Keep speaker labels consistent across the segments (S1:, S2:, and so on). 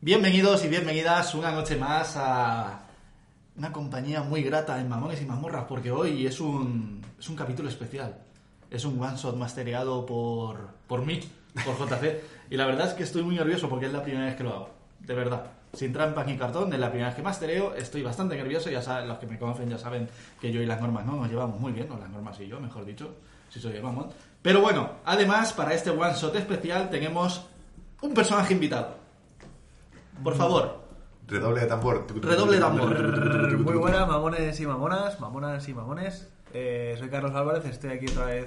S1: Bienvenidos y bienvenidas una noche más a una compañía muy grata en Mamones y Mazmorras, porque hoy es un, es un capítulo especial. Es un one shot mastereado por, por mí, por JC. Y la verdad es que estoy muy nervioso porque es la primera vez que lo hago. De verdad. Sin trampas ni cartón, es la primera vez que mastereo. Estoy bastante nervioso. Ya saben, los que me conocen ya saben que yo y las normas no nos llevamos muy bien, o las normas y yo, mejor dicho, si soy el mamón. Pero bueno, además, para este one shot especial tenemos un personaje invitado. Por favor,
S2: Redoble de tambor.
S1: Redoble de tambor.
S3: Muy buenas, mamones y mamonas, mamonas y mamones. Eh, soy Carlos Álvarez, estoy aquí otra vez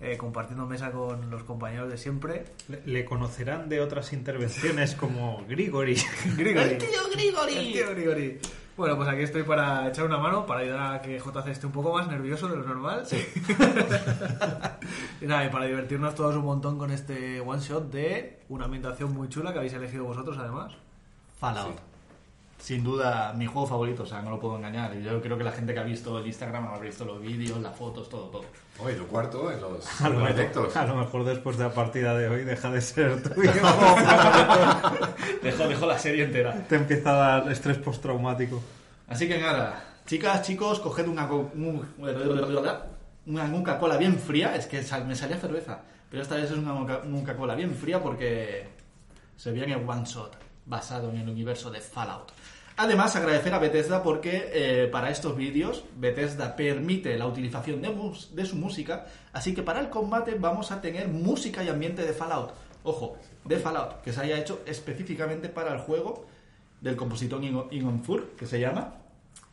S3: eh, compartiendo mesa con los compañeros de siempre.
S4: Le- Le conocerán de otras intervenciones como Grigori.
S3: Grigori. ¡El tío Grigori! ¡El tío Grigori! Bueno, pues aquí estoy para echar una mano, para ayudar a que JC esté un poco más nervioso de lo normal. y nada, y para divertirnos todos un montón con este one shot de una ambientación muy chula que habéis elegido vosotros además.
S1: Fallout. Sin duda, mi juego favorito, o sea, no lo puedo engañar. Y Yo creo que la gente que ha visto el Instagram habrá visto los vídeos, las fotos, todo, todo.
S2: Oye, lo cuarto en los
S4: A lo,
S2: directos.
S4: mejor, a lo mejor después de la partida de hoy deja de ser tuyo.
S1: Dejó, dejó la serie entera.
S4: Te empieza a dar estrés postraumático.
S1: Así que nada, chicas, chicos, coged una, co- un- una Coca-Cola bien fría. Es que sal- me salía cerveza, pero esta vez es una Coca- Coca-Cola bien fría porque se viene One Shot, basado en el universo de Fallout. Además, agradecer a Bethesda porque eh, para estos vídeos Bethesda permite la utilización de, mus- de su música, así que para el combate vamos a tener música y ambiente de Fallout. Ojo, de Fallout, que se haya hecho específicamente para el juego del compositor Ingo- Ingon Fur, que se llama.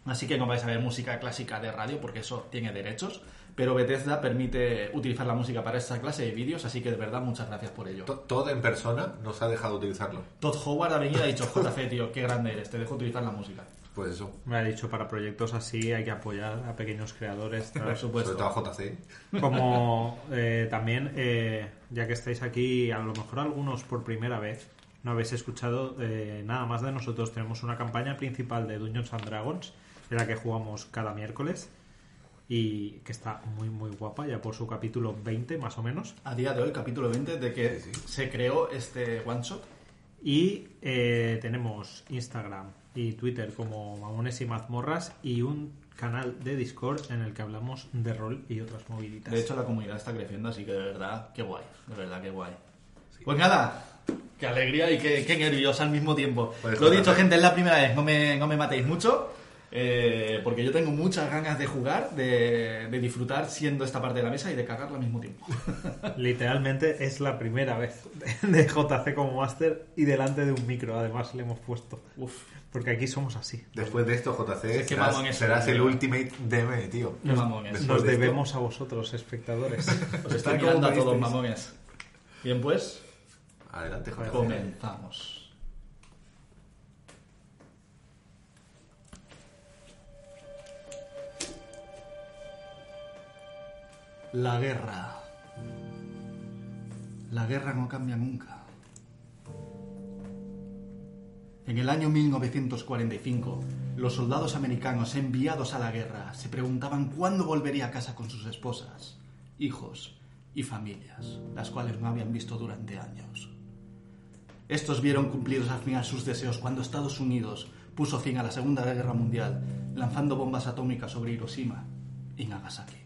S1: Así que no vais a ver música clásica de radio porque eso tiene derechos, pero Bethesda permite utilizar la música para esta clase de vídeos, así que de verdad muchas gracias por ello.
S2: To- Todd en persona nos ha dejado utilizarlo.
S1: Todd Howard ha venido y ha dicho, JC, tío, qué grande eres, te dejo utilizar la música.
S2: Pues eso.
S4: Me ha dicho, para proyectos así hay que apoyar a pequeños creadores. tal.
S1: Por
S2: Sobre todo
S1: supuesto.
S2: a JC.
S4: Como eh, también, eh, ya que estáis aquí, a lo mejor algunos por primera vez no habéis escuchado eh, nada más de nosotros. Tenemos una campaña principal de Dungeons and Dragons, en la que jugamos cada miércoles y que está muy, muy guapa, ya por su capítulo 20 más o menos.
S1: A día de hoy, capítulo 20, de que
S2: Sí, sí.
S1: se creó este one shot.
S4: Y eh, tenemos Instagram y Twitter como Mamones y Mazmorras y un canal de Discord en el que hablamos de rol y otras moviditas.
S1: De hecho, la comunidad está creciendo, así que de verdad, qué guay, de verdad, qué guay. Pues nada, qué alegría y qué, qué nervios al mismo tiempo.
S2: Pues,
S1: Lo he
S2: joder.
S1: dicho, gente, es la primera vez, no me, no me matéis mucho, eh, porque yo tengo muchas ganas de jugar, de, de disfrutar siendo esta parte de la mesa y de cagarla al mismo tiempo.
S4: Literalmente es la primera vez de JC como máster y delante de un micro, además le hemos puesto.
S1: Uf,
S4: Porque aquí somos así.
S2: Después de esto, JC,
S1: Es que
S2: serás,
S1: vamos en eso,
S2: serás
S1: tío.
S2: el ultimate DM, tío.
S1: qué mamones.
S2: Después
S4: Nos
S2: de esto-
S4: debemos a vosotros, espectadores.
S1: Os están quedando a todos mamones. Bien, pues,
S2: Adelante, JC.
S1: comenzamos. La guerra. La guerra no cambia nunca. En el año 1945, los soldados americanos enviados a la guerra se preguntaban cuándo volvería a casa con sus esposas, hijos y familias, las cuales no habían visto durante años. Estos vieron cumplidos al final sus deseos cuando Estados Unidos puso fin a la Segunda Guerra Mundial, lanzando bombas atómicas sobre Hiroshima y Nagasaki.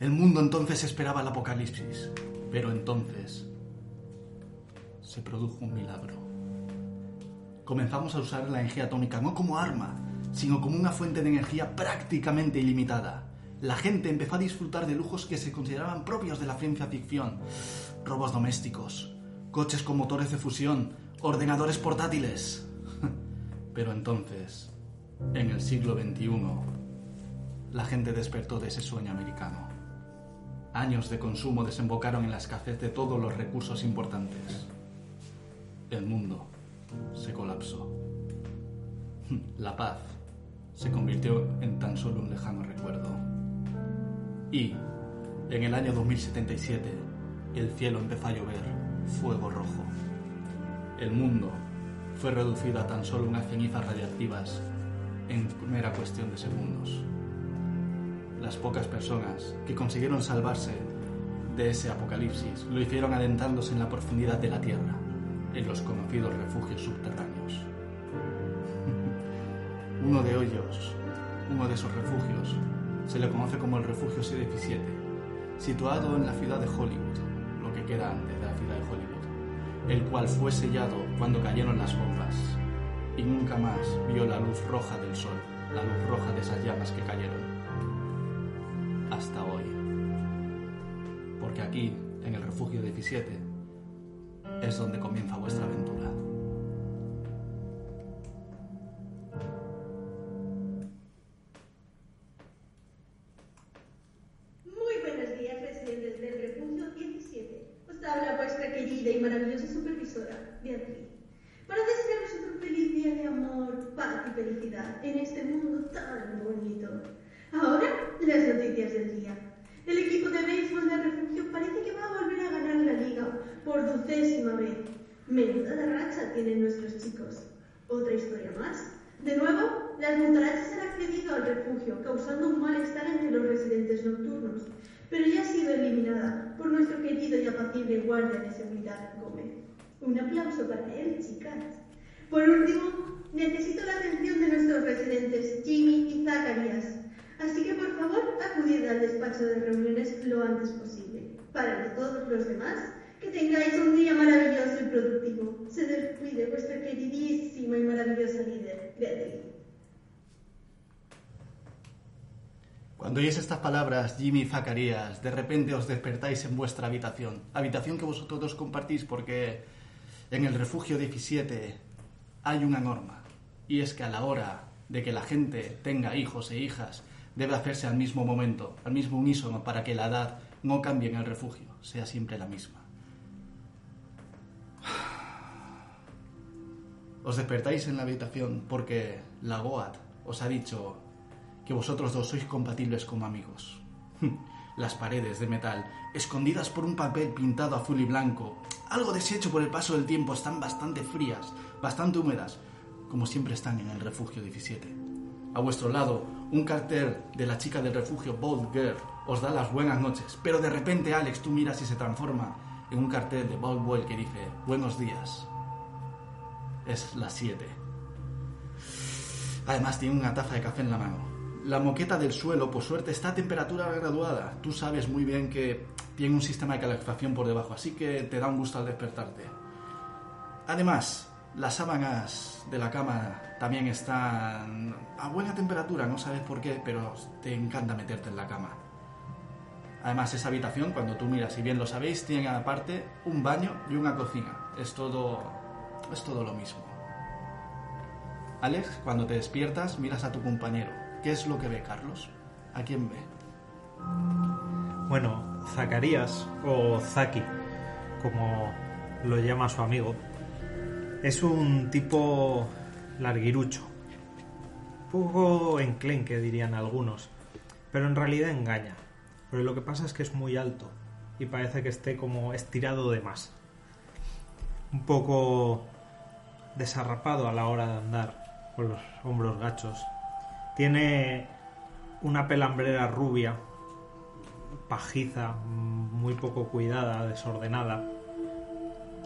S1: El mundo entonces esperaba el apocalipsis, pero entonces se produjo un milagro. Comenzamos a usar la energía atómica no como arma, sino como una fuente de energía prácticamente ilimitada. La gente empezó a disfrutar de lujos que se consideraban propios de la ciencia ficción. Robos domésticos, coches con motores de fusión, ordenadores portátiles. Pero entonces, en el siglo XXI, la gente despertó de ese sueño americano. Años de consumo desembocaron en la escasez de todos los recursos importantes. El mundo se colapsó. La paz se convirtió en tan solo un lejano recuerdo. Y, en el año 2077, el cielo empezó a llover fuego rojo. El mundo fue reducido a tan solo unas cenizas radiactivas en mera cuestión de segundos las pocas personas que consiguieron salvarse de ese apocalipsis lo hicieron adentrándose en la profundidad de la Tierra, en los conocidos refugios subterráneos. Uno de ellos, uno de esos refugios, se le conoce como el Refugio 17, situado en la ciudad de Hollywood, lo que queda antes de la ciudad de Hollywood, el cual fue sellado cuando cayeron las bombas y nunca más vio la luz roja del sol, la luz roja de esas llamas que cayeron. Hasta hoy. Porque aquí, en el Refugio 17, es donde comienza vuestra aventura.
S5: Muy buenos días, residentes del refugio 17. Os habla vuestra querida y maravillosa supervisora, Beatriz. Para desearos un feliz día de amor, paz y felicidad en este mundo tan bonito. Ahora, las noticias del día. El equipo de béisbol de refugio parece que va a volver a ganar la liga por ducésima vez. Menuda racha tienen nuestros chicos. Otra historia más. De nuevo, las cucarachas han accedido al refugio, causando un malestar entre los residentes nocturnos, pero ya ha sido eliminada por nuestro querido y apacible guardia de seguridad, Gómez. Un aplauso para él, chicas. Por último, necesito la atención de nuestros residentes Jimmy y Zacarías, así que por favor acudid al despacho de reuniones lo antes posible. Para todos los demás, que tengáis un día maravilloso y productivo. Se descuide vuestra queridísima y maravillosa líder, Beatriz.
S1: Cuando oyes estas palabras, Jimmy y Zacarías, de repente os despertáis en vuestra habitación. Habitación que vosotros dos compartís porque en el refugio 17 hay una norma. Y es que a la hora de que la gente tenga hijos e hijas, debe hacerse al mismo momento, al mismo unísono, para que la edad no cambie en el refugio, sea siempre la misma. Os despertáis en la habitación porque la Goat os ha dicho que vosotros dos sois compatibles como amigos. Las paredes de metal, escondidas por un papel pintado azul y blanco, algo deshecho por el paso del tiempo, están bastante frías, bastante húmedas, como siempre están en el refugio 17. A vuestro lado, un cartel de la chica del refugio Bold Girl os da las buenas noches, pero de repente Alex tú miras y se transforma en un cartel de Bold Boy que dice Buenos días. Es las 7. Además tiene una taza de café en la mano. La moqueta del suelo, por suerte, está a temperatura graduada. Tú sabes muy bien que tiene un sistema de calefacción por debajo, así que te da un gusto al despertarte. Además, las sábanas de la cama también están a buena temperatura, no sabes por qué, pero te encanta meterte en la cama. Además, esa habitación, cuando tú miras, y bien lo sabéis, tiene aparte un baño y una cocina. Es todo, es todo lo mismo. Alex, cuando te despiertas, miras a tu compañero. ¿Qué es lo que ve, Carlos? ¿A quién ve?
S4: Bueno, Zacarías o Zaki, como lo llama su amigo, es un tipo larguirucho, poco enclenque dirían algunos, pero en realidad engaña. Pero lo que pasa es que es muy alto y parece que esté como estirado de más, un poco desarrapado a la hora de andar con los hombros gachos. Tiene una pelambrera rubia, pajiza, muy poco cuidada, desordenada.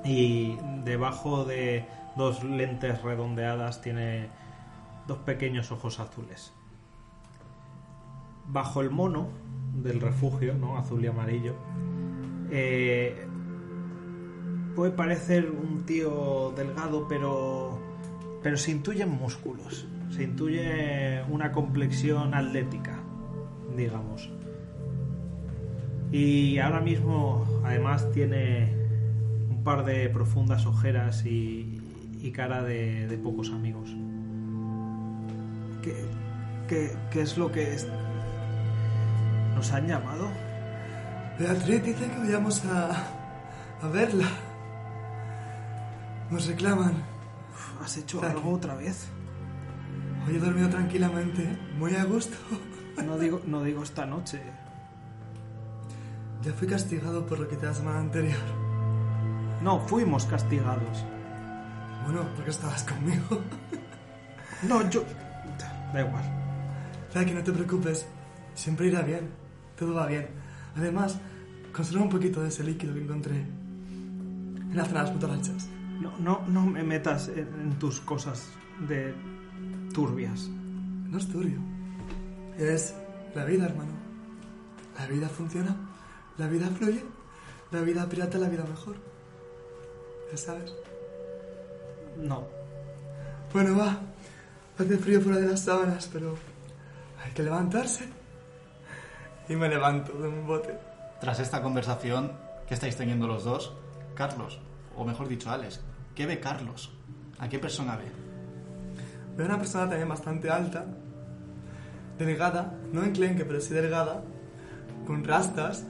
S4: Y debajo de dos lentes redondeadas tiene dos pequeños ojos azules. Bajo el mono del refugio, ¿no? Azul y amarillo. eh, puede parecer un tío delgado, pero. Pero se intuyen músculos. Se intuye una complexión atlética, digamos. Y ahora mismo, además, tiene un par de profundas ojeras y, y cara de, de pocos amigos. ¿Qué, qué, qué es lo que es? nos han llamado?
S6: Beatriz dice que vayamos a, a verla. Nos reclaman.
S4: ¿Has hecho
S6: Zaki.
S4: algo otra vez?
S6: Hoy he dormido tranquilamente, muy a gusto.
S4: No digo, no digo esta noche.
S6: Ya fui castigado por lo que te la semana anterior.
S4: No, fuimos castigados.
S6: Bueno, porque estabas conmigo.
S4: No, yo... Da igual.
S6: Zaki, no te preocupes. Siempre irá bien. Todo va bien. Además, conserva un poquito de ese líquido que encontré en la zona de las putarachas.
S7: No, no, no me metas en, en tus cosas de turbias.
S6: No es turbio. Es la vida, hermano. La vida funciona. La vida fluye. La vida pirata, la vida mejor. Ya sabes.
S7: No.
S6: Bueno, va. Hace frío fuera de las sábanas, pero hay que levantarse. Y me levanto de un bote.
S1: Tras esta conversación que estáis teniendo los dos, Carlos, o mejor dicho, Alex, ¿qué ve Carlos? ¿A qué persona ve?
S6: Veo una persona también bastante alta, delgada, no enclenque, pero sí delgada, con rastas,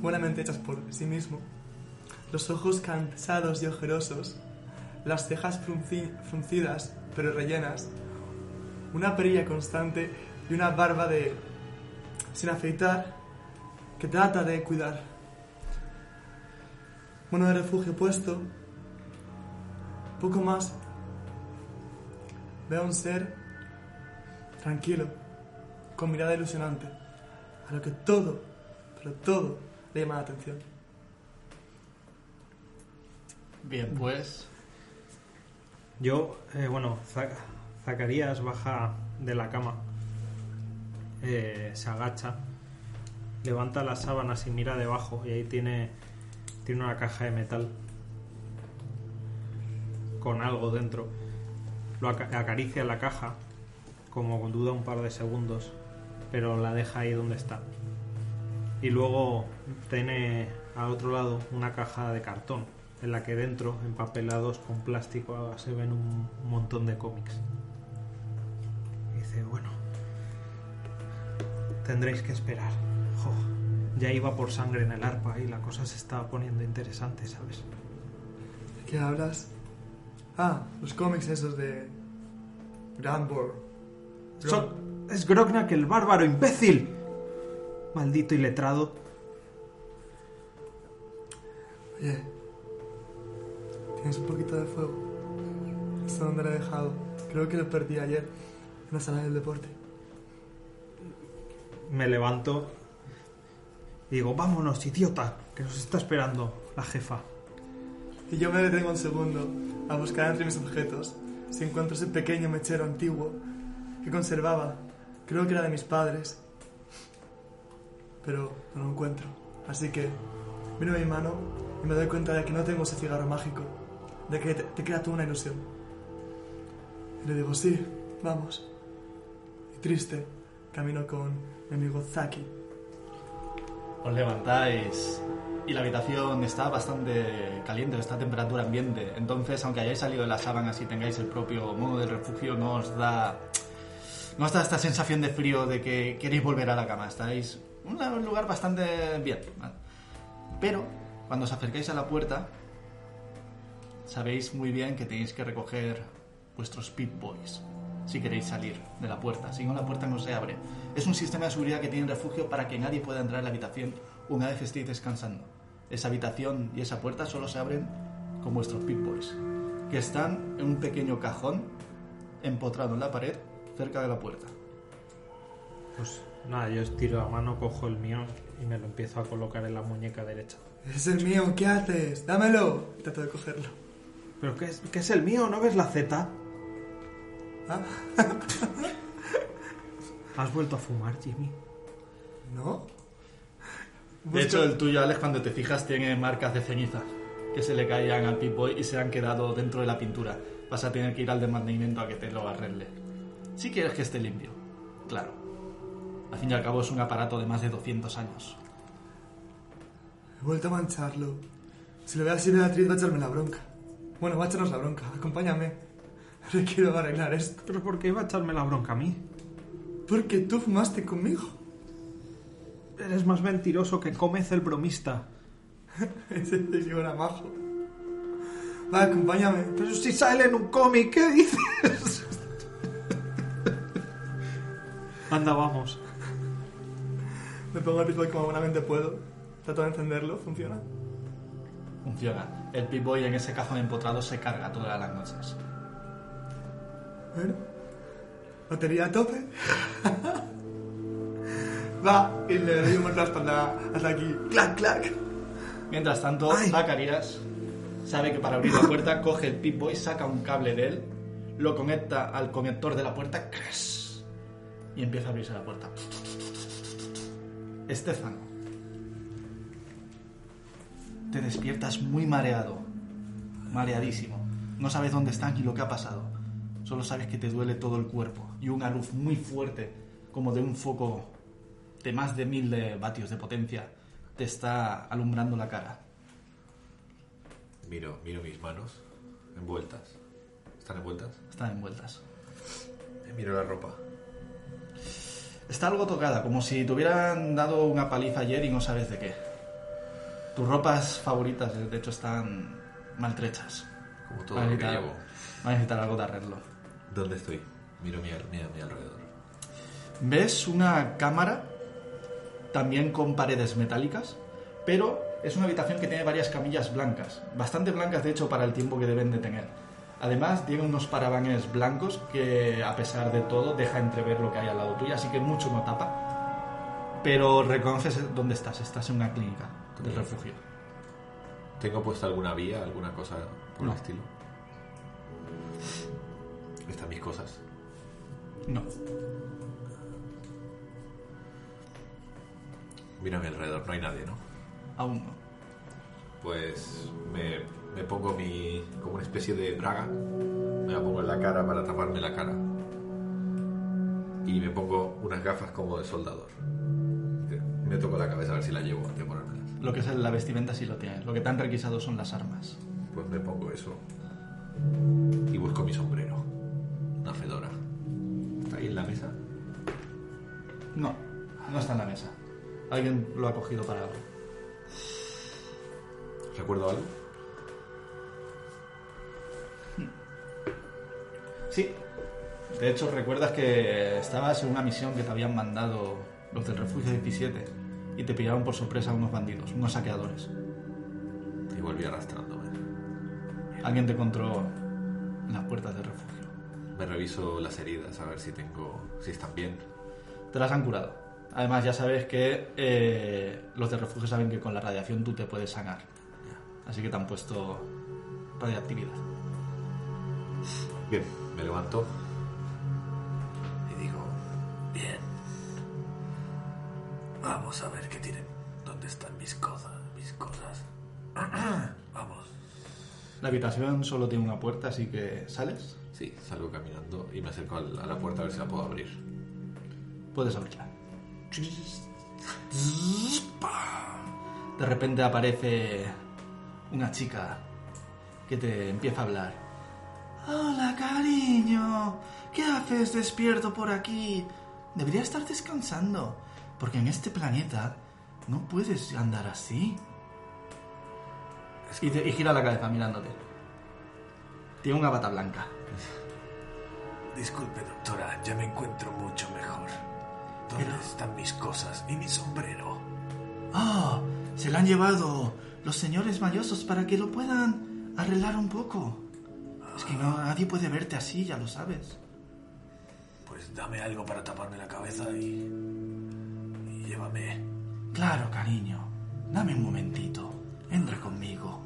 S6: buenamente hechas por sí mismo, los ojos cansados y ojerosos, las cejas frunci- fruncidas, pero rellenas, una perilla constante y una barba de... sin afeitar, que trata de cuidar. Mono de refugio puesto, poco más Veo un ser tranquilo, con mirada ilusionante, a lo que todo, pero todo, le llama la atención.
S1: Bien, pues
S4: Yo, eh, bueno, Zac- Zacarías baja de la cama, eh, se agacha, levanta las sábanas y mira debajo y ahí tiene, tiene una caja de metal con algo dentro. Lo aca- acaricia la caja, como duda un par de segundos, pero la deja ahí donde está. Y luego tiene al otro lado una caja de cartón en la que dentro, empapelados con plástico, se ven un montón de cómics. Y dice, bueno, tendréis que esperar. Jo, ya iba por sangre en el arpa y la cosa se estaba poniendo interesante, ¿sabes?
S6: ¿De qué hablas? Ah, los cómics esos de... Grambor.
S7: So- es Grognak el bárbaro, imbécil. Maldito iletrado.
S6: Oye, tienes un poquito de fuego. ¿Hasta dónde lo he dejado? Creo que lo perdí ayer en la sala del deporte.
S4: Me levanto
S7: Y digo, vámonos, idiota, que nos está esperando la jefa.
S6: Y yo me detengo un segundo a buscar entre mis objetos si encuentro ese pequeño mechero antiguo que conservaba. Creo que era de mis padres. Pero no lo encuentro. Así que miro mi mano y me doy cuenta de que no tengo ese cigarro mágico. De que te, te crea toda una ilusión. Y le digo, sí, vamos. Y triste, camino con mi amigo Zaki.
S1: os levantáis y la habitación está bastante caliente, está a temperatura ambiente. Entonces, aunque hayáis salido de las sábanas y tengáis el propio modo de refugio, no os da, no os da esta sensación de frío de que queréis volver a la cama. Estáis en un lugar bastante bien. ¿vale? Pero cuando os acercáis a la puerta, sabéis muy bien que tenéis que recoger vuestros pit boys si queréis salir de la puerta. Si no, la puerta no se abre. Es un sistema de seguridad que tiene refugio para que nadie pueda entrar en la habitación una vez estéis descansando. Esa habitación y esa puerta solo se abren con vuestros pit boys, que están en un pequeño cajón empotrado en la pared cerca de la puerta.
S4: Pues nada, yo estiro la mano, cojo el mío y me lo empiezo a colocar en la muñeca derecha.
S6: Es el mío, ¿qué haces? Dámelo. Trato de cogerlo.
S7: ¿Pero qué es, qué es el mío? ¿No ves la Z?
S6: Ah.
S7: ¿Has vuelto a fumar, Jimmy?
S6: ¿No?
S1: De hecho, el tuyo, Alex, cuando te fijas, tiene marcas de ceniza que se le caían al Pip Boy y se han quedado dentro de la pintura. Vas a tener que ir al de mantenimiento a que te lo arregle. Si quieres que esté limpio, claro. Al fin y al cabo es un aparato de más de 200 años.
S6: He vuelto a mancharlo. Si lo veo así, Beatriz va a echarme la bronca. Bueno, va a echarnos la bronca. Acompáñame. Requiero arreglar esto.
S7: ¿Pero por qué iba a echarme la bronca a mí?
S6: Porque tú fumaste conmigo.
S7: Eres más mentiroso que Comez el bromista.
S6: Ese te llevo era majo. Va, acompáñame.
S7: Pero si sale en un cómic, ¿qué dices? Anda, vamos.
S6: Me pongo el pico como buenamente puedo. Trato de encenderlo. ¿Funciona?
S1: Funciona. El Pip Boy en ese cajón empotrado se carga todas las noches.
S6: Bueno. Batería a tope. va, y le doy un golpe a la espalda hasta aquí. ¡Clac, clac!
S1: Mientras tanto, Zacarías sabe que para abrir la puerta coge el Pip-Boy, saca un cable de él, lo conecta al conector de la puerta crash, y empieza a abrirse la puerta. Estefano, te despiertas muy mareado, mareadísimo. No sabes dónde están ni lo que ha pasado. Solo sabes que te duele todo el cuerpo y una luz muy fuerte, como de un foco de más de mil de vatios de potencia, te está alumbrando la cara.
S2: Miro, miro mis manos envueltas. ¿Están envueltas?
S1: Están envueltas.
S2: Eh, Miro la ropa.
S1: Está algo tocada, como si te hubieran dado una paliza ayer y no sabes de qué. Tus ropas favoritas, de hecho, están maltrechas.
S2: Como todo
S1: Vas a
S2: lo que
S1: necesitar-
S2: llevo.
S1: vas a necesitar algo de arreglo.
S2: ¿Dónde estoy? Miro mi, al- mi- a mi alrededor.
S1: Ves una cámara, también con paredes metálicas, pero es una habitación que tiene varias camillas blancas, bastante blancas de hecho para el tiempo que deben de tener. Además tiene unos paravanes blancos que a pesar de todo deja entrever lo que hay al lado tuyo, así que mucho no tapa. Pero reconoces dónde estás, estás en una clínica de
S2: Bien.
S1: refugio.
S2: ¿Tengo puesta alguna vía, alguna cosa por
S1: No.
S2: el estilo? Están mis cosas.
S1: No.
S2: Miro a mi alrededor, no hay nadie, ¿no?
S1: Aún no.
S2: Pues me, me pongo mi. como una especie de braga. Me la pongo en la cara para taparme la cara. Y me pongo unas gafas como de soldador. Eh, Me toco la cabeza a ver si la llevo antes de ponérmelas.
S1: Lo que es la vestimenta sí lo tienes. Lo que te han requisado son las armas.
S2: Pues me pongo eso. Y busco mi sombrero. Una fedora. ¿Está ahí en la mesa?
S1: No, no está en la mesa. Alguien lo ha cogido para algo.
S2: ¿Recuerdo algo?
S1: Sí. De hecho, recuerdas que estabas en una misión que te habían mandado los del Refugio 17 y te pillaron por sorpresa unos bandidos, unos saqueadores.
S2: Y volví arrastrándome.
S1: Alguien te encontró en las puertas del refugio.
S2: Me reviso las heridas a ver si tengo. si están bien.
S1: Te las han curado. Además, ya sabes que eh, los del refugio saben que con la radiación tú te puedes sanar. Así que te han puesto radioactividad.
S2: Bien, me levanto y digo, bien, vamos a ver qué tienen, dónde están mis cosas, mis cosas. vamos.
S1: La habitación solo tiene una puerta, así que sales,
S2: Sí, salgo caminando y me acerco al- a la puerta a ver si la puedo abrir.
S1: puedes abrirla. De repente aparece una chica que te empieza a hablar. Hola, cariño. ¿Qué haces despierto por aquí? Debería estar descansando, porque en este planeta no puedes andar así. Y, te- y gira la cabeza mirándote. Tiene una bata blanca.
S8: Disculpe, doctora, ya me encuentro mucho mejor. ¿Dónde están mis cosas y mi sombrero?
S1: Ah, se la han llevado los señores mayosos para que lo puedan arreglar un poco. Es que no, nadie puede verte así, ya lo sabes.
S8: Pues dame algo para taparme la cabeza y. y llévame.
S1: Claro, cariño. Dame un momentito. Entra conmigo.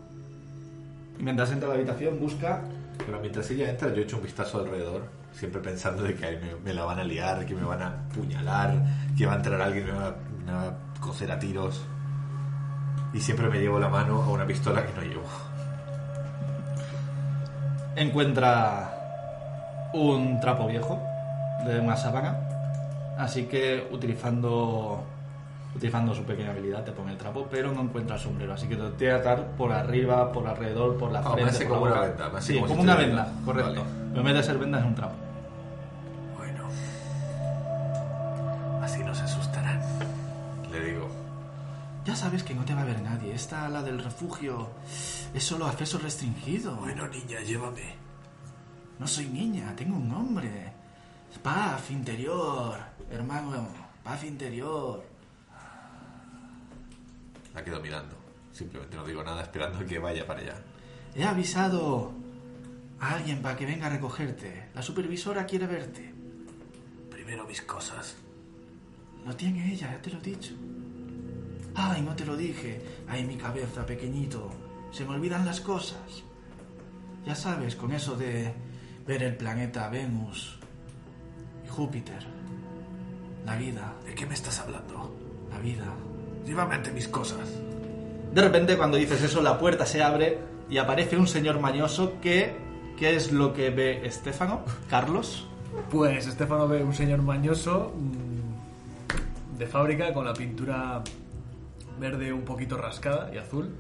S1: Y mientras entra a la habitación, busca.
S2: Pero mientras ella entra yo echo un vistazo alrededor, siempre pensando de que ahí me, me la van a liar, que me van a puñalar, que va a entrar alguien y me va, a- me va a coser a tiros. Y siempre me llevo la mano a una pistola que no llevo.
S1: Encuentra un trapo viejo de una sábana. Así que utilizando utilizando su pequeña habilidad te pone el trapo, pero no encuentra el sombrero. Así que te tiene que atar por arriba, por alrededor, por la
S2: Ah, me
S1: frente.
S2: hace
S1: por la
S2: como una
S1: boca.
S2: venda, me hace
S1: Sí,
S2: como
S1: como,
S2: si
S1: una
S2: estuviera-
S1: venda, correcto.
S2: Vale.
S1: Pero en vez de ser venda es un trapo.
S8: Bueno. Así no se asustarán.
S2: Le digo,
S1: Ya sabes que no te va a ver nadie. Esta ala del refugio es solo acceso restringido.
S8: Bueno, niña, llévame.
S1: No soy niña, tengo un nombre. Paz interior, hermano, paz interior.
S2: la quedo mirando. Simplemente no digo nada esperando que vaya para allá.
S1: He avisado a alguien para que venga a recogerte. La supervisora quiere verte.
S8: Primero mis cosas.
S1: Lo tiene ella, ya te lo he dicho. Ay, no te lo dije. Ay, mi cabeza, pequeñito. se me olvidan las cosas. Ya sabes, con eso de ver el planeta Venus y Júpiter, la vida,
S8: ¿De qué me estás hablando?
S1: la vida.
S8: Llévame ante mis cosas.
S1: De repente, cuando dices eso, la puerta se abre y aparece un señor mañoso que... ¿Qué es lo que ve Estefano? ¿Carlos?
S3: Pues Estefano ve un señor mañoso mm, de fábrica con la pintura verde un poquito rascada y azul,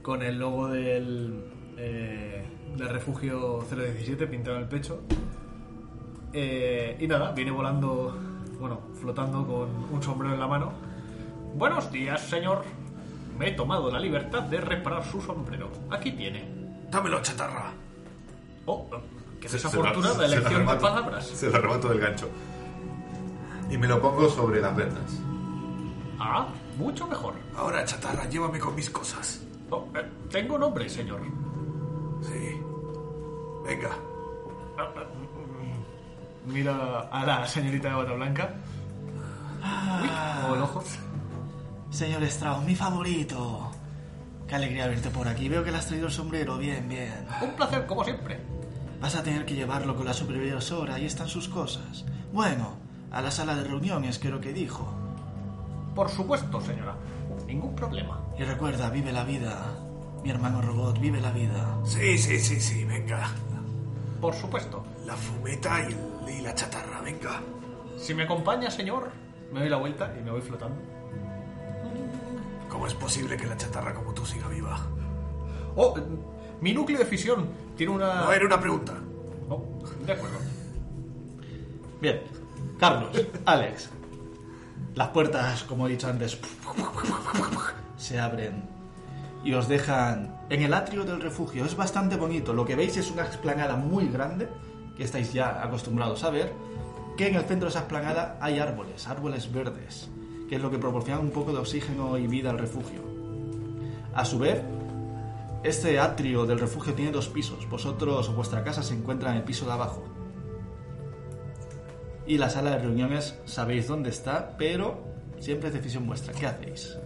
S3: con el logo del, eh, del refugio 017 pintado en el pecho. Eh, y nada, viene volando, bueno, flotando con un sombrero en la mano. Buenos días, señor. Me he tomado la libertad de reparar su sombrero. Aquí tiene.
S8: Dámelo, chatarra.
S3: Oh, qué
S2: Se- se la-
S3: desafortunada
S2: se la
S3: elección de
S2: arrebato-
S3: palabras.
S2: Se lo arrebato del gancho. Y me lo pongo sobre las vendas.
S3: Ah, mucho mejor.
S8: Ahora, chatarra, llévame con mis cosas.
S3: Oh, eh, tengo nombre, señor.
S8: Sí. Venga.
S3: Mira a la señorita de bata blanca. Uy, o el ojo.
S1: Ah. Señor Strauss, mi favorito. Qué alegría verte por aquí. Veo que le has traído el sombrero. Bien, bien.
S3: Un placer, como siempre.
S1: Vas a tener que llevarlo con la supervisora. Ahí están sus cosas. Bueno, a la sala de reuniones, creo que dijo.
S3: Por supuesto, señora. Ningún problema.
S1: Y recuerda, vive la vida. Mi hermano robot, vive la vida.
S8: Sí, sí, sí, sí, venga.
S3: Por supuesto.
S8: La fumeta y, el- y la chatarra, venga.
S3: Si me acompaña, señor, me doy la vuelta y me voy flotando.
S8: ¿Cómo es posible que la chatarra como tú siga viva?
S3: Oh, eh, mi núcleo de fisión tiene una...
S8: No era una pregunta.
S3: Oh, de acuerdo.
S1: Bien. Carlos, Alex. Las puertas, como he dicho antes, se abren y os dejan en el atrio del refugio. Es bastante bonito. Lo que veis es una explanada muy grande, que estáis ya acostumbrados a ver, que en el centro de esa explanada hay árboles, árboles verdes, que es lo que proporciona un poco de oxígeno y vida al refugio. A su vez, este atrio del refugio tiene dos pisos. Vosotros o vuestra casa se encuentra en el piso de abajo. Y la sala de reuniones sabéis dónde está, pero siempre es decisión vuestra. ¿Qué hacéis?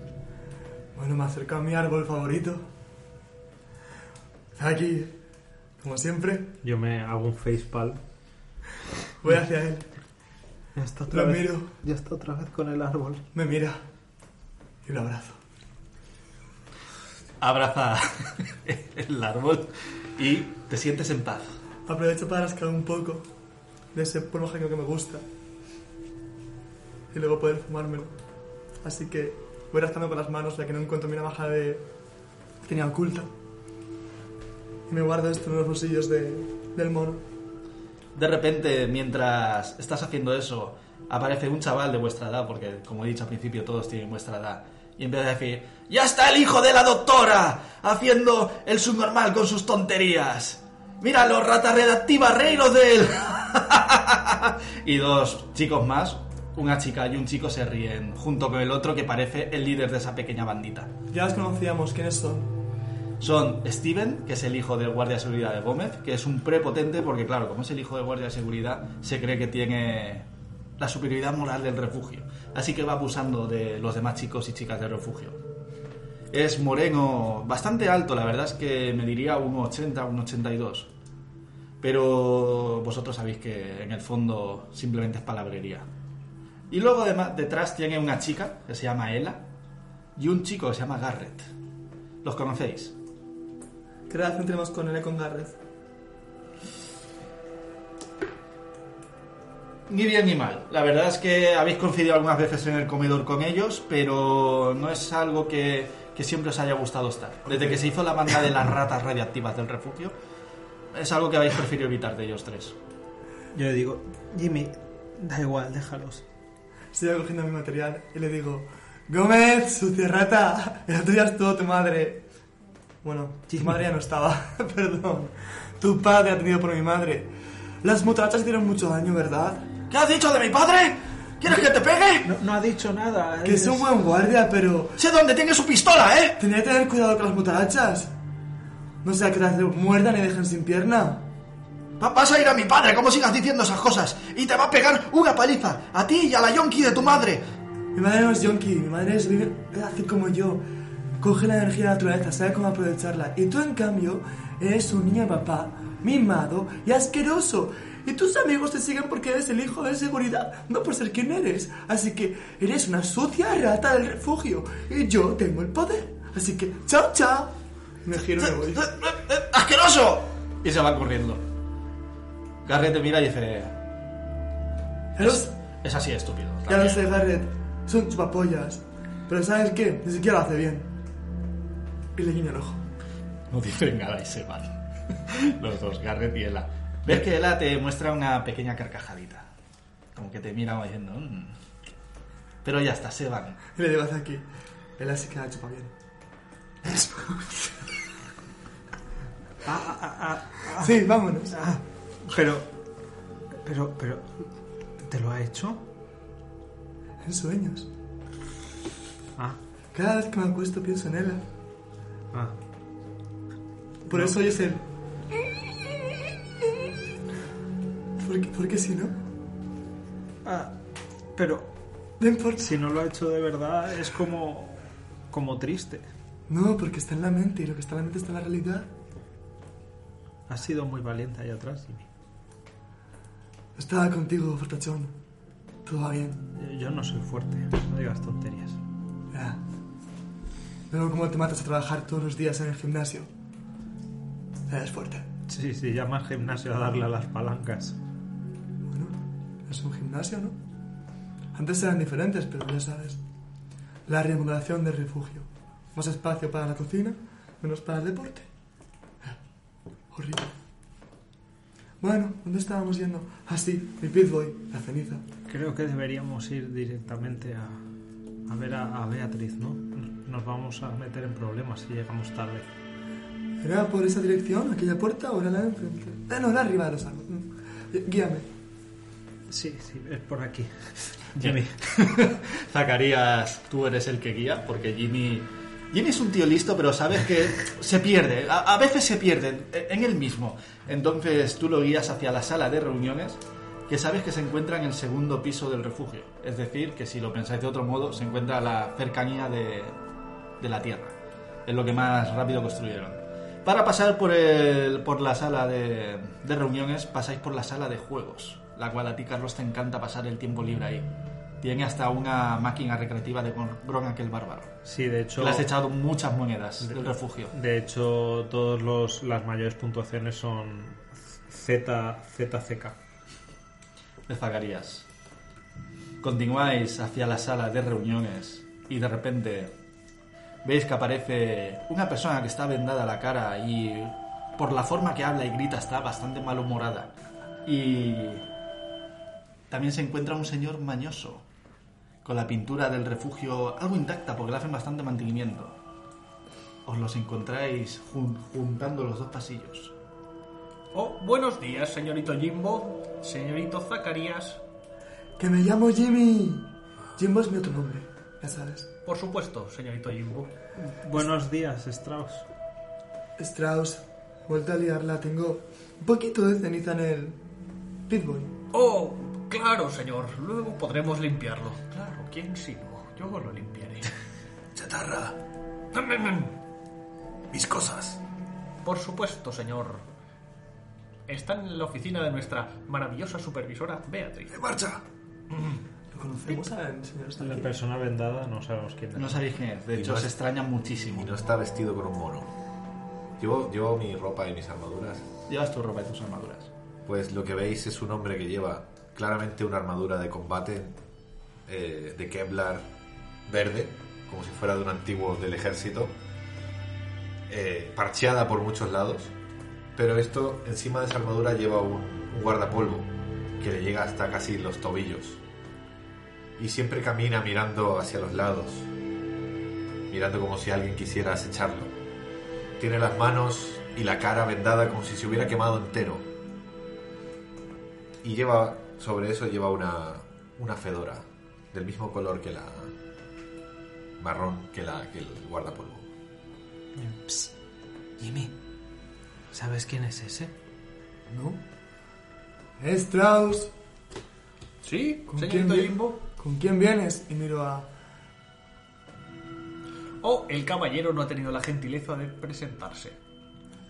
S6: Bueno, me acerco a mi árbol favorito. Aquí, como siempre,
S4: Yo me hago un facepal.
S6: voy hacia él.
S7: Ya está
S6: Lo miro.
S7: Ya está otra vez con el árbol.
S6: Me mira y lo abrazo.
S1: Abraza el árbol y te sientes en paz.
S6: Aprovecho para rascar un poco de ese polvo ajeno que me gusta y luego poder fumármelo. Así que voy rascando con las manos ya que no encuentro mi navaja de tenía oculta. Y me guardo esto en los bolsillos de- del mono.
S1: De repente, mientras estás haciendo eso, aparece un chaval de vuestra edad, porque como he dicho al principio, todos tienen vuestra edad, y empieza a decir, ¡Ya está el hijo de la doctora! Haciendo el subnormal con sus tonterías. ¡Míralo, rata redactiva, reinos de él! y dos chicos más, una chica y un chico se ríen, junto con el otro que parece el líder de esa pequeña bandita.
S6: Ya las conocíamos, ¿quiénes son?
S1: Son Steven, que es el hijo del guardia de seguridad de Gómez, que es un prepotente porque, claro, como es el hijo del guardia de seguridad, se cree que tiene la superioridad moral del refugio. Así que va abusando de los demás chicos y chicas del refugio. Es moreno, bastante alto, la verdad es que me diría un 80, un 82. Pero vosotros sabéis que en el fondo simplemente es palabrería. Y luego además detrás tiene una chica que se llama Ella y un chico que se llama Garrett. ¿Los conocéis?
S6: ¿Qué relación tenemos con él y con Garrett?
S1: Ni bien ni mal. La verdad es que habéis coincidido algunas veces en el comedor con ellos, pero no es algo que, que siempre os haya gustado estar. Desde que se hizo la banda de las ratas radiactivas del refugio, es algo que habéis preferido evitar de ellos tres.
S7: Yo le digo, Jimmy, da igual, déjalos.
S6: Sigo cogiendo mi material y le digo, Gómez, sucia rata, el otro día estuvo tu madre. Bueno, tu madre ya no estaba, perdón. Tu padre ha tenido por mi madre. Las muchachas hicieron mucho daño, ¿verdad?
S1: ¿Qué has dicho de mi padre? ¿Quieres que te pegue?
S7: No, no ha dicho nada.
S6: Que es un buen guardia, pero
S1: Sé dónde tiene su pistola, ¿eh?
S6: tenía que tener cuidado con las muchachas. No sea que las muerdan y dejen sin pierna.
S1: Va- Vas a ir a mi padre, como sigas diciendo esas cosas, y te va a pegar una paliza, a ti y a la yonki de tu madre.
S6: Mi madre no es yonki, mi madre es vive así como yo. coge la energía de la naturaleza, sabe cómo aprovecharla. Y tú, en cambio, eres un niño papá, mimado y asqueroso. Y tus amigos te siguen porque eres el hijo de seguridad, no por ser quien eres. Así que eres una sucia rata del refugio. Y yo tengo el poder. Así que, chao, chao. Me giro y me voy.
S1: ¡Asqueroso! Y se va corriendo. Garrett te mira y dice...
S6: Ya lo-
S1: Es, es así, estúpido.
S6: Ya lo
S1: también".
S6: sé, Garrett. Son chupapollas. Pero ¿sabes qué? Ni siquiera lo hace bien. Y le guiño el ojo.
S1: No dicen nada y se van. Los dos, Garrett y Ela. Ves que Ela te muestra una pequeña carcajadita. Como que te mira diciendo... "Mm". Pero ya está, se van.
S6: Y le digo hasta aquí. Él así que la chupa bien. Sí, vámonos.
S7: Pero. Pero, pero. ¿Te lo ha hecho?
S6: En sueños.
S7: Ah,
S6: Cada vez que me acuesto pienso en ella.
S7: ah.
S6: Por eso oyes el... Porque, porque si no...
S7: Ah, pero
S6: No importa.
S7: si no lo ha hecho de verdad, es como. como triste.
S6: No, porque está en la mente y lo que está en la mente está en la realidad.
S7: Has sido muy valiente ahí atrás, Jimmy.
S6: Estaba contigo, fortachón. Todo va bien.
S7: Eh, Yo no soy fuerte, no digas tonterías.
S6: Ah. Luego, ¿cómo te matas a trabajar todos los días en el gimnasio? Eres fuerte.
S7: Sí, sí, llama al gimnasio a darle a las palancas.
S6: Bueno, es un gimnasio, ¿no? Antes eran diferentes, pero ya sabes. La remodelación del refugio. Más espacio para la cocina, menos para el deporte. Ah, Horrible. Bueno, ¿dónde estábamos yendo? Ah, sí, mi Pit Boy, la ceniza.
S7: Creo que deberíamos ir directamente a, a ver a, a Beatriz, ¿no? Nos vamos a meter en problemas si llegamos tarde.
S6: ¿Era por esa dirección, aquella puerta o era la de enfrente? Ah, no, la arriba de los árboles. Mm. Gui- Guíame.
S7: Sí, sí, es por aquí. Jimmy.
S1: Zacarías, tú eres el que guía, porque Jimmy. Jimmy es un tío listo, pero sabes que se pierde. A, a veces se pierde en en él mismo. Entonces tú lo guías hacia la sala de reuniones, que sabes que se encuentra en el segundo piso del refugio. Es decir, que si lo pensáis de otro modo, se encuentra a la cercanía de, de la Tierra. Es lo que más rápido construyeron. Para pasar por, el, por la sala de, de reuniones, pasáis por la sala de juegos, la cual a ti, Carlos, te encanta pasar el tiempo libre ahí. Tiene hasta una máquina recreativa de Gron aquel bárbaro.
S4: Sí, de
S1: Que
S4: hecho.
S1: Le has echado muchas monedas del refugio.
S4: De hecho, todas las mayores puntuaciones son Z, ZCK.
S1: de Zacarías. Continuáis hacia la sala de reuniones y de repente veis que aparece una persona que está vendada la cara y por la forma que habla y grita está bastante malhumorada. Y también se encuentra un señor mañoso con la pintura del refugio algo intacta porque le hacen bastante mantenimiento. Os los encontráis jun- juntando los dos pasillos.
S3: Oh, buenos días, señorito Jimbo, señorito Zacarías.
S6: Que me llamo Jimmy. Jimbo es mi otro nombre, ya sabes.
S3: Por supuesto, señorito Jimbo.
S7: Buenos días, Strauss.
S6: Strauss, he vuelto a liarla, tengo un poquito de ceniza en el pitbull.
S3: Oh, claro, señor. Luego podremos limpiarlo. Claro, ¿quién sino? Yo lo limpiaré.
S8: Chatarra,
S3: Mm, mm, mm.
S8: mis cosas.
S3: Por supuesto, señor. Están en la oficina de nuestra maravillosa supervisora, Beatriz.
S8: En marcha.
S6: ¿Lo conocemos al señor
S4: La
S6: Strauss?
S4: persona vendada no sabemos quién es.
S1: No sabéis quién es, de
S2: Y
S1: hecho
S2: no
S1: se
S2: es-
S1: extraña muchísimo.
S2: Y no está vestido con un mono. Llevo, llevo mi ropa y mis armaduras.
S1: Llevas tu ropa y tus armaduras.
S2: Pues lo que veis es un hombre que lleva claramente una armadura de combate eh, de Kevlar verde, como si fuera de un antiguo del ejército, eh, parcheada por muchos lados. Pero esto, encima de esa armadura, lleva un, un guardapolvo que le llega hasta casi los tobillos. Y siempre camina mirando hacia los lados, mirando como si alguien quisiera acecharlo. Tiene las manos y la cara vendada como si se hubiera quemado entero y lleva sobre eso lleva una, una fedora del mismo color que la marrón que la que el guardapolvo.
S9: Psst, Jimmy, ¿sabes quién es ese?
S6: ¿No? ¿Eh, Strauss,
S3: ¿Sí?
S6: ¿Con
S3: ¿Señorito
S6: quién?
S3: Jimbo?
S6: ¿con quién vienes? Y miro a...
S3: o Oh, el caballero no ha tenido la gentileza de presentarse.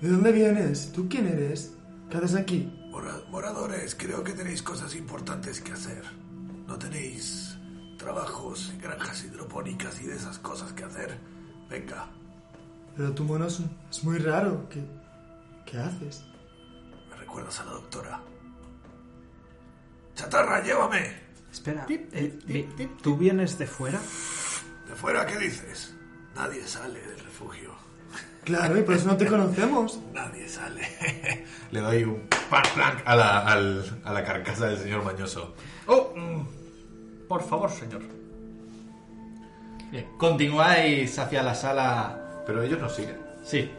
S6: ¿De dónde vienes? ¿Tú quién eres? ¿Qué haces aquí?
S8: Mora- Moradores, creo que tenéis cosas importantes que hacer. ¿No tenéis trabajos en granjas hidropónicas y de esas cosas que hacer? Venga,
S6: Pero tu mono es, un- es muy raro. ¿Qué, ¿Qué haces?
S8: me recuerdas a la doctora. ¡Chatarra, llévame!
S9: Espera, eh, vi- ¿tú vienes de fuera?
S8: ¿De fuera qué dices? Nadie sale del refugio.
S6: Claro, y por eso no te conocemos.
S8: Nadie sale.
S2: Le doy un pan plan a la, al- a la carcasa del señor mañoso.
S3: Oh, mm, por favor, señor.
S1: Bien, continuáis hacia la sala.
S2: Pero ellos nos siguen.
S1: Sí,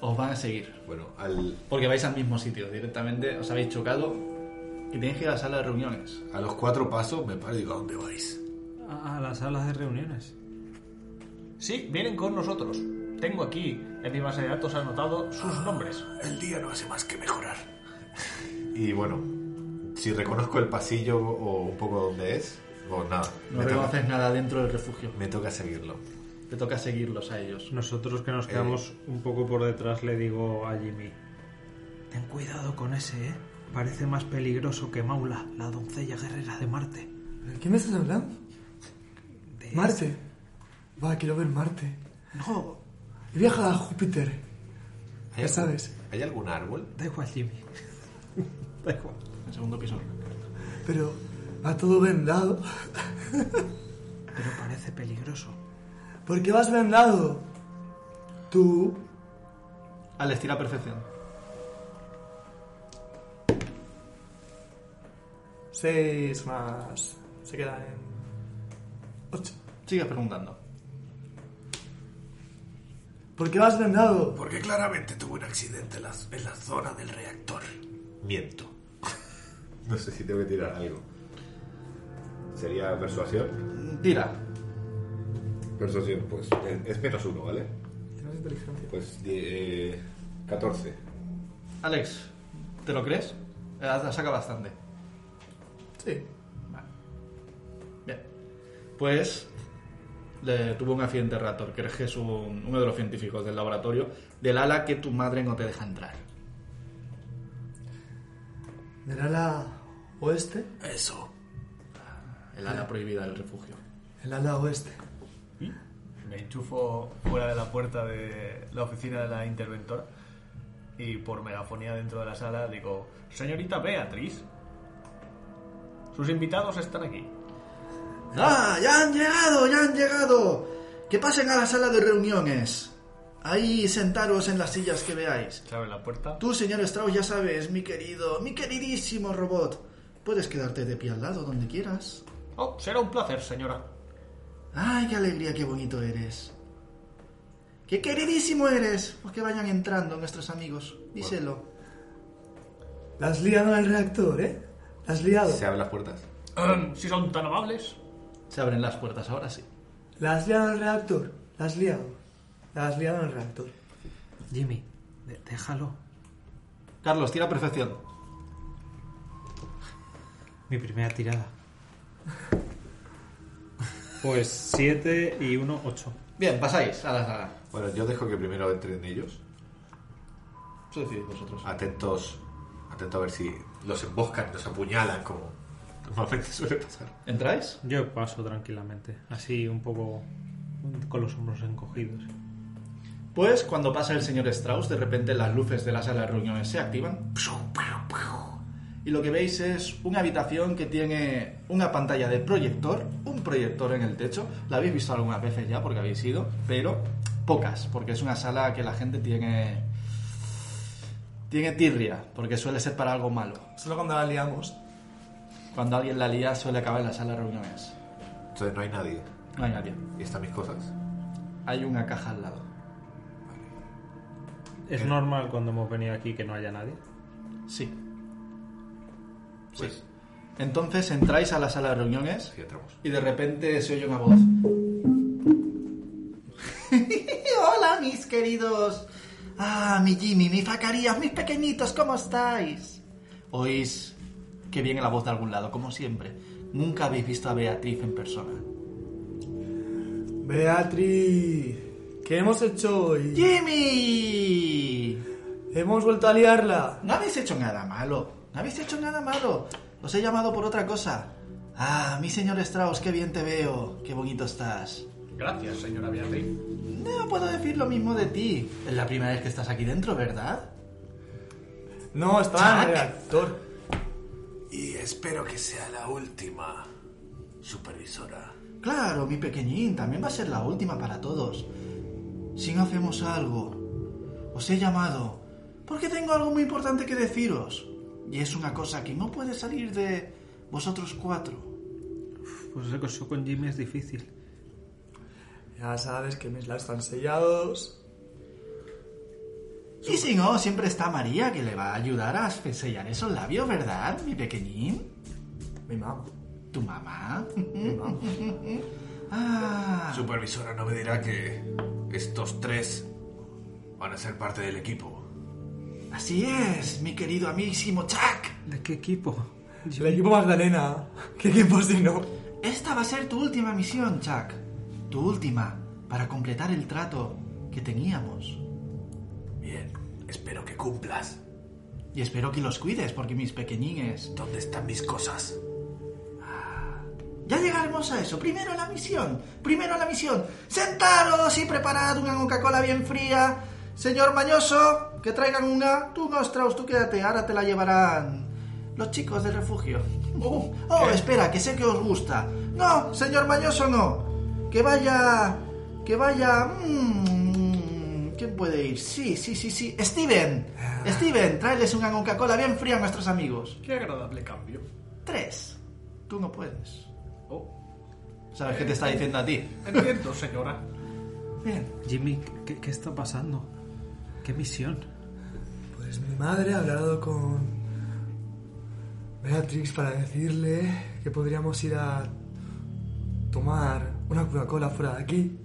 S1: os van a seguir.
S2: Bueno, al,
S1: Porque vais al mismo sitio, directamente os habéis chocado y tenéis que ir a la sala de reuniones.
S2: a los cuatro pasos me paro y digo, ¿a dónde vais?
S7: A, a las salas de reuniones.
S3: Sí, vienen con nosotros. Tengo aquí en mi base de datos anotado sus nombres.
S8: El día no hace más que mejorar.
S2: Y bueno, si reconozco el pasillo o un poco dónde es, pues nada,
S1: No
S2: me, toca,
S1: reconoces nada dentro del refugio.
S2: me toca seguirlo.
S1: Te toca seguirlos a ellos.
S7: Nosotros que nos quedamos un poco por detrás le digo a Jimmy.
S9: Ten cuidado con ese, ¿eh? Parece más peligroso que Maula, la doncella guerrera de Marte.
S6: ¿De qué me estás hablando?
S9: De ese-
S6: Marte. Va, quiero ver Marte.
S9: No,
S6: He viajado a Júpiter.
S2: ¿Hay
S6: Ya
S2: algún-
S6: sabes.
S2: ¿Hay algún árbol?
S9: da igual, este, Jimmy.
S7: Da igual.
S1: El segundo piso.
S6: Pero va todo vendado.
S9: Pero parece peligroso.
S6: ¿Por qué vas vendado? Tú.
S1: Alex, tira perfección.
S6: Seis más. Se quedan en. Ocho.
S1: Sigues preguntando.
S6: ¿Por qué vas vendado?
S8: Porque claramente tuve un accidente en la, en la zona del reactor.
S2: Miento. No sé si tengo que tirar algo. ¿Sería persuasión?
S1: Mm, Tira.
S2: Persuasión, pues eh, es menos uno, ¿vale?
S6: Tienes inteligencia.
S2: Pues die- eh, 14.
S1: Alex, ¿te lo crees? Eh, la Saca bastante.
S6: Sí.
S1: Bien. Pues le tuvo un accidente Raptor, que es un- uno de los científicos del laboratorio, del ala que tu madre no te deja entrar.
S6: Del ala oeste.
S8: Eso.
S1: El ala prohibida del refugio.
S6: El ala oeste.
S3: Me enchufo fuera de la puerta de la oficina de la interventora y por megafonía dentro de la sala digo, señorita Beatriz, sus invitados están aquí.
S1: ¡Ah! ¡Ya han llegado! ¡Ya han llegado! ¡Que pasen a la sala de reuniones! Ahí sentaros en las sillas que veáis.
S3: Se abre la puerta.
S1: Tú, señor Strauss, ya sabes, mi querido, mi queridísimo robot. Puedes quedarte de pie al lado donde quieras.
S3: Oh, será un placer, señora.
S1: ¡Ay, qué alegría, qué bonito eres! ¡Qué queridísimo eres! Pues que vayan entrando nuestros amigos. Díselo.
S6: La has liado en el reactor, ¿eh? La has liado.
S2: ¿Se abren las puertas?
S3: Ahem, si son tan amables.
S1: Se abren las puertas, ahora sí.
S6: La has liado en el reactor. La has liado. La has liado en el reactor.
S9: Jimmy, de- déjalo.
S1: Carlos, tira perfección.
S9: Mi primera tirada.
S7: Pues 7 y 1, 8.
S1: Bien, pasáis a la sala.
S2: Bueno, yo dejo que primero entren ellos.
S1: Eso decidís vosotros.
S2: Atentos, atentos a ver si los emboscan, los apuñalan, como normalmente suele pasar.
S1: ¿Entráis?
S7: Yo paso tranquilamente, así un poco con los hombros encogidos.
S1: Pues cuando pasa el señor Strauss, de repente las luces de la sala de reuniones se activan. Y lo que veis es una habitación que tiene una pantalla de proyector, un proyector en el techo. La habéis visto algunas veces ya porque habéis ido, pero pocas, porque es una sala que la gente tiene. tiene tirria, porque suele ser para algo malo.
S6: Solo cuando la liamos.
S1: Cuando alguien la lía suele acabar en la sala de reuniones.
S2: Entonces no hay nadie.
S1: No hay nadie.
S2: Y están mis cosas.
S1: Hay una caja al lado.
S7: ¿Es normal cuando hemos venido aquí que no haya nadie?
S1: Sí.
S2: Pues
S1: Sí. Entonces entráis a la sala de reuniones
S2: sí, entramos.
S1: Y de repente se oye una voz. Hola, mis queridos. Ah, mi Jimmy, mi Zacarías, mis pequeñitos, ¿cómo estáis? Oís que viene la voz de algún lado, como siempre. Nunca habéis visto a Beatriz en persona.
S6: Beatriz, ¿qué hemos hecho hoy?
S1: ¡Jimmy!
S6: Hemos vuelto a liarla.
S1: No habéis hecho nada malo. No habéis hecho nada malo. Os he llamado por otra cosa. Ah, mi señor Strauss, qué bien te veo. Qué bonito estás.
S3: Gracias, señora Beatriz.
S1: No puedo decir lo mismo de ti. Es la primera vez que estás aquí dentro, ¿verdad?
S6: No, estaba en el reactor.
S8: Y espero que sea la última, supervisora.
S1: Claro, mi pequeñín, también va a ser la última para todos. Si no hacemos algo, os he llamado porque tengo algo muy importante que deciros. Y es una cosa que no puede salir de vosotros cuatro.
S7: Pues eso con Jimmy es difícil.
S6: Ya sabes que mis labios están sellados.
S1: Y si no, siempre está María que le va a ayudar a sellar esos labios, ¿verdad, mi pequeñín?
S6: Mi mamá.
S1: ¿Tu mamá?
S6: Mi mamá.
S1: Ah,
S8: Supervisora, no me dirá que estos tres van a ser parte del equipo.
S1: así es, mi querido amísimo Chuck.
S7: ¿De qué equipo?
S6: El equipo Magdalena. ¿Qué equipo si no?
S1: Esta va a ser tu última misión, Chuck. Tu última, para completar el trato que teníamos.
S8: Bien, espero que cumplas.
S1: Y espero que los cuides, porque mis pequeñines...
S8: ¿Dónde están mis cosas?
S1: Ya llegaremos a eso. Primero la misión. Primero la misión. Sentaros y preparad una Coca-Cola bien fría. Señor Mañoso, que traigan una. Tú, Nostraus, tú quédate. Ahora te la llevarán los chicos del refugio. Oh, oh, espera, que sé que os gusta. No, señor Mañoso, no. Que vaya... Que vaya... mm, ¿Quién puede ir? Sí, sí, sí, sí. Steven. Steven, tráeles una Coca-Cola bien fría a nuestros amigos.
S3: Qué agradable cambio.
S1: Tres. Tú no puedes.
S3: Oh,
S1: ¿Sabes qué te está diciendo a ti?
S3: entiendo, señora.
S1: Bien.
S7: Jimmy, ¿qué, qué está pasando? ¿Qué misión?
S6: Pues mi madre ha hablado con Beatrix para decirle que podríamos ir a tomar una Coca-Cola fuera de aquí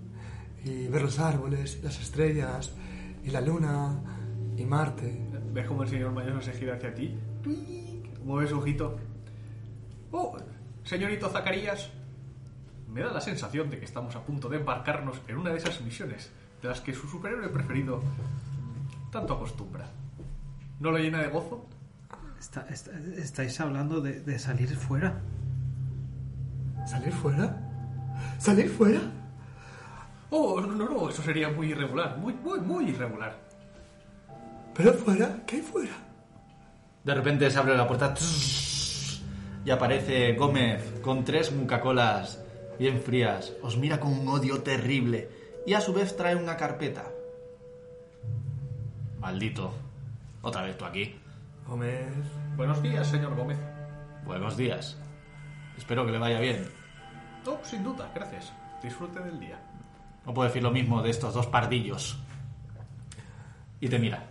S6: y ver los árboles, las estrellas y la luna y Marte.
S3: ¿Ves cómo el señor mayor se gira hacia ti? Tuic, Mueve su ojito. Oh, señorito Zacarías. Me da la sensación de que estamos a punto de embarcarnos en una de esas misiones de las que su superhéroe preferido tanto acostumbra. ¿No lo llena de gozo?
S7: Está- está- ¿Estáis hablando de, de salir fuera?
S6: ¿Salir fuera? ¿Salir fuera?
S3: Oh, no, no, no, eso sería muy irregular, muy, muy, muy irregular.
S6: ¿Pero fuera? ¿Qué hay fuera?
S1: De repente se abre la puerta tss, y aparece Gómez con tres mucacolas bien frías. Os mira con un odio terrible y a su vez trae una carpeta. Maldito. Otra vez tú aquí.
S6: Gómez.
S3: Buenos días, señor Gómez.
S1: Buenos días. Espero que le vaya bien.
S3: Oh, sin duda, gracias. Disfrute del día.
S1: No puedo decir lo mismo de estos dos pardillos. Y te mira.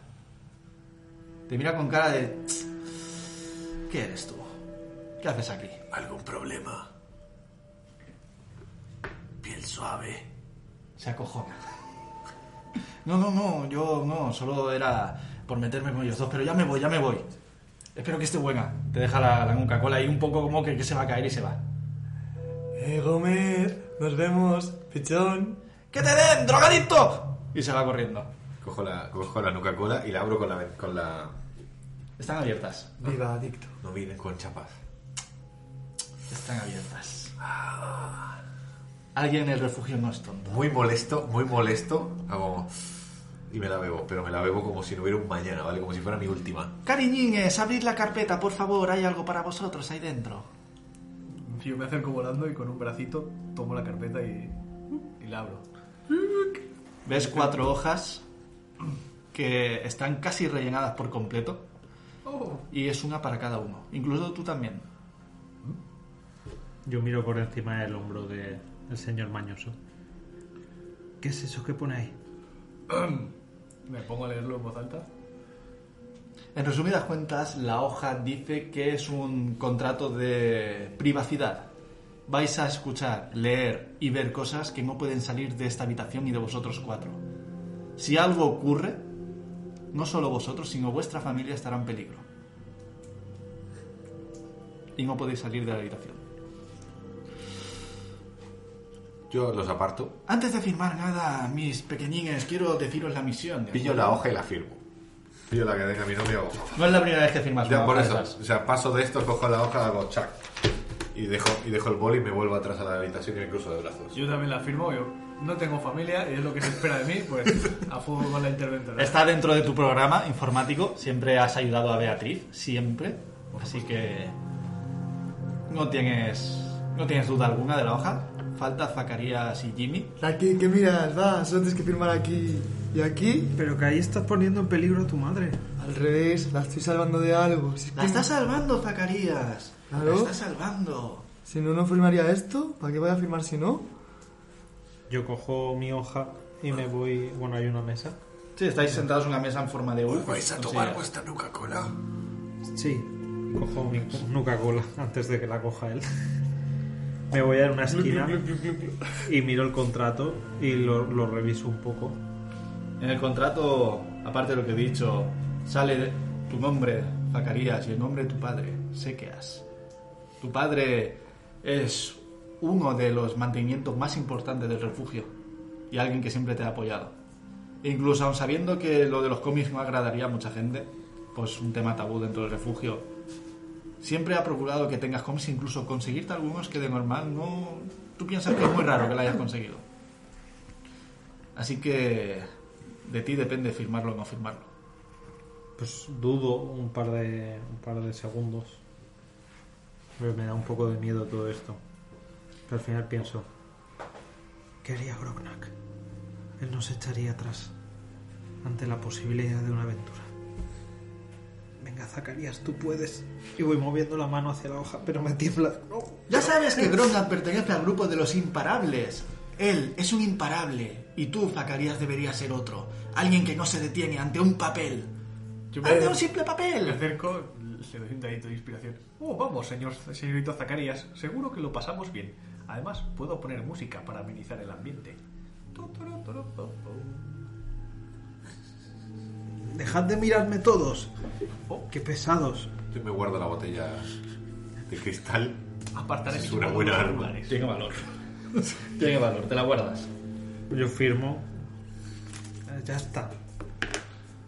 S1: Te mira con cara de... "Tss, ¿Qué eres tú? ¿Qué haces aquí?
S8: ¿Algún problema? Piel suave.
S1: Se acojona. No, no, no, yo no, solo era por meterme con ellos dos, pero ya me voy, ya me voy. Espero que esté buena. Te deja la, la Coca-Cola ahí un poco como que, que se va a caer y se va.
S6: Eh, Gómez, nos vemos, pichón.
S1: ¡Que te den, drogadicto! Y se va corriendo.
S2: Cojo la, cojo la Nuca-Cola y la abro con la, ven- con la...
S1: Están abiertas.
S6: Viva adicto.
S2: No viene con chapas.
S1: Están abiertas. Ah. Alguien en el refugio no es tonto.
S2: Muy molesto, muy molesto. Hago... Y me la bebo, pero me la bebo como si no hubiera un mañana, ¿vale? Como si fuera mi última.
S1: Cariñines, abrid la carpeta, por favor. Hay algo para vosotros ahí dentro.
S3: Yo me acerco volando y con un bracito tomo la carpeta y, y la abro.
S1: Ves cuatro hojas que están casi rellenadas por completo.
S3: Oh,
S1: Y es una para cada uno. Incluso tú también.
S7: Yo miro por encima del hombro de- del señor Mañoso. ¿Qué es eso que pone ahí?
S3: me pongo a leerlo en voz alta.
S1: En resumidas cuentas, la hoja dice que es un contrato de privacidad. Vais a escuchar, leer y ver cosas que no pueden salir de esta habitación y de vosotros cuatro. Si algo ocurre, no solo vosotros, sino vuestra familia estará en peligro. Y no podéis salir de la habitación.
S2: Yo los aparto,
S1: Antes de firmar nada, mis pequeñines, quiero deciros la misión. ¿de
S2: pillo
S1: acuerdo?
S2: la hoja y la firmo. Pillo la que tenga mi nombre y hago-
S1: No es la primera vez que firmas
S2: Ya,
S1: una
S2: por
S1: hoja
S2: eso.
S1: de esas.
S2: O sea, paso de esto, cojo la hoja, hago chac. Y dejo, y dejo el boli y me vuelvo atrás a la habitación y me cruzo de brazos.
S3: Yo también la firmo, yo no tengo familia y es lo que se espera de mí, pues a fuego con la interventora.
S1: Está dentro de tu programa informático. Siempre has ayudado a Beatriz, siempre. Así que no tienes no tienes duda alguna de la hoja. Falta Zacarías y Jimmy.
S6: Aquí, ¿qué miras? Va, solo tienes que firmar aquí y aquí.
S9: Pero que ahí estás poniendo en peligro a tu madre.
S6: Al revés, la estoy salvando de algo. Si,
S1: La está salvando, Zacarías. La
S6: Claro.
S1: está salvando.
S6: si no, no firmaría esto. ¿Para qué voy a firmar si no?
S4: Yo cojo mi hoja y me voy. Bueno, hay una mesa.
S1: Sí, estáis sentados en una mesa en forma de U.
S8: ¿Os vais a
S1: O
S8: tomar
S1: sea,
S8: vuestra Nuca-Cola?
S4: Sí. Cojo mi nuca cola antes de que la coja él. Me voy a una esquina y miro el contrato y lo, lo reviso un poco.
S1: En el contrato, aparte de lo que he dicho, sale tu nombre, Zacarías, y el nombre de tu padre, Sequeas. Tu padre es uno de los mantenimientos más importantes del refugio y alguien que siempre te ha apoyado. E incluso aun sabiendo que lo de los cómics no agradaría a mucha gente, pues un tema tabú dentro del refugio, siempre ha procurado que tengas cómics, incluso conseguirte algunos que de normal no... Tú piensas que es muy raro que lo hayas conseguido. Así que de ti depende firmarlo o no firmarlo.
S4: Pues dudo un par de, un par de segundos. Pero me da un poco de miedo todo esto. Pero al final pienso,
S9: ¿Qué haría Grognak? Él nos echaría atrás ante la posibilidad de una aventura. Venga, Zacarías, tú puedes. Y voy moviendo la mano hacia la hoja, pero me tiembla. No.
S1: Ya sabes que Grognak pertenece al grupo de los imparables. Él es un imparable y tú, Zacarías, deberías ser otro. Alguien que no se detiene ante un papel.
S3: Yo me,
S1: ¡Ante un
S3: me
S1: simple papel!
S3: acerco, le doy un dadito de inspiración. Oh, vamos, señor, señorito Zacarías, seguro que lo pasamos bien. Además, puedo poner música para amenizar el ambiente. Tu, tu, ru, tu, ru, tu, tu.
S9: Dejad de mirarme todos.
S3: Oh.
S9: Qué pesados.
S2: Yo me guardo la botella de cristal.
S3: Apartaré
S2: Es
S3: mis
S2: una
S3: manos
S2: buena
S3: de los
S2: arma.
S3: lugares.
S1: Tiene valor. Tiene valor, te la guardas.
S4: yo firmo.
S9: Eh, Ya está.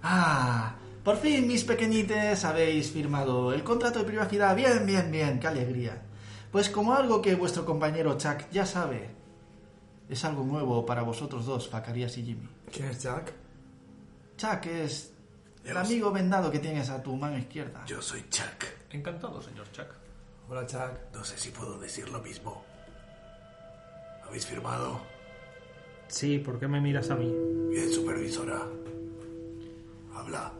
S1: Ah, por fin, mis pequeñites, habéis firmado el contrato de privacidad. Bien, bien, bien, qué alegría. Pues como algo que vuestro compañero Chuck ya sabe, es algo nuevo para vosotros dos, Zacarías y Jimmy.
S6: ¿Quién es Jack?
S1: Chuck es el
S8: Dios.
S1: amigo vendado que tienes a tu mano izquierda.
S8: Yo soy Chuck.
S3: Encantado, señor Chuck.
S6: Hola, Jack.
S8: No sé si puedo decir lo mismo. ¿Habéis firmado?
S4: Sí, ¿por qué me miras a mí?
S8: Bien, supervisora. Habla.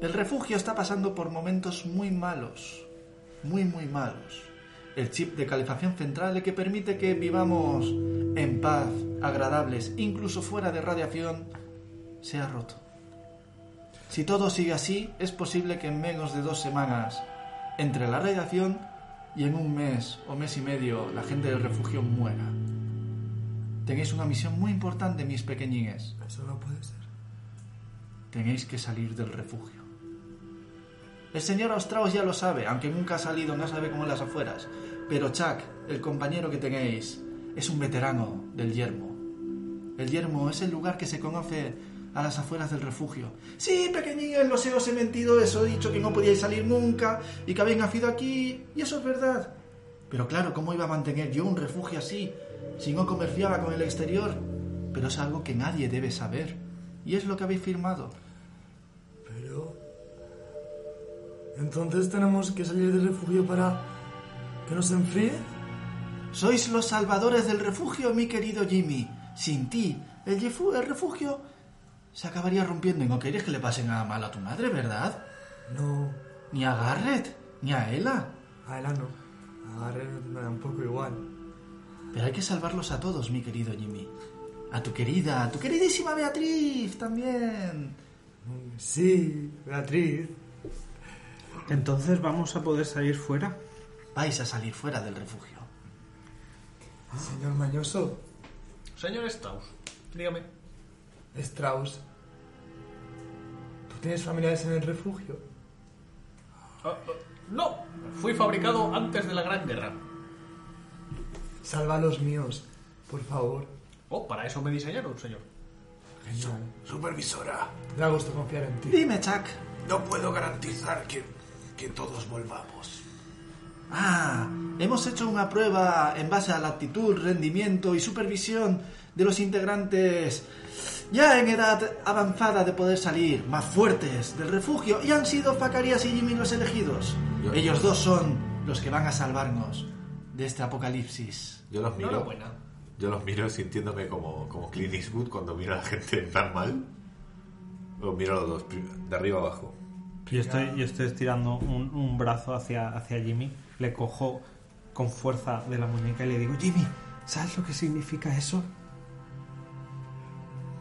S1: El refugio está pasando por momentos muy malos, muy muy malos. El chip de calefacción central es que permite que vivamos en paz, agradables, incluso fuera de radiación, se ha roto. Si todo sigue así, es posible que en menos de dos semanas, entre la radiación y en un mes o mes y medio, la gente del refugio muera. Tenéis una misión muy importante, mis pequeñines.
S6: Eso no puede ser.
S1: Tenéis que salir del refugio. El señor Austraus ya lo sabe, aunque nunca ha salido, no sabe cómo en las afueras. Pero Chuck, el compañero que tenéis, es un veterano del yermo. El yermo es el lugar que se conoce a las afueras del refugio. Sí, pequeñines, lo sé, os he mentido, eso he dicho que no podíais salir nunca y que habéis nacido aquí, y eso es verdad. Pero claro, ¿cómo iba a mantener yo un refugio así si no comerciaba con el exterior? Pero es algo que nadie debe saber. Y es lo que habéis firmado.
S6: Pero... Entonces tenemos que salir del refugio para que nos enfríe.
S1: Sois los salvadores del refugio, mi querido Jimmy. Sin ti, el, yefu- el refugio se acabaría rompiendo y no queréis que le pase nada malo a tu madre, ¿verdad?
S6: No,
S1: Ni a Garrett, ni a Ella.
S6: a Ela no. A Garrett me da un poco igual.
S1: Pero hay que salvarlos a todos, mi querido Jimmy. A tu querida, a tu queridísima Beatriz también.
S6: Sí, Beatriz.
S9: Entonces vamos a poder salir fuera.
S1: Vais a salir fuera del refugio.
S6: Señor Mañoso,
S3: Señor Strauss, dígame.
S6: Strauss. ¿Tú tienes familiares en el refugio?
S3: Ah, ah, no, fui fabricado antes de la Gran Guerra.
S6: Salva a los míos, por favor.
S3: Oh, para eso me diseñaron, señor.
S6: Genial.
S8: Supervisora,
S6: Me da gusto confiar en ti.
S1: Dime, Chuck.
S8: no puedo garantizar que, que todos volvamos.
S1: Ah, hemos hecho una prueba en base a la actitud, rendimiento y supervisión de los integrantes ya en edad avanzada de poder salir más fuertes del refugio y han sido Zacarías y Jimmy los elegidos.
S2: Yo-
S1: Ellos dos son los que van a salvarnos de este apocalipsis.
S2: Yo los miro.
S3: Enhorabuena.
S2: Yo los miro sintiéndome como, como Clint Eastwood cuando miro a la gente en plan mal. Los miro a los dos, prim- de arriba abajo.
S4: Yo estoy, yo estoy estirando un, un brazo hacia, hacia Jimmy, le cojo con fuerza de la muñeca y le digo, Jimmy, ¿sabes lo que significa eso?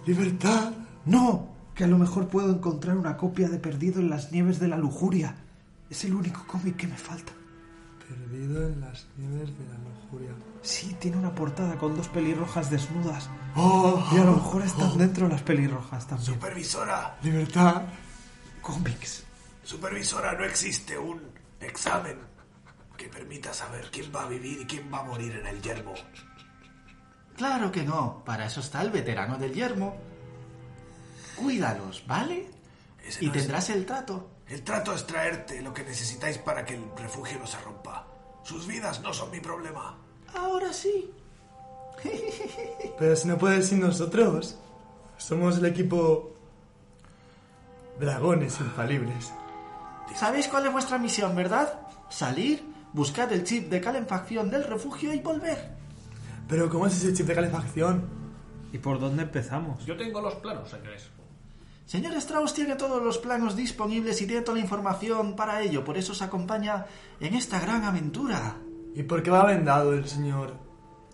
S6: ¡Libertad!
S9: No, que a lo mejor puedo encontrar una copia de Perdido en las Nieves de la Lujuria. Es el único cómic que me falta.
S6: Perdido en las nieves de la lujuria.
S9: Sí, tiene una portada con dos pelirrojas desnudas.
S6: ¡Oh!
S9: Y a lo mejor están dentro las pelirrojas también.
S8: Supervisora,
S6: ¡Libertad!
S9: Cómics.
S8: supervisora, no existe un examen que permita saber quién va a vivir y quién va a morir en el yermo.
S1: Claro que no, para eso está el veterano del yermo. Cuídalos, ¿vale?
S8: Ese
S1: Y
S8: no es-
S1: tendrás el trato.
S8: El trato es traerte lo que necesitáis para que el refugio no se rompa. Sus vidas no son mi problema.
S1: Ahora sí.
S6: Pero si no puedes sin nosotros. Somos el equipo. Dragones infalibles.
S1: ¿Sabéis cuál es vuestra misión, verdad? Salir, buscar el chip de calefacción del refugio y volver.
S6: Pero ¿cómo es ese chip de calefacción?
S4: ¿Y por dónde empezamos?
S3: Yo tengo los planos, señores.
S1: Señor Strauss tiene todos los planos disponibles y tiene toda la información para ello, por eso os acompaña en esta gran aventura.
S6: ¿Y por qué va vendado el señor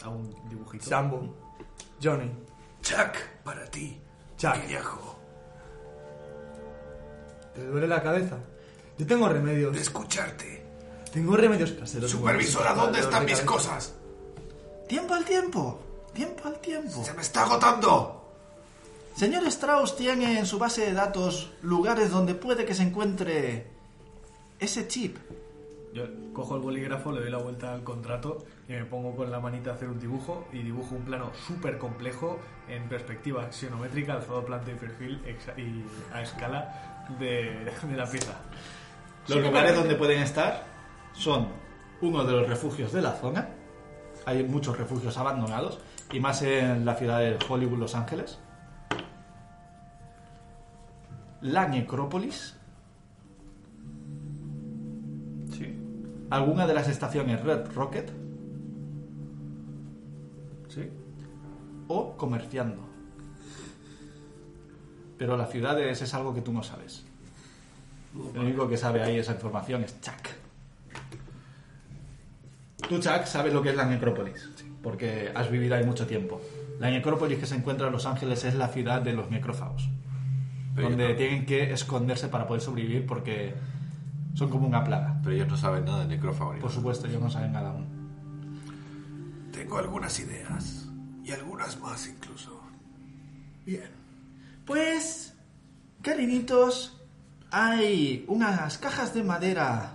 S3: A un dibujito.
S6: Sambo? Johnny.
S8: Chuck, para ti.
S6: Chuck.
S8: Guillajo.
S6: ¿Te duele la cabeza? Yo tengo remedios.
S8: De escucharte.
S6: Tengo remedios caseros.
S8: Supervisora,
S6: buenos
S8: ¿dónde
S6: para
S8: están
S6: el dolor de
S8: mis
S6: cabeza.
S8: cosas?
S1: Tiempo al tiempo, tiempo al tiempo.
S8: Se me está agotando.
S1: Señor Strauss tiene en su base de datos lugares donde puede que se encuentre ese chip.
S3: Yo cojo el bolígrafo, le doy la vuelta al contrato y me pongo con la manita a hacer un dibujo y dibujo un plano súper complejo en perspectiva axionométrica, alzado, planta y perfil exa- y a escala de, de la pieza.
S1: Los lugares donde pueden estar son uno de los refugios de la zona. Hay muchos refugios abandonados y más en la ciudad de Hollywood, Los Ángeles. La necrópolis. Sí. Alguna de las estaciones Red Rocket
S3: ¿Sí?
S1: o comerciando. Pero las ciudades es algo que tú no sabes. El único que sabe ahí esa información es Chuck. Tú, Chuck, sabes lo que es la necrópolis, porque has vivido ahí mucho tiempo. La necrópolis que se encuentra en Los Ángeles es la ciudad de los necrófagos,
S2: Pero
S1: donde
S2: yo no-
S1: tienen que esconderse para poder sobrevivir porque son como una plaga.
S2: Pero ellos no saben nada de necrófago. ni
S1: Por
S2: nada.
S1: supuesto, ellos no saben nada aún.
S8: Tengo algunas ideas. Y algunas más incluso. Bien.
S1: Pues, carinitos, hay unas cajas de madera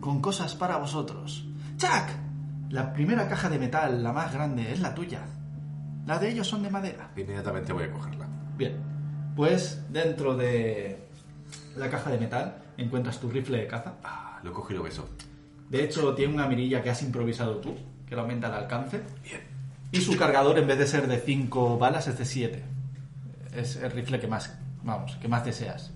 S1: con cosas para vosotros. ¡Chuck! La primera caja de metal, la más grande, es la tuya. La de ellos son de madera.
S2: Inmediatamente voy a cogerla.
S1: Bien, pues dentro de la caja de metal encuentras tu rifle de caza.
S2: Ah, lo cojo y lo beso.
S1: De hecho, tiene una mirilla que has improvisado tú, que le aumenta el alcance.
S8: Bien.
S1: Y su cargador, en vez de ser de 5 balas, es de 7. Es el rifle que más, vamos, que más deseas.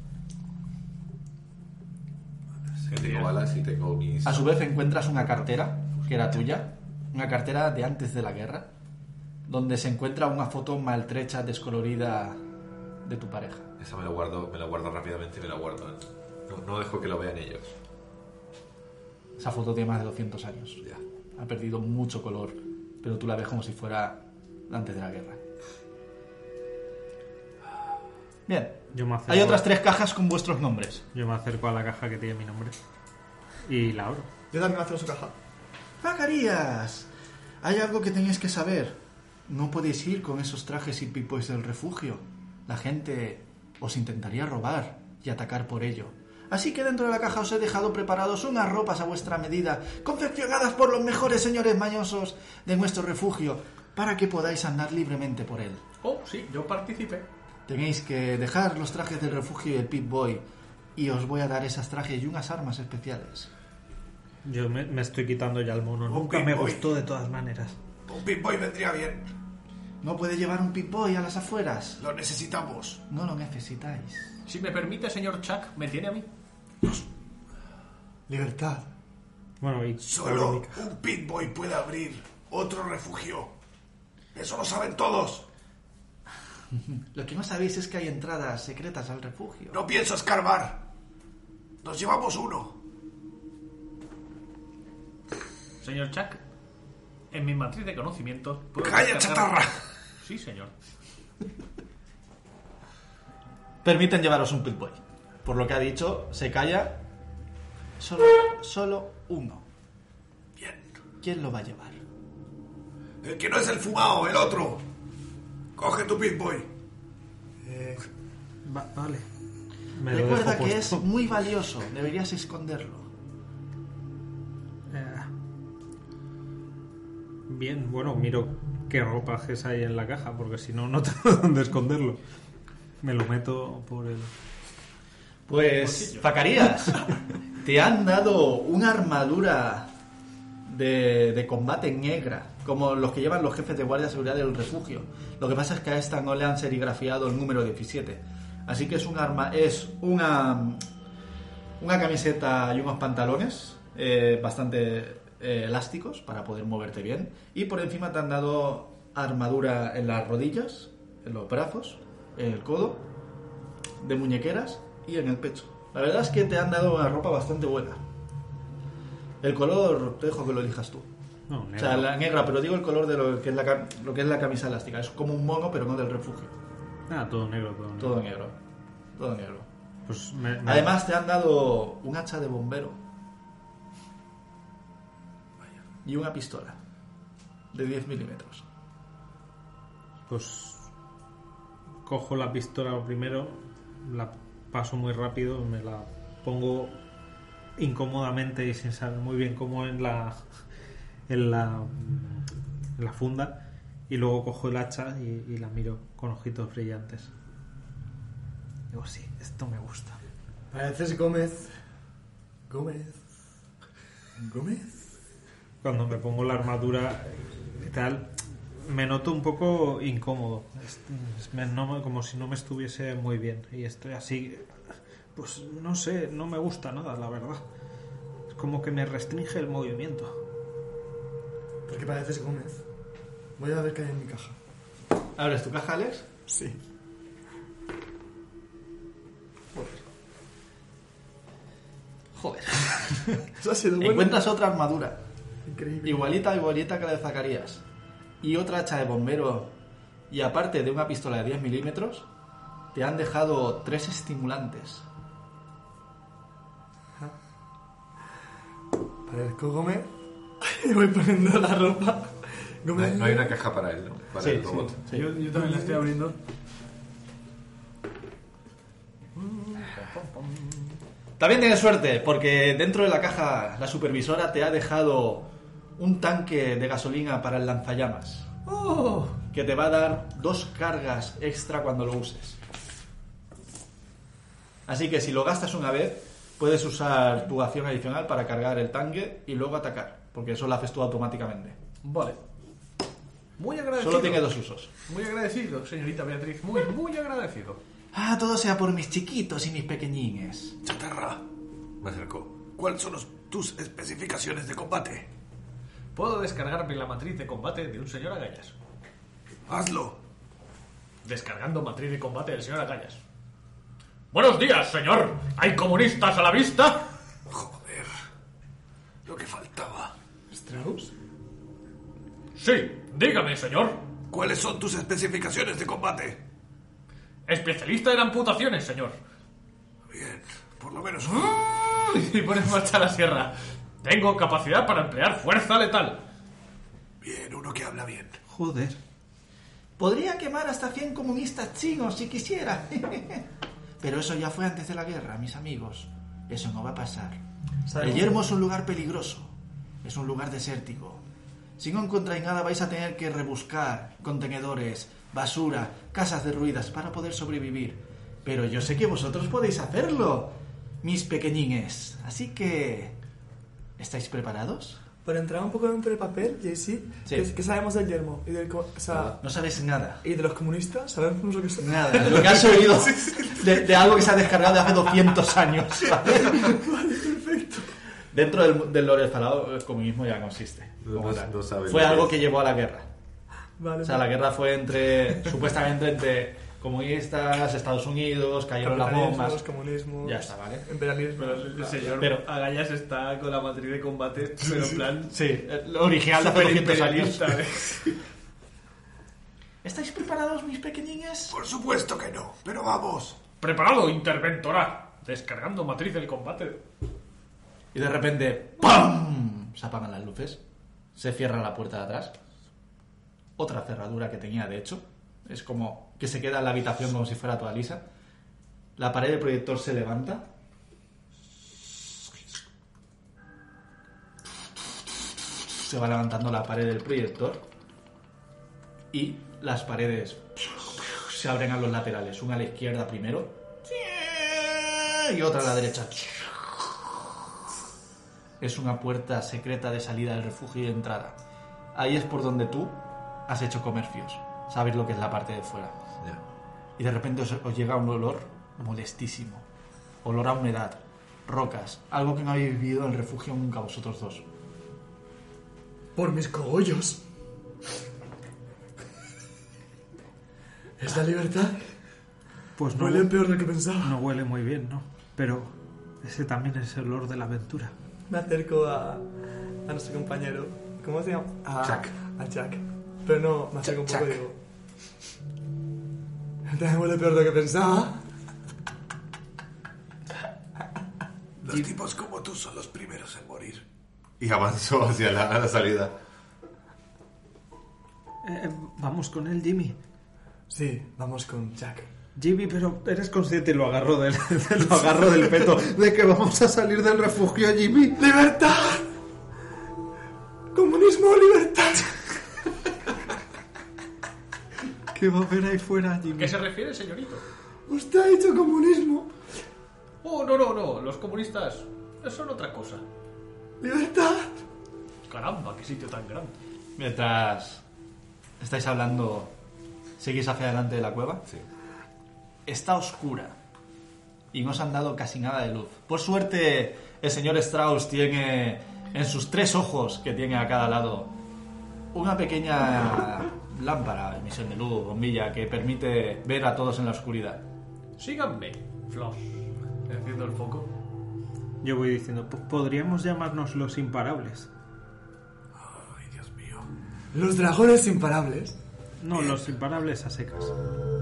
S2: Que tengo balas y tengo mis.
S8: Ah.
S1: A su vez encuentras una cartera que era tuya, una cartera de antes de la guerra, donde se encuentra una foto maltrecha, descolorida de tu pareja.
S2: Esa me la guardo, me la guardo rápidamente y me la guardo. ¿eh? No, no dejo que lo vean ellos.
S1: Esa foto tiene más de 200 años.
S2: Ya.
S1: Ha perdido mucho color, pero tú la ves como si fuera de antes de la guerra. Bien.
S4: Yo me acerco,
S1: Hay otras tres cajas con vuestros nombres.
S4: Yo me acerco a la caja que tiene mi nombre y la abro.
S6: Yo también me hacer su caja.
S1: ¡Zacarías! Hay algo que tenéis que saber. No podéis ir con esos trajes y pipos del refugio. La gente os intentaría robar y atacar por ello. Así que dentro de la caja os he dejado preparados unas ropas a vuestra medida, confeccionadas por los mejores señores mañosos de nuestro refugio, para que podáis andar libremente por él.
S3: Oh, sí, yo participé.
S1: Tenéis que dejar los trajes del refugio y el Pip Boy, y os voy a dar esas trajes y unas armas especiales.
S4: Yo me, me estoy quitando ya el mono.
S8: Un
S4: Nunca
S8: Pip
S4: me
S8: Boy.
S4: gustó de todas maneras.
S8: Un Pip Boy vendría bien.
S1: ¿No puede llevar un Pip Boy a las afueras?
S8: Lo necesitamos.
S1: No lo necesitáis.
S3: Si me permite, señor Chuck, me tiene a mí.
S6: Libertad.
S4: Bueno, y
S8: Solo un Pip Boy puede abrir otro refugio. Eso lo saben todos.
S1: Lo que no sabéis es que hay entradas secretas al refugio.
S8: No pienso escarbar. Nos llevamos uno.
S3: Señor Chuck, en mi matriz de conocimientos... puedo
S8: ¡Calla,
S3: descargar-
S8: chatarra!
S3: Sí, señor.
S1: Permiten llevaros un Pip Boy. Por lo que ha dicho, se calla. Solo, solo uno.
S8: Bien.
S1: ¿Quién lo va a llevar?
S8: El que no es el fumado, el otro. Coge tu Pip Boy.
S6: Eh,
S9: Va- vale.
S4: me lo
S1: Recuerda
S4: dejo
S1: que es
S4: puesto.
S1: muy valioso. Deberías esconderlo.
S9: Eh,
S4: Bien, bueno, miro qué ropajes hay en la caja, porque si no, no tengo dónde esconderlo. Me lo meto por el...
S1: Pues, Zacarías, te han dado una armadura de, de combate negra, como los que llevan los jefes de guardia de seguridad del refugio. Lo que pasa es que a esta no le han serigrafiado el número 17. Así que es un arma, es una, una camiseta y unos pantalones eh, bastante eh, elásticos para poder moverte bien. Y por encima te han dado armadura en las rodillas, en los brazos, en el codo de muñequeras y en el pecho. La verdad es que te han dado una ropa bastante buena. El color te dejo que lo elijas tú.
S4: No,
S1: O
S4: negro.
S1: sea, la negra, pero digo el color de lo que es la, cam- lo que es la camisa elástica. Es como un mono, pero no del refugio.
S4: Ah, todo negro, todo negro.
S1: Todo negro. Todo negro.
S4: Pues me- me-
S1: Además te han dado un hacha de bombero. Y una pistola. De 10 milímetros.
S4: Pues cojo la pistola primero, la paso muy rápido, me la pongo incómodamente y sin saber muy bien cómo en la en la, en la funda y luego cojo el hacha y, y la miro con ojitos brillantes.
S9: digo, sí, esto me gusta.
S6: pareces Gómez. Gómez. Gómez.
S4: Cuando me pongo la armadura y tal, me noto un poco incómodo, Es- es- me- no me- como si no me estuviese muy bien y estoy así, pues no sé, no me gusta nada, la verdad. Es como que me restringe el movimiento.
S6: Porque pareces Gómez. Voy a ver qué hay en mi caja.
S1: ¿Abres tu caja, Alex?
S6: Sí.
S1: Joder.
S6: Eso ha sido bueno.
S1: Encuentras otra armadura.
S6: Increíble.
S1: Igualita, igualita que la de Zacarías. Y otra hacha de bombero. Y aparte de una pistola de 10 milímetros, te han dejado tres estimulantes.
S6: Parezco Gómez. Le voy poniendo la ropa.
S2: No
S6: Gómez.
S2: hay, no hay una caja para él, ¿no? Para el robot.
S3: Yo, yo también la estoy abriendo.
S1: También tienes suerte, porque dentro de la caja la supervisora te ha dejado un tanque de gasolina para el lanzallamas.
S3: Oh,
S1: Que te va a dar dos cargas extra cuando lo uses. Así que si lo gastas una vez, puedes usar tu acción adicional para cargar el tanque y luego atacar, porque eso lo haces tú automáticamente.
S3: Vale. Muy agradecido.
S1: Solo tiene dos usos.
S3: Muy agradecido, señorita Beatriz. Muy, muy agradecido.
S1: Ah, todo sea por mis chiquitos y mis pequeñines.
S8: Chatarra.
S2: Me acercó.
S8: ¿Cuáles son los- tus especificaciones de combate?
S3: Puedo descargarme la matriz de combate de un señor Agallas.
S8: Hazlo.
S3: Descargando matriz de combate del señor Agallas. Buenos días, señor. ¿Hay comunistas a la vista?
S8: Joder. Lo que faltaba.
S6: Strauss.
S3: Sí, dígame, señor.
S8: ¿Cuáles son tus especificaciones de combate?
S3: Especialista en amputaciones, señor.
S8: Bien. Por lo menos.
S3: Y pone en marcha la sierra. Tengo capacidad para emplear fuerza letal.
S8: Bien, uno que habla bien.
S9: Joder.
S1: Podría quemar hasta 100 comunistas chinos si quisiera. Pero eso ya fue antes de la guerra, mis amigos. Eso no va a pasar.
S6: Sabemos-
S1: El yermo es un lugar peligroso. Es un lugar desértico. Si no encontráis nada, vais a tener que rebuscar contenedores, basura, casas derruidas para poder sobrevivir. Pero yo sé que vosotros podéis hacerlo, mis pequeñines. Así que. ¿Estáis preparados?
S6: Pero entrar un poco dentro del papel, Jaycee,
S1: Sí.
S6: ¿qué, qué sabemos del yermo? Y, del, co- o sea,
S1: No sabéis nada.
S6: ¿Y de los comunistas? ¿Sabemos lo que son?
S1: Nada, lo que has oído de, de algo que se ha descargado de hace 200 años. ¿vale? Dentro del, del lore falado, el comunismo ya consiste.
S2: No-
S1: como
S2: no-
S1: tal.
S2: no sabe
S1: Fue
S2: lo que
S1: algo
S2: es.
S1: que llevó a la guerra.
S6: Vale.
S1: O sea, la guerra fue entre, supuestamente entre comunistas, Estados Unidos, cayeron las
S6: Capitalismo,
S1: bombas.
S6: los comunismos.
S1: Ya está, ¿vale?
S6: Imperialismo.
S3: Ah, Pero el, el señor
S1: Pero-
S3: Agallas está con la matriz de combate, pero en plan.
S1: Sí, eh, lo original de hace 200 años.
S3: superimperialista, ¿eh?
S1: ¿Estáis preparados, mis pequeñines?
S8: Por supuesto que no, pero vamos.
S3: Preparado, interventora. Descargando matriz del combate.
S1: Y de repente, ¡pam! Se apagan las luces. Se cierra la puerta de atrás. Otra cerradura que tenía, de hecho. Es como que se queda en la habitación como si fuera toda lisa. La pared del proyector se levanta. Se va levantando la pared del proyector. Y las paredes se abren a los laterales. Una a la izquierda primero. Y otra a la derecha. Es una puerta secreta de salida del refugio y de entrada. Ahí es por donde tú has hecho comercios. Sabes lo que es la parte de fuera.
S2: Ya.
S1: Y de repente os, os llega un olor molestísimo. Olor a humedad, rocas, algo que no habéis vivido en el refugio nunca vosotros dos.
S6: Por mis cogollos. ¿Es la libertad?
S7: Pues no,
S6: Huele peor de lo que pensaba.
S7: no huele muy bien, ¿no? Pero ese también es el olor de la aventura.
S6: Me acerco a, a nuestro compañero. ¿Cómo se llama? A
S2: Jack.
S6: A Jack. Pero no, me acerco un poco y digo. Te huele peor de lo que pensaba.
S8: Los tipos como tú son los primeros en morir.
S2: Y avanzó hacia la, a la salida.
S7: Eh, vamos con él, Jimmy.
S6: Sí, vamos con Jack.
S7: Jimmy, pero eres consciente y lo agarro del, lo agarro del peto de que vamos a salir del refugio, Jimmy.
S6: ¡Libertad! ¡Comunismo, libertad!
S7: ¿Qué va a haber ahí fuera, Jimmy?
S3: ¿Qué se refiere, señorito?
S6: Usted ha dicho comunismo.
S3: Oh, no, no, no. Los comunistas son otra cosa.
S6: ¡Libertad!
S3: Caramba, qué sitio tan grande.
S1: Mientras estáis hablando, seguís hacia adelante de la cueva.
S2: Sí.
S1: Está oscura y no os han dado casi nada de luz. Por suerte, el señor Strauss tiene en sus tres ojos que tiene a cada lado una pequeña lámpara, emisión de luz, bombilla, que permite ver a todos en la oscuridad.
S3: Síganme. Flash. Enciendo el foco.
S7: Yo voy diciendo,
S4: "Pues
S7: "P- podríamos llamarnos los imparables.
S8: Ay, Dios mío.
S6: Los dragones imparables.
S7: No, los imparables a secas.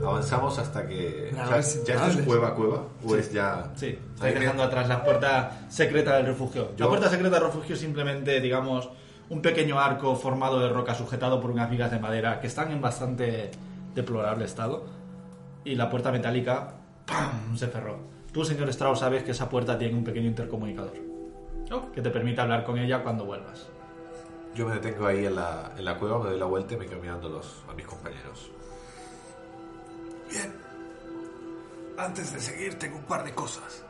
S2: Avanzamos hasta que.
S6: Nada
S2: o sea,
S6: más sin
S2: ¿Ya esto
S6: cables.
S2: es cueva, cueva? ¿O es ya.?
S1: Sí,
S2: Ahí
S1: estáis
S2: me-
S1: dejando atrás la puerta secreta del refugio. La
S2: Yo-
S1: puerta secreta del refugio es simplemente, digamos, un pequeño arco formado de roca sujetado por unas vigas de madera que están en bastante deplorable estado. Y la puerta metálica ¡pam! se cerró. Tú, señor Strauss, sabes que esa puerta tiene un pequeño intercomunicador
S3: Oh.
S1: que te permite hablar con ella cuando vuelvas.
S2: Yo me detengo ahí en la, en la cueva, me doy la vuelta y me quedo mirando los- a mis compañeros.
S8: Bien. Antes de seguir, tengo un par de cosas.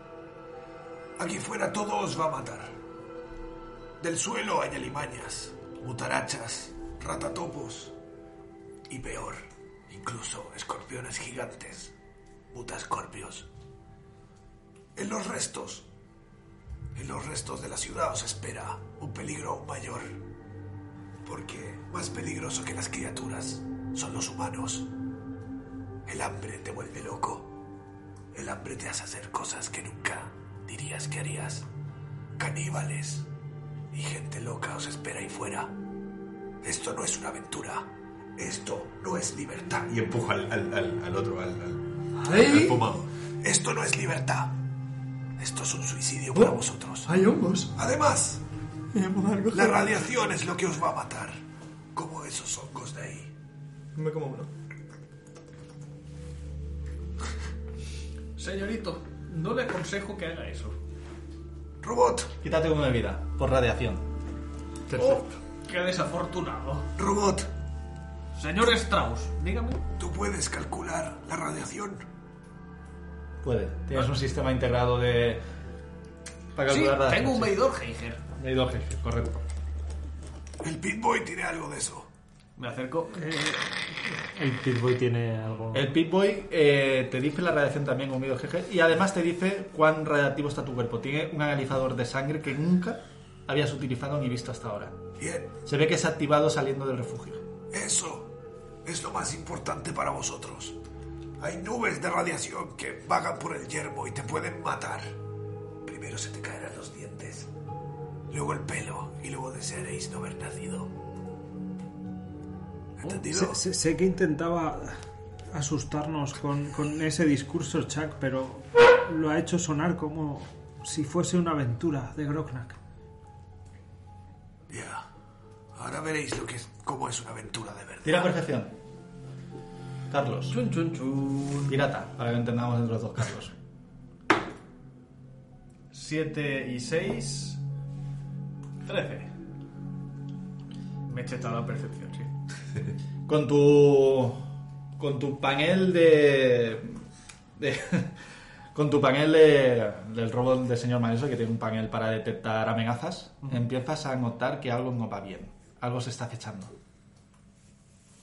S8: Aquí fuera todo os va a matar. Del suelo hay alimañas, mutarachas, ratatopos y peor, incluso escorpiones gigantes, mutascorpios. En los restos, en los restos de la ciudad os espera un peligro aún mayor, porque más peligroso que las criaturas son los humanos. El hambre te vuelve loco. El hambre te hace hacer cosas que nunca dirías que harías. Caníbales y gente loca os espera ahí fuera. Esto no es una aventura. Esto no es libertad.
S2: Y empujo al, al, al- al otro, al, al,
S6: ¡Ay! pues,
S2: al pomado.
S8: Esto no es libertad. Esto es un suicidio para vosotros.
S6: Hay hongos.
S8: Además,
S6: Y me pongo algo.
S8: la radiación es lo que os va a matar. Como esos hongos de ahí.
S6: Me como uno.
S3: Señorito, no le aconsejo que haga eso.
S8: Robot,
S1: Quítate uno de vida, por radiación.
S3: Oh, ¡Qué desafortunado!
S8: robot,
S3: Señor Strauss, dígame.
S8: ¿tú puedes calcular la radiación?
S1: Puede. Tienes un sistema integrado de... Para
S3: Sí,
S1: calcular radiación,
S3: tengo un
S1: sí.
S3: medidor Geiger.
S1: Medidor Geiger, correcto.
S8: El Pitboy tiene algo de eso.
S3: Me acerco. Eh,
S4: El Pitboy tiene algo.
S1: El Pitboy eh, te dice la radiación también con medidor Geiger y además te dice cuán radiactivo está tu cuerpo. Tiene un analizador de sangre que nunca habías utilizado ni visto hasta ahora.
S8: Bien,
S1: Se ve que es activado saliendo del refugio.
S8: e-, eso es lo más importante para vosotros. Hay nubes de radiación que vagan por el yermo y te pueden matar. Primero se te caerán los dientes, luego el pelo y luego desearéis no haber nacido. ¿Entendido?
S9: Sé, sé- sé que intentaba asustarnos con, con ese discurso, Chuck, pero lo ha hecho sonar como si fuese una aventura de Grognak.
S8: Ya. Ahora veréis lo que es, cómo es una aventura de verdad.
S1: Tira perfección. Carlos.
S3: Chun, chun, chun.
S1: Pirata, para que lo entendamos entre los dos Carlos.
S3: 7 y 6. 13. Me he chetado la percepción, sí.
S1: Con tu. Con tu panel de. de- con tu panel de- del robot del señor Maneso, que tiene un panel para detectar amenazas, empiezas a notar que algo no va bien. Algo se está acechando.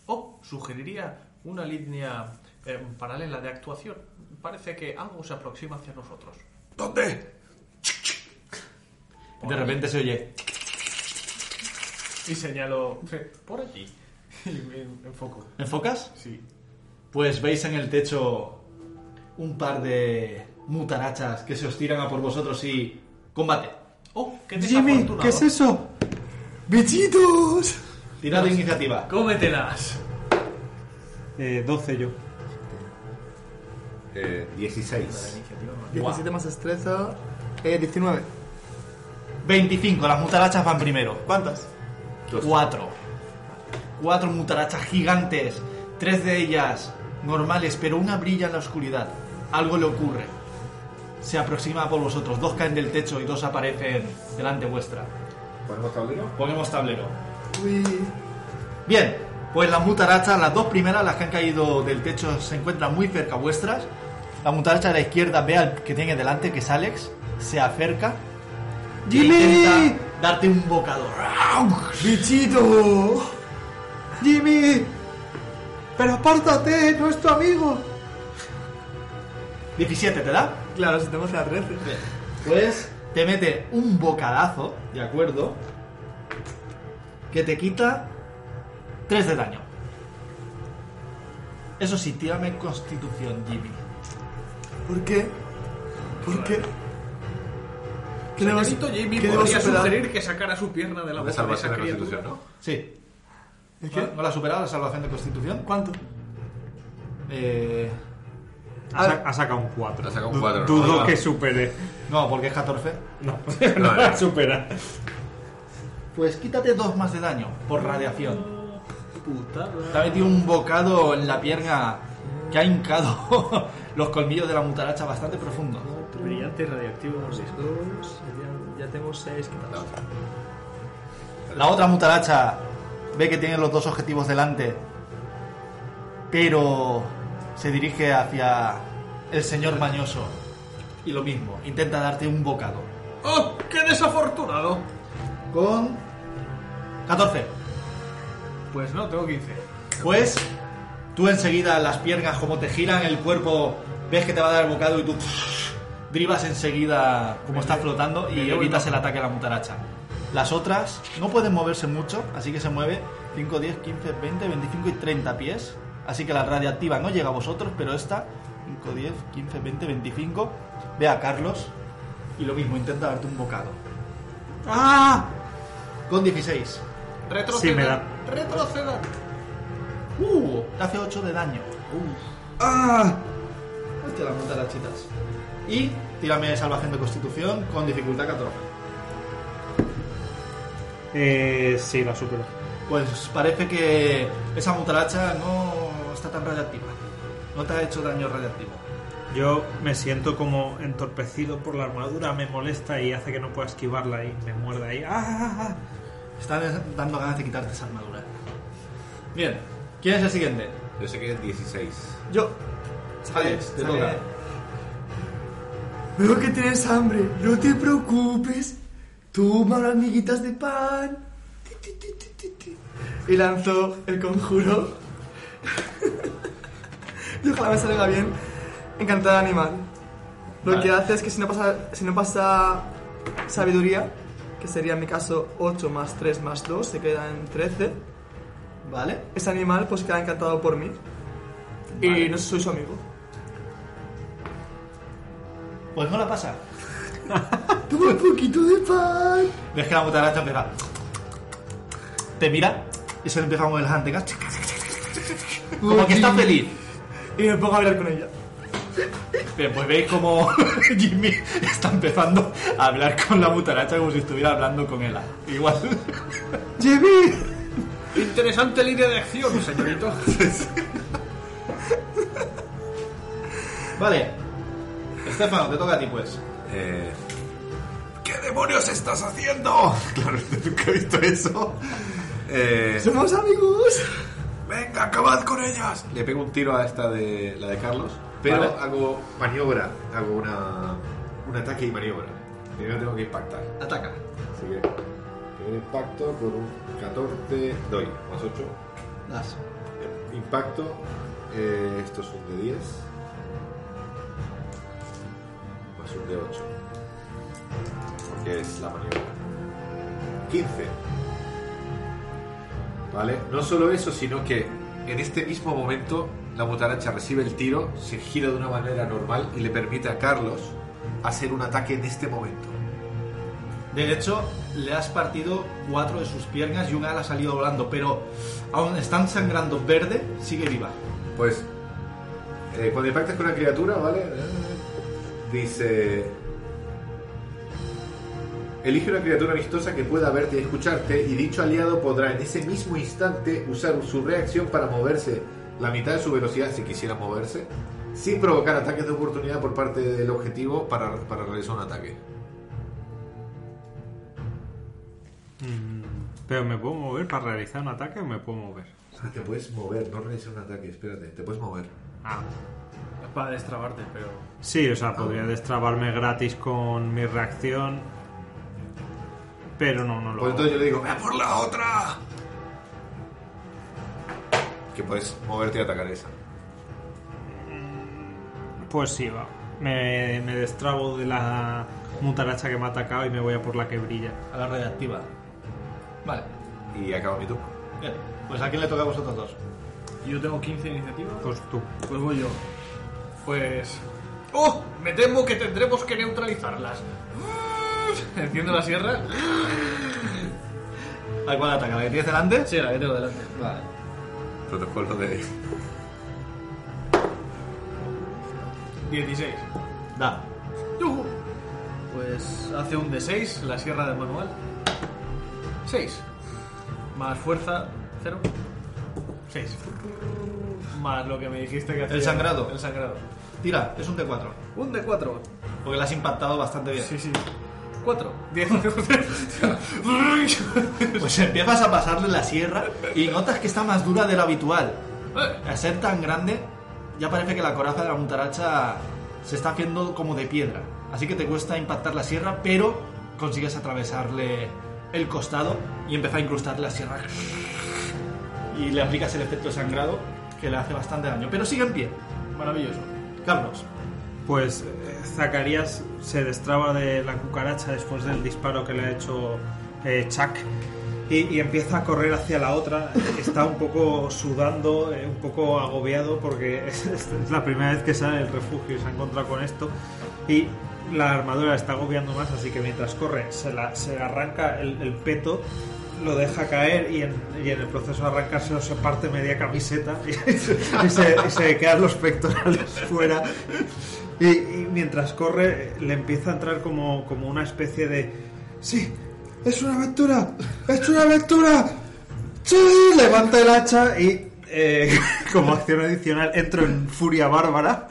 S3: O oh, sugeriría una línea eh, paralela de actuación. Parece que algo se aproxima hacia nosotros.
S8: ¿Dónde?
S1: Y de repente se oye.
S3: Y señalo por allí. Y me enfoco.
S1: ¿Enfocas?
S3: Sí.
S1: Pues veis en el techo un par de mutarachas que se os tiran a por vosotros y. ¡Combate!
S3: Oh, qué
S9: Jimmy,
S3: desafortunado.
S9: ¿qué es eso?
S6: ¡Bichitos!
S1: Tirad de iniciativa.
S3: Cómetelas.
S4: Eh, 12 yo.
S2: Eh, 16.
S6: 17 más destreza. Eh, 19.
S1: 25, las mutarachas van primero.
S6: ¿Cuántas?
S2: Dos.
S1: Cuatro. Cuatro mutarachas gigantes. Tres de ellas normales, pero una brilla en la oscuridad. Algo le ocurre. Se aproxima por vosotros. Dos caen del techo y dos aparecen delante vuestra.
S2: ¿Ponemos tablero?
S1: Ponemos tablero.
S6: Uy.
S1: Bien, pues las mutarachas, las dos primeras, las que han caído del techo, se encuentran muy cerca vuestras. La mutaracha de la izquierda ve al que tiene delante, que es Alex, se acerca. y
S9: ¡Jimmy!
S1: intenta darte un bocado.
S6: ¡Bichito!
S9: ¡Jimmy! ¡Pero apártate! ¡No es tu amigo!
S1: 17, ¿te da?
S6: Claro, si tenemos la 13.
S1: Pues te mete un bocadazo, ¿de acuerdo? Que te quita 3 de daño. Eso sí, tírame constitución, Jimmy.
S6: ¿Por qué? ¿Por qué? ¿Qué debo-
S3: Señorito Jimmy
S6: qué debo
S3: podría
S6: superar?
S3: sugerir que sacara su pierna de la
S2: De
S3: boca de
S2: salvación
S3: esa
S2: de la
S3: criatura.
S2: constitución, ¿no?
S1: Sí.
S6: ¿El qué?
S1: ¿No la has superado la salvación de constitución?
S6: ¿Cuánto?
S1: Eh,
S4: Ha, sa- ha sacado un 4.
S2: Ha sacado un cuatro, ¿no?
S4: Dudo
S1: Ah.
S4: que supere.
S1: no, porque es 14.
S4: No,
S2: No, no.
S4: no
S2: eh.
S4: la supera.
S1: Pues quítate 2 más de daño por radiación. Te ha metido un bocado en la pierna que ha hincado los colmillos de la mutaracha bastante profundo.
S7: Brillante y radioactivo por discos. Ya, ya tengo 6
S2: La otra.
S1: La otra mutaracha ve que tiene los dos objetivos delante, pero se dirige hacia el señor mañoso. Y lo mismo, intenta darte un bocado.
S3: ¡Oh, qué desafortunado!
S1: Con 14.
S3: Pues no, tengo 15.
S1: Pues tú enseguida las piernas como te giran el cuerpo, ves que te va a dar el bocado y tú drivas enseguida como está flotando y evitas el ataque a la mutaracha. Las otras no pueden moverse mucho, así que se mueve 5, 10, 15, 20, 25 y 30 pies. Así que la radiactiva no llega a vosotros, pero esta 5, 10, 15, 20, 25 ve a Carlos y lo mismo, intenta darte un bocado.
S9: ¡Ah!
S1: Con 16.
S3: Retrocedan.
S4: Sí, me da.
S3: Retrocedan.
S1: ¡Uh! Te hace 8 de daño. Uh.
S9: ¡Ah!
S1: Hostia, la monta de las chitas. Y tírame de salvación de constitución con dificultad 14.
S4: Eh, sí, la supera.
S1: Pues parece que esa mutaracha no está tan radiactiva. No te ha hecho daño radiactivo.
S4: Yo me siento como entorpecido por la armadura, me molesta y hace que no pueda esquivarla y me muerda ahí. ¡Ah!
S1: Está dando ganas de quitarte esa armadura. Bien, ¿quién es el siguiente?
S2: Yo sé que es 16.
S6: Yo.
S2: Alex, te
S6: Sale.
S2: toca.
S6: Veo que tienes hambre. No te preocupes. Toma unas miguitas de pan. Ti, ti, ti, ti, ti, ti. Y lanzó el conjuro. y ojalá me salga bien. Encantada animal. Lo
S1: Vale.
S6: que hace es que si no pasa, si no pasa sabiduría, que sería en mi caso 8 más 3 más 2, se quedan 13.
S1: ¿Vale?
S6: Ese animal pues queda encantado por mí. Y no soy su amigo.
S1: Pues no la pasa.
S6: Toma un poquito de pan.
S1: Ves que la mutaracha empieza. Te mira y se le empieza a mover las antenas. Como que está feliz.
S6: Y me pongo a hablar con ella.
S1: Bien, pues veis como Jimmy está empezando a hablar con la mutaracha como si estuviera hablando con él. Igual.
S6: ¡Jimmy!
S3: Interesante línea de acción, señorito.
S1: Vale. Estefano, te toca a ti pues.
S2: Eh,
S8: ¿Qué demonios estás haciendo?
S2: claro, nunca he visto eso. Eh,
S6: ¡Somos amigos!
S8: Venga, acabad con ellas.
S2: le pego un tiro a esta de la de Carlos, pero
S1: Vale.
S2: hago maniobra, hago una, un ataque y maniobra. Primero tengo que impactar.
S1: Ataca.
S2: Así que primer impacto con un 14, doy, más 8.
S1: Das.
S2: Impacto, eh, esto es un de 10, más un de 8, porque es la maniobra. 15. ¿Vale? No solo eso, sino que en este mismo momento la mutaracha recibe el tiro, se gira de una manera normal y le permite a Carlos hacer un ataque en este momento.
S1: De hecho, le has partido cuatro de sus piernas y una la ha salido volando, pero aún están sangrando verde, sigue viva.
S2: Pues eh, cuando impactas con una criatura, ¿vale? Eh, Dice... Elige una criatura amistosa que pueda verte y escucharte y dicho aliado podrá en ese mismo instante usar su reacción para moverse la mitad de su velocidad si quisiera moverse, sin provocar ataques de oportunidad por parte del objetivo para, para realizar un ataque.
S4: Pero me puedo mover para realizar un ataque o me puedo mover.
S2: Ah, te puedes mover, no realizar un ataque, espérate, te puedes mover.
S4: Ah.
S3: Es para destrabarte, pero.
S4: Sí, o sea, podría destrabarme gratis con mi reacción. Pero no, no lo
S2: Pues entonces yo
S4: hago.
S2: le digo, "Ve a por-".
S8: Por la otra.
S2: que puedes moverte y atacar esa.
S4: Pues sí, va. Me, me destrabo de la mutaracha que me ha atacado y me voy a por la que brilla.
S1: A la radioactiva. Vale.
S2: Y acaba mi turno.
S1: Bien. Pues a quién le toca a vosotros dos.
S3: Yo tengo 15 iniciativas.
S4: Pues tú.
S3: Pues voy yo. Pues. ¡Oh! Me temo que tendremos que neutralizarlas. Enciendo la sierra.
S1: ¿A cuál ataca? ¿La que tienes delante?
S3: Sí, la que tengo delante.
S1: Vale.
S2: Protocolo de...
S3: 16.
S1: Da.
S3: ¡Yujú! Pues hace un D6, la sierra del manual. 6. Más fuerza, 0. 6. Más lo que me dijiste que hacía.
S1: sangrado.
S3: El sangrado.
S1: Tira, es un T4.
S3: Un D4.
S1: Porque la has impactado bastante bien.
S3: Sí, sí. 4. 10.
S1: Pues empiezas a pasarle la sierra y notas que está más dura de lo habitual.
S3: Eh.
S1: Al ser tan grande, ya parece que la coraza de la mutaracha se está haciendo como de piedra. Así que te cuesta impactar la sierra, pero consigues atravesarle el costado y empieza a incrustar la sierra. Y le aplicas el efecto de sangrado que le hace bastante daño. Pero sigue en pie.
S3: Maravilloso.
S1: Carlos.
S4: Pues eh, Zacarías se destraba de la cucaracha después del disparo que le ha hecho eh, Chuck y, y empieza a correr hacia la otra. Está un poco sudando, eh, un poco agobiado porque es, es- es la primera vez que sale del refugio y se ha encontrado con esto. Y la armadura la está agobiando más, así que mientras corre se, la, se arranca el, el peto. Lo deja caer y en, y en el proceso de arrancárselo se parte media camiseta y, se, y se quedan los pectorales fuera. Y, y mientras corre, le empieza a entrar como, como una especie de. ¡Sí! ¡Es una aventura! ¡Es una aventura! ¡Sí! Levanta el hacha y, eh, como acción adicional, entro en furia bárbara.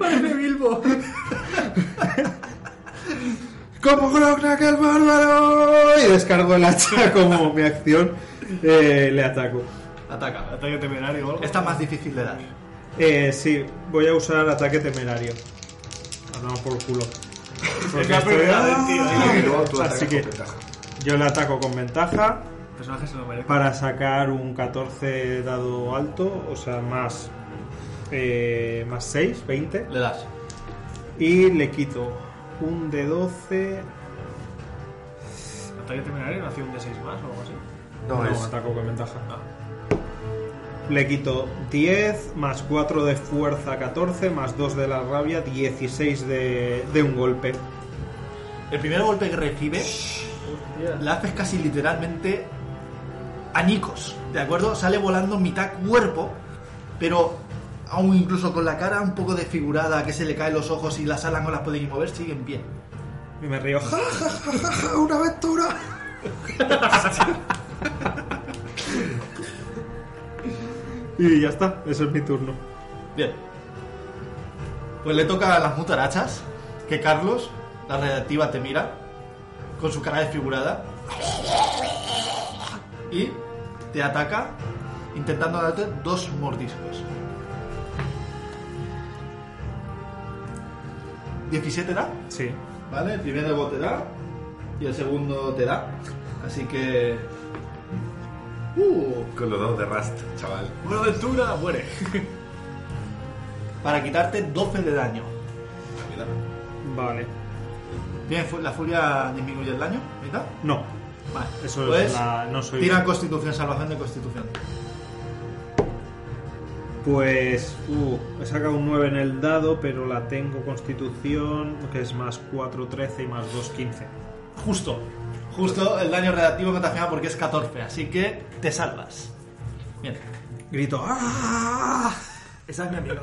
S3: Parece Bilbo.
S4: ¡Como Grognak el bárbaro! Y descargo el hacha como mi acción. eh, le ataco.
S1: Ataca.
S3: Ataque temerario o algo.
S1: Está más difícil de dar.
S4: Eh, sí, voy a usar ataque temerario. Hablamos por culo.
S3: Es la primera vez, tío.
S2: Y luego tú
S4: Ah, Así
S2: atacas
S4: que-
S2: con ventaja.
S4: Yo le ataco con ventaja
S3: El personaje se lo merece.
S4: para sacar un 14 dado alto, o sea, más, eh, más 6, 20.
S1: Le das.
S4: Y le quito un de 12.
S3: Ataque temerario no hacía un D6 más o algo así.
S2: No,
S4: No,
S2: es
S4: ataco con ventaja.
S3: Ah.
S4: Le quito 10, más 4 de fuerza, 14, más 2 de la rabia, 16 de, de un golpe.
S1: El primer golpe que recibe la haces casi literalmente añicos, ¿de acuerdo? Sale volando mitad cuerpo, pero aún incluso con la cara un poco desfigurada, que se le caen los ojos y las alas no las puede ni mover, sigue en pie.
S4: Y me río. ¡Ja, ja, ja, ja, ja! ¡Una aventura! y ya está, eso es mi turno.
S1: Bien. Pues le toca a las mutarachas, que Carlos, la redactiva, te mira, con su cara desfigurada, y te ataca intentando darte dos mordiscos. 17 da,
S4: Sí.
S1: ¿vale? El primer rebote da, y el segundo te da. Así que... ¡Uh!
S2: con los dos de Rust, chaval.
S3: Buena aventura, muere.
S1: Para quitarte 12 de daño.
S4: Vale.
S1: Bien, fu- la furia disminuye el daño, ¿verdad?
S4: No,
S1: Vale,
S4: eso
S1: pues
S4: es la. No soy.
S1: tira constitución, salvación de constitución.
S4: Pues. Uh, he sacado un 9 en el dado, pero la tengo constitución, que es más 4, 13 y más 2, 15.
S1: Justo, justo el daño redactivo no te afecta porque es 14, así que te salvas. Bien.
S4: Grito. ¡Ah!
S6: Esa es mi amiga.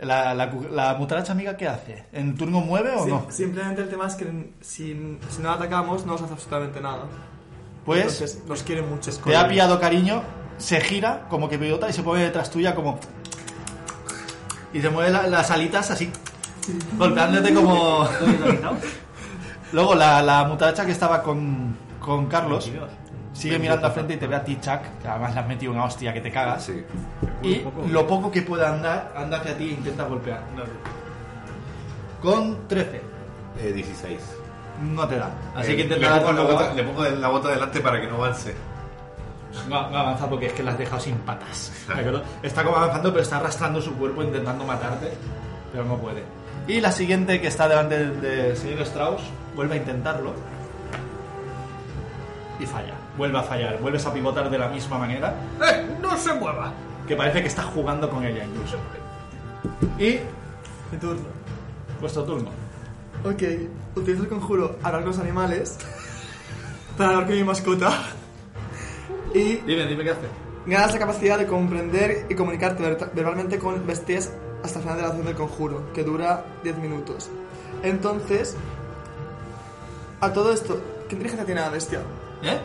S1: ¿La, la, cu- la mutaracha amiga qué hace? ¿En turno mueve o
S6: Sí,
S1: no?
S6: Simplemente el tema es que si, si no atacamos no nos hace absolutamente nada.
S1: Pues
S6: Entonces nos quiere mucho.
S1: te ha pillado cariño, se gira como que pilota y se mueve detrás tuya como... Y se mueve la- las alitas así, golpeándote como... Luego la, la mutaracha que estaba con, con Carlos sigue mirando al frente y te ve a ti, Chuck, que además le has metido una hostia que te cagas.
S2: Ah, Sí.
S1: Y lo poco que pueda andar, anda hacia ti e intenta golpear. Con 13.
S2: Eh, 16.
S1: No te da. Así
S2: Eh,
S1: que
S2: le
S1: intenta dar
S2: pongo,
S1: con
S2: la
S1: la
S2: bota,
S1: bota.
S2: le pongo la bota delante para que no avance.
S1: No, no avanza porque es que la has dejado sin patas. ¿de acuerdo? Está como avanzando, pero está arrastrando su cuerpo intentando matarte, pero no puede. Y la siguiente que está delante del del señor Strauss vuelve a intentarlo y falla. Vuelve a fallar, vuelves a pivotar de la misma manera,
S3: ¡Eh! ¡No se mueva!
S1: que parece que está jugando con ella incluso. Y
S6: Mi turno.
S1: vuestro turno.
S6: Ok, utilizo el conjuro hablar con los animales para hablar con mi mascota y
S1: Dime, dime qué hace.
S6: ganas la capacidad de comprender y comunicarte ver- verbalmente con bestias hasta el final de la acción del conjuro, que dura 10 minutos. Entonces, a todo esto, ¿qué inteligencia tiene la bestia?
S1: ¿Eh?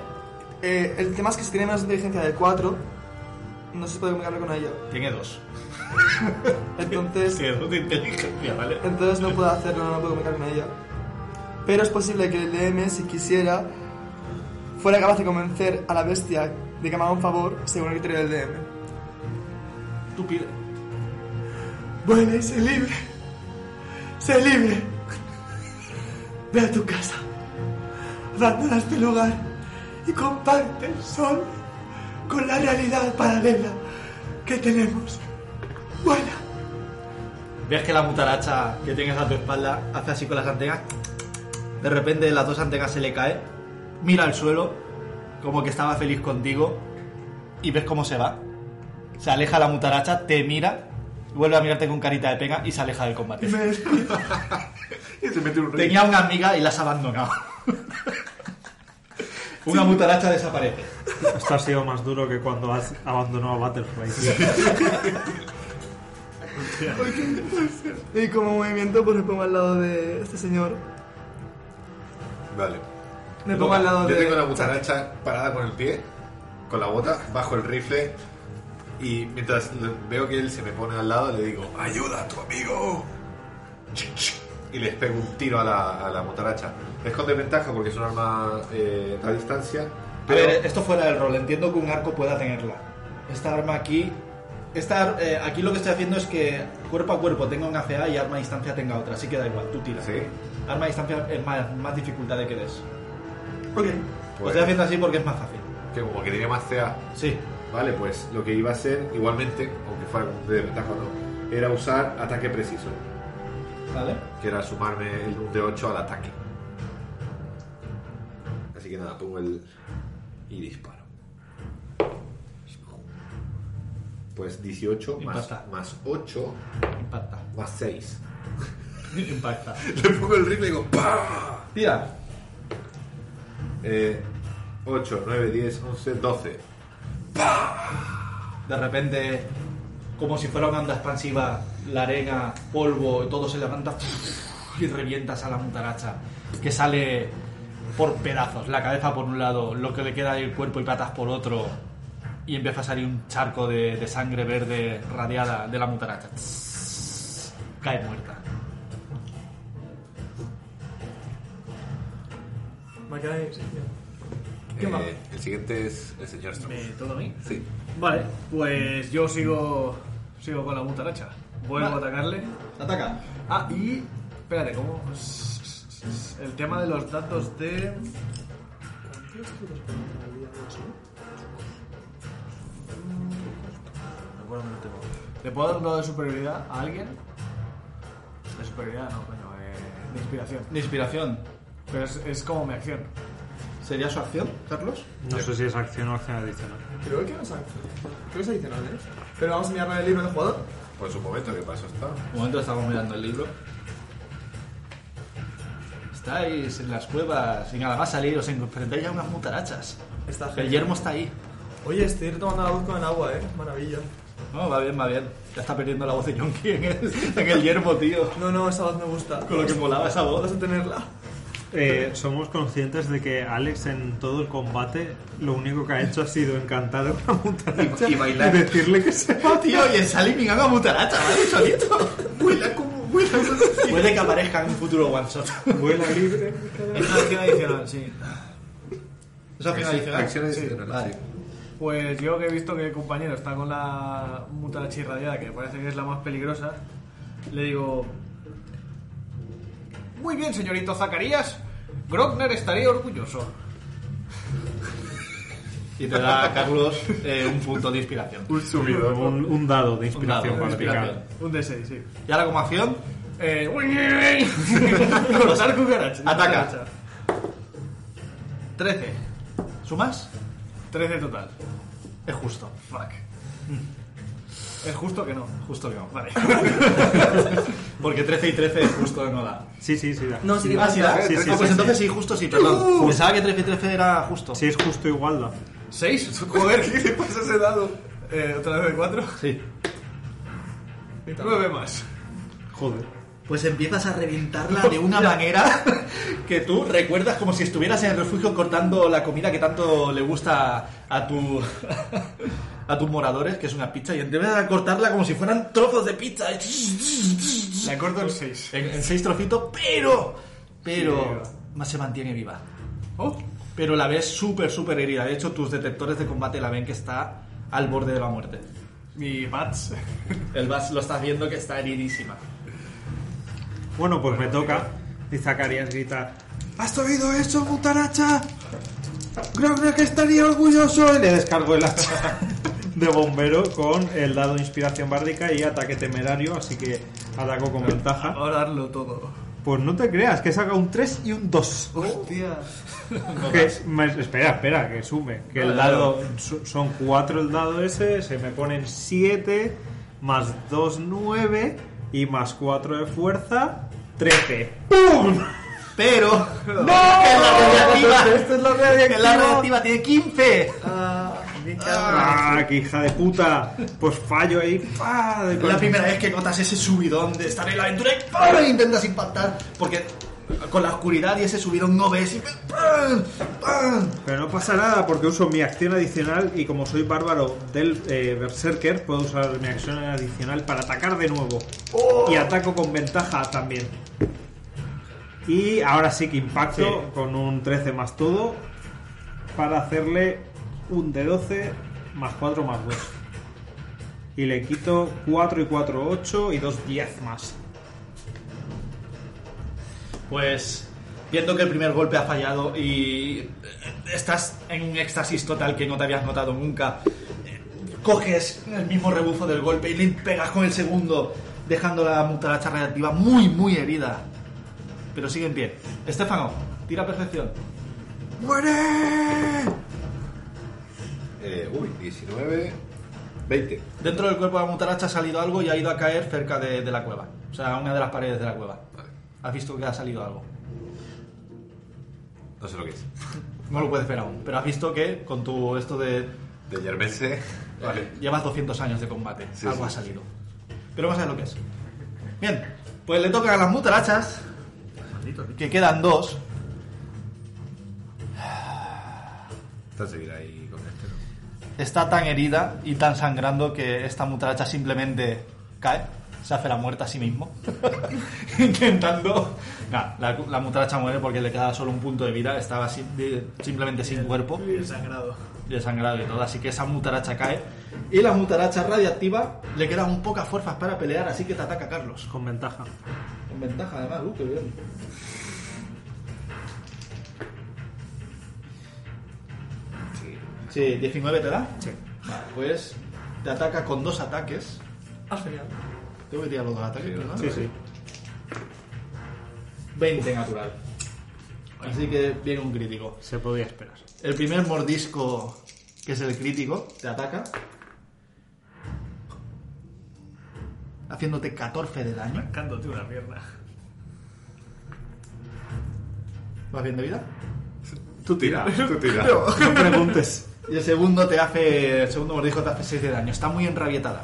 S6: Eh, el tema es que si tiene menos inteligencia de 4, no se puede comunicar con ella.
S1: Tiene dos.
S6: Entonces,
S1: Tiene dos de inteligencia, ¿vale?
S6: Entonces no puedo hacerlo, no puedo comunicar con ella. Pero es posible que el DM, si quisiera, fuera capaz de convencer a la bestia de que me haga un favor según el criterio del DM.
S1: Tú pide.
S6: Bueno, y sé libre. Sé libre. Ve a tu casa. Abandona este lugar y comparte el sol con la realidad paralela que tenemos. Buena.
S1: Ves que la mutaracha que tienes a tu espalda hace así con las antenas. De repente las dos antenas se le cae. Mira al suelo, como que estaba feliz contigo. Y ves cómo se va. Se aleja la mutaracha, te mira, vuelve a mirarte con carita de pena y se aleja del combate.
S6: Me despido.
S2: Y se mete un
S1: Tenía una amiga y la has abandonado. una mutaracha desaparece.
S4: Esto ha sido más duro que cuando has abandonado Battlefront.
S6: Y como movimiento, pues me pongo al lado de este señor.
S2: Vale.
S6: Me pongo al lado
S2: Yo
S6: de.
S2: tengo la mutaracha parada con el pie, con la bota, bajo el rifle, Y mientras lo- veo que él se me pone al lado, le digo,
S10: Ayuda a tu amigo.
S2: y les pego un tiro a la, a la motaracha. Es con desventaja porque es un arma eh, a distancia.
S1: A
S2: Pero
S1: ver, esto fuera del rol. Entiendo que un arco pueda tenerla. Esta arma aquí. Esta, ar- eh, aquí lo que estoy haciendo es que cuerpo a cuerpo tenga una CA y arma a distancia tenga otra. Así que da igual, tú tiras.
S2: Sí.
S1: Arma a distancia es más, más dificultad de que des.
S6: Ok.
S1: Lo
S2: pues,
S1: estoy haciendo así porque es más fácil.
S2: que como que tiene más CA,
S1: Sí.
S2: vale, pues lo que iba a hacer igualmente, aunque fuera con desventaja o no, era usar ataque preciso,
S1: ¿Vale?
S2: que era sumarme el un D8 al ataque. Así que nada, pongo el... y disparo. Pues 18 más,
S1: Impacta.
S2: más 8
S1: Impacta.
S2: más 6.
S1: Impacta.
S2: Le pongo el rifle y digo ¡Pah!
S1: Tira.
S2: Eh, 8, 9, 10, 11, 12.
S1: De repente, como si fuera una onda expansiva, la arena, polvo y todo se levanta y revientas a la mutaracha que sale por pedazos, la cabeza por un lado, lo que le queda del cuerpo y patas por otro, y empieza a salir un charco de, de sangre verde radiada de la mutaracha. Cae muerta.
S6: Me queda ahí, sí, ya. ¿Qué
S2: Eh,
S6: más?
S2: El siguiente es el señor Strong.
S3: ¿Me Eh, todo a mí?
S2: Sí.
S3: Vale, pues yo sigo sigo con la mutaracha. Vuelvo
S1: Vale.
S3: a atacarle.
S1: Ataca.
S3: Ah, y. Espérate, ¿cómo.? El tema de los datos de. ¿Le puedo dar un dado de superioridad a alguien? De superioridad, no, coño, eh, de inspiración.
S1: De inspiración.
S3: Pero es, es como mi acción.
S1: ¿Sería su acción, Carlos?
S4: No sé si es acción o acción adicional.
S6: Creo que no es acción. Creo que es adicional, ¿eh? Pero vamos a mirar el libro del jugador.
S2: Pues un momento, que paso está.
S1: Un momento estamos mirando el libro. Estáis en las cuevas y nada más salir os enfrentáis a unas mutarachas.
S6: Está
S1: El
S6: genial.
S1: yermo está ahí.
S6: Oye, estoy retomando la voz con el agua, ¿eh? Maravilla.
S1: No, va bien, va bien. Ya está perdiendo la voz de John King en el yermo, tío.
S6: No, no, esa voz me gusta.
S1: Con lo que molaba esa voz.
S6: Vamos a tenerla.
S4: Eh, somos conscientes de que Alex en todo el combate lo único que ha hecho ha sido encantar a una mutaracha
S2: Y- y bailar.
S4: decirle que se va.
S1: Tío, y el Sally pingando a mutaracha, ¿vale? Solito. Vuela como... Vuela Puede que aparezca en un futuro one shot.
S4: Vuela libre.
S3: Es una acción adicional, sí.
S1: ¿Es acción adicional?
S2: Acciones
S1: Sí,
S2: adicionales,
S1: vale.
S2: sí.
S3: Pues yo que he visto que el compañero está con la mutaracha irradiada, que parece que es la más peligrosa, le digo... Muy bien, señorito Zacarías. Grogner estaría orgulloso.
S1: Y te da, Carlos, eh, un punto de inspiración.
S4: Un subido, un, un
S1: Un dado
S4: dado de
S1: de
S4: inspiración para
S1: inspiración.
S4: picar.
S3: Un D6, sí.
S1: Y ahora como acción...
S3: Eh... cortar cucarachas.
S1: Ataca.
S3: Cucaracha.
S1: 13. ¿Sumas?
S3: 13 total.
S1: Es justo.
S3: Fuck. Es justo que no.
S1: Justo que no.
S3: Vale.
S1: Porque 13 y 13 es justo que no da.
S4: Sí, sí, sí. da.
S6: No, sí,
S1: Ah, sí, da.
S4: Sí, sí,
S1: Ah, pues
S4: sí,
S1: entonces sí, justo sí,
S3: Uh.
S1: perdón. Pensaba que 13 y 13 era justo.
S4: Si es justo igual, da.
S3: ¿6? Joder, ¿qué le pasa a ese dado? Eh, ¿Otra vez de 4?
S1: Sí.
S3: 9 más.
S4: Joder.
S1: Pues empiezas a reventarla de una manera que tú recuerdas como si estuvieras en el refugio cortando la comida que tanto le gusta a tu a tus moradores, que es una pizza, y empiezas a cortarla como si fueran trozos de pizza.
S3: Le corto el 6.
S1: En, en seis trocitos, pero pero
S3: Sí.
S1: más se mantiene viva.
S3: Oh,
S1: Pero la ves súper, súper herida. De hecho, tus detectores de combate la ven que está al borde de la muerte.
S3: mi bats.
S1: El Bas lo estás viendo que está heridísima.
S4: Bueno, pues me toca. Y Zacarías grita.
S11: ¿Has oído eso, mutaracha? Grognak estaría orgulloso. Y le descargo el hacha.
S4: de bombero con el dado de inspiración bárdica y ataque temerario, así que ataco con ventaja.
S3: Ahora darlo todo.
S4: Pues no te creas, que saca un 3 y un 2.
S1: Oh.
S3: Hostia.
S4: Que es más- espera, espera, que sume. Que el dado su- son 4 el dado ese, se me ponen 7, más 2, 9 y más 4 de fuerza, 13.
S1: Pero. ¡No! ¡En la radiativa!
S4: es lo
S1: ¡En la radiativa tiene 15!
S4: ¡Ah, qué hija de puta! Pues fallo ahí. ¡pah! de
S1: La
S4: con-
S1: primera vez que notas ese subidón de estar en la aventura y ¡pam! intentas impactar porque con la oscuridad y ese subidón no ves y... ¡pam! ¡pam!
S4: Pero no pasa nada porque uso mi acción adicional y como soy bárbaro del eh, Berserker, puedo usar mi acción adicional para atacar de nuevo. Y ataco con ventaja también. Y ahora sí que impacto con un 13 más todo para hacerle un de 12 más 4 más 2. Y le quito 4 y 4, 8 y 2, 10 más.
S1: Pues viendo que el primer golpe ha fallado y estás en un éxtasis total que no te habías notado nunca, coges el mismo rebufo del golpe y le pegas con el segundo, dejando la mutaracha radiactiva muy, muy herida. Pero sigue en pie. Estefano, tira perfección.
S2: ¡Muere! Eh, uy, 19. 20.
S1: Dentro del cuerpo de la mutaracha ha salido algo y ha ido a caer cerca de, de la cueva. O sea, a una de las paredes de la cueva.
S2: Vale.
S1: Has visto que ha salido algo.
S2: No sé lo que es.
S1: No lo puedes ver aún, pero has visto que con tu esto de
S2: De Yerbense.
S1: Vale, llevas 200 años de combate.
S2: Sí,
S1: Algo
S2: sí.
S1: ha salido. Pero vamos a ver lo que es. Bien, pues le tocan a las mutarachas. Que quedan dos.
S2: Está seguir ahí con este, ¿no?
S1: Está tan herida y tan sangrando que esta mutaracha simplemente cae. Se hace la muerta a sí mismo. Intentando. Nah, la, la mutaracha muere porque le queda solo un punto de vida. Estaba sin- de- simplemente sin cuerpo.
S3: Sangrado.
S1: desangrado y todo, así que esa mutaracha cae. Y la mutaracha radiactiva le quedan un pocas fuerzas para pelear, así que te ataca Carlos.
S4: Con ventaja.
S1: Con ventaja además, uh, qué bien. Sí, 19 te da. Sí. Vale, pues te ataca con dos ataques.
S6: Has fallado.
S1: Tengo que tirar los dos ataques,
S2: Sí,
S1: ¿verdad?
S2: sí, sí.
S1: 20 natural. Así que viene un crítico.
S4: Se podía esperar.
S1: El primer mordisco, que es el crítico, te ataca. Haciéndote 14 de daño.
S3: Arrancándote una pierna.
S1: ¿Vas bien de vida?
S2: Tú tira, tú tira.
S4: No preguntes.
S1: Y el segundo te hace. El segundo mordisco te hace 6 de daño. Está muy enrabietada.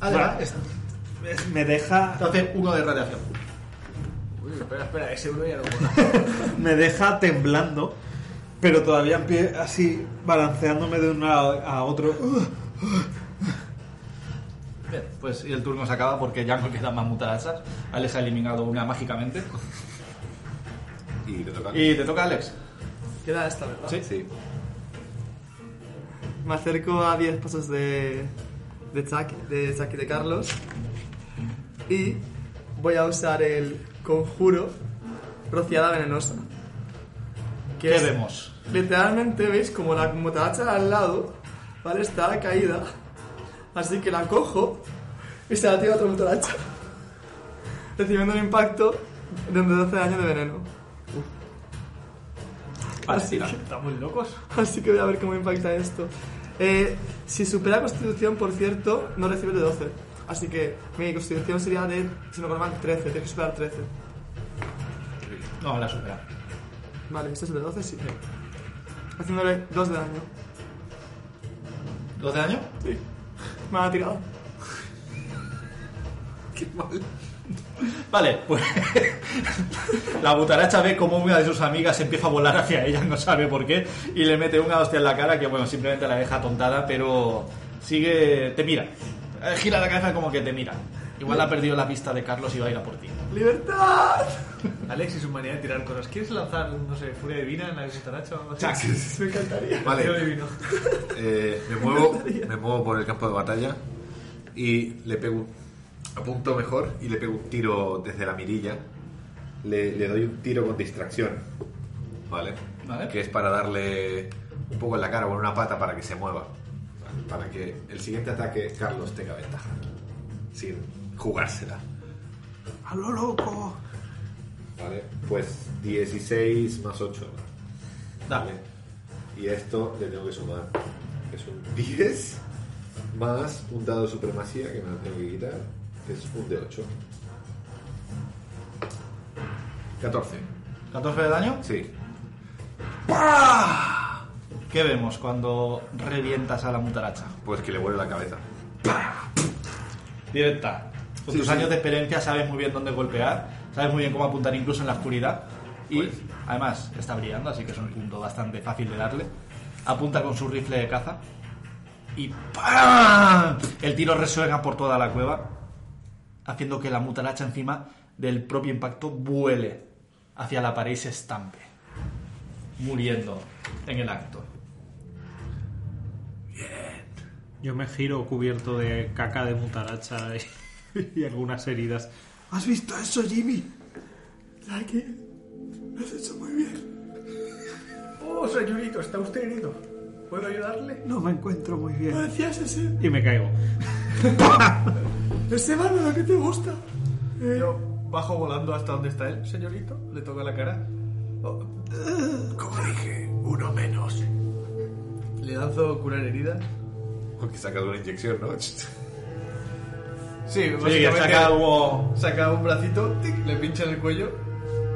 S1: Además, es-
S4: Es- Me deja,
S1: te hace uno de radiación.
S3: Uy, espera, espera, ese uno ya no mola.
S4: me deja temblando, pero todavía en pie, así balanceándome de un lado a otro.
S1: Bien, pues y el turno se acaba porque ya no quedan más mutarachas. Alex ha eliminado una mágicamente.
S2: Y le toca.
S1: Y te toca Alex.
S6: Queda esta, ¿verdad?
S1: Sí.
S2: Sí.
S6: Me acerco a 10 pasos de, de, Chucky, de Chucky de Carlos y voy a usar el conjuro rociada venenosa.
S1: ¿Qué vemos?
S6: Literalmente veis como la mutaracha al lado ¿vale? está caída, así que la cojo y se la tiro a otra mutaracha, recibiendo un impacto de un de 12 años de veneno.
S1: Vale,
S6: Así
S1: tira.
S6: que-
S3: Estamos locos.
S6: Así que voy a ver cómo impacta esto. Eh, si supera constitución, por cierto, no recibe de 12. Así que mi constitución sería de, si no recuerdo mal, 13. Tienes que superar 13.
S1: No, la supera.
S6: Vale, este es el de 12, sí. Haciéndole 2 de daño.
S1: ¿12 de daño?
S6: Sí. Me ha tirado.
S1: Vale, pues la butaracha ve como una de sus amigas empieza a volar hacia ella, no sabe por qué, y le mete una hostia en la cara que, bueno, simplemente la deja tontada, pero sigue, te mira. Eh, Gira la cabeza como que te mira. Igual ha perdido la pista de Carlos y va a ir a por ti.
S6: ¡Libertad!
S3: Alex y su manía de tirar cosas. ¿Quieres lanzar, no sé, furia divina en la desistaracha o algo así?
S2: Sí, sí, sí.
S6: Me encantaría.
S3: Furia
S2: Vale,
S3: divino.
S2: eh, me, muevo, me muevo por el campo de batalla y le pego un- apunto mejor y le pego un tiro desde la mirilla. Le, le doy un tiro con distracción. ¿Vale?
S1: Vale.
S2: Que es para darle un poco en la cara o en una pata para que se mueva. Para que el siguiente ataque Carlos tenga ventaja. Sin jugársela.
S9: ¡A lo loco!
S2: ¿Vale? Pues 16 más 8.
S1: Dale.
S2: Y a esto le tengo que sumar. que Es un 10 más un dado de supremacía que me lo tengo que quitar. Que es un de 8. 14.
S1: 14 de daño.
S2: Sí.
S1: ¿Qué vemos cuando revientas a la mutaracha?
S2: Pues que le vuelve la cabeza.
S1: Directa. Con
S2: Sí,
S1: tus
S2: sí.
S1: años de experiencia sabes muy bien dónde golpear, Sabes muy bien cómo apuntar incluso en la oscuridad. Y
S2: Pues.
S1: además está brillando, así que es un punto bastante fácil de darle. Apunta con su rifle de caza. Y ¡pam! El tiro resuena por toda la cueva, haciendo que la mutaracha encima del propio impacto vuele hacia la pared y se estampe, muriendo en el acto.
S4: Yo me giro cubierto de caca de mutaracha y, y algunas heridas. ¿Has visto eso, Jimmy?
S12: Lo has hecho muy bien. Oh, señorito, ¿está usted herido? ¿Puedo ayudarle?
S4: No me encuentro muy bien.
S6: Gracias, ese.
S4: Y me caigo.
S6: Ese bárbaro que te gusta.
S3: Yo bajo volando hasta donde está él, señorito. Le toco la cara. Oh.
S12: Como dije, uno menos.
S3: Le lanzo curar heridas.
S2: Porque sacas una inyección, ¿no?
S3: Sí,
S1: Sí,
S3: básicamente
S1: saca como...
S3: saca un bracito, tic, le pincha en el cuello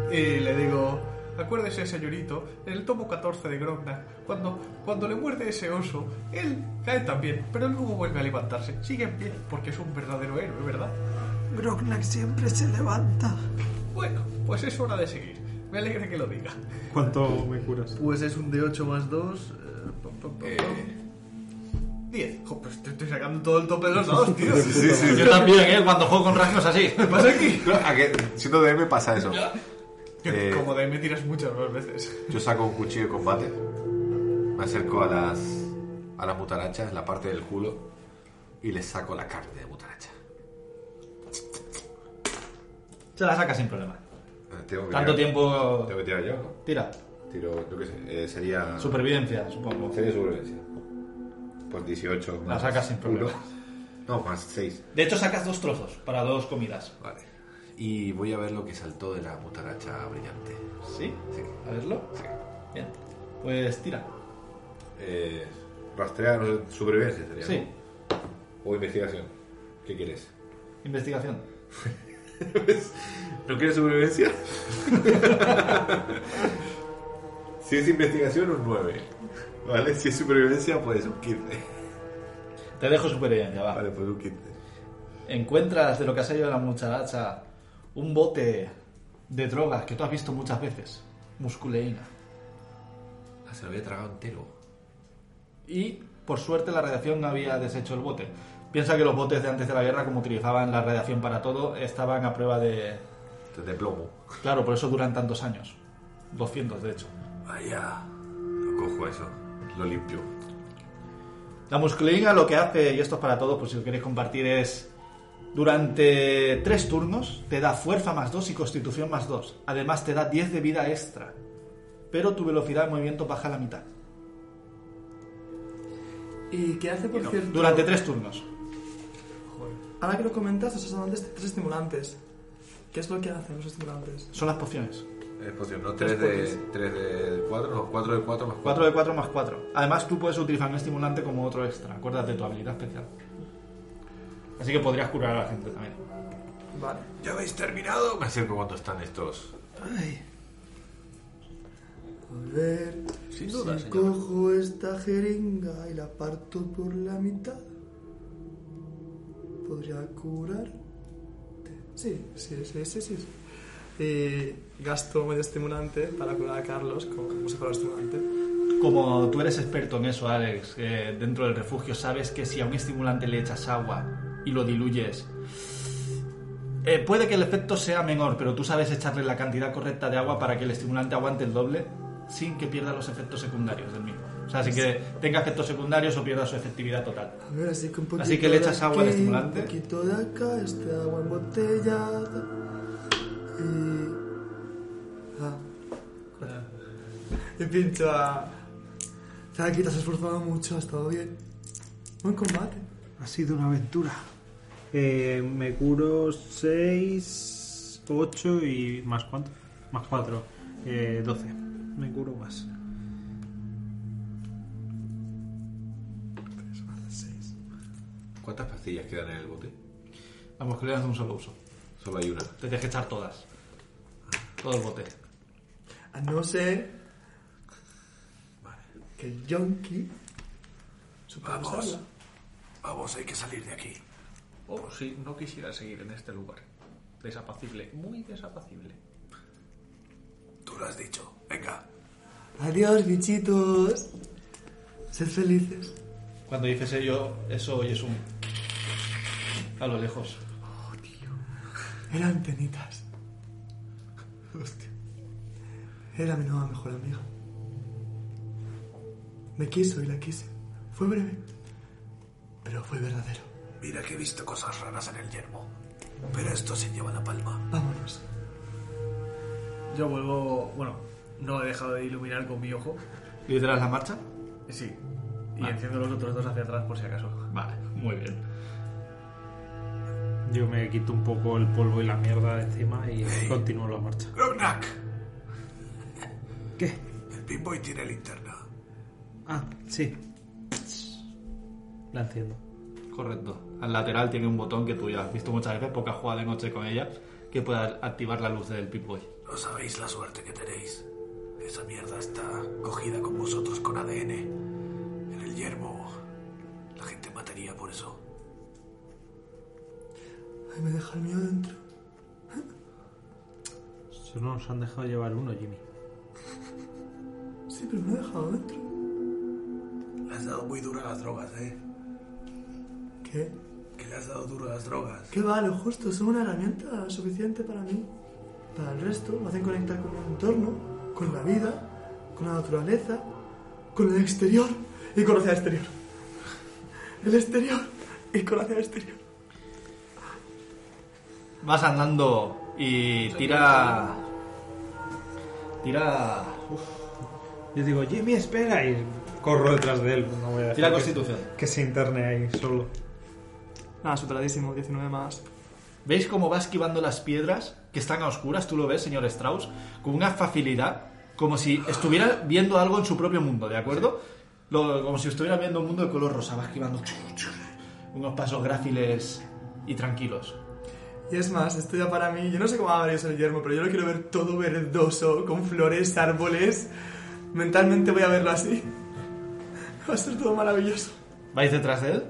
S3: y le digo... Acuérdese, señorito, en el tomo 14 de Grognak, cuando, cuando le muerde ese oso, él cae también, pero luego vuelve a levantarse. Sigue en pie, porque es un verdadero héroe, ¿verdad?
S13: Grognak siempre se levanta.
S3: Bueno, pues es hora de seguir. Me alegra que lo diga.
S4: ¿Cuánto me curas?
S3: Pues es un D8 más 2.
S2: Eh,
S3: 10. Jo, pues te estoy sacando todo el tope de los dados, tío.
S1: Yo también, ¿eh? Cuando juego con rasgos así.
S3: ¿Qué pasa aquí?
S2: claro, ¿a qué? Siendo DM pasa eso. Eh,
S3: Como de ahí me tiras muchas más veces.
S2: Yo saco un cuchillo de combate, me acerco a las, a las mutarachas, la parte del culo, y les saco la carne de mutaracha.
S1: Se la saca sin problema.
S2: Eh, Tengo que
S1: Tanto
S2: tirar-
S1: tiempo...
S2: Tengo que tirar yo, ¿no?
S1: Tira.
S2: Tiro, yo qué sé, eh, sería...
S1: Supervivencia, supongo.
S2: Sería supervivencia. Pues 18 más
S1: La sacas sin
S2: uno.
S1: problema.
S2: No, más 6.
S1: De hecho, sacas dos trozos para dos comidas.
S2: Vale. Y voy a ver lo que saltó de la mutaracha brillante.
S1: ¿Sí?
S2: Sí.
S1: A verlo.
S2: Sí.
S1: Bien. Pues tira.
S2: Eh, rastrear, no sé, supervivencia sería.
S1: Sí.
S2: ¿no? O investigación. ¿Qué quieres?
S1: Investigación.
S2: ¿No quieres supervivencia? si es investigación, un 9. ¿Vale? Si es supervivencia, pues un 15.
S1: Te dejo supervivencia, va.
S2: Vale, pues un 15.
S1: Encuentras de lo que ha salido de la muchacha un bote de drogas que tú has visto muchas veces. Musculeína.
S2: Ah, se lo había tragado entero.
S1: Y por suerte la radiación no había deshecho el bote. Piensa que los botes de antes de la guerra, como utilizaban la radiación para todo, estaban a prueba de...
S2: Entonces, de plomo.
S1: Claro, por eso duran tantos años. 200, de hecho.
S2: Vaya. Lo cojo eso. Lo limpio.
S1: La musculina lo que hace, y esto es para todos, por si lo queréis compartir, es durante tres turnos te da fuerza más 2 y constitución más 2. Además te da 10 de vida extra. Pero tu velocidad de movimiento baja a la mitad.
S6: ¿Y qué hace, por cierto?
S1: Durante tres turnos.
S6: Ahora que lo comentas, esos son antes tres estimulantes. ¿Qué es lo que hacen los estimulantes?
S1: Son las pociones.
S2: Es posible, ¿no? 3 de, 3 de 4, no, 4 de 4 más
S1: 4 de 4 más 4. Además tú puedes utilizar un estimulante como otro extra. Acuérdate de tu habilidad especial. Así que podrías curar a la gente también.
S6: Vale.
S2: ¿Ya habéis terminado? Me acerco cuando están estos.
S6: Ay. A ver.
S2: Sin duda,
S6: si
S2: señor.
S6: cojo esta jeringa y la parto por la mitad, podría curarte. Sí, sí, sí, sí, sí. Y gasto medio estimulante para curar a Carlos como, como si fuera un estimulante.
S1: Como tú eres experto en eso, Alex, eh, dentro del refugio sabes que si a un estimulante le echas agua y lo diluyes, eh, puede que el efecto sea menor, pero tú sabes echarle la cantidad correcta de agua para que el estimulante aguante el doble sin que pierda los efectos secundarios del mismo. O sea, sin que tenga efectos secundarios o pierda su efectividad total.
S6: A ver, así que un poquito
S1: Así que le echas
S6: de
S1: agua al
S6: aquí,
S1: estimulante.
S6: Un poquito de acá, este agua embotellada. Y. Ah.
S1: Ah.
S6: Y pincho a. Zaki, te has esforzado mucho, has estado bien. Buen combate.
S13: Ha sido una aventura.
S4: Eh, me curo 6, 8 y más cuánto? Más 4. Eh, 12. Me curo más.
S2: ¿Cuántas pastillas quedan en el bote?
S1: La musculina es de un solo uso.
S2: Solo hay una.
S1: Te tienes que echar todas. Todo el bote.
S6: A no ser. Que el Yonki. supongo que
S12: Vamos.
S6: sabrá.
S12: Vamos, hay que salir de aquí.
S3: Oh, sí, no quisiera seguir en este lugar.
S1: Desapacible, muy desapacible.
S8: Tú lo has dicho. Venga.
S6: Adiós, bichitos. Sed felices.
S1: Cuando dices ello, eso oyes un. A lo lejos.
S6: Eran antenitas. Era mi nueva mejor amiga. Me quiso y la quise. Fue breve, pero fue verdadero.
S8: Mira que he visto cosas raras en el yermo. Pero esto se lleva la palma.
S6: Vámonos.
S3: Yo vuelvo. Bueno, no he dejado de iluminar con mi ojo.
S1: ¿Lideras la marcha?
S3: Sí. Y enciendo los otros dos hacia atrás por si acaso.
S1: Vale, muy bien.
S4: Yo me quito un poco el polvo y la mierda de encima y continúo la marcha.
S8: Grognak,
S14: ¿Qué?
S8: el Pinboy tiene linterna.
S14: Ah, sí.
S4: La enciendo.
S1: Correcto. Al lateral tiene un botón que tú ya has visto muchas veces, porque has jugado de noche con ella, que pueda activar la luz del Pip-Boy.
S8: No sabéis la suerte que tenéis. Esa mierda está cogida con vosotros con ADN. En el yermo, la gente mataría por eso.
S6: Ay, me deja el mío dentro.
S4: Solo nos han dejado llevar uno, Jimmy.
S6: Sí, pero me ha dejado dentro.
S8: Le has dado muy duro a las drogas, ¿eh?
S6: ¿Qué?
S8: Que le has dado duro a las drogas.
S6: ¿Qué vale? Justo, son una herramienta suficiente para mí. Para el resto, me hacen conectar con el entorno, con la vida, con la naturaleza, con el exterior y con hacia el exterior. El exterior y con hacia el exterior.
S1: Vas andando y tira. Tira. uf,
S4: Yo digo, Jimmy, espera, y corro detrás de él. No voy a dejar
S1: tira
S4: que-
S1: constitución.
S4: que se interne ahí solo.
S6: Nada, Ah, superadísimo, 19 más.
S1: ¿Veis cómo va esquivando las piedras que están a oscuras? Tú lo ves, señor Strauss, con una facilidad, como si estuviera viendo algo en su propio mundo, ¿de acuerdo? Lo- como si estuviera viendo un mundo de color rosa, va esquivando chu, chu, unos pasos gráciles y tranquilos.
S6: Y es más, esto ya para mí, yo no sé cómo va a ver eso el yermo, pero yo lo quiero ver todo verdoso, con flores, árboles. Mentalmente voy a verlo así. Va a ser todo maravilloso.
S1: ¿Vais detrás de él?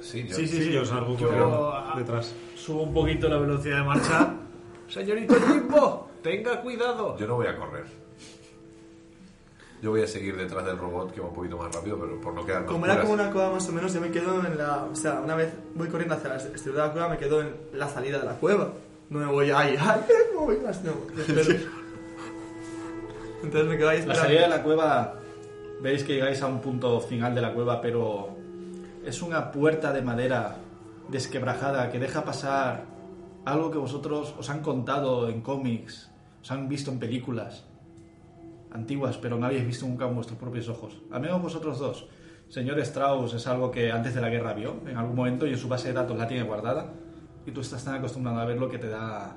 S2: Sí, yo-
S3: Sí, sí, sí.
S4: yo salgo
S3: Yo,
S4: corriendo
S3: ah,
S4: detrás.
S3: Subo un poquito la velocidad de marcha. Señorito Jimbo, tenga cuidado.
S2: Yo no voy a correr. Yo voy a seguir detrás del robot que va un poquito más rápido, pero por no quedarme. a
S6: Como era
S2: oscuras.
S6: como una cueva más o menos, yo me quedo en la... O sea, una vez voy corriendo hacia la exterior de la cueva, me quedo en la salida de la cueva. No me voy ahí, ay, no voy más, no. yo espero. Entonces me quedo ahí
S1: La
S6: esperando.
S1: salida de la cueva, veis que llegáis a un punto final de la cueva, pero es una puerta de madera desquebrajada que deja pasar algo que vosotros os han contado en cómics, os han visto en películas antiguas, pero no habéis visto nunca con vuestros propios ojos. Al menos vosotros dos. Señor Strauss es algo que antes de la guerra vio en algún momento y en su base de datos la tiene guardada y tú estás tan acostumbrado a ver lo que te da...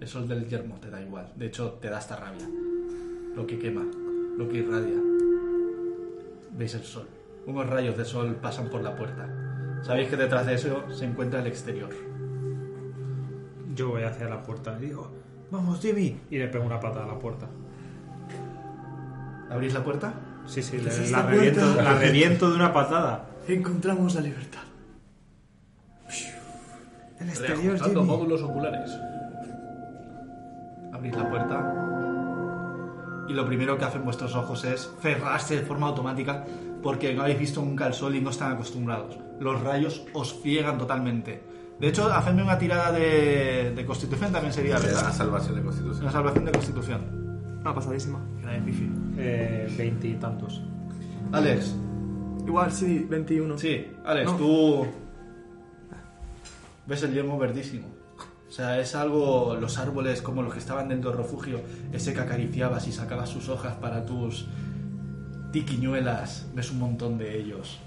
S1: Eso es del yermo, te da igual. De hecho, te da hasta rabia lo que quema, lo que irradia. Veis el sol. Unos rayos de sol pasan por la puerta. Sabéis que detrás de eso se encuentra el exterior.
S4: Yo voy hacia la puerta y digo, vamos, Jimmy. Y le pego una patada a la puerta.
S1: ¿Abrís la puerta?
S4: Sí, sí,
S6: ¿Qué
S4: le-
S6: es esta
S4: la, reviento,
S6: puerta?
S4: la reviento de una patada.
S6: Encontramos la libertad.
S14: El exterior, Jimmy.
S1: módulos oculares. Abrís la puerta. Y lo primero que hacen vuestros ojos es cerrarse de forma automática porque no habéis visto nunca el sol y no están acostumbrados. Los rayos os ciegan totalmente. De hecho, hacedme una tirada de, de constitución también sería,
S2: Le da
S1: ¿verdad?
S2: salvación de
S1: Una
S2: constitución.
S1: salvación de constitución.
S6: Ah, pasadísima.
S4: Eh, Veintitantos.
S1: Alex,
S6: Igual, sí, 21.
S1: sí, Alex,
S6: No.
S1: tú ves el yermo verdísimo. O sea, es algo, los árboles como los que estaban dentro del refugio, ese que acariciabas y sacabas sus hojas para tus tiquiñuelas, ves un montón de ellos.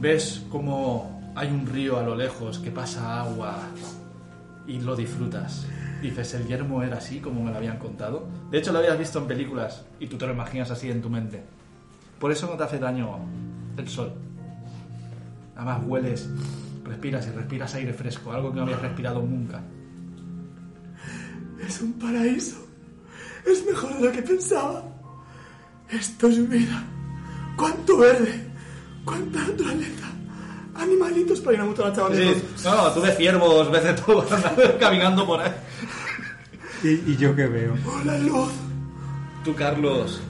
S1: Ves como hay un río a lo lejos que pasa agua y lo disfrutas. Dices, el yermo era así como me lo habían contado. De hecho, lo habías visto en películas y tú te lo imaginas así en tu mente. Por eso no te hace daño el sol. Además hueles, respiras y respiras aire fresco, algo que no habías respirado nunca.
S6: Es un paraíso. Es mejor de lo que pensaba. Esto es vida. Cuánto verde. Cuánta naturaleza. animalitos para ir a mutar a chavales.
S1: No, tú de ciervos, ves de todo, caminando por ahí.
S15: ¿Y, y yo qué veo?
S6: ¡Hola, luz!
S1: Tú, Carlos,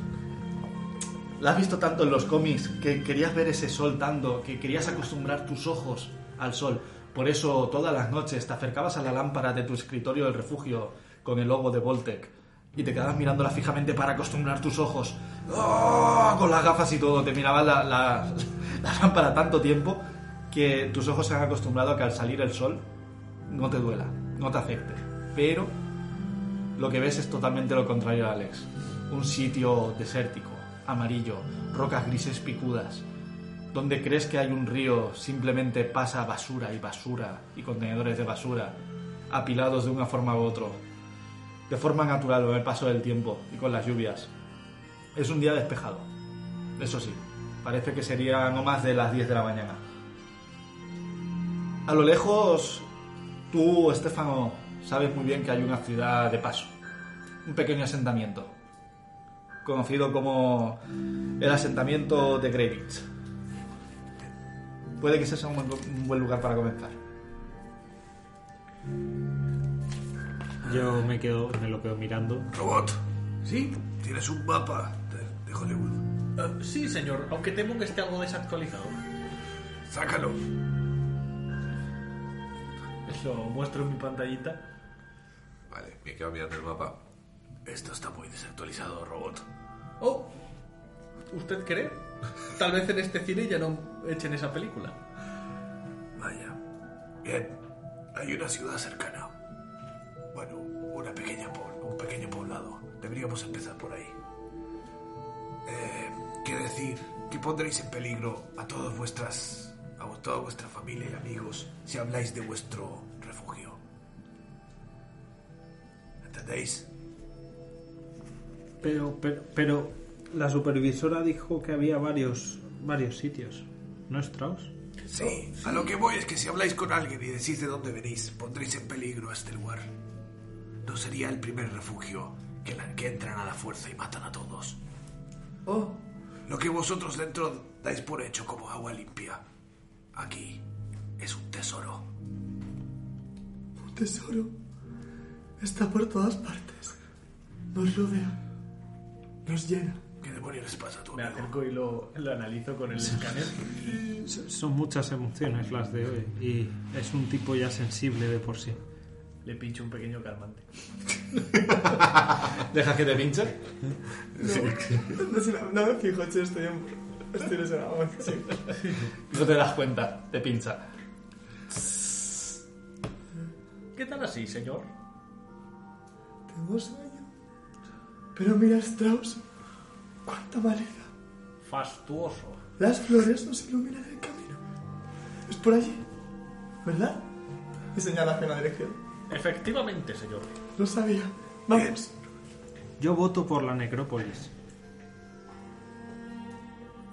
S1: la has visto tanto en los cómics que querías ver ese sol tanto, que querías acostumbrar tus ojos al sol. Por eso todas las noches te acercabas a la lámpara de tu escritorio del refugio con el logo de Voltec y te quedabas mirándola fijamente para acostumbrar tus ojos. ¡Oh! Con las gafas y todo, te mirabas la, la- la lámpara tanto tiempo que tus ojos se han acostumbrado a que al salir el sol no te duela, no te afecte. Pero lo que ves es totalmente lo contrario, Alex. Un sitio desértico, amarillo, rocas grises picudas, donde crees que hay un río, simplemente pasa basura y basura y contenedores de basura, apilados de una forma u otra, de forma natural con el paso del tiempo y con las lluvias. Es un día despejado, eso sí, parece que sería no más de las 10 de la mañana. A lo lejos, tú, Estefano, sabes muy bien que hay una ciudad de paso, un pequeño asentamiento, conocido como el asentamiento de Greenwich. Puede que ese sea un buen, un buen lugar para comenzar.
S15: Yo me quedo, me lo quedo mirando.
S8: Robot. ¿Sí? ¿Tienes un mapa de, de Hollywood?
S3: Eh, sí, señor, aunque temo que esté algo desactualizado.
S8: Sácalo.
S3: Lo muestro en mi pantallita.
S2: Vale, me quedo mirando el mapa.
S8: Esto está muy desactualizado, robot.
S3: Oh, ¿usted cree? Tal vez en este cine ya no echen esa película.
S8: Vaya. Bien. Hay una ciudad cercana. Bueno, una pequeña pol- un pequeño poblado. Deberíamos empezar por ahí. Eh, ¿Qué decir? Que pondréis en peligro a todas vuestras... a toda vuestra familia y amigos si habláis de vuestro refugio. ¿Entendéis?
S4: Pero, pero, pero la supervisora dijo que había varios, varios sitios.
S15: ¿No es Strauss?
S8: Sí. A lo que voy es que si habláis con alguien y decís de dónde venís, pondréis en peligro a este lugar. No sería el primer refugio que, la- que entran a la fuerza y matan a todos.
S6: Oh,
S8: Lo que vosotros dentro dais por hecho como agua limpia. Aquí es un tesoro.
S6: un tesoro. Está por todas partes. Nos rodea. Nos llena.
S8: ¿Qué demonios les pasa a tu
S3: Me
S8: amigo?
S3: acerco y lo, lo analizo con el escáner.
S15: S- Son muchas emociones las de hoy y es un tipo ya sensible de por sí.
S3: Le pincho un pequeño calmante.
S1: ¿Dejas que te pinche?
S6: No, si no, no me fijo, che, estoy, en- estoy lesionado. Sí.
S1: No te das cuenta, te pincha.
S3: ¿Qué tal así, señor?
S6: Tengo sueño. Pero mira, Strauss, cuánta maleza.
S3: Fastuoso.
S6: Las flores nos iluminan el camino. Es por allí, ¿verdad? Y señala hacia la dirección.
S3: Efectivamente, señor.
S6: Lo sabía. Vamos.
S15: Yo voto por la necrópolis.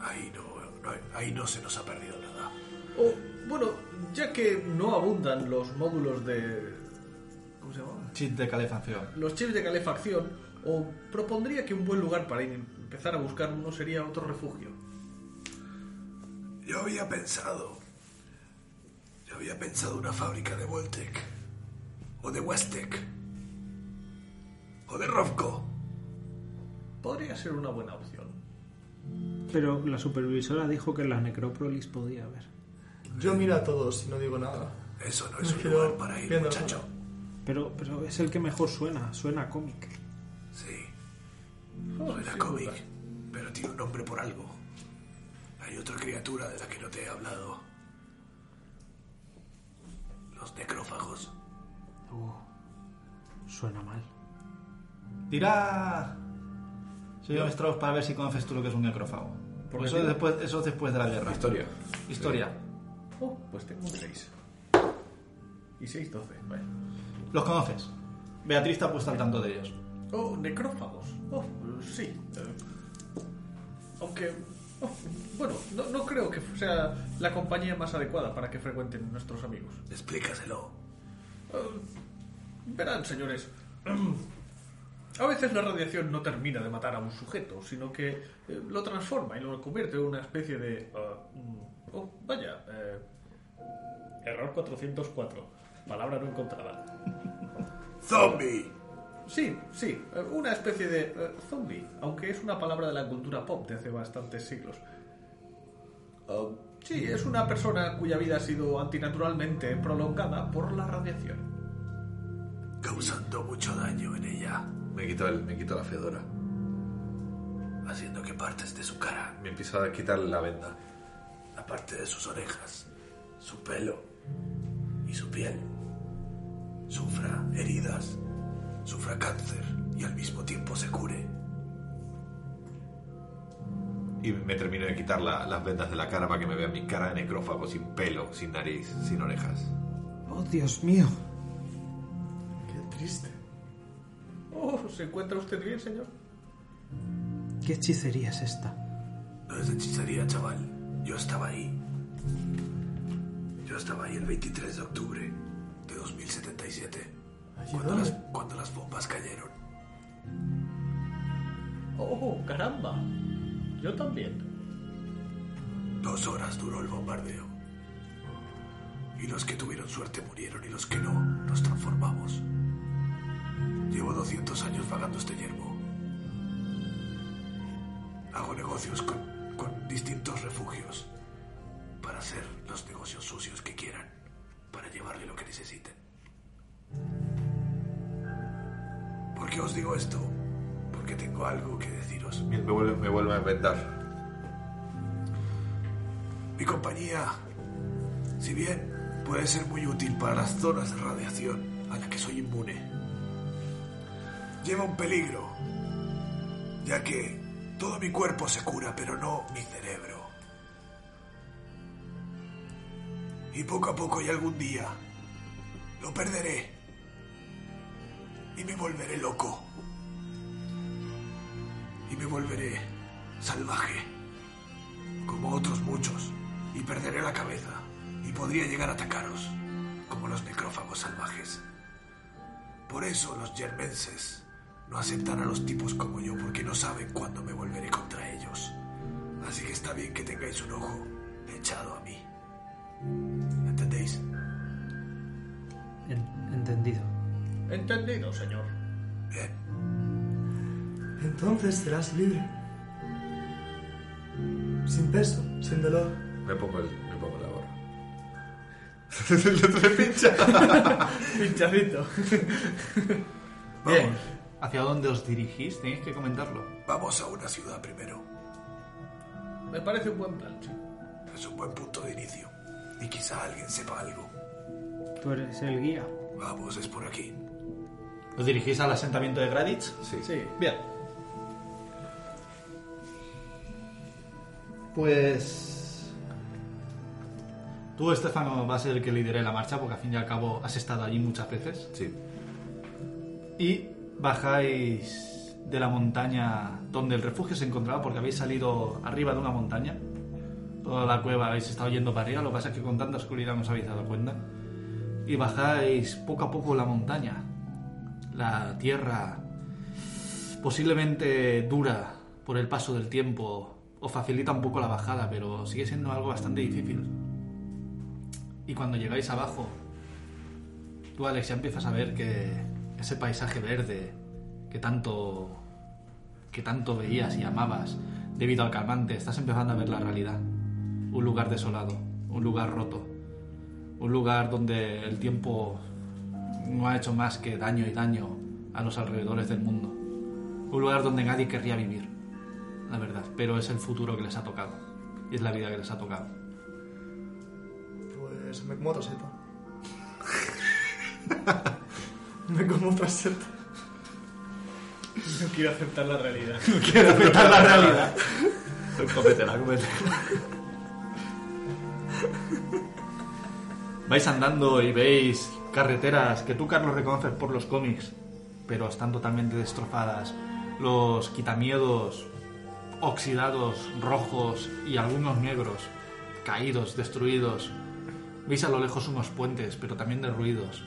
S8: Ahí no, no- ahí no se nos ha perdido nada.
S3: O, bueno, ya que no abundan los módulos de... ¿Cómo se llama?
S1: Chip de calefacción.
S3: Los chips de calefacción, o propondría que un buen lugar para ir- empezar a buscar uno sería otro refugio.
S8: Yo había pensado. Yo había pensado una fábrica de Voltec. O de Westec. O de Rovco.
S3: Podría ser una buena opción.
S4: Pero la supervisora dijo que en la necrópolis podía haber.
S6: Yo miro a todos y no digo nada.
S8: Eso no es
S6: Me
S8: un
S6: quedo
S8: lugar para ir,
S6: viendo.
S8: muchacho.
S4: Pero, pero es el que mejor suena, suena cómic.
S8: Sí.
S3: Oh,
S8: Era
S3: sin
S8: cómic,
S3: duda.
S8: pero tiene un nombre por algo. Hay otra criatura de la que no te he hablado. Los necrófagos.
S4: Suena mal.
S1: Tira. Señor Strauss, para ver si conoces tú lo que es un necrófago.
S15: Pues
S1: Porque eso es, después, eso es después de la guerra.
S2: Historia.
S1: Historia.
S3: Oh, pues tengo un 6. Y 6, 12. Vale.
S1: Los conoces. Beatriz está puesta al tanto de ellos.
S3: Oh, necrófagos. Oh, sí. Eh, aunque... oh, bueno, no, no creo que sea la compañía más adecuada para que frecuenten nuestros amigos. Eh,
S8: Explícaselo.
S3: Verán, señores. A veces la radiación no termina de matar a un sujeto, sino que eh, lo transforma y lo convierte en una especie de... ah, mm, oh, vaya, eh,
S16: Error 404. Palabra no encontrada.
S8: ¡Zombie!
S16: Sí, sí, eh, una especie de eh, zombie, aunque es una palabra de la cultura pop de hace bastantes siglos. Um, sí, es una persona cuya vida ha sido antinaturalmente prolongada por la radiación.
S8: Causando mucho daño en ella.
S2: Me quito, el- me quito la fedora.
S8: Haciendo que partes de su cara,
S2: Me empiezo a quitarle la venda.
S8: la parte de sus orejas, su pelo y su piel, sufra heridas, sufra cáncer y al mismo tiempo se cure.
S2: Y me termino de quitar la- las vendas de la cara para que me vean mi cara de necrófago, sin pelo, sin nariz, sin orejas.
S9: Oh, Dios mío.
S6: Qué triste.
S16: Oh, ¿se encuentra usted bien, señor?
S9: ¿Qué hechicería es esta?
S8: No es hechicería, chaval. Yo estaba ahí. Yo estaba ahí el 23 de octubre de 2077. Cuando las, cuando las bombas cayeron.
S16: Oh, caramba. Yo también.
S8: Dos horas duró el bombardeo. Y los que tuvieron suerte murieron y los que no, nos transformamos. Llevo 200 años vagando este yermo. Hago negocios con, con distintos refugios para hacer los negocios sucios que quieran, para llevarle lo que necesiten. ¿Por qué os digo esto? Porque tengo algo que deciros.
S2: Me vuelve, me vuelve a vendar.
S8: Mi compañía, si bien puede ser muy útil para las zonas de radiación a las que soy inmune, lleva un peligro, ya que todo mi cuerpo se cura, pero no mi cerebro. Y poco a poco y algún día lo perderé y me volveré loco y me volveré salvaje como otros muchos, y perderé la cabeza, y podría llegar a atacaros, como los necrófagos salvajes. Por eso los yermenses no aceptan a los tipos como yo, porque no saben cuándo me volveré contra ellos. Así que está bien que tengáis un ojo echado a mí. ¿Entendéis?
S9: En- entendido.
S16: Entendido, señor.
S8: Bien.
S6: Entonces serás libre. Sin peso, sin dolor.
S2: Me pongo, el, me pongo la gorra. El otro le pincha.
S16: Pinchadito.
S1: Bien. ¿Hacia dónde os dirigís? Tenéis que comentarlo.
S8: Vamos a una ciudad primero.
S16: Me parece un buen plan, sí.
S8: Es un buen punto de inicio. Y quizá alguien sepa algo.
S7: Tú eres el guía.
S8: Vamos, es por aquí.
S1: ¿Os dirigís al asentamiento de Graditz?
S2: Sí.
S16: Sí, bien.
S1: Pues. Tú, Estefano, vas a ser el que lidere la marcha porque al fin y al cabo has estado allí muchas veces.
S2: Sí.
S1: Y bajáis de la montaña donde el refugio se encontraba porque habéis salido arriba de una montaña. Toda la cueva habéis estado yendo para arriba, lo que pasa es que con tanta oscuridad no os habéis dado cuenta. Y bajáis poco a poco la montaña. La tierra, posiblemente dura por el paso del tiempo, os facilita un poco la bajada, pero sigue siendo algo bastante difícil. Y cuando llegáis abajo, Tú, Alex, ya empiezas a ver que ese paisaje verde que tanto, que tanto veías y amabas debido al calmante, estás empezando a ver la realidad. Un lugar desolado, un lugar roto, un lugar donde el tiempo no ha hecho más que daño y daño a los alrededores del mundo. Un lugar donde nadie querría vivir, la verdad, pero es el futuro que les ha tocado y es la vida que les ha tocado.
S6: Pues me como otra seta. me como otra seta.
S16: No quiero aceptar la realidad.
S1: la realidad.
S2: Cómetela, cómetela.
S1: Vais andando y veis carreteras que tú, Carlos, reconoces por los cómics, pero están totalmente destrozadas. Los quitamiedos oxidados, rojos y algunos negros, caídos, destruidos. Veis a lo lejos unos puentes, pero también derruidos,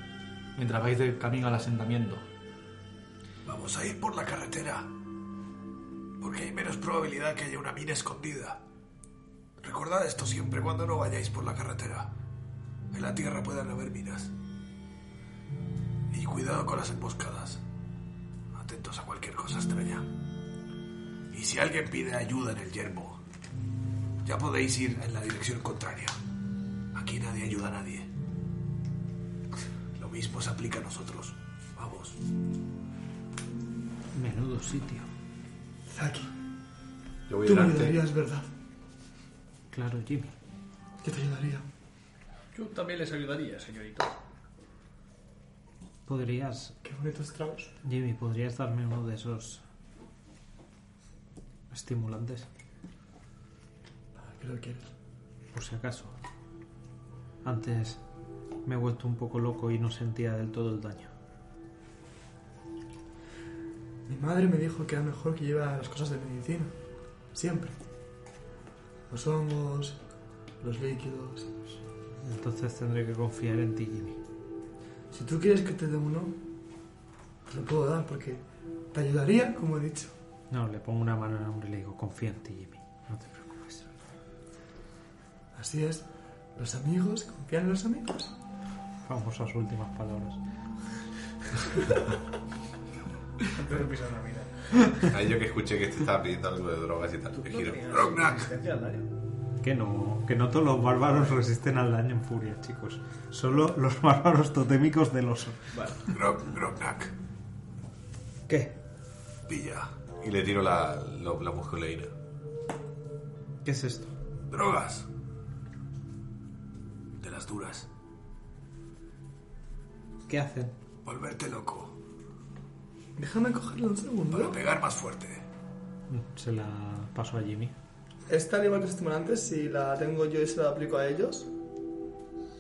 S1: mientras vais del camino al asentamiento.
S8: Vamos a ir por la carretera. Porque hay menos probabilidad que haya una mina escondida. Recordad esto siempre cuando no vayáis por la carretera. En la tierra puedan haber minas. Y cuidado con las emboscadas. Atentos a cualquier cosa extraña. Y si alguien pide ayuda en el yermo, ya podéis ir en la dirección contraria. Aquí nadie ayuda a nadie. Lo mismo se aplica a nosotros. Vamos.
S4: Menudo sitio.
S6: Zaki,
S2: Yo voy
S6: tú me
S2: delante.
S6: ayudarías, ¿verdad?
S4: Claro, Jimmy.
S6: Yo te ayudaría.
S3: Yo también les ayudaría, señorito.
S4: Podrías,
S6: Qué bonitos tragos.
S4: Jimmy, podrías darme uno de esos estimulantes,
S6: ¿Para qué lo quieres?
S4: por si acaso. Antes me he vuelto un poco loco y no sentía del todo el daño.
S6: Mi madre me dijo que era mejor que lleva las cosas de medicina. Siempre. Los hongos, los líquidos.
S4: Entonces tendré que confiar en ti, Jimmy.
S6: Si tú quieres que te dé uno, te lo puedo dar porque te ayudaría, como he dicho.
S4: No, le pongo una mano en el hombro y le digo, confía en ti, Jimmy. No te preocupes.
S6: Así es. Los amigos confían en los amigos.
S4: Vamos a sus últimas palabras.
S3: Antes de pisar la mina.
S2: Ahí yo que escuché que este estaba pidiendo algo de drogas y tal. Me giro. ¡Rognac!
S3: Resistencia al daño.
S17: Que no, que no todos los bárbaros resisten al daño en furia, chicos. Solo los bárbaros totémicos del oso.
S8: Grog- Grognak,
S18: ¿Qué?
S8: pilla.
S2: Y le tiro la, lo- la musculeína.
S18: ¿Qué es esto?
S8: Drogas. De las duras.
S18: ¿Qué hacen?
S8: Volverte loco.
S6: Déjame cogerlo un
S8: Para
S6: segundo.
S8: pegar más fuerte.
S17: Se la paso a Jimmy.
S6: Esta igual que estimulante, si la tengo yo y se la aplico a ellos,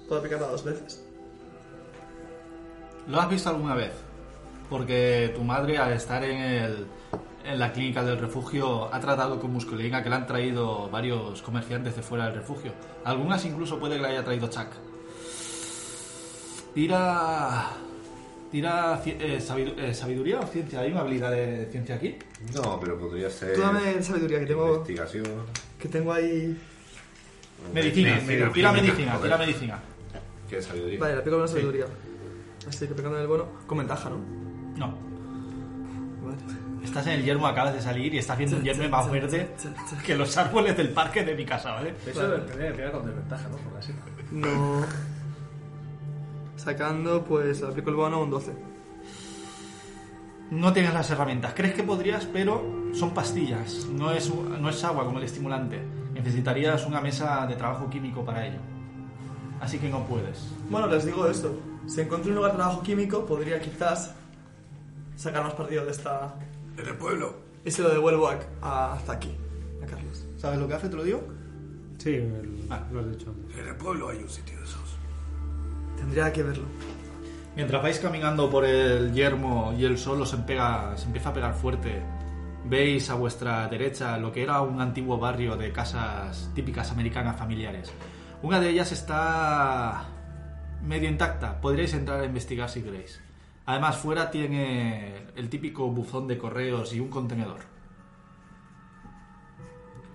S6: puedo aplicarla dos veces.
S1: ¿Lo has visto alguna vez? Porque tu madre, al estar en, el- en la clínica del refugio, ha tratado con musculina que le han traído varios comerciantes de fuera del refugio. Algunas incluso puede que la haya traído Chuck. Tira. Tira ci- eh, sabidu- eh, sabiduría o ciencia. ¿Hay una habilidad de ciencia aquí?
S2: No, pero podría
S1: Eh,
S2: ser.
S6: Tú dame sabiduría que tengo,
S2: Investigación.
S6: que tengo ahí.
S1: Medicina.
S2: Medicina,
S1: tira
S2: medicina,
S1: medicina.
S2: joder.
S1: Tira medicina.
S2: ¿Qué sabiduría?
S6: Vale, la aplico con la sabiduría. Así que pegando en el bono, con ventaja, ¿no?
S1: No.
S6: Vale.
S1: Estás en el yermo, acabas de salir y estás viendo un yermo más verde que los árboles del parque de mi casa, ¿vale?
S3: Eso lo tendría que pegar con desventaja, ¿no? Por así.
S6: No. Sacando, pues le aplico el bono un 12.
S1: No tienes las herramientas. Crees que podrías, pero son pastillas. No es, no es agua como el estimulante. Necesitarías una mesa de trabajo químico para ello. Así que no puedes.
S6: Bueno, les digo esto. Si encuentro un lugar de trabajo químico, podría quizás sacar más partido de esta.
S8: En el pueblo.
S6: Y se lo devuelvo a, a- hasta aquí, a Carlos.
S1: ¿Sabes lo que hace? ¿Te lo digo?
S17: Sí, el-
S18: Ah.
S17: lo has dicho.
S8: En el pueblo hay un sitio de esos.
S6: Tendría que verlo.
S1: Mientras vais caminando por el yermo y el sol os empega- se empieza a pegar fuerte, veis a vuestra derecha lo que era un antiguo barrio de casas típicas americanas familiares. Una de ellas está medio intacta, podríais entrar a investigar si queréis. Además, fuera tiene el típico buzón de correos y un contenedor.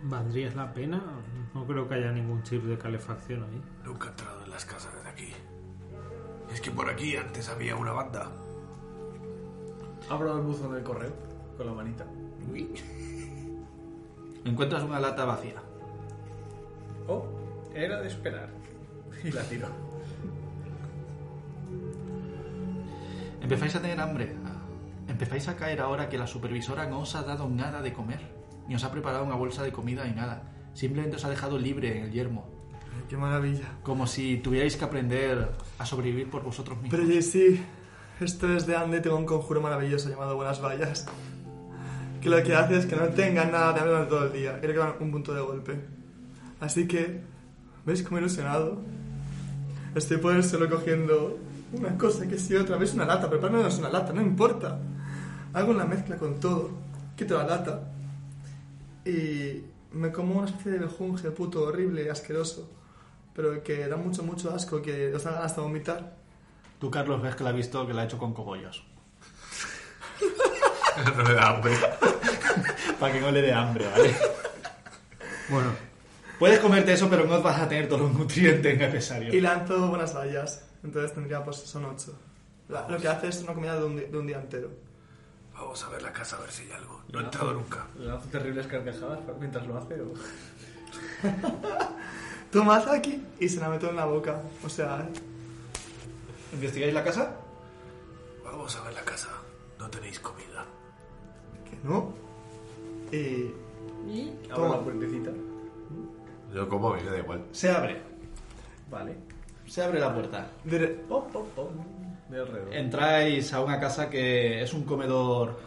S4: ¿Valdría la pena? No creo que haya ningún chip de calefacción ahí.
S8: Nunca he entrado en las casas desde aquí. Es que por aquí antes había una banda.
S3: Abro el buzón del correo con la manita.
S1: Encuentras una lata vacía.
S3: Oh, era de esperar. Y la tiro.
S1: Empezáis a tener hambre. Empezáis a caer ahora que la supervisora no os ha dado nada de comer, ni os ha preparado una bolsa de comida ni nada. Simplemente os ha dejado libre en el yermo,
S6: Ay, qué maravilla.
S1: como si tuvierais que aprender a sobrevivir por vosotros mismos.
S6: Pero sí, esto es de Ande, tengo un conjuro maravilloso llamado Buenas Vallas. Que lo que hace es que no tengan nada de hambre durante todo el día. Creo que van un punto de golpe. Así que, ¿veis cómo he ilusionado? Estoy por el suelo cogiendo una cosa que sí, otra vez una lata. Pero para mí no es una lata, no importa. Hago una mezcla con todo, quito la lata y me como una especie de mejunje puto horrible, asqueroso. Pero que da mucho, mucho asco, que os da ganas de vomitar.
S1: Tú, Carlos, ves que la ha visto que la ha hecho con cogollos.
S2: no le da hambre.
S1: Para que no le dé hambre, ¿vale?
S17: Bueno,
S1: Puedes comerte eso, pero no vas a tener todos los nutrientes necesarios.
S6: Y lanzo buenas vallas. Entonces tendría, pues, son ocho. La- lo que hace es una comida de un, di- de un día entero.
S8: Vamos a ver la casa a ver si hay algo. No he entrado nunca.
S3: Le lanzo terribles carcajadas mientras lo hace. o-
S6: Toma aquí y se la meto en la boca. O sea,
S1: ¿Investigáis la casa?
S8: Vamos a ver la casa. No tenéis comida.
S6: que no. Y
S3: Y abro
S6: Toma.
S3: la puertecita.
S2: Yo como, a mí me da igual.
S1: Se abre.
S3: Vale.
S1: Se abre la puerta.
S6: de re-
S3: Pom, pom, pom. De
S6: Eh,
S3: alrededor.
S1: Entráis a una casa que es un comedor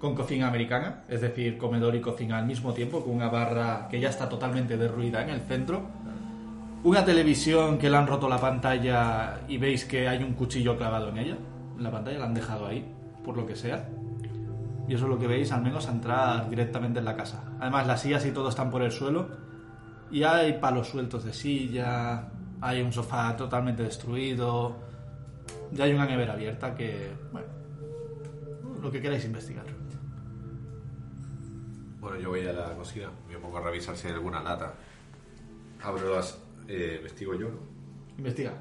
S1: con cocina americana, es decir, comedor y cocina al mismo tiempo, con una barra que ya está totalmente derruida en el centro. Una televisión que le han roto la pantalla y veis que hay un cuchillo clavado en ella. En la pantalla la han dejado ahí, por lo que sea. Y eso es lo que veis, al menos, a entrar directamente en la casa. Además, las sillas y todo están por el suelo. Y hay palos sueltos de silla, hay un sofá totalmente destruido, ya hay una nevera abierta que. Bueno. Lo que queráis investigar.
S2: Bueno, yo voy a la cocina, me pongo a revisar si hay alguna lata. Abro las. Eh, investigo yo. ¿no?
S1: Investiga.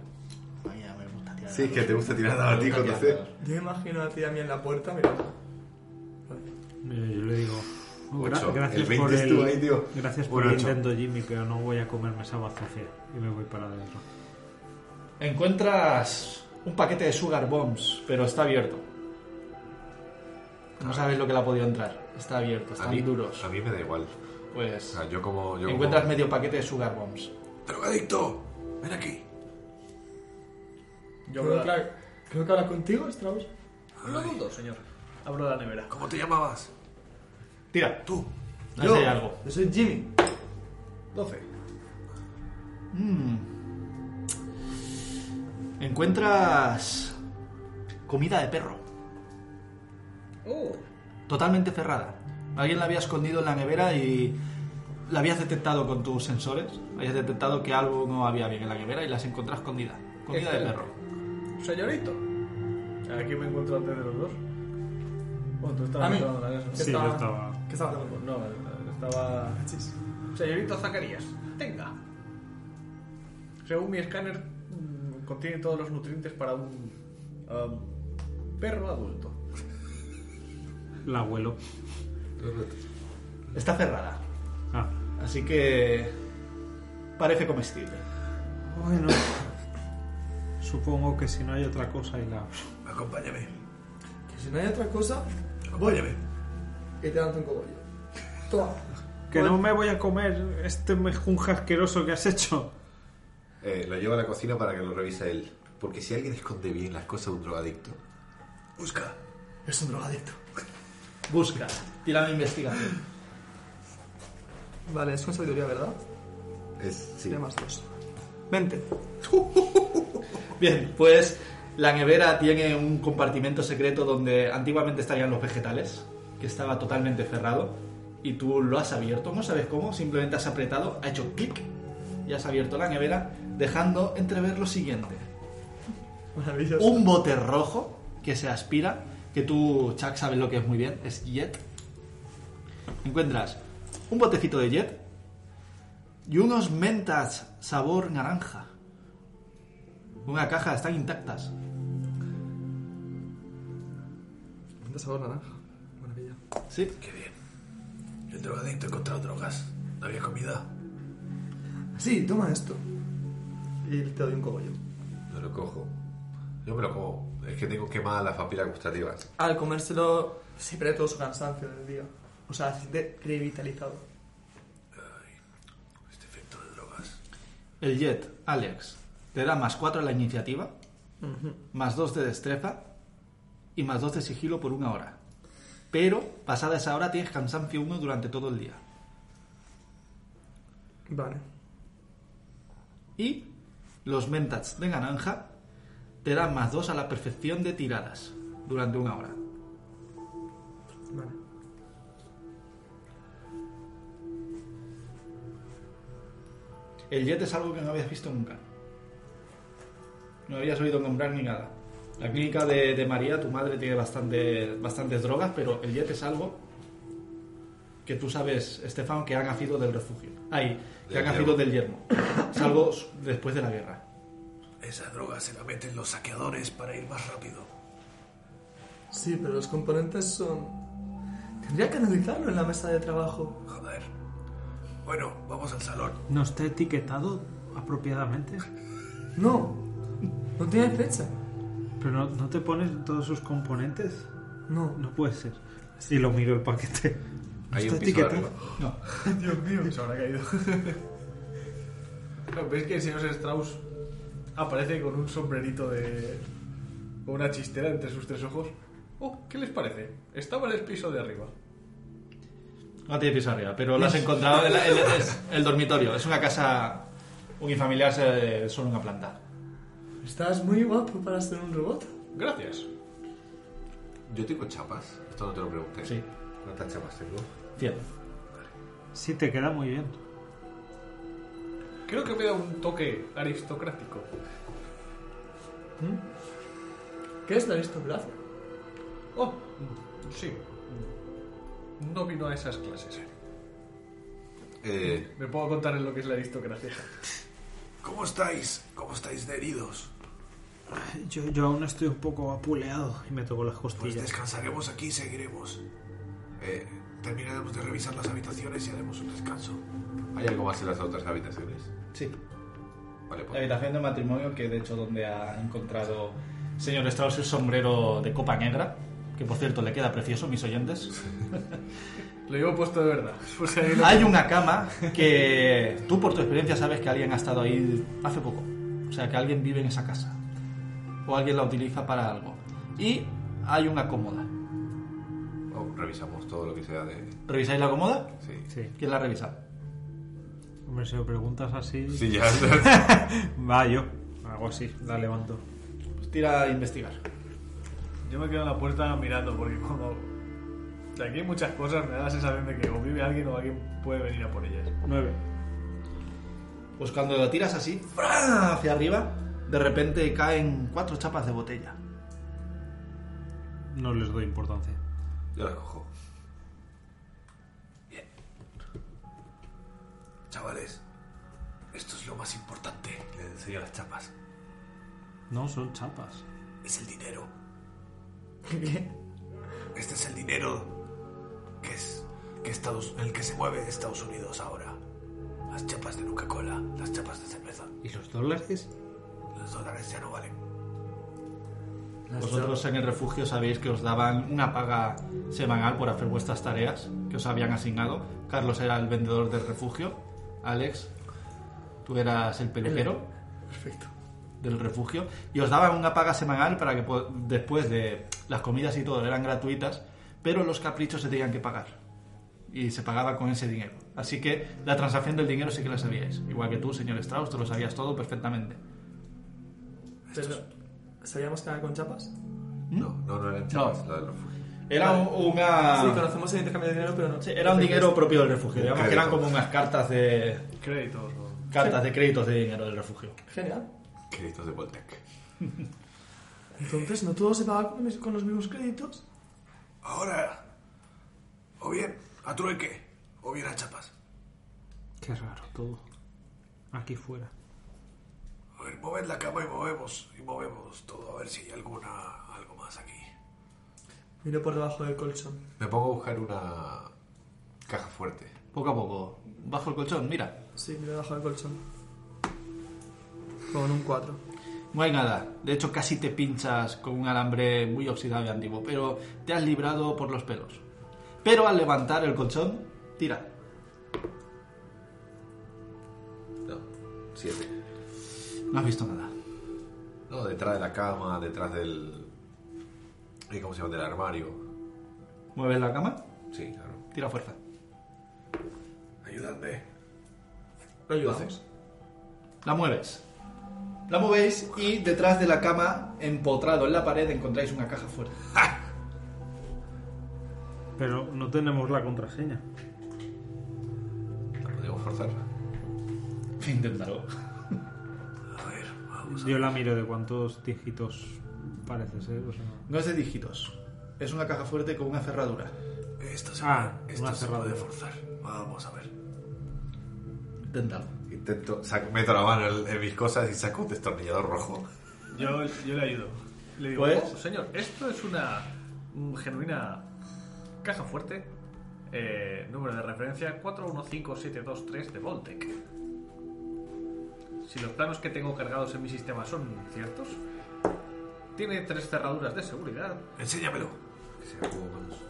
S1: Ay, ya me gusta tirar.
S2: Sí, es que te gusta tirar
S1: Me
S2: Ah, a
S1: gusta
S2: ti
S1: tirar
S2: entonces.
S1: dados.
S6: yo me imagino a ti y a mí en la puerta, mira.
S4: Eh, yo le digo. "Oh, "Gra-
S2: Ocho.
S4: gracias
S2: El 20
S4: por
S2: estuvo ahí, tío.
S4: Gracias por
S2: Bueno,
S4: el
S2: ocho.
S4: intento, Jimmy, pero no voy a comerme esa bazofia. Y me voy para adentro.
S1: Encuentras un paquete de sugar bombs, pero está abierto. No sabéis lo que le ha podido entrar. Está abierto,
S2: A
S1: están
S2: mí,
S1: duros.
S2: a mí me da igual. O
S1: Pues.
S2: sea, yo como. Yo como-
S1: encuentras medio paquete de sugar bombs.
S8: Drogadicto, ven aquí.
S3: Yo abro la...
S6: Claro, creo que habla contigo, Strauss.
S3: No dudo, señor. Abro la nevera.
S8: ¿Cómo te llamabas?
S1: Tira.
S8: Tú.
S1: A ver si hay algo.
S6: Yo soy Jimmy.
S3: 12.
S2: Mm.
S1: Encuentras. comida de perro.
S3: Oh.
S1: totalmente cerrada. Alguien la había escondido en la nevera y la habías detectado con tus sensores. Habías detectado que algo no había bien en la nevera y las encontrás escondida. Comida de
S3: Excelente.
S1: perro.
S3: Señorito. Aquí me encuentro antes de los dos. Bueno, tú
S6: A
S3: estabas
S6: mí.
S3: entrando en la casa.
S6: ¿Qué
S4: Sí,
S6: estaba-
S4: yo estaba.
S6: ¿Qué estaba
S3: Pues
S6: haciendo?
S3: No, estaba.
S6: Chis.
S3: Señorito Zacarías, tenga. Según mi escáner, mm, contiene todos los nutrientes para un um, perro adulto.
S4: El abuelo.
S1: Está cerrada.
S4: Ah,
S1: Así que. parece comestible.
S4: bueno. Supongo que si no hay otra cosa y la.
S8: Acompáñame.
S6: Que si no hay otra cosa,
S8: Acompáñame.
S6: y te lanzo un cogollo. Toma.
S4: Que no me voy a comer este mejunje asqueroso que has hecho.
S2: Eh, lo llevo a la cocina para que lo revise él. Porque si alguien esconde bien las cosas de un drogadicto.
S8: Busca.
S6: Es un drogadicto.
S1: Busca. Tira mi investigación.
S6: Vale, es con sabiduría, ¿verdad?
S2: Es. Sí.
S6: Tiene más dos. 20.
S1: Bien, pues. La nevera tiene un compartimento secreto donde antiguamente estarían los vegetales, que estaba totalmente cerrado, y tú lo has abierto, no sabes cómo, simplemente has apretado, ha hecho clic, y has abierto la nevera, dejando entrever lo siguiente.
S6: Maravilloso.
S1: un bote rojo que se aspira, que tú, Chuck, sabes lo que es muy bien, es jet. Encuentras un botecito de jet y unos mentas sabor naranja. Una caja, están intactas.
S6: De sabor naranja. Maravilla.
S1: Sí.
S8: Qué bien. Yo en drogadicto he encontrado drogas. No había comida.
S6: Sí, toma esto. Y te doy un cogollo.
S2: No lo cojo. Yo me lo como. Es que tengo quemadas las papilas gustativas.
S6: Al comérselo, se pierde todo su cansancio del día. O sea, se siente revitalizado.
S8: Este efecto de drogas.
S1: El jet, Alex, te da más 4 a la iniciativa, más 2 de destreza y más 2 de sigilo por una hora. Pero, pasada esa hora, tienes cansancio 1 durante todo el día.
S6: Vale.
S1: Y los mentats de naranja te dan más 2 a la perfección de tiradas durante una hora.
S6: Vale.
S1: El jet es algo que no habías visto nunca. No habías oído nombrar ni nada. La clínica de, de María, tu madre, tiene bastante, bastantes drogas, pero el jet es algo que que tú sabes, Estefan, que ha nacido del refugio. Ay, que
S2: Del
S1: ha nacido
S2: yermo.
S1: del yermo. Salvo s- después de la guerra.
S8: Esa droga se la meten los saqueadores para ir más rápido.
S6: Sí, pero los componentes son... Tendría que analizarlo en la mesa de trabajo.
S8: Joder. Bueno, vamos al salón.
S4: ¿No está etiquetado apropiadamente?
S6: No, no tiene fecha.
S4: ¿Pero no, no te pones todos sus componentes?
S6: No,
S4: No puede ser. Y lo miro el paquete.
S2: Hay un
S4: Está
S2: piso
S4: etiquetado.
S2: arriba.
S3: Dios mío, se habrá caído. No, ¿Veis que el señor Strauss aparece con un sombrerito de. con una chistera entre sus tres ojos? Oh, ¿qué les parece? Estaba en el piso de arriba.
S1: No tiene piso arriba, pero lo has encontrado en la- en la- es el dormitorio. Es una casa unifamiliar, eh, solo una planta.
S6: estás muy guapo para ser un robot.
S3: Gracias.
S2: Yo tengo chapas. Esto no te lo pregunté.
S1: Sí.
S2: ¿Cuántas chapas tengo?
S1: Cien.
S4: Sí, te queda muy bien.
S3: Creo que me da un toque aristocrático.
S6: ¿Qué es la aristocracia?
S3: Oh, mm, sí. Mm. No vino a esas clases.
S2: Eh,
S3: Me puedo contar en lo que es la aristocracia.
S8: ¿Cómo estáis? ¿Cómo estáis de heridos?
S4: Yo, yo aún estoy un poco apuleado y me toco las
S8: Pues
S4: costillas.
S8: descansaremos aquí y seguiremos. Eh, terminaremos de revisar las habitaciones y haremos un descanso.
S2: ¿Hay algo más en las otras habitaciones?
S1: Sí.
S2: Vale,
S1: La
S2: pues.
S1: habitación de matrimonio, que de hecho donde ha encontrado señor Strauss el sombrero de copa negra, que por cierto le queda precioso, mis oyentes.
S3: Lo llevo puesto de verdad. O sea, ahí lo-
S1: Hay una cama que tú por tu experiencia sabes que alguien ha estado ahí hace poco. O sea, que alguien vive en esa casa. O alguien la utiliza para algo. Y hay una cómoda.
S2: oh, revisamos todo lo que sea de.
S1: ¿Revisáis la cómoda?
S2: Sí.
S4: Sí.
S1: ¿Quién la revisa?
S4: Hombre, si lo preguntas así.
S2: Sí, ya.
S4: Va, yo. Hago así, la levanto.
S1: Pues tira a investigar.
S3: Yo me quedo en la puerta mirando porque como de aquí hay muchas cosas me da la sensación de que o vive alguien o alguien puede venir a por ellas.
S4: Nueve.
S1: Pues cuando la tiras así, ¡fra! hacia arriba, de repente caen cuatro chapas de botella.
S4: No les doy importancia.
S2: Yo las cojo.
S8: Chavales, esto es lo más importante.
S2: Le enseño las chapas.
S4: No, son chapas.
S8: Es el dinero. Este es el dinero que es que Estados, en el que se mueve Estados Unidos ahora. Las chapas de Coca-Cola, las chapas de cerveza.
S4: ¿Y los dólares?
S8: Los dólares ya no valen.
S1: Vosotros en el refugio sabéis que os daban una paga semanal por hacer vuestras tareas que os habían asignado. Carlos era el vendedor del refugio, Alex, tú eras el peluquero
S6: Perfecto.
S1: del refugio y os daban una paga semanal para que po- después de las comidas y todo eran gratuitas, pero los caprichos se tenían que pagar y se pagaba con ese dinero. Así que la transacción del dinero sí que la sabíais, igual que tú, señor Strauss, tú lo sabías todo perfectamente.
S6: Pero, ¿Sabíamos que era con chapas?
S2: No, no, no eran chapas. la del refugio.
S1: Era un- una
S6: Sí, conocemos el intercambio de dinero, pero no.
S1: Sí, era un dinero propio del refugio.
S2: Un
S1: Digamos que eran
S2: crédito.
S1: como unas cartas de
S3: Créditos. ¿no?
S1: cartas de créditos de dinero del refugio.
S6: Genial.
S2: Créditos de Voltec.
S6: Entonces, ¿no todo se paga con mis- con los mismos créditos?
S8: Ahora, o bien a trueque, o bien a chapas.
S4: Qué raro todo. Aquí fuera.
S8: A ver, moved la cama y movemos, y movemos todo, a ver si hay alguna, algo más aquí.
S6: Miro por debajo del colchón.
S2: Me pongo a buscar una caja fuerte.
S1: Poco a poco. Bajo el colchón, mira.
S6: Sí, miro debajo del colchón. Con un 4.
S1: No hay nada. De hecho, casi te pinchas con un alambre muy oxidado y antiguo. Pero te has librado por los pelos. Pero al levantar el colchón, tira.
S2: No, siete.
S1: No has visto nada.
S2: No, detrás de la cama, detrás del. eh, ¿Cómo se llama? Del armario.
S1: Mueves la cama,
S2: Sí, claro.
S1: tira fuerza.
S8: Ayudadme.
S1: Lo
S2: ayudamos.
S1: La mueves. La movéis y detrás de la cama, empotrado en la pared, encontráis una caja fuerte.
S4: Pero no tenemos la contraseña.
S2: La podemos forzar.
S1: Inténtalo.
S8: A ver, vamos.
S4: Yo la miro de cuántos dígitos parece ser. o sea,
S1: No es de dígitos. Es una caja fuerte con una cerradura.
S8: Esto se,
S19: Ah,
S8: esto
S19: una
S8: se
S19: cerradura.
S8: puede forzar. Vamos a ver.
S1: Inténtalo.
S2: Intento, saco- meto la mano en, en mis cosas y saco un destornillador rojo.
S3: Yo, yo le ayudo. Le digo,
S1: Pues-
S3: "Oh, señor, esto es una mm, genuina caja fuerte. eh, número de referencia 415723 de Voltec. Si los planos que tengo cargados en mi sistema son ciertos, tiene tres cerraduras de seguridad.
S8: Enséñamelo.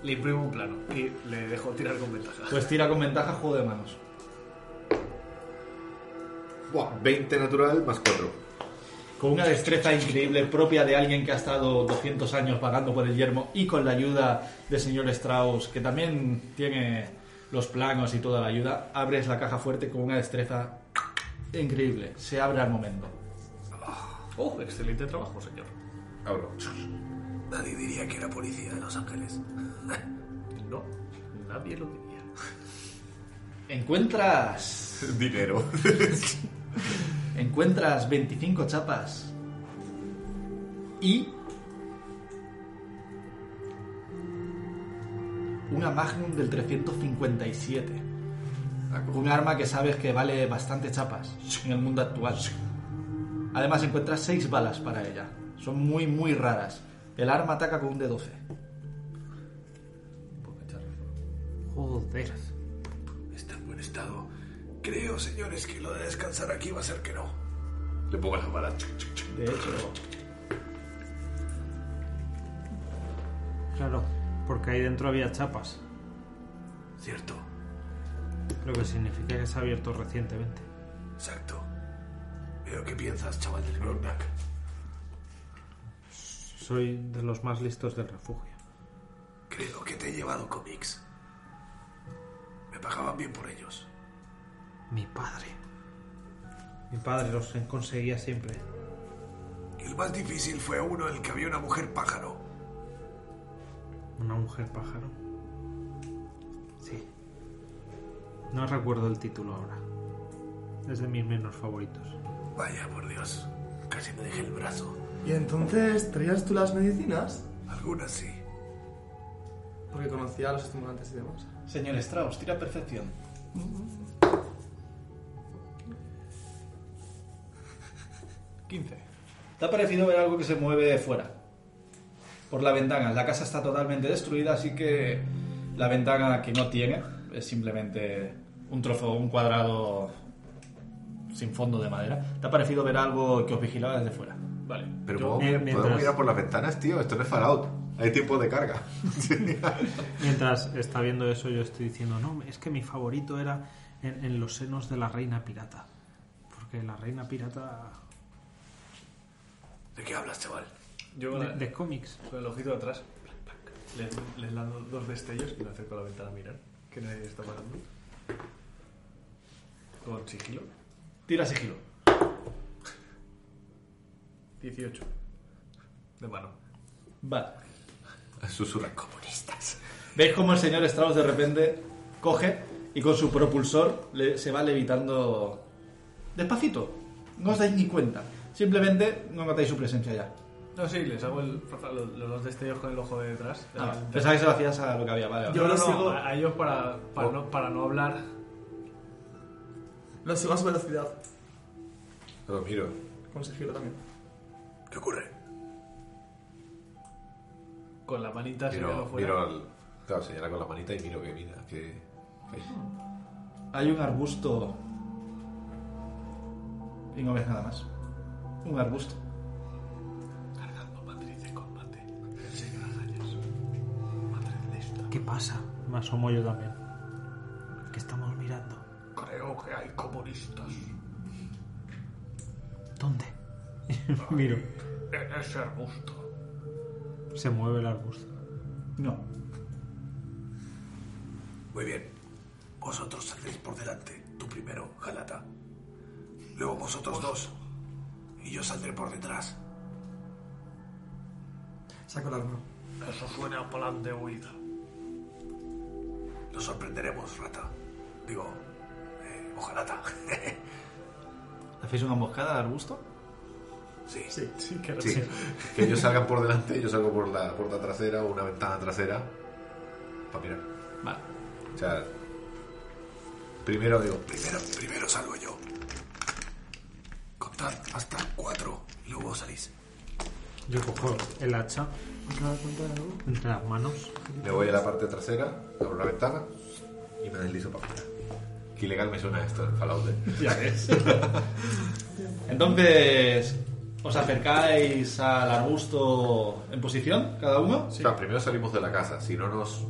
S3: Le imprimo un plano y le dejo tirar con ventaja.
S1: Pues tira con ventaja juego de manos.
S2: Buah, 20 natural más 4.
S1: Con una destreza increíble propia de alguien que ha estado 200 años vagando por el yermo y con la ayuda de señor Strauss, que también tiene los planos y toda la ayuda, abres la caja fuerte con una destreza increíble. Se abre al momento.
S3: Oh, excelente trabajo, señor.
S2: Abro.
S8: Nadie diría que era policía de Los Ángeles.
S3: No, nadie lo diría.
S1: Encuentras
S2: Dinero.
S1: Encuentras 25 chapas y una Magnum del 357. Un arma que sabes que vale bastante chapas en el mundo actual. Además encuentras 6 balas para ella. Son muy, muy raras. El arma ataca con un D12.
S4: Joder.
S8: Está en buen estado. Creo, señores, que lo de descansar aquí va a ser que no.
S2: Le pongo las balas.
S1: De hecho,
S4: Claro, porque ahí dentro había chapas,
S8: Cierto.
S4: lo que significa que se ha abierto recientemente.
S8: Exacto. Veo que piensas, chaval del Grognak.
S4: Soy de los más listos del refugio.
S8: Creo que te he llevado cómics. Me pagaban bien por ellos.
S4: Mi padre. Mi padre los conseguía siempre.
S8: El más difícil fue uno en el que había una mujer pájaro.
S4: Una mujer pájaro. Sí. No recuerdo el título ahora. Es de mis menos favoritos.
S8: Vaya, por Dios. Casi me dejé el brazo.
S6: ¿Y entonces traías tú las medicinas?
S8: Algunas sí.
S6: Porque conocía los estimulantes y demás.
S20: Señor Strauss, tira perfección. ¿Te ha parecido ver algo que se mueve fuera? Por la ventana. La casa está totalmente destruida, así que la ventana que no tiene es simplemente un trozo, un cuadrado sin fondo de madera. ¿Te ha parecido ver algo que os vigilaba desde fuera?
S3: Vale.
S2: Pero
S3: yo-
S2: ¿podemos,
S4: eh,
S2: podemos
S4: mientras-
S2: mirar por las ventanas, tío. Esto no es Fallout. Hay tiempo de carga.
S4: Mientras está viendo eso, yo estoy diciendo, no, es que mi favorito era en, en los senos de la reina pirata. Porque la reina pirata
S8: ¿De qué hablas, chaval?
S3: yo
S4: de, de cómics.
S3: Con el ojito de atrás, plac, plac, les, les lanzo dos destellos y me acerco a la ventana a mirar, que nadie está parando. Con sigilo.
S20: Tira sigilo.
S3: 18. De mano.
S1: Vale.
S2: Susurra.
S1: ¿Veis cómo el señor Strauss de repente coge y con su propulsor le- se va levitando despacito? No os dais ni cuenta. Simplemente no notáis su presencia ya.
S3: No, sí, les hago el, los, los destellos con el ojo de detrás. de la
S1: Ah,
S3: ventana.
S1: pensaba que se lo hacías a lo que había, vale. vale.
S3: yo no,
S6: lo
S3: no,
S6: sigo-
S3: a a ellos para, para,
S8: Oh.
S3: no, para no hablar.
S6: Lo sigo a su velocidad.
S2: Lo miro.
S6: Con sigilo también.
S8: ¿Qué ocurre?
S3: Con la manita se quedó
S2: Miro,
S3: fuera.
S2: miro al. Claro, señala con la manita y miro que mira. Que. que-
S1: Hay un arbusto. Y no ves nada más. Un arbusto.
S3: Cargando matriz de combate. Enseña arañas. Matriz lista.
S4: ¿Qué pasa? Me asomo yo también. ¿Qué estamos mirando?
S8: Creo que hay comunistas.
S4: ¿Dónde? Miro.
S8: En ese arbusto.
S4: Se mueve el arbusto.
S1: No.
S8: Muy bien. Vosotros saldréis por delante. Tú primero, Jalata. Luego vosotros dos. Y yo saldré por detrás.
S6: Saco el arma.
S8: Eso suena a plan de huida. Nos sorprenderemos, rata. Digo, eh, ojalata.
S1: ¿Hacéis una emboscada al arbusto?
S8: sí.
S3: Sí, que
S2: Sí. Que ellos salgan por delante, yo salgo por la puerta trasera o una ventana trasera. Para mirar. sea, primero digo,
S21: Primero, primero salgo yo. Contad hasta cuatro y luego vos salís.
S4: Yo cojo el hacha entre las manos.
S2: me voy a la parte trasera, abro una ventana y me deslizo para afuera. Qué ilegal me suena esto, el Fallout. ¿eh?
S1: Ya ves. Entonces, ¿os acercáis al arbusto en posición, cada uno?
S2: O sea, primero salimos de la casa, si no nos...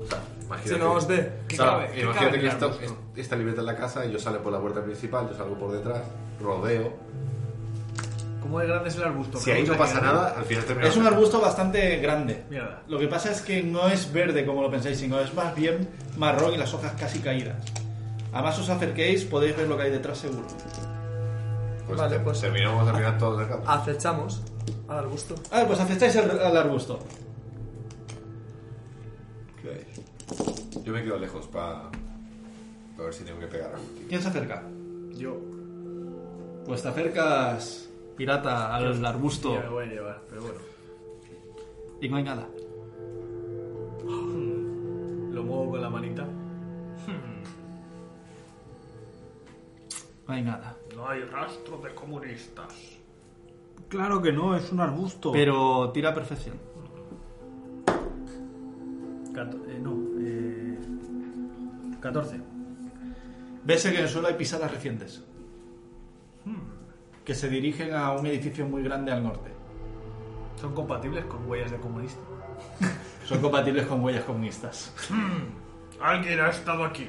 S2: O sea, imagínate...
S6: Si no os ve.
S2: O sea,
S22: cabe? ¿Qué
S2: imagínate
S22: cabe en
S2: que
S22: el
S2: esta,
S22: arbusto?
S2: es- esta libreta en la casa, ellos salen por la puerta principal, yo salgo por detrás, rodeo.
S3: ¿Cómo de grande es el arbusto?
S2: Si ahí no pasa nada, al final terminamos...
S1: Es un arbusto bastante grande.
S3: Mierda.
S1: Lo que pasa es que no es verde como lo pensáis, sino es más bien marrón y las hojas casi caídas. Además os acerquéis, podéis ver lo que hay detrás seguro.
S2: Pues
S6: Vale,
S2: te-
S6: pues- Ah,
S2: terminamos al final todos de casa.
S6: Acechamos al arbusto.
S1: A ver, pues acercáis al, al arbusto.
S2: Yo me quedo lejos para... ver si tengo que pegar algo.
S1: ¿Quién se acerca?
S3: Yo
S1: Pues te acercas, pirata, al
S3: ya me
S1: arbusto
S3: voy a llevar, pero bueno.
S1: y no hay nada.
S3: Lo muevo con la manita.
S1: No hay nada.
S22: No hay rastro de comunistas.
S4: Claro que no, es un
S1: Oh.
S4: arbusto.
S3: Eh,
S1: Pero tira a perfección.
S3: Cato- eh, no, eh, 14.
S1: Ves que en el suelo hay pisadas recientes. Hmm. Que se dirigen a un edificio muy grande al norte.
S3: Son compatibles con huellas de comunista.
S1: Son compatibles con huellas comunistas.
S22: Alguien ha estado aquí.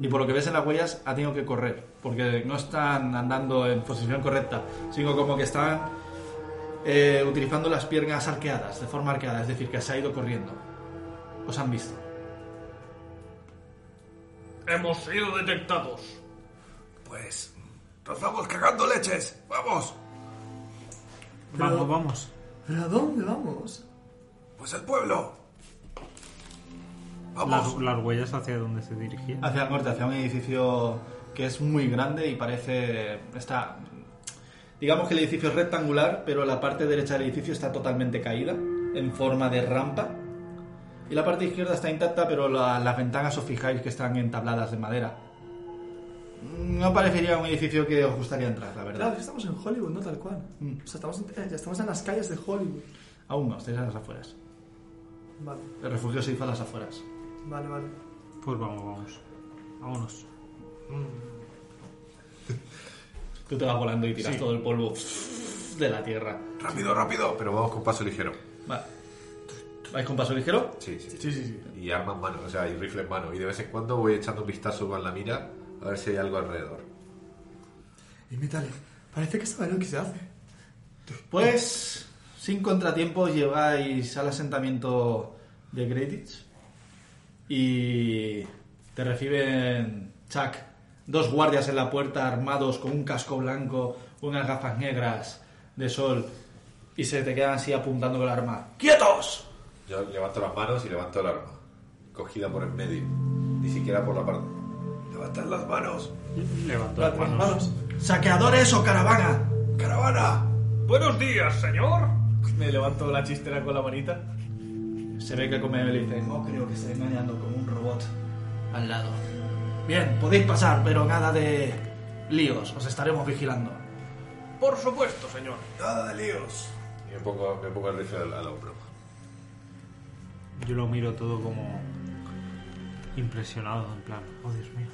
S1: Y por lo que ves en las huellas, ha tenido que correr. Porque no están andando en posición correcta, sino como que están eh, utilizando las piernas arqueadas, de forma arqueada. Es decir, que se ha ido corriendo. Os han visto.
S22: Hemos sido detectados.
S21: Pues nos vamos cagando leches. ¡Vamos!
S4: Vamos, vamos.
S6: ¿Pero a dónde vamos?
S21: Pues al pueblo.
S4: Las,
S21: Vamos.
S4: las huellas hacia donde se dirigían.
S1: Hacia el norte, hacia un edificio que es muy grande y parece... Está... Digamos que el edificio es rectangular, pero la parte derecha del edificio está totalmente caída, en forma de rampa. Y la parte izquierda está intacta, pero la- las ventanas os fijáis que están entabladas de madera. No parecería un edificio que os gustaría entrar, la
S6: Claro,
S1: verdad.
S6: que estamos en Hollywood, no tal cual.
S1: Mm.
S6: O sea, estamos en, eh, ya estamos en las calles de Hollywood.
S1: Aún no, estáis a las afueras.
S6: Vale,
S1: El refugio se hizo a las afueras.
S6: vale, vale.
S4: Pues vamos, vamos. Vámonos.
S1: Tú te vas volando y tiras todo el polvo de la tierra.
S21: Rápido, rápido.
S2: Pero vamos con paso ligero.
S1: Vale. ¿Vais con paso ligero?
S2: Sí, sí.
S3: Sí, sí, sí.
S2: Y arma en mano, o sea, y rifle en mano. Y de vez en cuando voy echando un vistazo con la mira a ver si hay algo alrededor.
S6: Imítale. Parece que sabe lo que se hace.
S1: Pues, sin contratiempos, llegáis al asentamiento de Greitich y te reciben, Chuck, dos guardias en la puerta armados con un casco blanco, unas gafas negras de sol y se te quedan así apuntando con el arma. ¡Quietos!
S2: Yo levanto las manos y levanto el arma. Cogida por en medio. Ni siquiera por la parte.
S21: Levantad las manos.
S4: Levanto las manos.
S1: ¿Saqueadores o caravana?
S21: Caravana.
S22: Buenos días, señor.
S3: Me levanto la chistera con la manita.
S1: Se ve que come y le dice, no creo que esté engañando con un robot al lado. Bien, podéis pasar, pero nada de líos, os estaremos vigilando.
S22: Por supuesto, señor.
S21: Nada de líos.
S2: Y me pongo, me pongo el rifle al, al hombro.
S4: Yo lo miro todo como impresionado, en plan, oh Dios mío.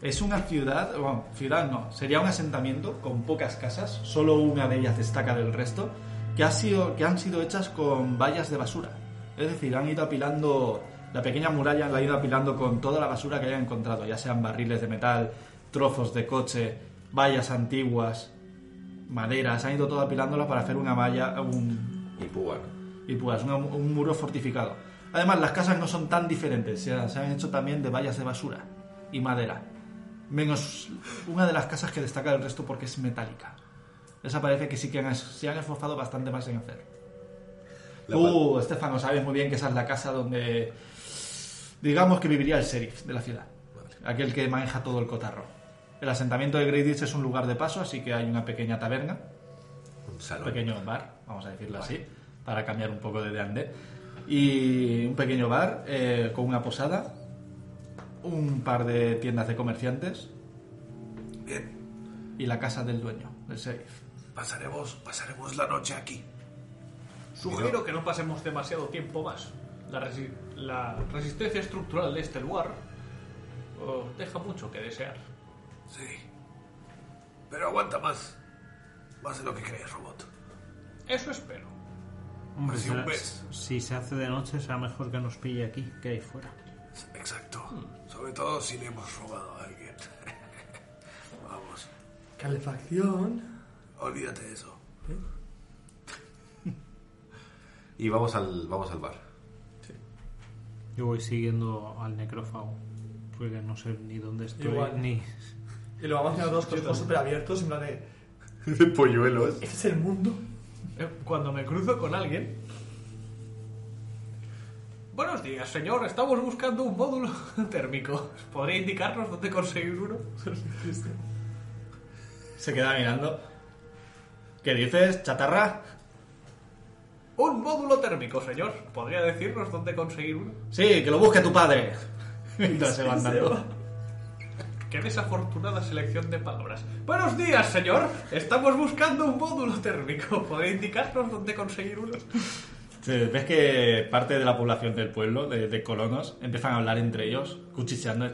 S1: Es una ciudad, bueno, ciudad no, sería un asentamiento con pocas casas, solo una de ellas destaca del resto, que, ha sido, que han sido hechas con vallas de basura. Es decir, han ido apilando, la pequeña muralla la han ido apilando con toda la basura que hayan encontrado, ya sean barriles de metal, trozos de coche, vallas antiguas, maderas, han ido todo apilándolas para hacer una valla, un,
S2: Y púan.
S1: y pues un, un muro fortificado. Además, las casas no son tan diferentes, se, han- se han hecho también de vallas de basura y madera. Menos una de las casas que destaca del resto porque es metálica. Esa parece que sí que han es- se han esforzado bastante más en hacer.
S2: La
S1: uh, Estefano, sabes muy bien que esa es la casa donde. Digamos que viviría el sheriff de la ciudad. Aquel que maneja todo el cotarro. El asentamiento de Greyditch es un lugar de paso, así que hay una pequeña taberna
S2: Un
S1: un
S2: salón.
S1: pequeño bar, vamos a decirlo así, para cambiar un poco de ande. y un pequeño bar eh, con una posada, un par de tiendas de comerciantes
S8: Bien,
S1: y la casa del dueño, del sheriff.
S8: pasaremos, pasaremos la noche aquí.
S3: Sugiero que no pasemos demasiado tiempo más. La, resi- la resistencia estructural de este lugar oh, deja mucho que desear.
S8: Sí. Pero aguanta más. Más de lo que crees, robot.
S3: Eso espero.
S4: Hombre,
S8: Así un
S4: será-
S8: mes.
S4: si se hace de noche, será mejor que nos pille aquí que ahí fuera.
S8: Exacto. Sobre todo si le hemos robado a alguien. Vamos,
S6: Calefacción.
S8: olvídate de eso.
S2: Y vamos al, vamos al bar.
S4: Yo voy siguiendo al necrófago. Porque no sé ni dónde estoy,
S6: Igual.
S4: ni.
S6: Y lo vamos haciendo todos con los ojos súper abiertos, en plan de.
S2: Polluelos.
S6: Este ¿Es el mundo?
S3: Eh, Cuando me cruzo con alguien... Buenos días, señor. Estamos buscando un módulo térmico. ¿Podría indicarnos dónde conseguir uno?
S1: Se queda mirando. ¿Qué dices, chatarra?
S3: un módulo térmico, señor. ¿Podría decirnos dónde conseguir uno?
S1: Sí, que lo busque tu padre. Mientras se va
S6: Se
S1: andando.
S6: va.
S3: Qué desafortunada selección de palabras. Buenos días, señor. Estamos buscando un módulo térmico. ¿Podría indicarnos dónde conseguir uno?
S1: Sí, Ves que parte de la población del pueblo, de, de colonos, empiezan a hablar entre ellos, cuchicheando.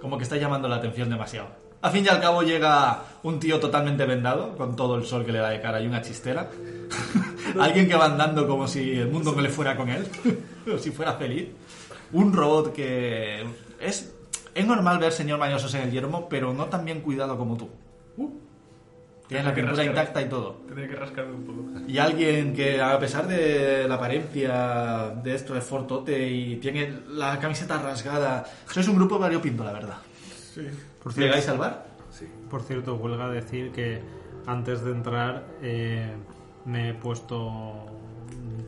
S1: Como que está llamando la atención demasiado. Al fin y al cabo llega un tío totalmente vendado, con todo el sol que le da de cara y una chistera. Alguien que va andando como si el mundo no le fuera con él, o si fuera feliz. Un robot que es... Es normal ver señor mañosos en el yermo, pero no tan bien cuidado como tú. Tienes la
S3: Qué
S1: pintura
S3: rascar.
S1: intacta y todo.
S3: Tendré que rascarme un poco.
S1: Y alguien que, a pesar de la apariencia de esto de fortote y tiene la camiseta rasgada, sois un grupo variopinto, la verdad.
S4: Por cierto,
S1: ¿Llegáis al bar?
S4: Por cierto, huelga decir que antes de entrar eh, me he puesto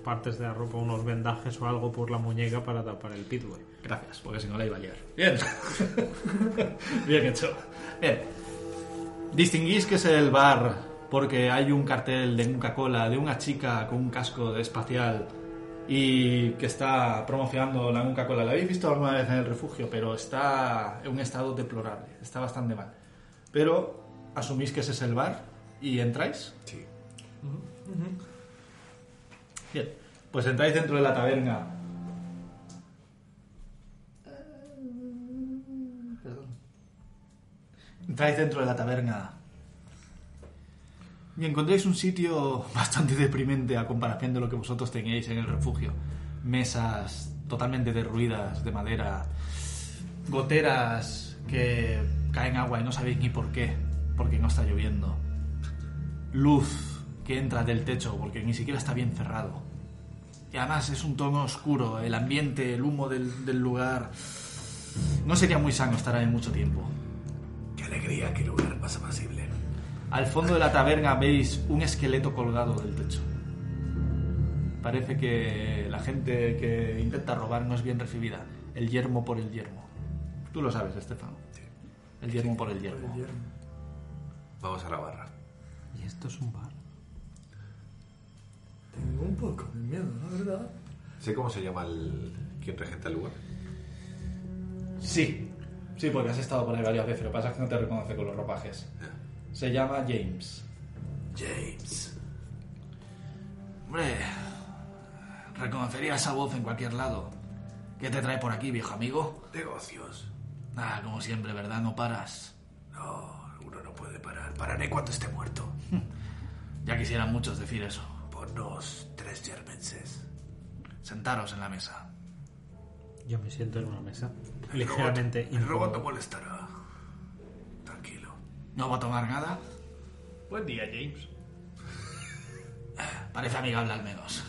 S4: partes de la ropa, unos vendajes o algo por la muñeca para tapar el pitbull.
S1: Gracias, porque si no la iba a liar. Bien. Bien hecho. Bien. Distinguís que es el bar porque hay un cartel de Coca-Cola de una chica con un casco de espacial y que está promocionando la Coca-Cola. La habéis visto alguna vez en el refugio, pero está en un estado deplorable. Está bastante mal. Pero asumís que ese es el bar y entráis.
S2: Sí.
S1: Bien. Pues entráis dentro de la taberna. Entráis dentro de la taberna y encontráis un sitio bastante deprimente a comparación de lo que vosotros teníais en el refugio. Mesas totalmente derruidas de madera, goteras que caen agua y no sabéis ni por qué, porque no está lloviendo. Luz que entra del techo porque ni siquiera está bien cerrado. Y además es un tono oscuro, el ambiente, el humo del, del lugar. No sería muy sano estar ahí mucho tiempo.
S8: Qué alegría, qué lugar más apacible.
S1: Al fondo de la taberna veis un esqueleto colgado del techo. Parece que la gente que intenta robar no es bien recibida. El yermo por el yermo. Tú lo sabes, Estefano. El yermo por el yermo.
S2: Vamos a la barra.
S4: Y esto es un bar.
S6: Tengo un poco de miedo, la verdad.
S2: ¿Sé cómo se llama el... quién regenta el lugar?
S1: Sí, sí, porque has estado por ahí varias veces. Lo que pasa es que no te reconoce con los ropajes. Se llama James.
S8: James.
S1: Hombre, reconocería esa voz en cualquier lado. ¿Qué te trae por aquí, viejo amigo?
S8: Negocios.
S1: Ah, como siempre, ¿verdad? No paras.
S8: No, uno no puede parar. Pararé cuando esté muerto.
S1: Ya quisieran muchos decir eso.
S8: Ponnos tres germenses.
S1: Sentaros en la mesa.
S4: Yo me siento en una mesa.
S8: El
S4: Ligeramente
S8: robot- El robot no
S4: incómodo.
S8: molestará. Tranquilo.
S1: ¿No va a tomar nada?
S3: Buen día, James.
S1: Parece amigable al menos.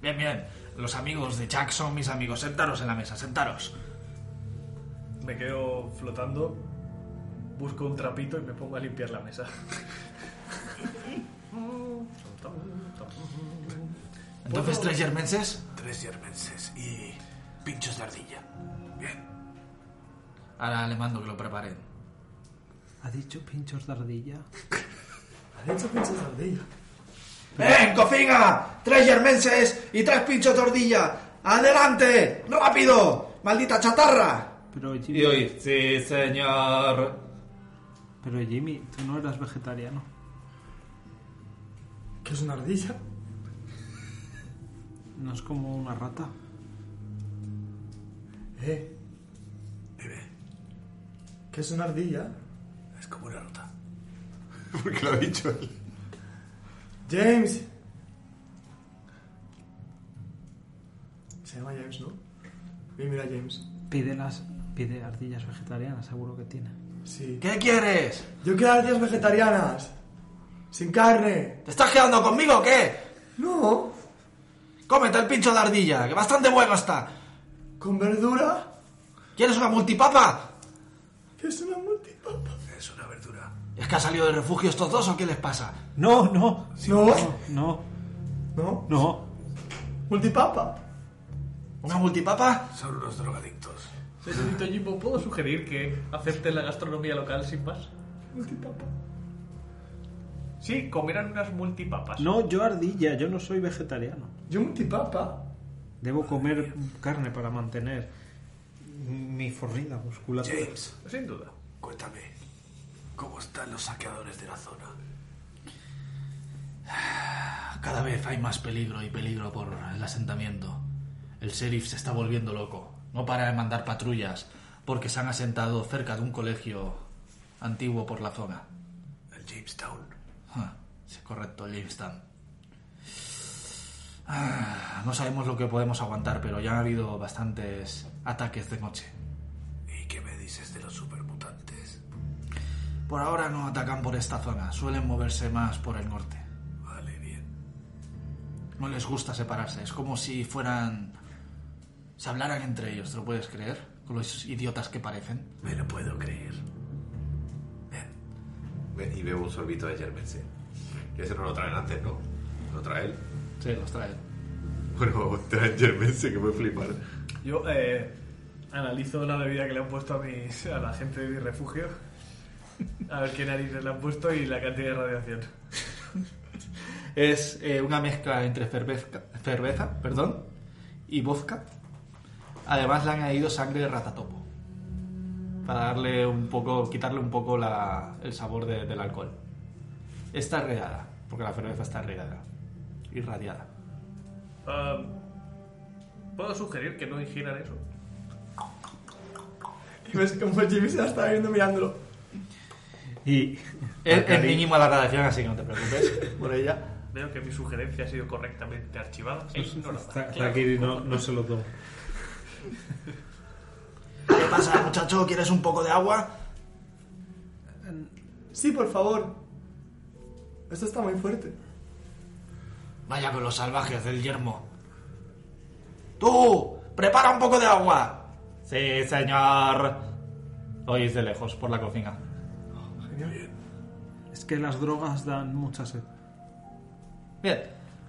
S1: Bien, bien. Los amigos de Jack son mis amigos. Sentaros en la mesa, sentaros.
S3: Me quedo flotando, busco un trapito y me pongo a limpiar la mesa.
S1: Entonces, tres germenses.
S8: Tres germenses y pinchos de ardilla. Bien.
S1: Ahora le mando que lo preparen.
S4: ¿Ha dicho pinchos de ardilla?
S6: Ha hecho pinches de ardilla.
S8: ¡Ven, cocina! ¡Tres yermenses y tres pinchos de tordilla! ¡Adelante! ¡Rápido! ¡Maldita chatarra!
S7: Pero Jimmy,
S23: Y hoy, sí, señor.
S7: pero Jimmy, tú no eras vegetariano.
S6: ¿Qué es una ardilla?
S7: No es como una rata.
S6: Eh,
S8: Bebé,
S6: ¿qué es una ardilla?
S8: es como una nota.
S2: Porque lo ha dicho él.
S6: James. Se llama James, ¿no? Y mira James.
S7: Pídelas, pide ardillas vegetarianas, seguro que tiene.
S6: Sí.
S8: ¿Qué quieres?
S6: Yo quiero ardillas vegetarianas. Sin carne.
S8: ¿Te estás quedando conmigo o qué?
S6: No.
S8: ¡Cómete el pincho de ardilla, que bastante bueno está!
S6: Con verdura.
S8: ¿Quieres una multipapa?
S6: Que es una multipapa.
S8: Es una verdura. ¿Es que ha salido del refugio estos dos o qué les pasa?
S7: No, no,
S6: no.
S7: no,
S6: No.
S7: no.
S6: Multipapa.
S8: ¿Una multipapa?
S2: Son unos drogadictos.
S3: Señorito Jimbo, ¿puedo sugerir que acepten la gastronomía local sin más?
S6: Multipapa.
S3: Sí, comerán unas multipapas.
S7: No, yo ardilla, yo no soy vegetariano.
S6: Yo multipapa.
S7: Debo comer carne para mantener mi forrida muscular.
S2: James,
S3: Sin duda.
S2: cuéntame. ¿Cómo están los saqueadores de la zona?
S1: Cada vez hay más peligro y peligro por el asentamiento. El sheriff se está volviendo loco. No para de mandar patrullas porque se han asentado cerca de un colegio antiguo por la zona.
S2: El Jamestown.
S1: Ah, Sí, correcto, Jamestown. Ah, No sabemos lo que podemos aguantar, pero ya han habido bastantes ataques de noche.
S2: ¿Y qué me dices de los supermutantes?
S1: Por ahora no atacan por esta zona, suelen moverse más por el norte.
S2: Vale, bien.
S1: No les gusta separarse, es como si fueran... Se hablaran entre ellos, ¿te lo puedes creer? Con los idiotas que parecen.
S2: Me lo puedo creer. Ven y bebo un sorbito de Germense. Ese no lo traen antes, ¿no? ¿Lo trae él?
S1: Sí, los traen.
S2: Bueno, traen Germense, que voy a flipar.
S3: Yo eh, analizo la bebida que le han puesto a, mis, a la gente de mi refugio. A ver qué narices le han puesto y la cantidad de radiación.
S1: Es eh, una mezcla entre cerveza, cerveza perdón, y vodka. Además le han añadido sangre de ratatopo. Para darle un poco, quitarle un poco la- el sabor de- del alcohol. Está regada, porque la cerveza está regada. Y radiada.
S3: Ah, ¿Puedo sugerir que no ingieran eso?
S6: Y ves como Jimmy se la está viendo mirándolo.
S7: Y
S1: Es, es mínima la radiación, así que no te preocupes por ella.
S3: Veo que mi sugerencia ha sido correctamente archivada e ignorada.
S7: Está-
S3: Claro.
S7: Rakiri no, no se lo tomo.
S8: ¿Qué pasa, muchacho? ¿Quieres un poco de agua?
S6: Sí, por favor. Esto está muy fuerte.
S8: Vaya con los salvajes del yermo. ¡Tú! ¡Prepara un poco de agua!
S1: Sí, señor. Oís de lejos, por la cocina.
S7: Es que las drogas dan mucha sed.
S1: Bien,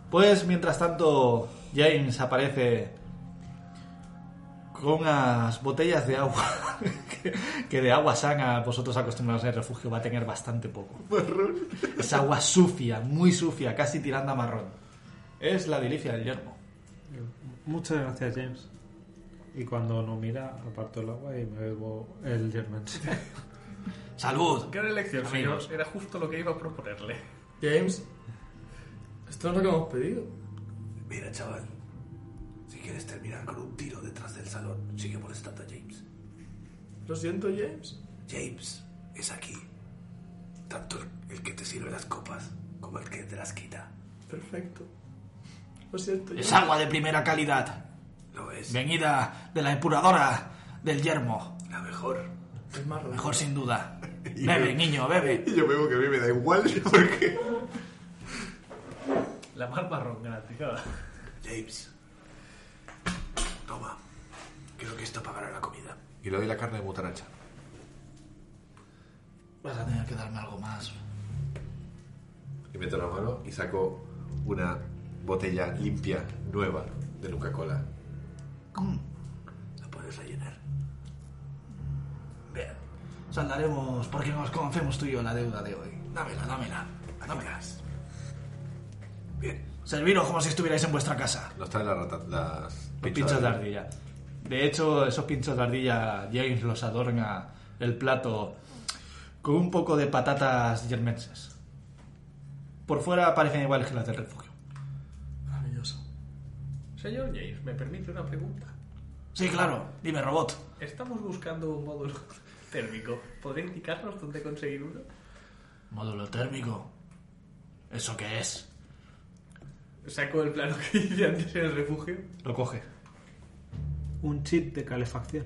S1: pues mientras tanto James aparece con unas botellas de agua que- que de agua sana vosotros acostumbrados en el refugio va a tener bastante poco. Es agua sucia, muy sucia, casi tirando a marrón. Es la delicia del yermo.
S7: Muchas gracias, James. Y cuando no mira, aparto el agua y me bebo el German.
S8: ¡Salud!
S3: Gran elección, señor.
S8: Amigos.
S3: Era justo lo que iba a proponerle.
S6: James. Esto es lo que hemos pedido.
S2: Mira, chaval. Si quieres terminar con un tiro detrás del salón, sigue molestando a James.
S6: Lo siento, James.
S2: James es aquí. Tanto el, el que te sirve las copas como el que te las quita.
S6: Perfecto. Lo siento,
S8: Es
S6: James.
S8: agua de primera calidad.
S2: Lo es.
S8: Venida de la depuradora del yermo.
S2: La mejor.
S6: Es marrón.
S8: Mejor sin duda. Bebe, niño, bebe.
S2: yo veo que a mí me da igual porque...
S3: La mar marrón garantizada.
S2: James. Toma. Creo que esto pagará la comida. Y le doy la carne de mutaracha.
S1: Vas a tener que darme algo más.
S2: Y meto la mano y saco una botella limpia, nueva, de Coca-Cola. La puedes rellenar.
S8: Bien. Saldaremos porque nos conocemos tú y yo la deuda de hoy. Dámela, dámela. Dámela.
S24: Bien.
S1: Serviros como si estuvierais en vuestra casa.
S2: Nos trae la rata- las
S1: Los pinchos de ardilla. De hecho, esos pinchos de ardilla, James los adorna el plato con un poco de patatas yermenses. Por fuera parecen iguales que las del refugio.
S6: Maravilloso.
S3: Señor James, ¿me permite una pregunta?
S1: Sí, claro. Dime, robot.
S3: Estamos buscando un módulo térmico. ¿Podría indicarnos dónde conseguir uno?
S1: Módulo térmico. ¿Eso qué es?
S3: Saco el plano que hice antes en el refugio.
S1: Lo coge.
S4: Un chip de calefacción.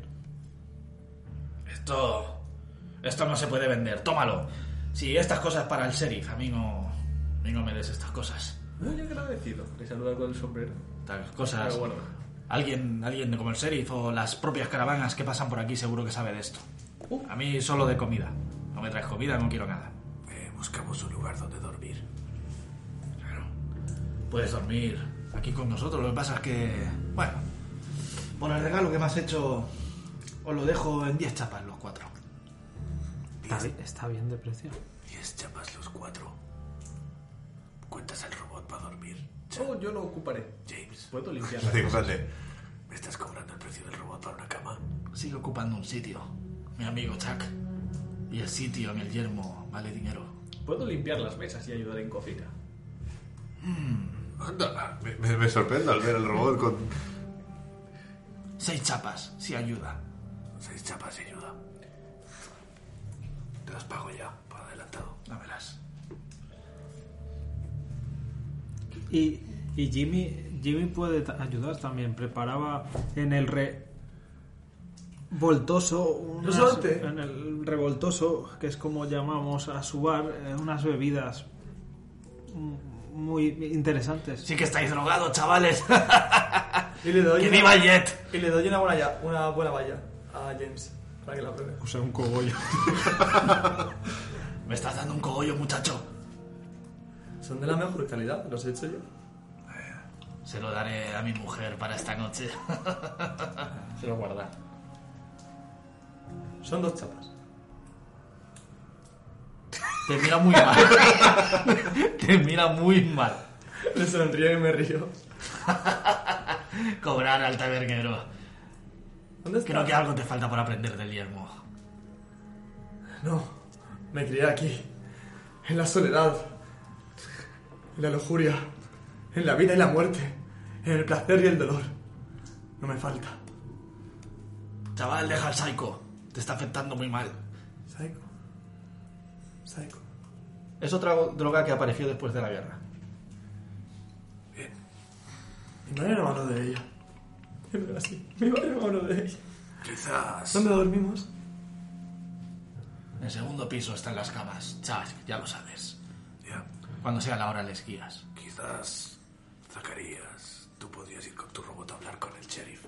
S1: Esto. Esto no se puede vender. Tómalo. Si estas cosas para el sheriff, amigo. Amigo, me des estas cosas.
S3: Muy agradecido. Le saluda con el sombrero.
S1: Estas
S3: Me
S1: cosas.
S3: lo guardo.
S1: Alguien, alguien como el sheriff o las propias caravanas que pasan por aquí seguro que sabe de esto.
S24: Uh.
S1: A mí solo de comida. No me traes comida, no quiero nada.
S24: Eh, buscamos un lugar donde dormir.
S1: Claro. Puedes dormir aquí con nosotros. Lo que pasa es que. Bueno. Por el regalo que me has hecho, os lo dejo en 10 chapas los cuatro.
S4: Está, bi- está bien de precio.
S24: Diez chapas los cuatro. Cuentas al robot para dormir. Cha-
S3: Oh, yo lo ocuparé.
S24: James,
S3: Puedo limpiar.
S2: Le digo, "Vale".
S24: ¿me estás cobrando el precio del robot para una cama?
S1: Sigue ocupando un sitio, mi amigo Chuck. Y el sitio en el yermo vale dinero.
S3: Puedo limpiar las mesas y ayudar en cocina.
S2: Anda, me, me- me sorprendo al ver el robot con.
S1: Seis chapas, si ayuda.
S24: Seis chapas y ayuda. Te las pago ya, por adelantado.
S1: Dámelas.
S4: Y, y Jimmy, Jimmy puede ta- ayudar también. Preparaba en el re voltoso unas-
S6: Resorte.
S4: en el revoltoso que es como llamamos a su bar eh, unas bebidas mm, muy interesantes
S1: Sí que estáis drogados, chavales.
S6: Y le doy,
S1: ¡Que
S6: una,
S1: viva el Jet!
S6: y le doy una, buena, ya- una buena valla a James para que la pruebe.
S4: o sea un cogollo
S1: Me estás dando un cogollo, muchacho.
S6: Son de la mejor calidad, los he hecho yo.
S1: Se lo daré a mi mujer para esta noche. Se lo guarda.
S6: Son dos chapas.
S1: Te mira muy mal. Te mira muy mal.
S6: Me sonrío y me río.
S1: Cobrar al tabernero.
S6: ¿Dónde está?
S1: Creo que algo te falta por aprender del yermo.
S6: No, me crié aquí, en la soledad, en la lujuria, en la vida y la muerte, en el placer y el dolor. No me falta.
S1: Chaval, deja el psycho. Te está afectando muy mal.
S6: Psycho. Psycho.
S1: Es otra droga que apareció después de la guerra.
S6: Mi madre era mano de ella. Es verdad, sí. Mi madre era mano de ella.
S24: Quizás.
S6: ¿Dónde dormimos?
S1: En el segundo piso están las camas. Chask, ya lo sabes.
S24: Ya,
S1: Cuando sea la hora les guías.
S24: quizás. Zacarías, tú podrías ir con tu robot a hablar con el sheriff.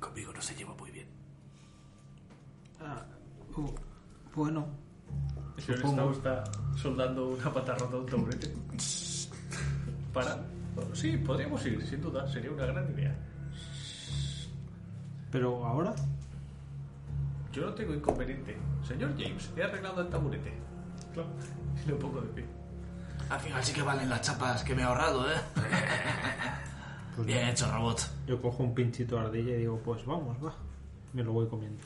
S24: Conmigo no se lleva muy bien.
S4: Ah, uh, bueno
S3: El señor Stout está soldando una pata rota a un taburete. Para. Sí, podríamos ir, sin duda. Sería una gran idea.
S4: pero ahora
S3: Yo no tengo inconveniente. Señor James, he arreglado el taburete. Claro. Y lo pongo de pie.
S1: Al final sí que valen las chapas que me he ahorrado, ¿eh? Bien hecho, robot.
S4: pues yo cojo un pinchito de ardilla y digo pues vamos va me lo voy comiendo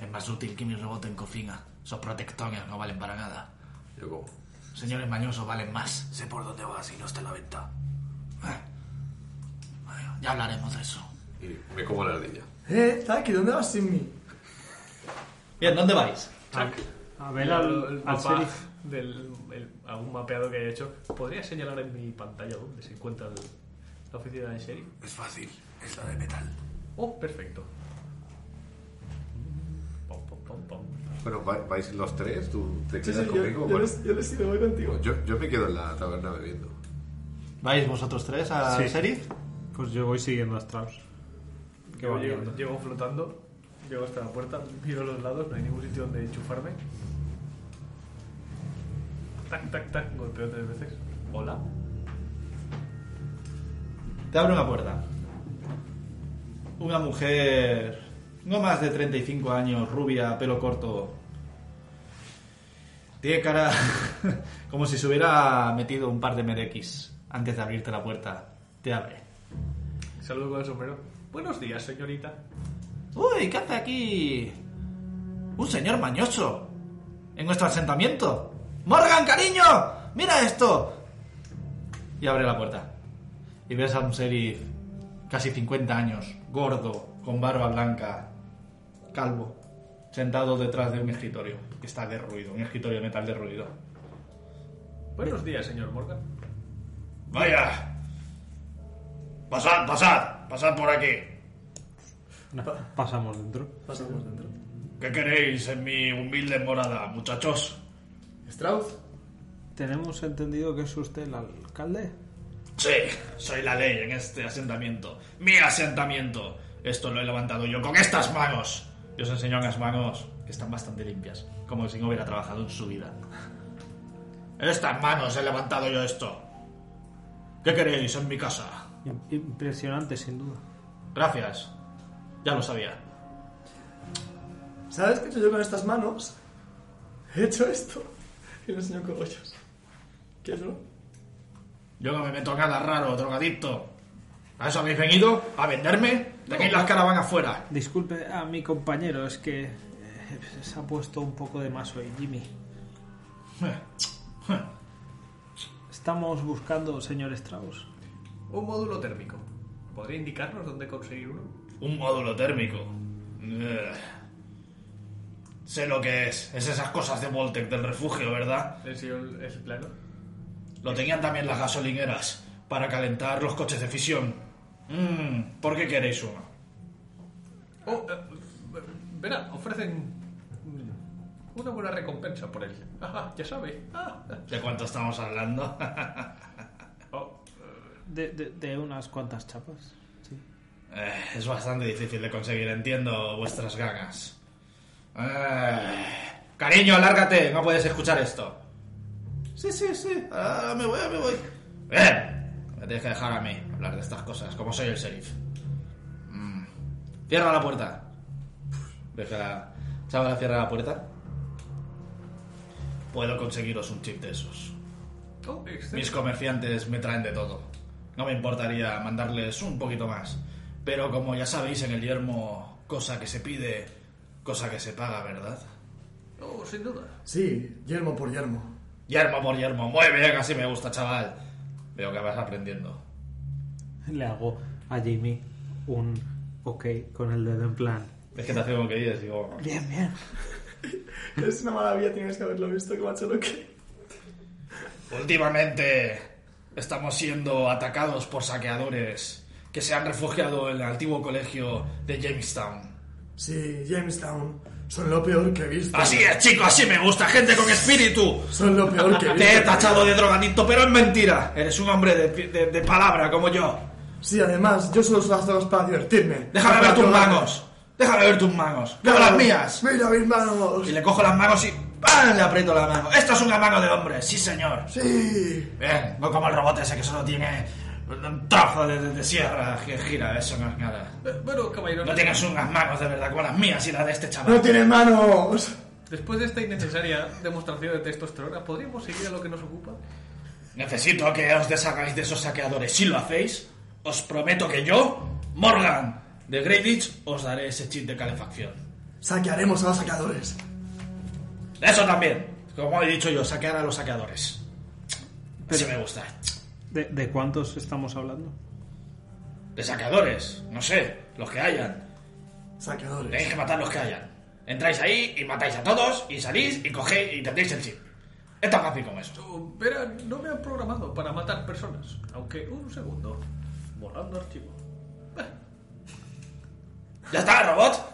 S1: Es más útil que mi robot en cofina. Esos protectones no valen para nada.
S2: Yo como.
S1: Señores mañosos valen más. Eh.
S24: Sé por dónde vas y no está a la venta.
S1: Bueno, ya hablaremos de eso.
S2: Y me como la ardilla.
S6: Eh, Taki, ¿dónde vas sin mí?
S1: Bien, ¿dónde vais?
S4: a ver al,
S3: el
S4: al
S3: mapa
S4: sheriff
S3: del el- algún mapeado que haya hecho. ¿Podría señalar en mi pantalla dónde se encuentra el- la oficina del sheriff?
S24: Es fácil, es la de metal.
S3: Oh, perfecto. Pom, pom, pom, pom.
S2: Bueno, va- vais los tres, tú te
S6: Sí,
S2: quedas
S6: sí, yo,
S2: conmigo.
S6: yo,
S2: Bueno,
S6: les, yo les iré, voy contigo.
S2: yo- yo me quedo en la taberna bebiendo.
S1: ¿Vais vosotros tres a
S4: Sí.
S1: Sheriff?
S4: pues yo voy siguiendo a Strauss que
S3: Yo
S4: va
S3: llego,
S4: guiando.
S3: llego flotando, llego hasta la puerta, miro a los lados, no hay ningún sitio donde enchufarme. Tac, tac, tac, golpeo tres veces. Hola.
S1: Te abre una puerta. Una mujer, no más de 35 años, rubia, pelo corto.
S25: Tiene cara como si se hubiera metido un par de merequis antes de abrirte la puerta. Te abre.
S3: Saludo con el sombrero. Buenos días, señorita.
S25: Uy, ¿qué hace aquí? Un señor mañoso. En nuestro asentamiento. Morgan, cariño. Mira esto. Y abre la puerta. Y ves a un sheriff casi 50 años, gordo, con barba blanca, calvo, sentado detrás de un escritorio que está derruido, un escritorio de metal derruido.
S3: Buenos días, señor Morgan.
S1: Vaya. Pasad, pasad, pasad por aquí.
S26: No, pasamos dentro.
S6: Pasamos dentro.
S1: ¿Qué queréis en mi humilde morada, muchachos?
S6: Strauss,
S4: Tenemos entendido que es usted el alcalde.
S1: Sí, soy la ley en este asentamiento. Mi asentamiento. Esto lo he levantado yo con estas manos.
S25: Y os enseño unas manos que están bastante limpias, como si no hubiera trabajado en su vida.
S1: En estas manos he levantado yo esto. ¿Qué queréis en mi casa?
S4: Im- Impresionante, sin duda.
S25: Gracias. Ya lo sabía.
S6: ¿sabes qué he hecho yo con estas manos? He hecho esto. Y le enseño cogollos. ¿Qué es eso?
S1: Yo no me meto nada raro, drogadicto. ¿A eso habéis venido? ¿A venderme? Tenéis las caravanas fuera.
S4: Disculpe a mi compañero, es que eh, se ha puesto un poco de más hoy, Jimmy. Estamos buscando, señor Strauss.
S3: Un módulo térmico. ¿Podría indicarnos dónde conseguir uno?
S1: Un módulo térmico. Ugh. Sé lo que es. Es esas cosas de Voltec del refugio, ¿verdad?
S3: El señor es el plano.
S1: Lo tenían también las gasolineras para calentar los coches de fisión. Mm, ¿Por qué queréis uno?
S3: Oh, eh, verá, ofrecen mm, una buena recompensa por él. Ajá, ya sabe. Ah,
S1: ¿De cuánto estamos hablando?
S3: oh,
S4: De, de- de unas cuantas chapas. Sí.
S1: Eh, es bastante difícil de conseguir, entiendo vuestras ganas. Eh, cariño, lárgate, no puedes escuchar esto. Sí, sí, sí, ah, me voy, me voy. Bien, me tienes que dejar a mí hablar de estas cosas, como soy el sheriff. Mm. Cierra la puerta. Ves que la chavala cierra la puerta. Puedo conseguiros un chip de esos.
S3: oh, excelente.
S1: Mis comerciantes me traen de todo. No me importaría mandarles un poquito más. Pero como ya sabéis, en el yermo, cosa que se pide, cosa que se paga, ¿verdad?
S3: Oh, sin duda.
S6: Sí, yermo por yermo.
S1: Yermo por yermo, muy bien, así me gusta, chaval. Veo que vas aprendiendo.
S26: Le hago a Jimmy un ok con el dedo en plan.
S1: Es que te hace como que dices, digo.
S4: Bien, bien.
S6: Es una maravilla, tienes que haberlo visto, que macho lo que.
S1: Últimamente estamos siendo atacados por saqueadores que se han refugiado en el antiguo colegio de Jamestown.
S6: Sí, Jamestown. Son lo peor que he visto.
S1: Así es, chicos, así me gusta, gente con espíritu.
S6: Son lo peor que he
S1: Te he
S6: visto.
S1: tachado de drogadicto, pero es mentira. Eres un hombre de, de- de palabra como yo.
S6: Sí, además, yo solo uso las manos para divertirme.
S1: Déjame ver
S6: Para
S1: tus
S6: probar.
S1: manos. Déjame ver tus manos. Veo
S6: Claro,
S1: las mías.
S6: Mira mis manos.
S1: Y le cojo las manos y ¡pam! le aprieto la mano. Esta es una mano de hombre, sí señor.
S6: Sí.
S1: Bien, no como el robot ese que solo tiene un trozo de, de- de sierra que gira. Eso no es nada.
S3: Eh, Bueno, caballero,
S1: No tienes unas manos de verdad como las mías y las de este
S6: No
S1: chaval.
S6: tiene manos.
S3: después de esta innecesaria demostración de testosterona, ¿podríamos seguir a lo que nos ocupa?
S1: Necesito que os deshagáis de esos saqueadores. Si lo hacéis, os prometo que yo, Morgan, de Greenwich, os daré ese chip de calefacción.
S6: Saquearemos a los saqueadores.
S1: Eso también. Como he dicho yo, saquear a los saqueadores. Así me gusta.
S4: ¿De, de cuántos estamos hablando?
S1: De saqueadores, no sé, los que hayan.
S6: Saqueadores.
S1: Tenéis que matar los que hayan. Entráis ahí y matáis a todos y salís y cogéis y tendréis el chip. Es tan fácil como eso.
S3: Oh, Verá, no me han programado para matar personas. Aunque, un segundo. Borrando archivo.
S1: Ya está, robot.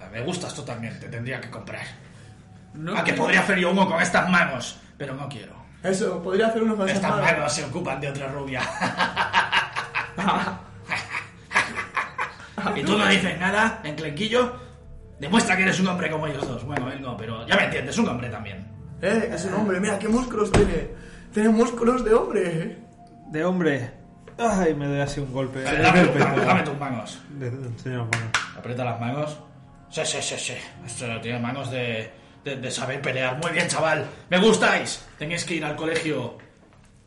S1: Ah, Me gustas tú también, te tendría que comprar.
S3: No
S1: Aunque
S3: quiero-
S1: podría hacer yo uno con estas manos, pero no quiero.
S6: Eso, podría hacer unos más
S1: Estas manos se ocupan de otra rubia. y tú no dices nada, enclenquillo. Demuestra que eres un hombre como ellos dos. Bueno, él no, pero ya me entiendes, un hombre también.
S6: Eh, que es un hombre. Mira qué músculos tiene. Tiene músculos de hombre.
S4: De hombre. Ay, me doy así un golpe.
S1: Vale, dame, tus manos, dame tus manos.
S26: Le enseño la mano.
S1: Aprieta las manos. Sí, sí, sí, sí. Esto tiene manos de, de, de saber pelear. Muy bien, chaval. Me gustáis. Tenéis que ir al colegio.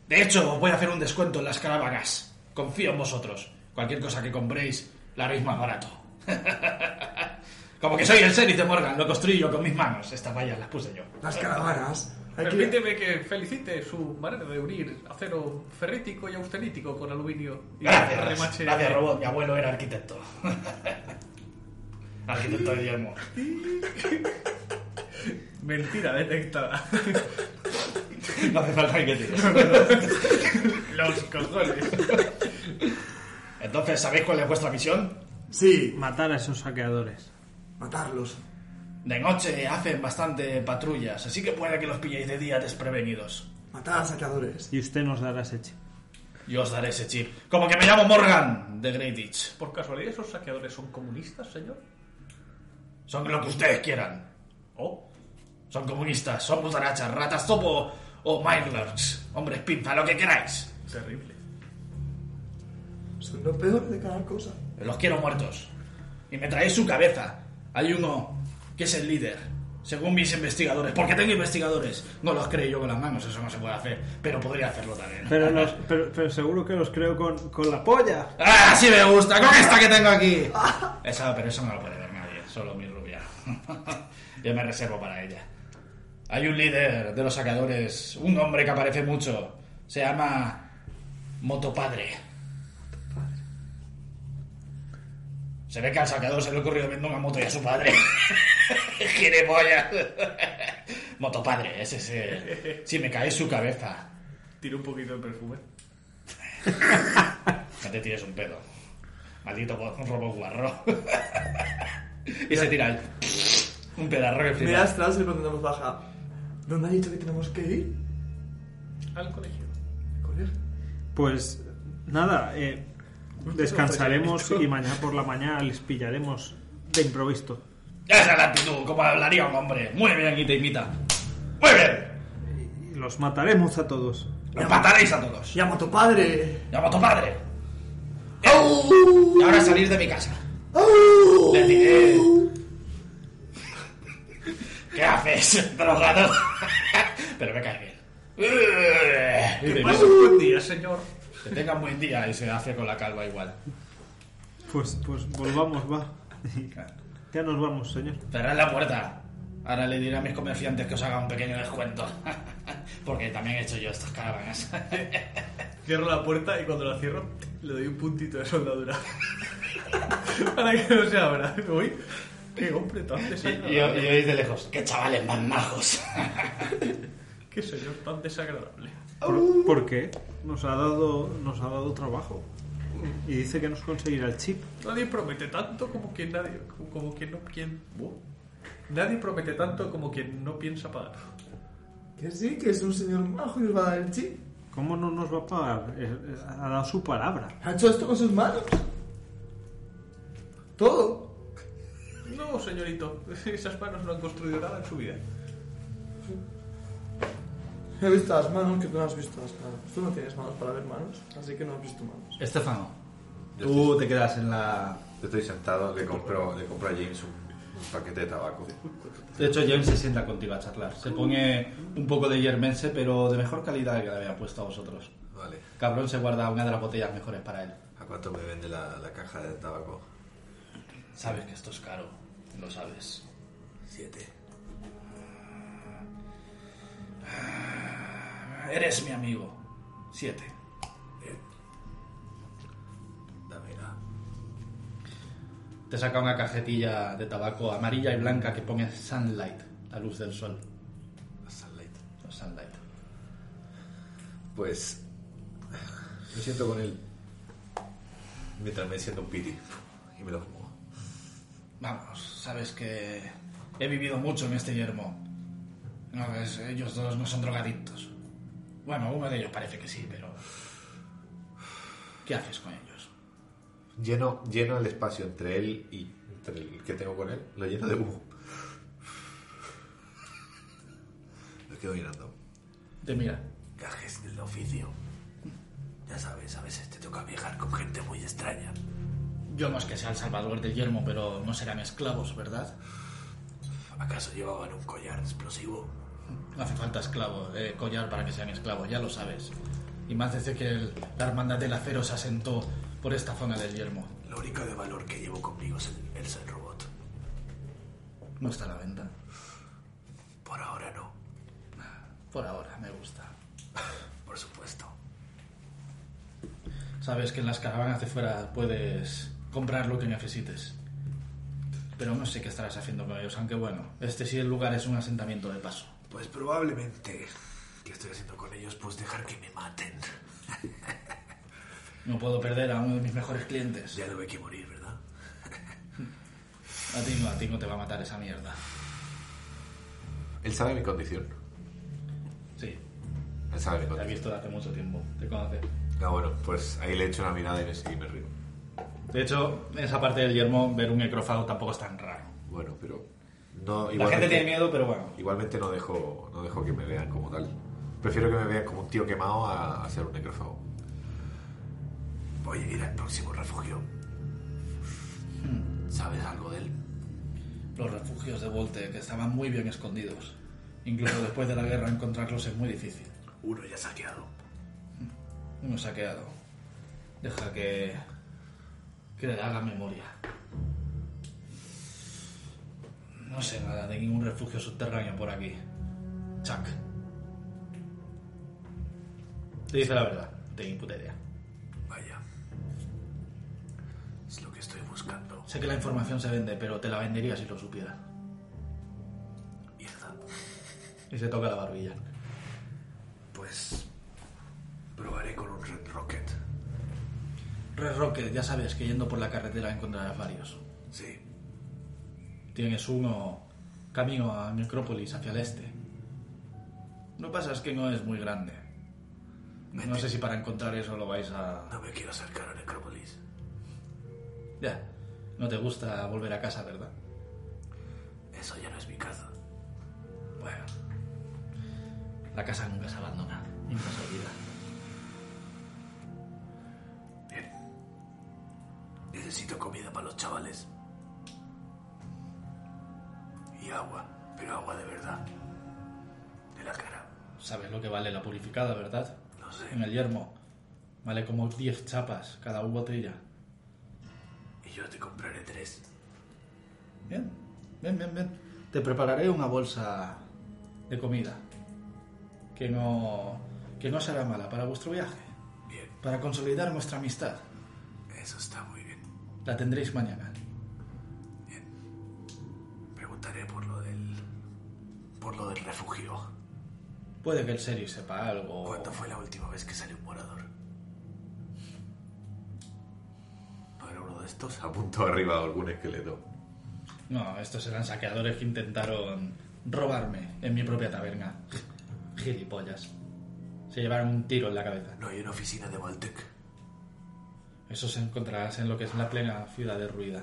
S1: De hecho, os voy a hacer un descuento en las caravanas. Confío en vosotros. Cualquier cosa que compréis, la haréis más barato. Como que soy el sheriff de Morgan, lo construí yo con mis manos. Estas vallas las puse yo.
S6: Las caravanas. Hay que-
S3: Permíteme que felicite su manera de unir acero ferrítico y austenítico con aluminio. Y
S1: Gracias,
S3: remache-
S1: gracias, robot. Mi abuelo era arquitecto. arquitecto de Guillermo.
S3: Mentira detectada.
S1: No hace falta que tires.
S3: Los cojones.
S1: Entonces, ¿sabéis cuál es vuestra misión?
S6: Sí,
S4: Matar a esos saqueadores.
S6: matarlos.
S1: De noche hacen bastante patrullas, así que puede que los pilléis de día desprevenidos.
S6: Matar a saqueadores.
S4: Y usted nos dará ese chip.
S1: Yo os daré ese chip. Como que me llamo Morgan, de Great Ditch.
S3: ¿Por casualidad esos saqueadores son comunistas, señor?
S1: Son lo que ustedes quieran.
S3: Oh,
S1: Son comunistas, son mutarachas, ratas topo o mindlurks. Hombres pinza, lo que queráis.
S3: terrible.
S6: Son lo peor de cada cosa.
S1: Los quiero muertos. Y me traéis su cabeza. Hay uno que es el líder, según mis investigadores. Porque tengo investigadores. No los creo yo con las manos, eso no se puede hacer. Pero podría hacerlo también.
S4: Pero, los- pero- pero seguro que los creo con, con la polla.
S1: ¡Ah, sí me gusta! ¡Con esta que tengo aquí! Esa, pero eso no lo puede ver nadie, solo mi rubia. Yo me reservo para ella. Hay un líder de los sacadores, un hombre que aparece mucho. Se llama Motopadre. Se ve que al sacador se le ha ocurrido viendo una moto y a su padre. ¡Girepollas! Motopadre, ese es. Si me cae su cabeza,
S3: Tiro un poquito de perfume.
S1: no te tires un pedo. Maldito bo- robot guarro. y se tira el- un pedarro que
S6: Me
S1: flipa.
S6: das atrás y cuando nos baja. ¿Dónde ha dicho que tenemos que ir?
S3: Al colegio.
S6: Colegio.
S4: Pues nada, eh, descansaremos y mañana por la mañana les pillaremos de improviso.
S1: Esa es la actitud, como hablaría un hombre. Muy bien, y te imita. Muy bien.
S4: Y los mataremos a todos.
S1: Los mataréis a todos.
S6: Llamo a tu padre.
S1: Llamo a tu padre. Y ahora salir de mi casa. Les diré. ¿Qué haces, drogado? Pero me cae bien. Y te
S3: Pasa un pues, buen día, señor.
S1: Que tengan buen día y se hace con la calva igual.
S4: Pues, pues volvamos, va. Ya nos vamos, señor.
S1: Cerrad la puerta. Ahora le diré a mis comerciantes que os haga un pequeño descuento. Porque también he hecho yo estas caravanas.
S3: Cierro la puerta y cuando la cierro le doy un puntito de soldadura. Para que no se abra. Uy, qué hombre tan
S1: y, y,
S3: desagradable.
S1: y oís de lejos. ¡Qué chavales más majos!
S3: Qué señor tan desagradable.
S4: ¿Por, por qué? Nos ha, dado, nos ha dado trabajo. Y dice que nos conseguirá el chip.
S3: Nadie promete tanto como quien nadie. Como, como quien no quien. buh. Nadie promete tanto como quien no piensa pagar.
S6: Que sí, que es un señor majo y nos va a dar el chip.
S4: ¿Cómo no nos va a pagar? Eh, eh, Ha dado su palabra.
S6: Ha hecho esto con sus manos. Todo.
S3: No, señorito, esas manos no han construido nada en su vida.
S6: He visto las manos que tú no has visto las manos. Tú no tienes manos para ver manos, así que no has visto manos.
S1: Estefano,
S2: Yo estoy,
S1: tú te quedas en la...
S2: yo estoy sentado, le compro, le compro a James un, un paquete de tabaco.
S1: De hecho, James se sienta contigo a charlar. Se pone un poco de yermense, pero de mejor calidad que le había puesto a vosotros.
S2: Vale.
S1: Cabrón se guarda una de las botellas mejores para él.
S2: ¿A cuánto me vende la, la caja de tabaco?
S1: Sabes que esto es caro, lo sabes.
S2: Siete.
S1: Eres mi amigo. Siete.
S2: Dame la.
S1: Te saca una cajetilla de tabaco amarilla y blanca que pone Sunlight, la luz del sol.
S2: la Sunlight.
S1: O Sunlight.
S2: Pues. Me siento con él. Mientras me siento un piti. Y me lo fumo.
S1: Vamos, sabes que he vivido mucho en este yermo. No, ves, ellos dos no son drogadictos. Bueno, uno de ellos parece que sí, pero... ¿Qué haces con ellos?
S2: Lleno, lleno el espacio entre él y entre el que tengo con él, lo lleno de humo. Lo quedo mirando.
S1: Te mira.
S27: Gajes del oficio. Ya sabes, a veces te toca viajar con gente muy extraña.
S1: Yo no es que sea el salvador del yermo, pero no serán esclavos, ¿verdad?
S8: ¿Acaso llevaban un collar explosivo?
S1: No hace falta esclavo, eh, collar para que sean esclavos, ya lo sabes. Y más desde que el- la hermandad del acero se asentó por esta zona del yermo.
S8: Lo único de valor que llevo conmigo es el, el Zen Robot.
S1: ¿No está a la venta?
S8: Por ahora no,
S1: Por ahora, me gusta.
S8: por supuesto.
S1: Sabes que en las caravanas de fuera puedes comprar lo que necesites. Pero no sé qué estarás haciendo con ellos, aunque bueno, este sí el lugar es un asentamiento de paso.
S8: Pues probablemente... ¿Qué estoy haciendo con ellos? Pues dejar que me maten.
S1: No puedo perder a uno de mis mejores clientes.
S8: Ya tuve que morir, ¿verdad?
S1: A ti no, a ti no te va a matar esa mierda.
S2: Él sabe mi condición.
S1: Sí,
S2: Él sabe mi
S1: te ha
S2: condición.
S1: visto de hace mucho tiempo, te conoce.
S2: Ah, bueno, pues ahí le echo una mirada y me, y me río.
S1: De hecho, en esa parte del yermo, ver un necrófago tampoco es tan raro.
S2: Bueno, pero... No,
S1: La gente tiene miedo, pero bueno.
S2: Igualmente no dejo, no dejo que me vean como tal. Prefiero que me vean como un tío quemado a, a ser un necrófago.
S8: Voy a ir al próximo refugio.
S2: Hmm.
S8: ¿Sabes algo de él?
S1: Los refugios de Volte, que estaban muy bien escondidos. Incluso después de la guerra encontrarlos es muy difícil. Hmm,
S8: Uno ya saqueado.
S1: Uno se ha quedado. Deja que. que le haga memoria. No sé nada de ningún refugio subterráneo por aquí. Chuck. Te dice la verdad, no tengo ni puta idea.
S8: Vaya. Es lo que estoy buscando.
S1: Sé que la información se vende, pero te la vendería si lo supieras.
S8: Mierda.
S1: Y se toca la barbilla.
S8: Pues... Probaré con un Red Rocket.
S1: Red Rocket, ya sabes que yendo por la carretera encontrarás varios.
S8: Sí.
S1: Tienes uno camino a Necrópolis, hacia el este. Lo que pasa es que no es muy grande. No sé si para encontrar eso lo vais a...
S8: No me quiero acercar a Necrópolis.
S1: Ya, no te gusta volver a casa, ¿verdad?
S8: Eso ya no es mi casa.
S1: Bueno, la casa nunca se abandona, nunca se olvida.
S8: Bien. Necesito comida para los chavales. Y agua, pero agua de verdad. De la cara.
S1: Sabes lo que vale la purificada, ¿verdad?
S8: No sé.
S1: En el yermo. Vale como 10 chapas, cada una botella.
S8: Y yo te compraré tres.
S1: Bien, bien, bien, bien. Te prepararé una bolsa de comida. Que no, que no será mala para vuestro viaje.
S8: Bien,
S1: Para consolidar nuestra amistad.
S8: eso está muy bien.
S1: La tendréis mañana.
S8: Preguntaré por lo del. por lo del refugio.
S1: Puede que el serio sepa algo.
S8: ¿Cuándo fue la última vez que salió un morador? ¿No era uno de estos?
S2: Apunto arriba algún esqueleto.
S1: No, estos eran saqueadores que intentaron robarme en mi propia taberna. Gilipollas. Se llevaron un tiro en la cabeza.
S8: No hay una oficina de Valtec.
S1: Eso se encontrarás en lo que es la plena ciudad derruida.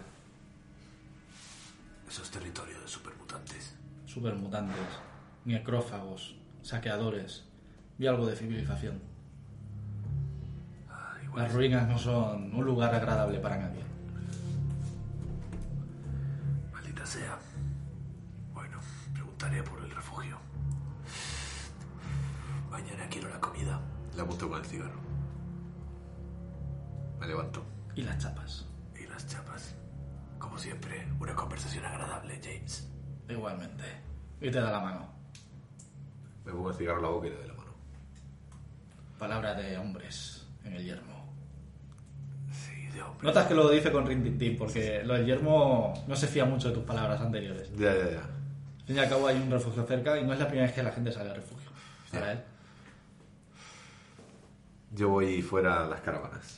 S8: Eso es territorio de supermutantes.
S1: Supermutantes, necrófagos, saqueadores y algo de civilización.
S8: Ah,
S1: Las
S8: igual.
S1: ruinas no son un lugar agradable para nadie.
S8: Maldita sea. Bueno, preguntaré por el refugio. Mañana quiero la comida.
S2: La apunto con el cigarro. Me levanto.
S1: Y las chapas,
S8: Y las chapas. Como siempre, una conversación agradable, James.
S1: igualmente. Y te da la mano.
S2: Me pongo el cigarro en la boca y le doy la mano.
S1: Palabra de hombres en el yermo.
S8: Sí, de hombre.
S1: Notas que lo dice con rintintín, porque lo del yermo no se fía mucho de tus palabras anteriores.
S2: Ya, ya, ya.
S1: Al fin y al cabo hay un refugio cerca y no es la primera vez que la gente sale al refugio. Para él.
S2: Yo voy fuera a las caravanas.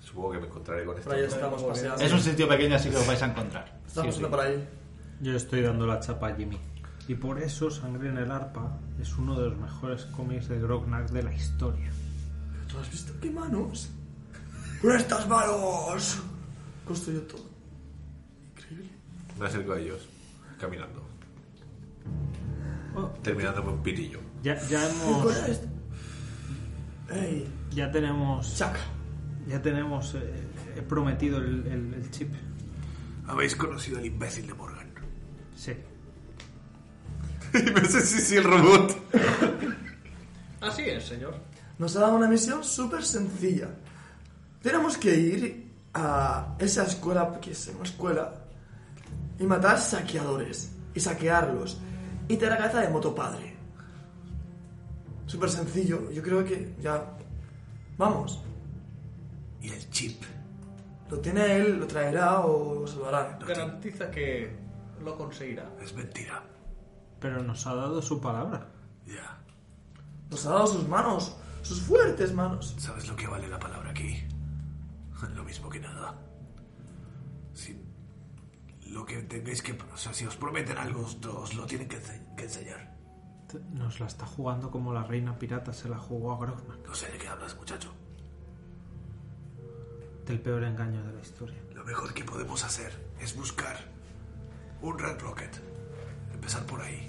S2: Supongo que me encontraré con esto.
S6: Por ahí estamos paseando.
S1: Es un sitio pequeño, así que lo vais a encontrar.
S6: Estamos yendo por ahí.
S4: Yo estoy dando la chapa a Jimmy. Y por eso Sangre en el Arpa es uno de los mejores cómics de Grognak de la historia.
S6: ¿Tú has visto qué manos? ¡Con estas manos! Construyó todo. Increíble.
S2: Me acerco a ellos, caminando.
S8: Oh.
S2: Terminando con un pirillo.
S4: Ya, ya
S6: Con
S4: hemos.
S6: esto. ¡Ey!
S4: Ya tenemos.
S6: ¡Chaca!
S4: Ya tenemos. eh, he prometido el, el- el chip.
S8: Habéis conocido al imbécil de Morgan.
S4: Sí.
S2: Y me hace sí, sí, el robot.
S3: Así es, señor.
S6: Nos ha dado una misión súper sencilla. Tenemos que ir a esa escuela, que es una escuela, y matar saqueadores, y saquearlos, y te la cabeza de motopadre. Súper sencillo, yo creo que ya... Vamos,
S8: Y el chip.
S6: lo tiene él, lo traerá o se lo hará.
S3: Garantiza que lo conseguirá.
S8: Es mentira.
S4: Pero nos ha dado su palabra.
S8: Ya.
S6: Nos ha dado sus manos, sus fuertes manos.
S8: ¿Sabes lo que vale la palabra aquí? Lo mismo que nada. Si lo que tengáis que... O sea, si os prometen algo, os, os lo tienen que, ense- que enseñar.
S4: T- Nos la está jugando como la reina pirata se la jugó a Grognak.
S8: No sé de qué hablas, muchacho.
S4: Del peor engaño de la historia.
S8: Lo mejor que podemos hacer es buscar un Red Rocket. Empezar por ahí.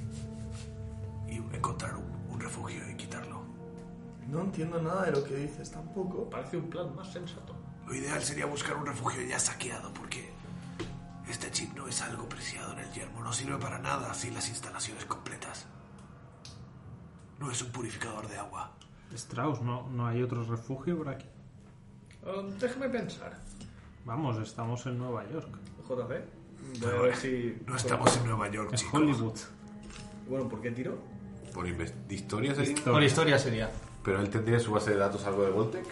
S8: Y encontrar un, un refugio y quitarlo.
S6: No entiendo nada de lo que dices tampoco.
S3: Parece un plan más sensato.
S8: Lo ideal sería buscar un refugio ya saqueado porque este chip no es algo preciado en el yermo, no sirve para nada sin las instalaciones completas. No es un purificador de agua.
S4: Strauss, ¿no, no hay otro refugio por aquí?
S3: Um, déjame pensar.
S4: Vamos, estamos en Nueva York.
S3: JC. Voy a ver si.
S8: No estamos en Nueva York,
S4: Es
S8: chicos.
S4: Hollywood.
S3: Bueno, ¿por qué tiró?
S2: Por inves- de historia sería.
S1: Por historia sería.
S2: Pero él tendría en su base de datos algo de Voltec.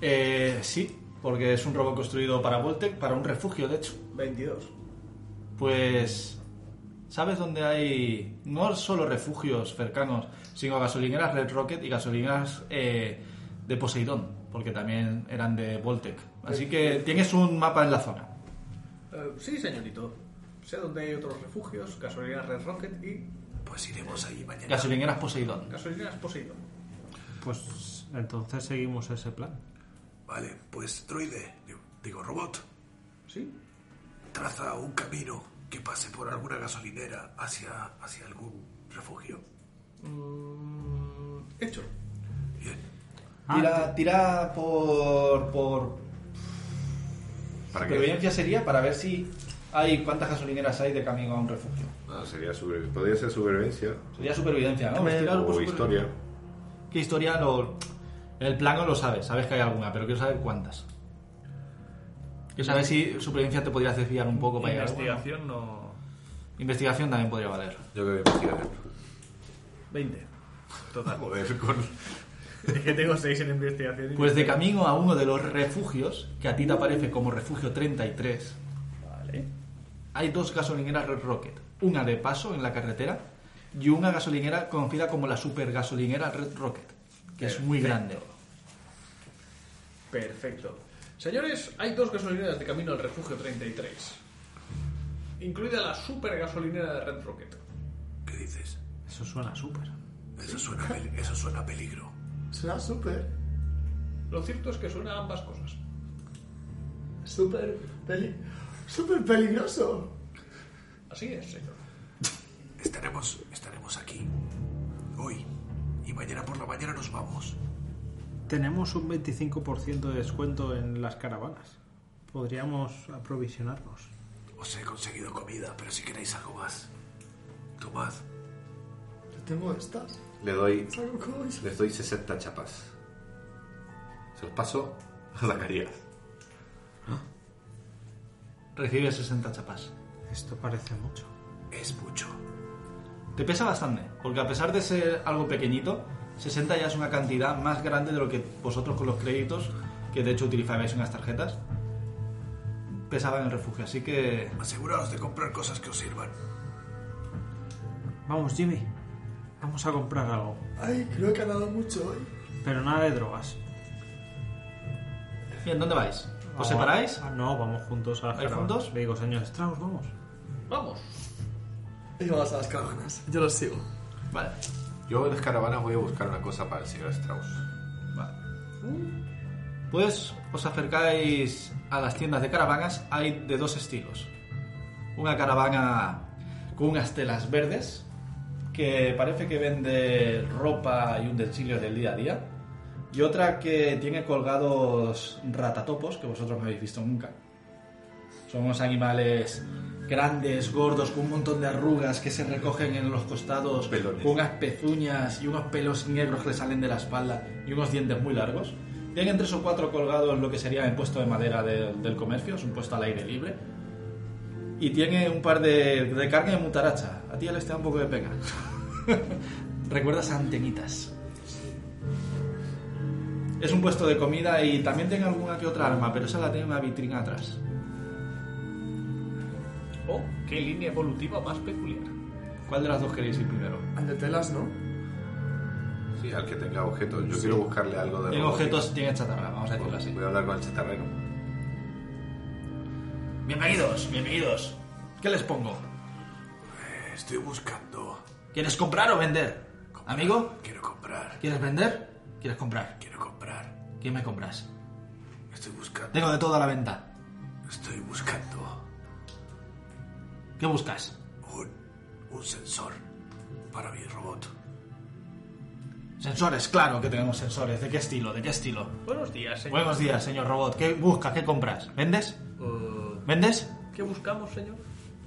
S1: Eh, sí, porque es un robot construido para Voltec, para un refugio, de hecho.
S3: 22.
S1: Pues. ¿Sabes dónde hay no solo refugios cercanos, sino gasolineras Red Rocket y gasolineras eh, de Poseidón? Porque también eran de Voltec. Así que tienes un mapa en la zona.
S3: Eh, sí, señorito. Sé dónde hay otros refugios, gasolineras Red Rocket y
S8: Pues iremos ahí mañana.
S1: Gasolineras Poseidón.
S3: gasolineras Poseidón.
S4: Pues entonces seguimos ese plan.
S8: Vale, pues droide, digo- digo robot,
S3: ¿Sí?
S8: traza un camino que pase por alguna gasolinera hacia, hacia algún refugio.
S3: Mm, hecho.
S8: Bien,
S2: Ah,
S1: Tira, tira por. por.
S2: ¿Para qué?
S1: Supervivencia sería para ver si hay cuántas gasolineras hay de camino a un refugio.
S2: No, sería supervi- Podría ser supervivencia.
S1: Sería supervivencia, ¿no? Pues tira por
S2: O
S1: supervi-
S2: historia.
S1: ¿Qué historia? Lo, el plano lo sabes, sabes que hay alguna, pero quiero saber cuántas. Quiero saber si supervivencia te podrías desviar un poco para llegar a alguna.
S3: Investigación no.
S1: Investigación también podría valer.
S2: Yo creo que investigación.
S3: 20. Total.
S2: Joder, con.
S3: es que tengo 6 en investigación. y-
S1: Pues de camino a uno de los refugios, que a ti te aparece como refugio 33,
S3: Vale.
S1: hay dos gasolineras Red Rocket. Una de paso en la carretera y una gasolinera conocida como la super gasolinera Red Rocket, que es muy grande.
S3: Perfecto. Señores, hay dos gasolineras de camino al refugio 33. Incluida la super gasolinera de Red Rocket.
S8: ¿qué dices?
S4: Eso suena súper.
S8: Eso suena, pel- eso suena a peligro.
S6: Será súper,
S3: Lo cierto es que suena a ambas cosas.
S6: súper, peli, súper peligroso.
S3: Así es, señor.
S8: Estaremos, estaremos aquí. Hoy. Y mañana por la mañana nos vamos.
S4: Tenemos un 25% de descuento en las caravanas. Podríamos aprovisionarnos.
S8: Os he conseguido comida, pero si queréis algo más, tomad.
S6: Yo tengo estas.
S2: Le doy.
S6: Saco cosas.
S2: Les doy 60 chapas. Se los paso a Zacarías.
S1: Recibe 60 chapas.
S4: Esto parece mucho.
S8: Es mucho.
S1: Te pesa bastante, porque a pesar de ser algo pequeñito, 60 ya es una cantidad más grande de lo que vosotros con los créditos, que de hecho utilizabais unas tarjetas, pesaba en el refugio. Así que
S8: Aseguraos de comprar cosas que os sirvan.
S4: Vamos, Jimmy. Vamos a comprar algo.
S6: Ay, creo que ha dado mucho hoy.
S4: Pero nada de drogas.
S1: Bien, ¿dónde vais? ¿Os
S4: Ah,
S1: separáis?
S4: ah, no, vamos juntos a las
S1: ¿Vais
S4: caravanas.
S1: juntos?
S4: Le digo, señor Strauss, vamos.
S3: Vamos.
S6: Y vamos a las caravanas. Yo los sigo.
S1: Vale.
S2: Yo en las caravanas voy a buscar una cosa para el señor Strauss.
S1: Pues os acercáis a las tiendas de caravanas, hay de dos estilos. Una caravana con unas telas verdes, que parece que vende ropa y utensilios del día a día, y otra que tiene colgados ratatopos, que vosotros no habéis visto nunca. Somos animales grandes, gordos, con un montón de arrugas que se recogen en los costados,
S2: Pelones.
S1: con unas pezuñas y unos pelos negros que le salen de la espalda y unos dientes muy largos. Tienen tres o cuatro colgados lo que sería el puesto de madera de- del comercio, es un puesto al aire libre. Y tiene un par de, de carne de mutaracha. A ti ya les da un poco de pega. Recuerdas antenitas. Es un puesto de comida y también tiene alguna que otra arma, pero esa la tiene en una vitrina atrás.
S3: Oh, qué línea evolutiva más peculiar.
S1: ¿Cuál de las dos queréis ir primero?
S6: Al de telas, ¿no?
S2: Sí, al que tenga objetos. Yo quiero buscarle algo de
S1: Tiene
S2: robótica.
S1: objetos, tiene chatarra, vamos a decirlo así.
S2: Voy a hablar con el chatarrero.
S1: Bienvenidos, bienvenidos. ¿Qué les pongo?
S8: Estoy buscando.
S1: ¿Quieres comprar o vender? Amigo,
S8: Quiero comprar.
S1: ¿quieres vender? ¿Quieres comprar?
S8: Quiero comprar.
S1: ¿Qué me compras?
S8: Estoy buscando.
S1: Tengo de todo a la venta.
S8: Estoy buscando
S1: ¿Qué buscas?
S8: un, un sensor para mi robot.
S1: Sensores, claro que tenemos sensores. ¿De qué estilo? ¿De qué estilo?
S3: Buenos días, señor.
S1: Buenos días, señor robot. ¿Qué buscas? ¿Qué compras? ¿Vendes?
S3: Eh,
S1: ¿Vendes?
S3: ¿Qué buscamos, señor?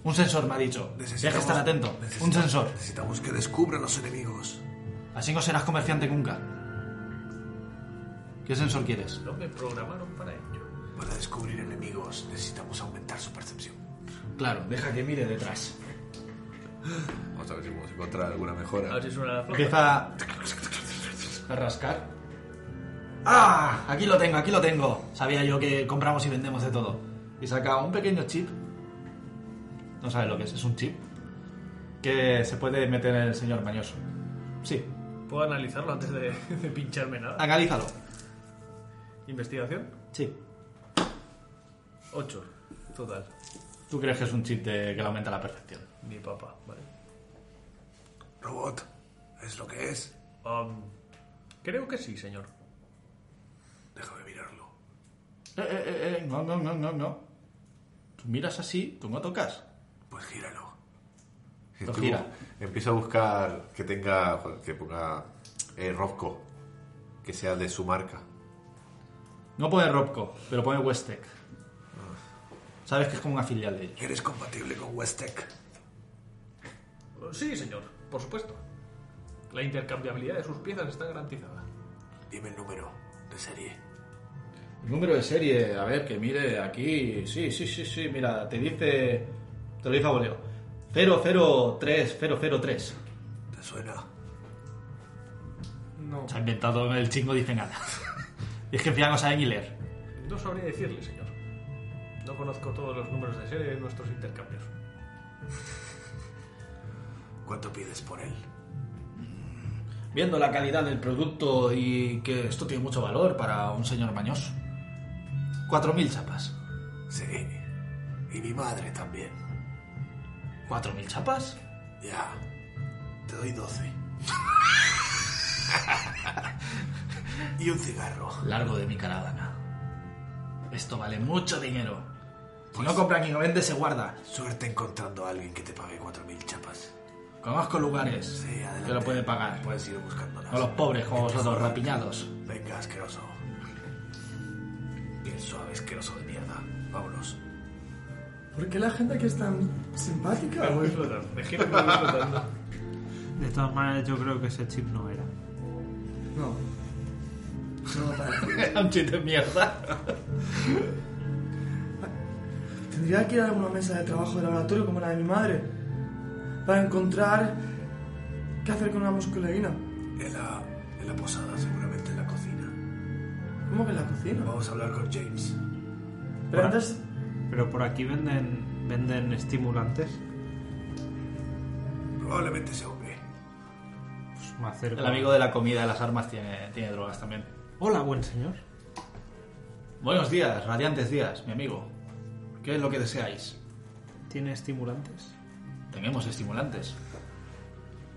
S1: Un sensor me ha dicho. Tienes que estar atento. Un
S8: necesitamos-
S1: sensor.
S8: Necesitamos que descubra los enemigos.
S1: Así no serás comerciante nunca. ¿Qué sensor quieres?
S3: No me programaron para ello.
S8: Para descubrir enemigos necesitamos aumentar su percepción.
S1: Claro, deja que mire detrás.
S2: Vamos a ver si podemos encontrar alguna
S3: A
S2: mejora.
S3: ver si suena la flauta.
S1: Empieza a rascar. ¡Ah! Aquí lo tengo, aquí lo tengo. Sabía yo que compramos y vendemos de todo. Y saca un pequeño chip. No sabe lo que es, es un chip. Que se puede meter en el señor mañoso. Sí,
S3: ¿Puedo analizarlo antes de, de pincharme nada?
S1: analízalo.
S3: ¿Investigación?
S1: Sí.
S3: 8. Total.
S1: Tú crees que es un chip de- que le aumenta la perfección.
S3: Mi papá, vale.
S8: Robot, ¿es lo que es?
S3: Am, Um, creo que sí, señor.
S8: Déjame mirarlo.
S1: Eh, eh, eh, eh, no, no, no, no, no. Tú miras así, tú no tocas.
S8: Pues gíralo.
S2: Estoy-
S1: gira.
S2: Empiezo a buscar que tenga. joder, que ponga. Eh, Robco. Que sea de su marca.
S1: No pone Robco, pero pone Westec. Sabes que es como una filial de ellos.
S8: ¿Eres compatible con Westec?
S3: Eh, Sí, señor, por supuesto. La intercambiabilidad de sus piezas está garantizada.
S8: Dime el número de serie.
S1: Número de serie, a ver, que mire aquí. Sí, sí, sí, sí, mira, te dice. Te lo dice a voleo. 003003.
S8: ¿Te suena?
S6: No.
S1: Se ha inventado el chingo, dice nada. y es que ya no sabe ni leer.
S3: No sabría decirle, señor. No conozco todos los números de serie de nuestros intercambios.
S8: ¿Cuánto pides por él?
S1: Viendo la calidad del producto y que esto tiene mucho valor para un señor mañoso. 4.000 chapas.
S8: Sí. Y mi madre también.
S1: ¿4.000 chapas?
S8: Ya. Te doy 12. y un cigarro.
S1: Largo de mi caravana. Esto vale mucho dinero. Si
S8: Pues-
S1: no compra ni no vende, se guarda.
S8: Suerte encontrando a alguien que te pague 4.000 chapas.
S1: Conozco lugares
S8: Sí, adelante.
S1: que lo puede pagar.
S8: Puedes ir buscándolas.
S1: A los pobres como
S8: Que te
S1: vosotros,
S8: jodan.
S1: rapiñados.
S8: Venga, asqueroso. Bien suave, asqueroso de mierda. Vámonos.
S6: ¿Por qué la gente aquí es tan simpática?
S3: Me voy flotando. Me giro y me voy flotando.
S4: De todas maneras, yo creo que ese chip no era.
S6: No. No, para.
S1: un chiste de mierda.
S6: Tendría que ir a alguna mesa de trabajo de laboratorio como la de mi madre para encontrar qué hacer con una musculina.
S8: En la, en la posada, seguramente en la cocina.
S6: ¿Cómo que en la cocina?
S8: Vamos a hablar con James.
S6: Pero antes,
S4: Pero por aquí venden, venden estimulantes.
S8: Probablemente ese hombre.
S4: Pues me acerco.
S1: El amigo de la comida de las armas tiene, tiene drogas también.
S4: Hola, buen señor.
S1: Buenos días, radiantes días, mi amigo. ¿Qué es lo que deseáis?
S4: ¿Tiene estimulantes?
S1: Tenemos estimulantes.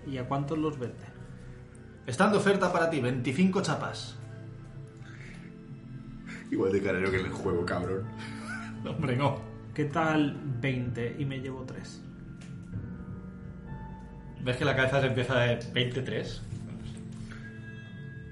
S4: ¿Y a cuántos los vende?
S1: Están de oferta para ti, 25 chapas.
S2: Igual de carero que en el juego, cabrón.
S1: Hombre, no.
S4: ¿Qué tal 20 y me llevo 3?
S1: ¿Ves que la cabeza se empieza de 23?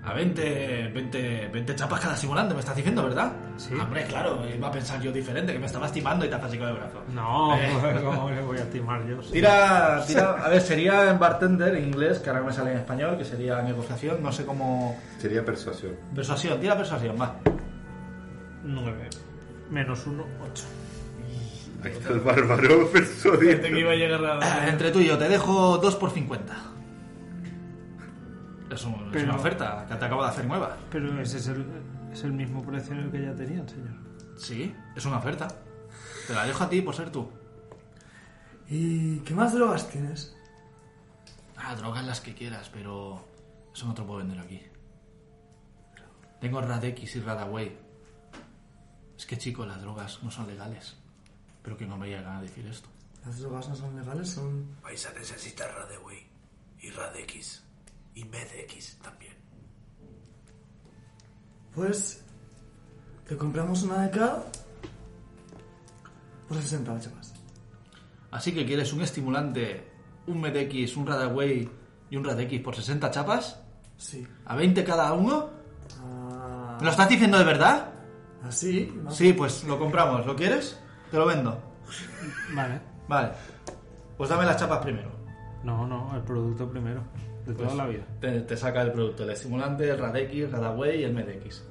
S1: A 20, 20, 20 chapas cada simulante, me estás diciendo, ¿verdad?
S4: Sí.
S1: Hombre, claro, iba a pensar yo diferente, que me está lastimando y te has así con el brazo.
S4: No, pues, ¿cómo le voy a timar yo? Sí.
S1: Tira, tira, a ver, sería en bartender en inglés, que ahora no me sale en español, que sería negociación, no sé cómo...
S2: Sería persuasión.
S1: Persuasión, tira persuasión, va.
S4: 9. Menos 1, 8.
S2: Ahí está el bárbaro persuadiendo.
S28: que iba a llegar a...
S1: Eh, Entre tú y yo, te dejo 2 por 50. Es, un- es
S4: Pero-
S1: una oferta que te acabo de hacer nueva.
S4: Pero ese es el, es el mismo precio en el que ya tenían, señor.
S1: Sí, es una oferta. Te la dejo a ti por ser tú.
S6: ¿Y qué más drogas tienes?
S1: Ah, drogas las que quieras, pero eso no te lo puedo vender aquí. Tengo Radex y Radaway. Es que, chico, las drogas no son legales. Pero que no me llega a decir esto.
S6: Las drogas no son legales, son...
S29: Vais a necesitar Radeway y Radex y Medex también.
S6: Pues... Te compramos una de cada... Por 60 chapas.
S1: Así que, ¿quieres un estimulante, un Medex, un Radaway y un Radex por 60 chapas?
S6: Sí.
S1: ¿A 20 cada uno?
S6: Ah,
S1: ¿Me lo estás diciendo de verdad?
S6: Así, ¿no?
S1: Sí, pues lo compramos. ¿Lo quieres? Te lo vendo.
S4: Vale.
S1: Vale. Pues dame las chapas primero.
S4: No, no, el producto primero. De
S1: Pues,
S4: toda la vida.
S1: Te, te saca el producto, el estimulante, el Radex, Radaway y el MDX.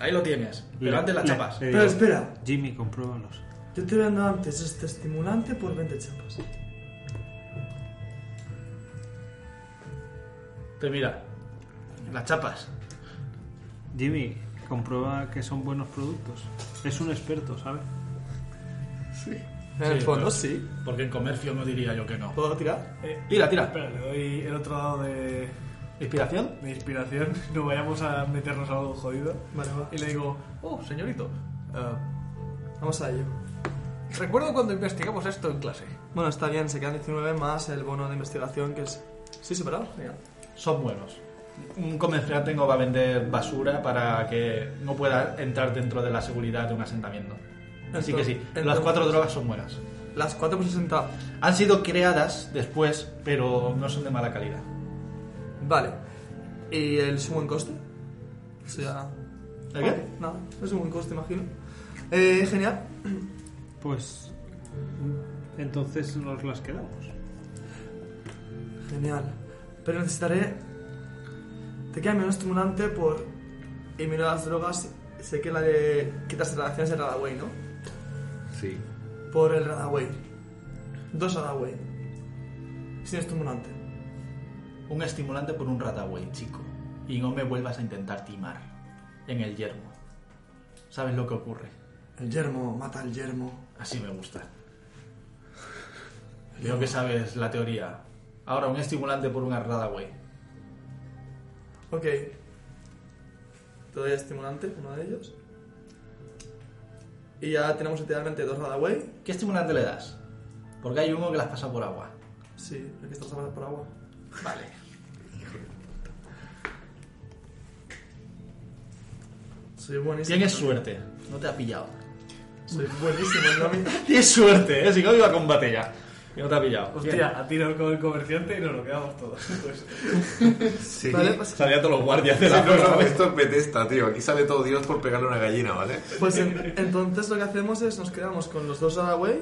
S1: Ahí lo tienes, pero
S4: Le-
S1: antes las
S4: le-
S1: chapas.
S4: le
S6: Pero
S4: digo,
S6: espera,
S4: Jimmy, compruébalos.
S6: yo te vendo antes este estimulante por 20 chapas.
S1: Te mira, las chapas.
S4: Jimmy, comprueba que son buenos productos. Es un experto, ¿sabes?
S6: En el fondo, sí.
S1: Porque en comercio no diría yo que no.
S6: ¿Puedo tirar?
S1: Tira, tira.
S3: Eh, Espera, le doy el otro lado de,
S1: ¿Inspiración?
S3: de inspiración. No vayamos a meternos algo jodido.
S6: Vale, va.
S3: Y le digo, oh, señorito, eh,
S6: Vamos a ello.
S3: recuerdo cuando investigamos esto en clase.
S6: Bueno, está bien, se quedan 19 más el bono de investigación que es... Sí, superado. Genial.
S1: Son buenos. Un comerciante no va a vender basura para que no pueda entrar dentro de la seguridad de un asentamiento. Así
S6: Entonces-
S1: que sí, las
S6: entonces-
S1: cuatro drogas son buenas.
S6: Las 4 por 60.
S1: Han sido creadas después, pero no son de mala calidad.
S6: Vale. ¿Y el sumo en coste? O sea...
S1: ¿El qué?
S6: Ok, Nada, es un buen coste, imagino. Eh, genial.
S4: Pues. Entonces nos las quedamos.
S6: Genial. Pero necesitaré. Te queda menos estimulante por eliminar las drogas. Sé que la de. Quitas relaciones de Radaway, ¿no?
S2: Sí.
S6: Por el Radaway. Dos Radaway. Sin estimulante.
S1: Un estimulante por un rataway, chico. Y no me vuelvas a intentar timar. En el yermo. ¿Sabes lo que ocurre?
S6: El yermo, mata al yermo.
S1: Así me gusta. Veo que sabes la teoría. Ahora, un estimulante por un rataway.
S6: Ok. Te doy estimulante, uno de ellos. Y ya tenemos literalmente dos Radaway.
S1: ¿Qué estimulante le das? Porque hay uno que las pasa por agua.
S6: Sí, el que está salvado por agua.
S1: Vale.
S6: Soy buenísimo.
S1: Tienes suerte. No te ha pillado.
S6: Soy buenísimo, ¿no?
S1: Tienes suerte, ¿eh? Si no, iba a combate ya. Y no te ha pillado.
S3: Hostia, ha tirado con el comerciante y nos lo quedamos todos. Pues,
S2: Sí.
S6: Vale, pues
S1: Salían todos los guardias de
S2: Sí,
S1: la
S2: no, no,
S1: zona.
S2: esto es Bethesda, tío. Aquí sale todo Dios por pegarle una gallina, ¿vale?
S6: Pues en- entonces lo que hacemos es nos quedamos con los dos Radaway,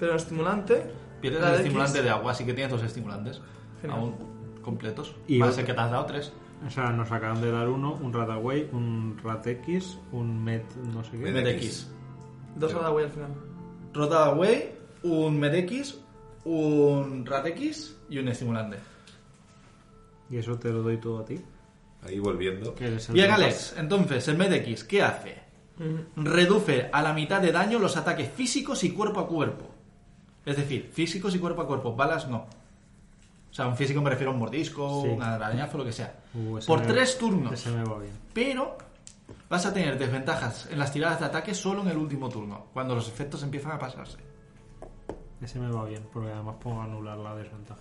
S6: pero el estimulante.
S1: Pierdes
S6: la
S1: el
S6: de
S1: estimulante
S6: X,
S1: de agua, así que tienes dos estimulantes.
S6: Genial.
S1: Aún completos.
S4: Y
S1: Va a
S4: otro-
S1: ser que te has dado tres.
S4: O sea, nos acaban de dar uno, un Rataway, un Ratex, un Met, no sé qué.
S2: Med-
S1: MDX.
S2: X.
S6: Dos Radaway al final.
S1: Rodaway, un Medex, un Radex y un estimulante.
S4: Y eso te lo doy todo a ti.
S2: Ahí volviendo.
S4: Que eres el
S1: Bien,
S4: que lo
S1: Alex, entonces, el Medex, ¿qué hace? Reduce a la mitad de daño los ataques físicos y cuerpo a cuerpo. Es decir, físicos y cuerpo a cuerpo, balas no. O sea, un físico me refiero a un mordisco,
S4: Sí.
S1: un arañazo, lo que sea.
S4: Uh, ese
S1: Por
S4: me-
S1: tres turnos.
S4: Ese me va bien.
S1: Pero vas a tener desventajas en las tiradas de ataque solo en el último turno, cuando los efectos empiezan a pasarse.
S4: Ese me va bien, porque además puedo anular la desventaja.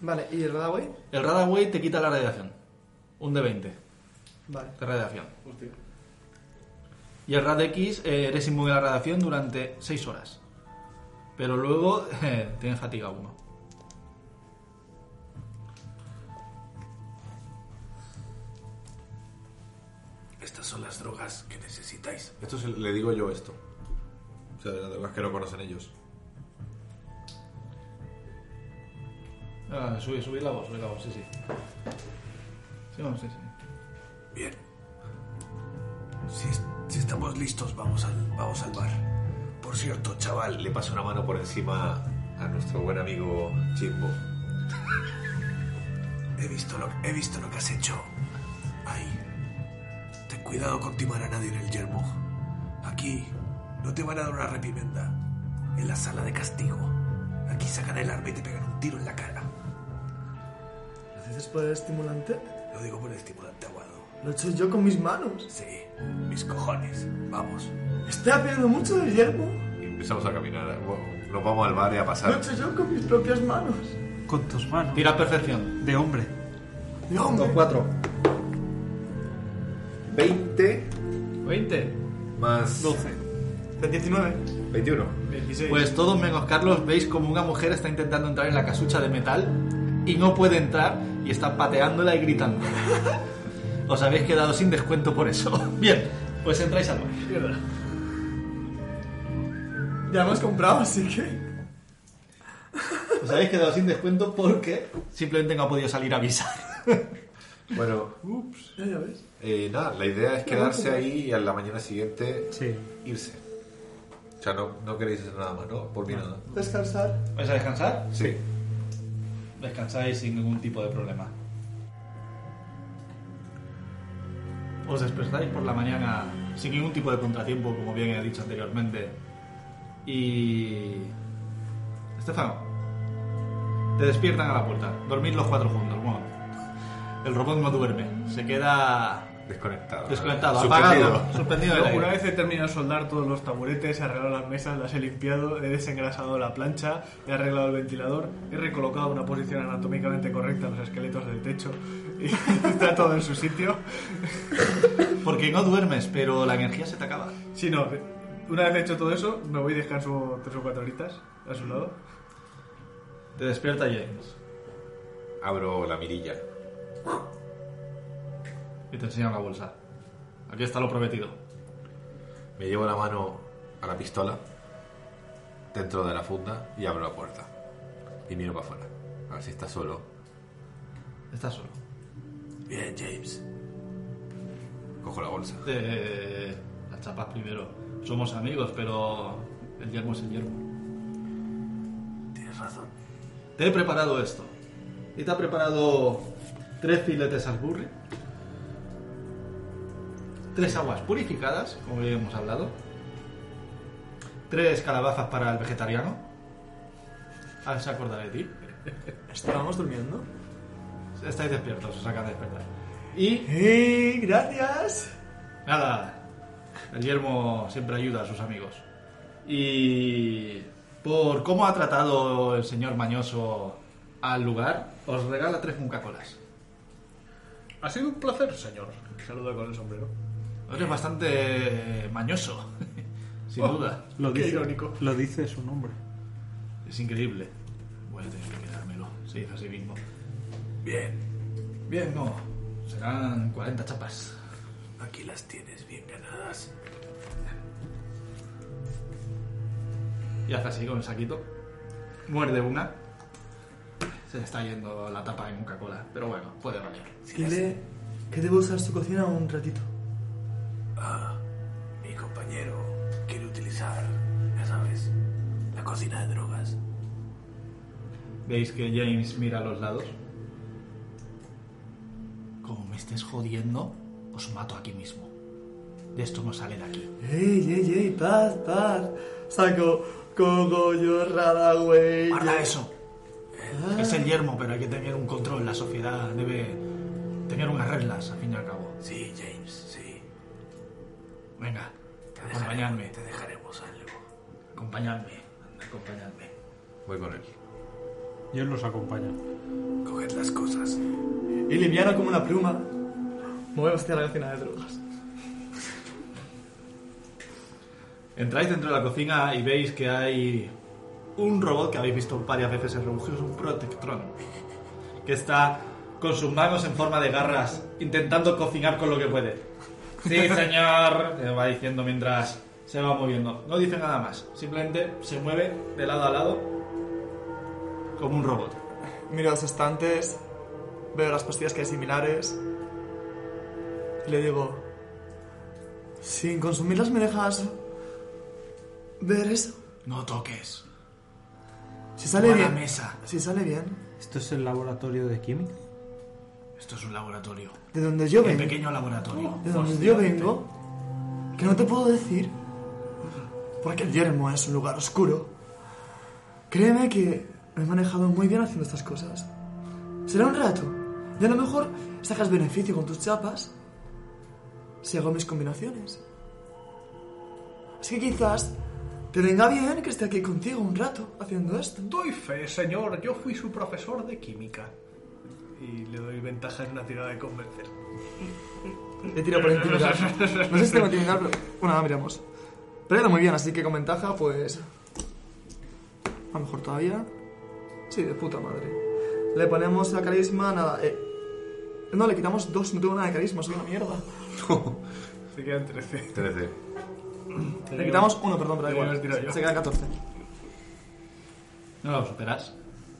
S6: Vale, ¿y el Radaway?
S1: El Radaway te quita la radiación. Un de 20
S6: Vale.
S1: de radiación. Y el Rad X eh, eres inmune a la radiación durante 6 horas. Pero luego eh, tienes fatiga 1.
S8: Estas son las drogas que necesitáis.
S2: Esto se- le digo yo esto. O sea, de las drogas que no conocen ellos.
S1: Ah, subir, subir la voz, subir la voz, sí, sí. Sí, vamos, sí, sí.
S8: Bien. Si, es- si estamos listos, vamos al, vamos al bar. Por cierto, chaval,
S2: Le paso una mano por encima a nuestro buen amigo Chimbo.
S8: he visto lo, he visto lo que has hecho. Ahí. Ten cuidado con timar a nadie en el yermo. Aquí no te van a dar una reprimenda. En la sala de castigo. Aquí sacan el arma y te pegan un tiro en la cara.
S6: ¿Gracias por el estimulante?
S8: Lo digo por el estimulante aguado.
S6: Lo he hecho yo con mis manos.
S8: Sí, mis cojones. Vamos.
S6: Estoy aprendiendo mucho del yermo.
S2: Y empezamos a caminar. Bueno, nos vamos al bar y a
S6: Lo he
S2: pasar.
S6: hecho yo con mis propias manos.
S30: Con tus manos.
S1: Tira perfección.
S30: De hombre.
S6: No, hombre.
S2: 4. 20
S1: 20.
S2: más
S6: 19.
S2: 21.
S6: 26.
S1: Pues todos menos Carlos veis como una mujer está intentando entrar en la casucha de metal y no puede entrar y está pateándola y gritando. Os habéis quedado sin descuento por eso. Bien, pues entráis al bar.
S6: Ya hemos comprado, así que.
S1: Os habéis quedado sin descuento porque simplemente no ha podido salir a avisar.
S2: Bueno,
S6: Ya, ya ves.
S2: eh, nada, la idea es quedarse ahí y a la mañana siguiente
S4: Sí.
S2: irse. O sea, no, no queréis hacer nada más, ¿no? Por mí nada.
S6: Descansar.
S1: ¿Vais a descansar?
S2: Sí.
S1: Descansáis sin ningún tipo de problema. Os despertáis por la mañana sin ningún tipo de contratiempo, como bien he dicho anteriormente. Y... Estefano, te despiertan a la puerta. Dormís los cuatro juntos. Bueno, el robot no duerme. Se queda
S2: Desconectado.
S1: desconectado,
S2: Ah, Suspendido.
S1: apagado, suspendido del
S3: Yo,
S1: aire.
S3: una vez he terminado de soldar todos los taburetes, he arreglado las mesas, las he limpiado, he desengrasado la plancha, he arreglado el ventilador, he recolocado en una posición anatómicamente correcta los esqueletos del techo y está todo en su sitio.
S1: Porque no duermes, pero la energía se te acaba.
S3: Si no, una vez hecho todo eso, me voy y descanso tres o cuatro horitas a su lado.
S1: Te despierta James
S2: Abro la mirilla.
S1: y te enseña una bolsa. Aquí está lo prometido.
S2: Me llevo la mano a la pistola dentro de la funda y abro la puerta. Y miro para afuera. A ver si está solo.
S1: Estás solo.
S8: Bien, James.
S2: Cojo la bolsa.
S1: Eh, las chapas primero. Somos amigos, pero el yermo es el yermo.
S8: Tienes razón.
S1: Te he preparado esto. Y te ha preparado tres filetes al burri. Tres aguas purificadas, como ya hemos hablado. Tres calabazas para el vegetariano. A ver si se acordará de ti.
S6: ¿Estábamos durmiendo?
S1: Estáis despiertos, os acaba de despertar. Y
S6: ¡Eh! ¡Gracias!
S1: Nada, el yermo siempre ayuda a sus amigos. Y por cómo ha tratado el señor Mañoso al lugar, os regala tres Colas.
S31: Ha sido un placer, señor.
S3: Saluda con el sombrero.
S1: Eres bastante mañoso, sin duda.
S4: Lo
S3: Qué
S4: dice,
S3: irónico.
S4: Lo dice su nombre.
S1: Es increíble. Voy a tener que quedármelo, se dice a sí mismo.
S8: Bien.
S1: Bien, no, serán 40 chapas.
S8: Aquí las tienes bien ganadas.
S1: Y hace así con el saquito. Muerde una. Se está yendo la tapa de Coca-Cola, pero bueno, puede valer.
S6: Dile que debo usar su cocina un ratito.
S8: Ah, mi compañero quiere utilizar, ya sabes, la cocina de drogas.
S1: Veis que James mira a los lados. Como me estés jodiendo, os mato aquí mismo. De esto no sale de aquí.
S6: ¡Ey, ey, ey! ¡Paz, paz! Saco cogollo rara,
S8: Eh,
S6: güey.
S1: Guarda eso. Es el yermo, pero hay que tener un control. La sociedad debe tener unas reglas, al fin y al cabo.
S8: Sí, James, sí.
S1: Venga,
S8: Te dejaremos-
S1: acompañadme.
S8: Te dejaremos algo.
S1: Acompañadme. Anda, acompañadme.
S2: Voy con él.
S4: Yo los acompaño.
S8: Coged las cosas.
S6: Y liviano como una pluma. Me voy a vaciar la cocina de drogas.
S1: Entráis dentro de la cocina y veis que hay un robot que habéis visto varias veces en Rebugios, un Protectron, que está con sus manos en forma de garras intentando cocinar con lo que puede. Sí, señor. Te va diciendo mientras se va moviendo. No dice nada más. Simplemente se mueve de lado a lado como un robot.
S6: Miro los estantes, veo las pastillas que hay similares y le digo, sin consumirlas me dejas ver eso.
S1: No toques.
S6: Si sale
S1: Toma la
S6: bien,
S1: mesa.
S6: si sale bien,
S4: ¿Esto es el laboratorio de química?
S1: Esto es un laboratorio.
S6: de donde yo
S1: Un
S6: vengo,
S1: pequeño
S3: Oh,
S1: laboratorio.
S6: de donde yo vengo, que no te puedo decir, porque el yermo es un lugar oscuro. Créeme que me he manejado muy bien haciendo estas cosas. Será un rato, y a lo mejor sacas beneficio con tus chapas si hago mis combinaciones. Así que quizás te venga bien que esté aquí contigo un rato haciendo esto.
S3: Doy fe, señor. Yo fui su profesor de química. Y le doy ventaja en una tirada de convencer.
S6: He tirado por intimidar. No sé si tengo intimidar, pero. Bueno, nada, miramos. Pero ha ido muy bien, así que con ventaja, pues. A lo mejor todavía. Sí, de puta madre. Le ponemos a carisma, nada. eh, No, le quitamos dos, no tengo nada de carisma, soy una mierda.
S3: Se quedan 13.
S2: 13.
S6: Le quitamos uno, perdón, pero
S3: Tenía
S6: da
S3: que haber
S6: igual.
S3: tirado
S6: Se queda 14.
S1: No lo superas.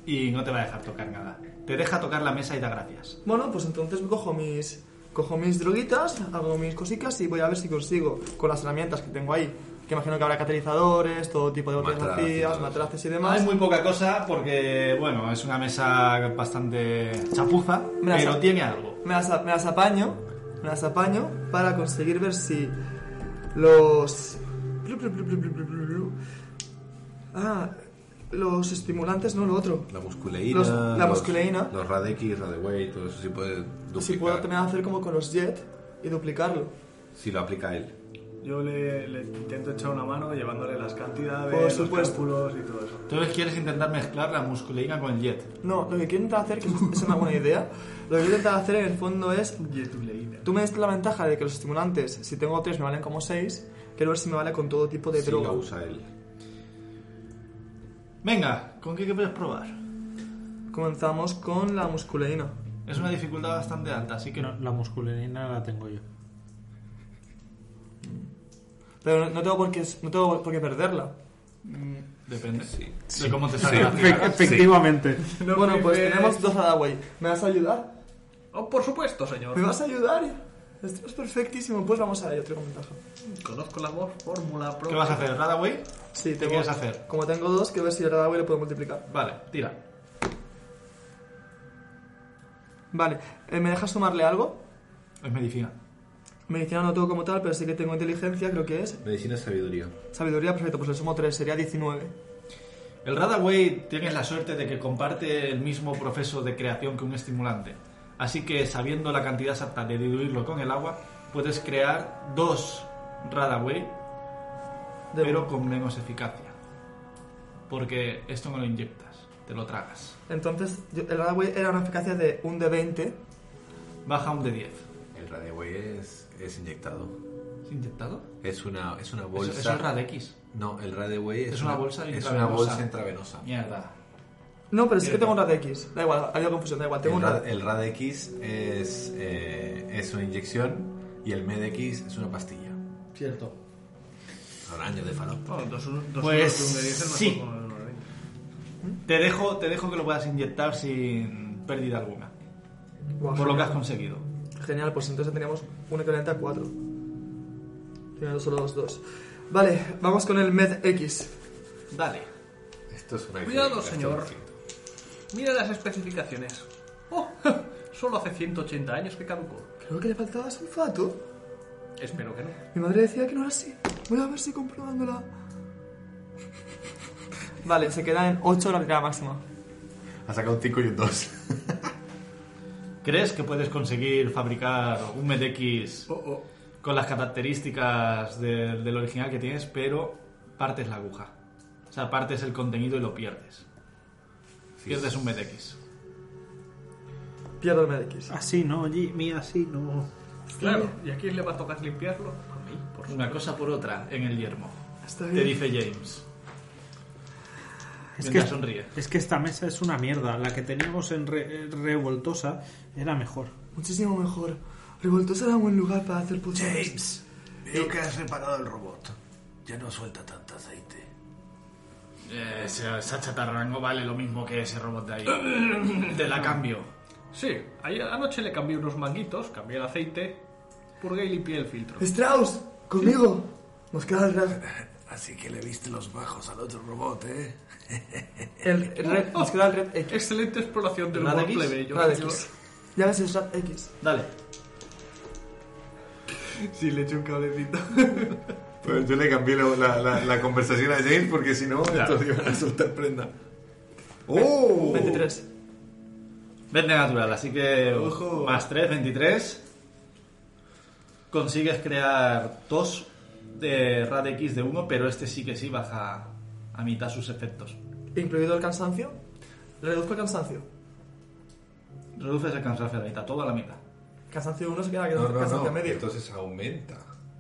S1: Y no te va a dejar tocar nada. Te deja tocar la mesa y da gracias.
S6: Bueno, pues entonces cojo mis. Cojo mis droguitas, hago mis cositas y voy a ver si consigo con las herramientas que tengo ahí. Que imagino que habrá catalizadores, todo tipo de botellas
S2: Matraz y
S6: vacías,
S2: todo.
S6: matraces y
S1: No
S6: demás.
S1: es muy poca cosa porque, bueno, es una mesa bastante chapuza,
S6: Mira,
S1: pero
S6: esa-
S1: tiene algo.
S6: me las, me las apaño, me las apaño para conseguir ver si los... Ah, los estimulantes, no lo otro.
S2: La musculeína.
S6: Los- la
S2: los-
S6: musculeína.
S2: Los, Radeki, Radeway, todo eso sí puede duplicar.
S6: Si puedo también hacer como con los jet y duplicarlo.
S2: Si lo aplica él.
S3: Yo le, le intento echar una mano llevándole las cantidades,
S6: Por
S3: los
S6: supuesto.
S3: cálculos y todo eso.
S1: Entonces quieres intentar mezclar la musculeína con el jet.
S6: No, lo que quiero intentar hacer, que es es una buena idea, lo que quiero intentar hacer en el fondo es...
S3: Yetuleína.
S6: Tú me das la ventaja de que los estimulantes, si tengo tres, me valen como seis. Quiero ver si me vale con todo tipo de
S2: Si
S6: droga.
S2: lo usa él.
S1: Venga, ¿con qué quieres probar?
S6: Comenzamos con la musculeína.
S1: Es una dificultad bastante alta, así que no.
S4: No, la musculina la tengo yo.
S6: Pero no- no tengo por qué, no tengo por qué perderla.
S1: Depende
S2: Sí.
S1: de cómo te salga.
S4: efectivamente.
S6: bueno, pues
S3: flipes.
S6: tenemos dos Adaway. ¿Me vas a ayudar?
S3: Oh, por supuesto, señor.
S6: ¿Me vas a ayudar? Esto es perfectísimo. Pues vamos a ello, tengo ventaja.
S3: Conozco la voz, fórmula propia.
S1: ¿Qué vas a hacer? ¿Radaway?
S6: Sí, tengo,
S1: quieres hacer?
S6: Como tengo dos, que ver si el Adaway lo puedo multiplicar.
S1: Vale, tira.
S6: Vale, eh, ¿me dejas sumarle algo?
S1: Es medicina.
S6: Medicina no tengo como tal, pero sí que tengo inteligencia, creo que es.
S2: Medicina es sabiduría.
S6: Sabiduría, perfecto, pues le sumo 3, sería 19.
S1: El Radaway tienes la suerte de que comparte el mismo proceso de creación que un estimulante. Así que sabiendo la cantidad exacta de diluirlo con el agua, puedes crear dos Radaway,
S6: De
S1: pero con menos eficacia. Porque esto no lo inyectas, te lo tragas.
S6: Entonces, yo- el Adaway era una eficacia de un de 20.
S1: Baja un de 10.
S2: El Radeway es, es inyectado.
S1: ¿Es inyectado?
S2: Es una, es una
S1: Eso,
S2: bolsa.
S1: eso es Radex.
S2: No, el Radeway es,
S1: Es una bolsa
S2: Es
S1: intravenosa.
S2: una bolsa intravenosa.
S1: Mierda.
S6: No, pero sí que tengo un rad X. Da igual, ha habido confusión, da igual. Tengo
S2: El,
S6: un
S2: Ra-
S6: rad.
S2: el Radex es, eh, es una inyección y el Medex es una pastilla.
S1: Cierto.
S2: Habrá años de falopa.
S3: Bueno, dos, un- dos
S1: Pues,
S3: unos de un de diez es mejor
S1: sí.
S3: que uno de uno de veinte.
S1: Te dejo, te dejo que lo puedas inyectar sin pérdida alguna.
S6: Buah,
S1: Por lo que has conseguido.
S6: Genial, pues entonces teníamos un equivalente a 4. Teníamos solo los dos. Vale, vamos con el Med X.
S1: Dale.
S2: Esto es una
S3: Cuidado,
S2: esto es
S3: señor.
S2: un éxito.
S3: Mira las especificaciones. Oh, solo hace 180 años que caducó.
S6: Creo que le faltaba sulfato.
S3: Espero que no.
S6: Mi madre decía que no era así. Voy a ver si comprobándola. Vale, se queda en 8 la tirada máxima.
S2: Ha sacado un 5 y un 2.
S1: ¿Crees que puedes conseguir fabricar un MedX con las características del, del original que tienes, pero partes la aguja? O sea, partes el contenido y lo pierdes. pierdes un MedX.
S6: Pierdo el Med X.
S4: Así no, Jimmy, así no.
S3: Claro, ¿y a quién le va a tocar limpiarlo? A mí, por supuesto.
S1: Una cosa por otra en el yermo.
S6: Está
S1: Te
S6: bien.
S1: dice James.
S4: Es
S1: Mientras
S4: que-
S1: sonríe.
S4: Es que esta mesa es una mierda. La que teníamos en re- revoltosa era mejor.
S6: Muchísimo mejor. Revoltosa era un buen lugar para hacer pociones.
S8: James, veo que has reparado el robot. Ya no suelta tanto aceite.
S32: Eh, esa, esa chatarra no vale lo mismo que ese robot de ahí. Te la cambio.
S3: Sí, ayer anoche le cambié unos manguitos, cambié el aceite, purgué y limpié el filtro.
S6: ¡Strauss! ¡Conmigo! Nos queda el ra-
S8: Así que le viste los bajos al otro robot, ¿eh?
S6: el red. Nos queda el red X.
S3: Excelente exploración del
S1: ¿La de
S3: humor
S1: X?
S3: plebeyo.
S6: Red
S3: Yo-
S6: X. Ya ves el red X.
S2: Oh.
S1: Dale.
S3: Sí, le eché un cablecito.
S2: Pues yo le cambié la, la- la- la conversación a James porque si no, estos iban a soltar prenda. ¡Oh!
S6: 23.
S1: 20 natural, así que más 3, 23. Consigues crear dos de rad X de uno, pero este sí que sí baja a mitad sus efectos.
S6: Incluido el cansancio. Reduzco el cansancio.
S1: Reduces el cansancio a la mitad, todo a la mitad.
S6: Cansancio 1 se queda
S2: No, no,
S6: cansancio
S2: no.
S6: medio.
S2: Entonces aumenta.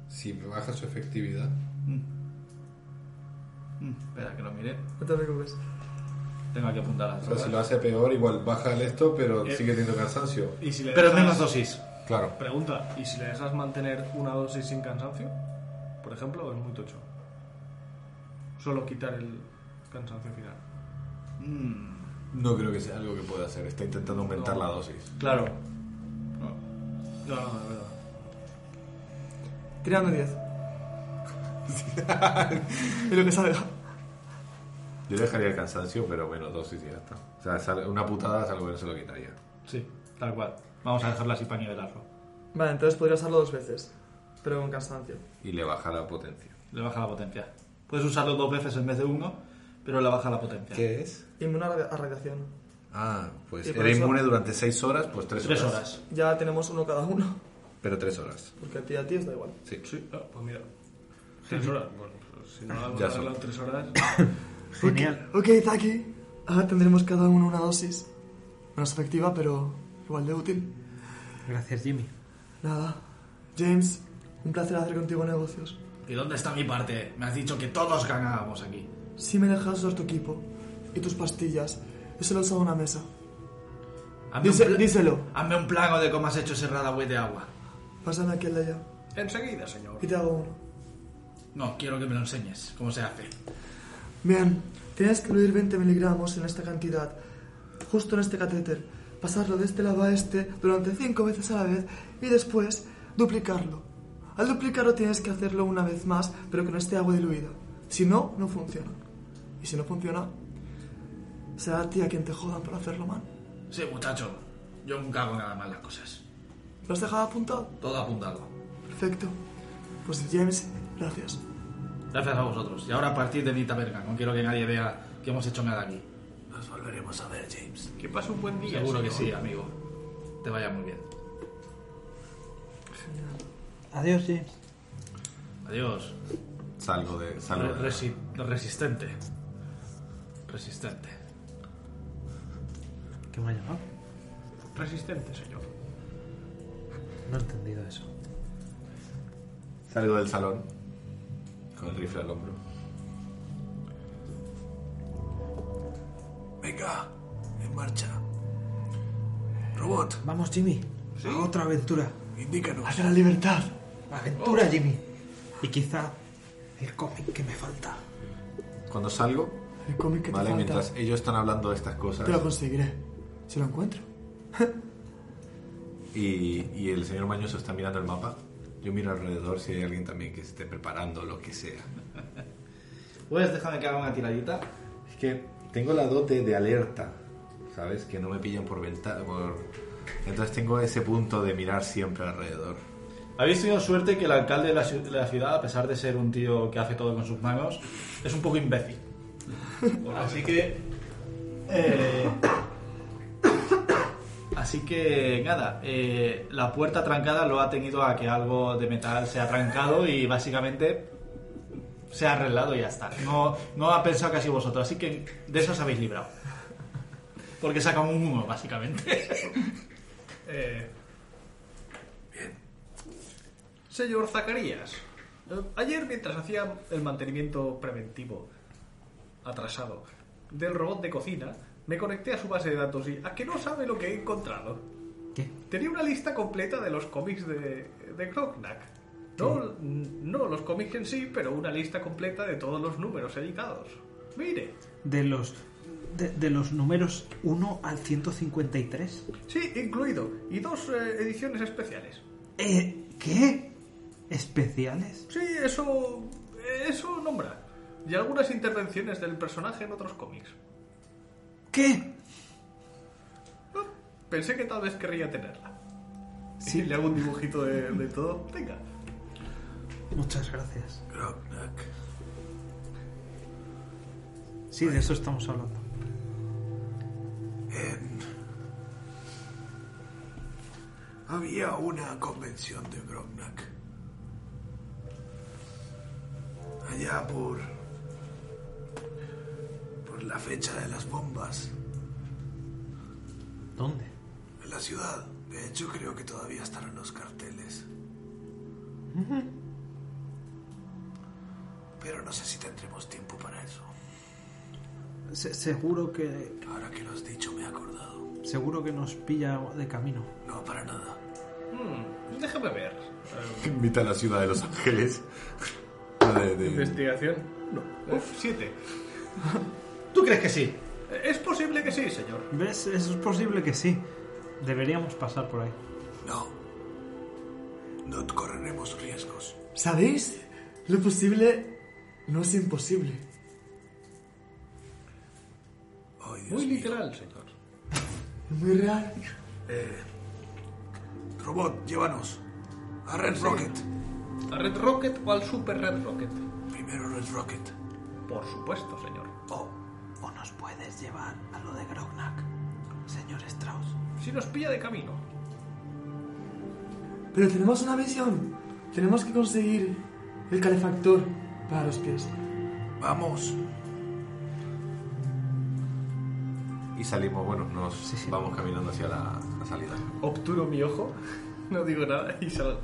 S2: Si baja su efectividad.
S1: Mm, espera, que lo mire.
S6: No te preocupes.
S1: Tengo aquí apuntadas.
S2: O
S3: Ah.
S2: sea, si lo hace peor, igual baja el esto, pero
S3: Eh.
S2: sigue teniendo cansancio.
S3: ¿Y si le
S1: Pero
S3: dejas-
S1: menos dosis.
S2: Claro.
S3: Pregunta, ¿y si le dejas mantener una dosis sin cansancio? Por ejemplo, es muy tocho. Solo quitar el cansancio final.
S32: Mm.
S2: No creo que sea algo que pueda hacer. Está intentando aumentar la dosis.
S1: Claro.
S3: No, no, de verdad.
S6: Tirando 10. y lo que salga.
S2: Yo dejaría el cansancio, pero bueno, dosis y ya está. O sea, sale- una putada es algo que no se lo quitaría.
S1: Sí, tal cual. Vamos a dejarlo así para nivelarlo.
S6: Vale, entonces podría usarlo dos veces. Pero con cansancio.
S2: Y le baja la potencia.
S1: Le baja la potencia. Puedes usarlo dos veces en vez de uno, pero le baja la potencia.
S2: ¿Qué es?
S6: Inmune a ra- a radiación.
S2: Ah, pues
S6: Y por
S2: era
S6: eso-
S2: inmune durante 6 horas, pues 3
S1: Tres
S2: horas.
S1: horas.
S6: Ya tenemos uno cada uno.
S2: Pero 3 horas.
S6: Porque a ti a ti os da igual.
S2: Sí.
S3: Ah, pues mira. Tres horas. Bueno, pues si no hemos
S2: Ya
S3: arreglado
S2: son.
S3: tres horas.
S4: Genial.
S6: Ok, Zaki. Ahora tendremos cada uno una dosis. Menos efectiva, pero igual de útil.
S4: Gracias, Jimmy.
S6: Nada. James, un placer hacer contigo negocios.
S32: ¿Y dónde está mi parte? Me has dicho que todos ganábamos aquí.
S6: Si me dejas usar tu equipo y tus pastillas, yo se lo uso a una mesa.
S32: Hazme,
S6: Dice-
S32: un, pla-
S6: díselo.
S32: hazme un plano de cómo has hecho ese radaway de agua.
S6: Pásame aquel de allá
S33: Enseguida, señor.
S6: y te hago uno.
S32: No, quiero que me lo enseñes, cómo se hace.
S6: Bien, tienes que incluir 20 miligramos en esta cantidad, justo en este catéter, pasarlo de este lado a este durante 5 veces a la vez y después duplicarlo. Al duplicarlo tienes que hacerlo una vez más, pero con este agua diluida. Si no, no funciona. Y si no funciona, será a ti a quien te jodan por hacerlo mal.
S32: Sí, muchacho, yo nunca hago nada mal las cosas.
S6: ¿Lo has dejado apuntado?
S32: Todo apuntado.
S6: Perfecto. Pues James, gracias.
S32: Gracias a vosotros. Y ahora a partir de mi taberna, no quiero que nadie vea que hemos hecho nada aquí.
S8: Nos volveremos a ver, James.
S3: Que pase un buen día.
S32: Seguro que
S3: señor.
S32: sí, amigo. Te vaya muy bien.
S4: Adiós, James.
S32: Adiós.
S2: Salgo de. Salgo
S32: Re-
S2: de
S32: resi- resistente. Resistente.
S4: ¿Qué me ha llamado?
S3: Resistente, señor.
S4: No he entendido eso.
S2: Salgo del salón con el rifle al hombro.
S8: Venga, en marcha. Robot,
S4: Vamos, Jimmy. A otra aventura.
S8: indícanos.
S6: ¡Hacia la libertad!
S4: Aventura, Jimmy. Y quizá el cómic que me falta.
S2: Cuando salgo,
S6: El cómic que te
S2: ¿vale?
S6: falta,
S2: Mientras ellos están hablando de estas cosas
S6: te lo
S3: pues,
S6: conseguiré. Si lo encuentro.
S2: y, y el señor Mañoso está mirando el mapa, yo miro alrededor si hay alguien también que se esté preparando lo que sea.
S1: Pues déjame que haga una tiradita.
S2: Es que tengo la dote de alerta, ¿sabes? Que no me pillan por ventana. Entonces tengo ese punto de mirar siempre alrededor.
S1: Habéis tenido suerte que el alcalde de la, ciu- de la ciudad, a pesar de ser un tío que hace todo con sus manos, es un poco imbécil. así que... eh, así que nada, eh, la puerta trancada lo ha tenido a que algo de metal se ha trancado y básicamente se ha arreglado y ya está. No, no ha pensado casi vosotros, así que de eso os habéis librado. Porque sacan un humo, básicamente.
S3: Eh, Señor Zacarías, eh, ayer mientras hacía el mantenimiento preventivo atrasado del robot de cocina, me conecté a su base de datos y a que no sabe lo que he encontrado.
S7: ¿Qué?
S3: Tenía una lista completa de los cómics de, de Grognak. No, no los cómics en sí, pero una lista completa de todos los números editados. Mire.
S7: De los, de, de los números 1 al 153.
S3: Sí, incluido. Y dos eh, ediciones especiales.
S7: Eh, ¿Qué? ¿Especiales?
S3: Sí, eso. Eso nombra. Y algunas intervenciones del personaje en otros cómics.
S7: ¿Qué?
S3: Ah, Pensé que tal vez querría tenerla. Si le hago un dibujito de, de todo. Venga.
S7: Muchas gracias.
S8: Grognak.
S7: Sí, de eso estamos hablando.
S8: En... Había una convención de Grognak. Allá por. por la fecha de las bombas.
S7: ¿Dónde?
S8: En la ciudad. De hecho, creo que todavía estarán los carteles. Pero no sé si tendremos tiempo para eso.
S7: Se- seguro que
S8: Ahora que lo has dicho, me he acordado.
S7: seguro que nos pilla de camino.
S8: No, para nada.
S3: Mm, déjame ver.
S2: Invita a la ciudad de Los Ángeles. De- de-
S3: ¿Investigación? No. Uf, siete. ¿Tú crees que sí? Es posible que sí, señor.
S7: ¿Ves? Es posible que sí. Deberíamos pasar por ahí.
S8: No. No correremos riesgos.
S6: ¿Sabéis? Lo posible no es imposible.
S8: Ay, Dios
S3: Muy
S8: mío.
S3: literal, señor.
S6: Es muy real.
S8: Robot, llévanos. A Red Rocket.
S3: ¿A Red Rocket o al Super Red Rocket?
S8: Primero Red Rocket.
S3: Por supuesto, señor.
S8: Oh,
S7: ¿O nos puedes llevar a lo de Grognak, señor Strauss?
S3: Si nos pilla de camino.
S6: Pero tenemos una visión. Tenemos que conseguir el calefactor para los pies.
S8: vamos.
S2: Y salimos, bueno, nos
S7: sí.
S2: vamos caminando hacia la, la salida.
S3: Obturo mi ojo, no digo nada y salgo.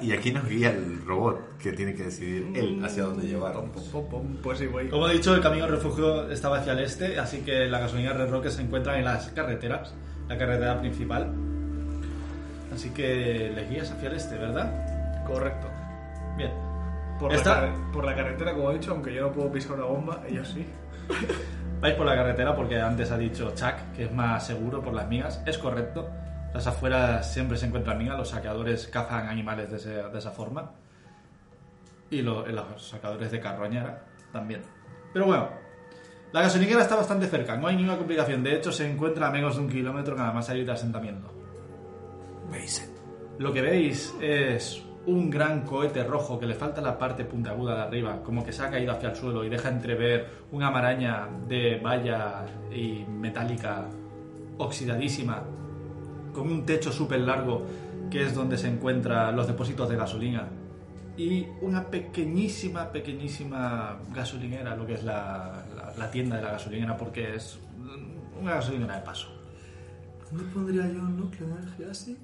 S2: Y aquí nos guía el robot que tiene que decidir él hacia dónde
S3: Pom,
S2: llevarnos.
S3: pom, pom, pom. Pues sí, voy.
S1: Como he dicho, el camino al refugio estaba hacia el este, así que la gasolina Red Rocket se encuentra en las carreteras, la carretera principal. Así que le guías hacia el este, ¿verdad?
S3: Correcto.
S1: Bien.
S3: Por,
S1: Está-
S3: La carre- por la carretera, como he dicho, aunque yo no puedo pisar una bomba, ellos sí.
S1: Vais por la carretera porque antes ha dicho Chuck que es más seguro por las migas. Es correcto. Las afueras siempre se encuentran migas. Los saqueadores cazan animales de, ese- de esa forma. Y lo- los saqueadores de carroñera también. Pero bueno, la gasolinera está bastante cerca. No hay ninguna complicación. De hecho, se encuentra a menos de un kilómetro nada más salir de asentamiento.
S8: Mason.
S1: Lo que veis es un gran cohete rojo que le falta la parte puntiaguda de arriba, como que se ha caído hacia el suelo y deja entrever una maraña de valla y metálica oxidadísima, con un techo súper largo que es donde se encuentran los depósitos de gasolina y una pequeñísima, pequeñísima gasolinera, lo que es la, la- la tienda de la gasolinera, porque es una gasolinera de paso.
S6: ¿Dónde pondría yo un núcleo de energía así?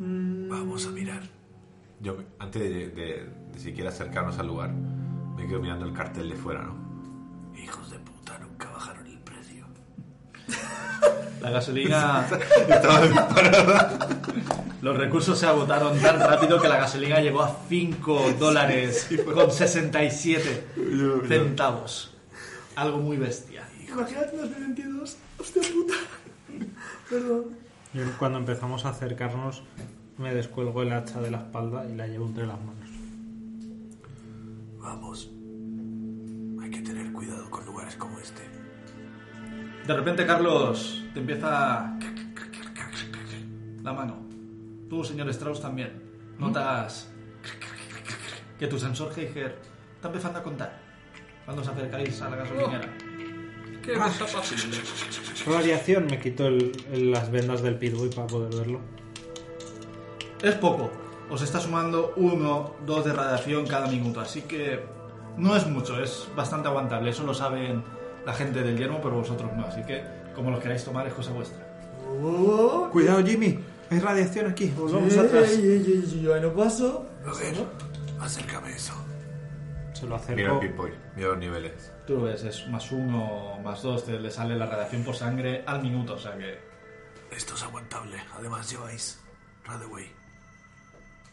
S6: Mm,
S8: Vamos a mirar.
S2: Yo, me- antes de, de- de siquiera acercarnos al lugar, me quedo mirando el cartel de fuera, ¿no?
S8: Hijos de puta, nunca bajaron el precio.
S1: La gasolina. Los recursos se agotaron tan rápido que la gasolina llegó a 5 dólares con 67 centavos. Algo muy bestia.
S6: Imagínate 2022. Hostia puta. Perdón.
S7: Yo cuando empezamos a acercarnos me descuelgo el hacha de la espalda y la llevo entre las manos.
S8: Vamos. Hay que tener cuidado con lugares como este.
S1: De repente, Carlos, te empieza la mano. Tú, señor Strauss, también. Notas que tu sensor Geiger está empezando a contar cuando os acercáis a la gasolinera.
S3: Qué desapacible.
S7: Variación, me quito el- el- las vendas del pitbull para poder verlo.
S1: Es poco. Os está sumando 1, 2 de radiación cada minuto, así que no es mucho, es bastante aguantable. Eso lo saben la gente del yermo, pero vosotros no. Así que como lo queráis tomar es cosa vuestra.
S6: Oh.
S7: Cuidado, Jimmy. Hay radiación aquí. Volvamos
S6: Ey,
S7: atrás.
S6: ey, ey, ey, yo ahí no paso.
S8: A ver, acércame eso.
S7: Se lo
S2: Mira
S7: acerco.
S2: el pinpoint, mira los niveles.
S1: Tú lo ves, es más 1, más 2, te le sale la radiación por sangre al minuto, o sea que
S8: Esto es aguantable. Además lleváis Radaway.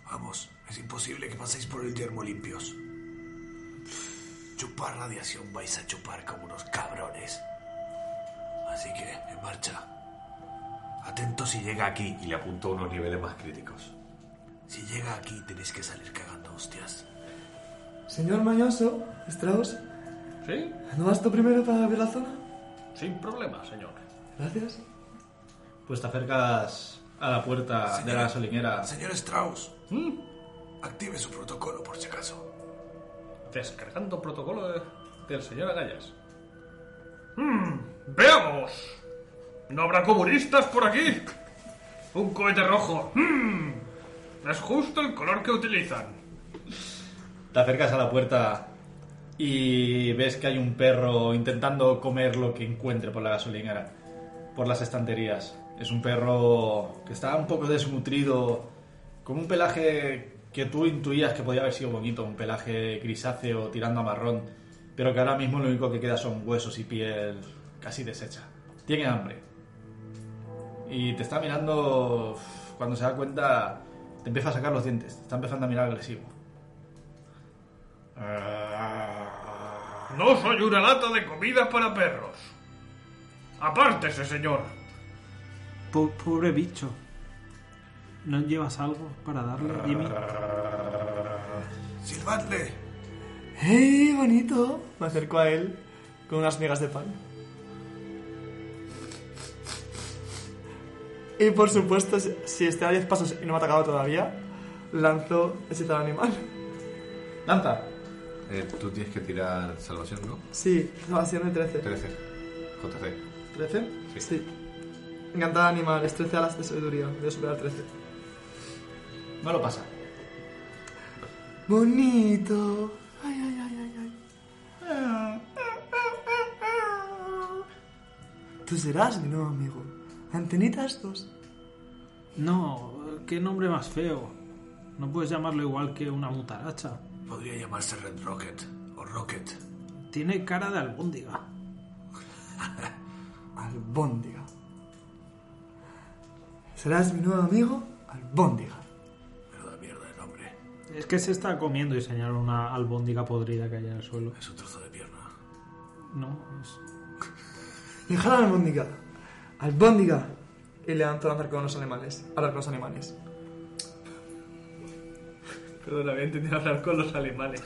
S8: Vamos, es imposible que paséis por el yermo limpios. Chupar radiación vais a chupar como unos cabrones. Así que, en marcha.
S2: Atento si llega aquí y le apunto a unos niveles más críticos.
S8: Si llega aquí tenéis que salir cagando hostias.
S6: Señor Mañoso, Strauss,
S3: ¿Sí?
S6: ¿no vas tú primero para ver la zona?
S3: Sin problema, señor.
S6: Gracias.
S1: Pues te acercas a la puerta de la
S8: Señora-
S1: gasolinera.
S8: Señor Strauss,
S3: Mm,
S8: active su protocolo por si acaso.
S3: Descargando protocolo de- del señor Agallas. Mm, ¡Veamos! ¿No habrá comunistas por aquí? Un cohete rojo. Mm, es justo el color que utilizan.
S1: Te acercas a la puerta y ves que hay un perro intentando comer lo que encuentre por la gasolinera, por las estanterías. Es un perro que está un poco desnutrido, con un pelaje que tú intuías que podía haber sido bonito, un pelaje grisáceo tirando a marrón, pero que ahora mismo lo único que queda son huesos y piel casi deshecha. Tiene hambre. Y te está mirando, uf, cuando se da cuenta, te empieza a sacar los dientes, te está empezando a mirar agresivo.
S6: Ah.
S3: No soy una lata de comida para perros. Apártese, señor.
S7: Po- pobre bicho. ¿No llevas algo para darle, Jimmy?
S8: Silbadle.
S6: ¡Hey, bonito! Me acerco a él con unas migas de pan. Y por supuesto, si- si está a 10 pasos y no me ha atacado todavía, lanzo hechizo al animal.
S1: Lanza.
S2: Eh, tú tienes que tirar salvación, ¿no?
S6: Sí, salvación de 13.
S2: 13. JC.
S6: ¿13?
S2: Sí.
S6: Sí. Encantada animal, es 13 alas de sabiduría, voy a superar 13.
S1: No lo pasa.
S6: Bonito. Ay, ay, ay, ay, ay. Tú serás mi nuevo amigo. Antenitas dos.
S7: No, qué nombre más feo. No puedes llamarlo igual que una mutaracha.
S8: Podría llamarse Red Rocket o Rocket.
S7: Tiene cara de albóndiga.
S6: Albóndiga. Serás mi nuevo amigo, Albóndiga.
S8: Menuda mierda de nombre.
S7: Es que se está comiendo y señala una albóndiga podrida que hay en el suelo.
S8: Es un trozo de pierna.
S7: No, es...
S6: Dejar a la albóndiga. Albóndiga. Y le dan a lanzar con los animales. Hablar con los animales.
S34: Perdón, había entendido hablar con los alemanes.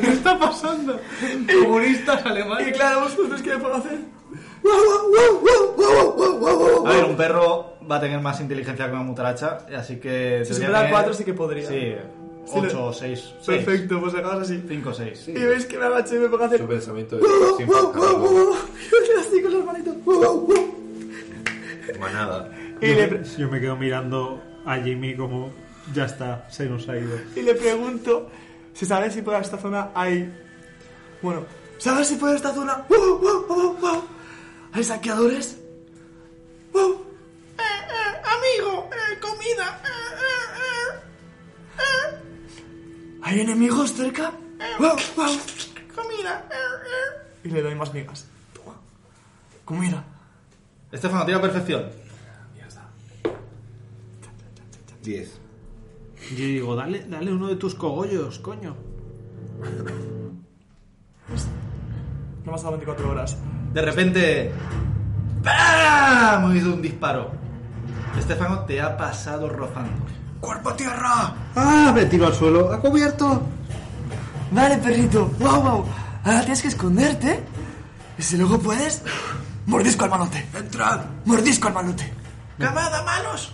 S6: ¿Qué está pasando?
S34: Comunistas
S6: Y
S34: alemanes.
S6: claro, vosotros qué puedo hacer. ¡Guau, guau, guau, guau, guau, guau, guau,
S1: A ver, un perro va a tener más inteligencia que una mutaracha, así que... debería
S6: Si supera
S1: tener-
S6: cuatro, sí que podría.
S1: Sí,
S6: Sí,
S1: 8
S6: lo-
S1: o 6.
S6: Perfecto, pues acabas así.
S1: 5 o 6.
S6: Y veis que me agaché y me pongo a hacer.
S2: Tu pensamiento
S6: ¡Wow,
S2: es siempre
S6: wow, wow, wow! Y así con las manitos. ¡Wow, wow, wow!
S2: manada.
S6: Y le, pre-
S4: Yo me quedo mirando a Jimmy como ya está, se nos ha ido.
S6: y le pregunto si sabe si por esta zona hay. Bueno, ¿sabes si por esta zona. ¡Wow, wow, wow, wow! ¿Hay saqueadores? ¡Wow!
S8: Eh, amigo, eh, comida. eh,
S6: ¿Hay enemigos cerca? ¡Wow, wow!
S8: Eh, comida. eh,
S6: Y le doy más migas. Toma. Comida.
S1: Estefano, tira perfección.
S2: 10.
S7: Yo digo, dale, dale uno de tus cogollos, coño.
S6: No más a 24 horas.
S1: De repente... ¡Bam! Ha habido un disparo. Estefano te ha pasado rozando.
S8: ¡Cuerpo a tierra!
S4: ¡Ah! Me tiro al suelo. ¡Ha cubierto!
S6: Vale, perrito. Wow, wow. Ahora tienes que esconderte. Y si luego puedes, mordisco al malote.
S8: ¡Entrad!
S6: Mordisco al malote.
S8: ¡Camada, manos!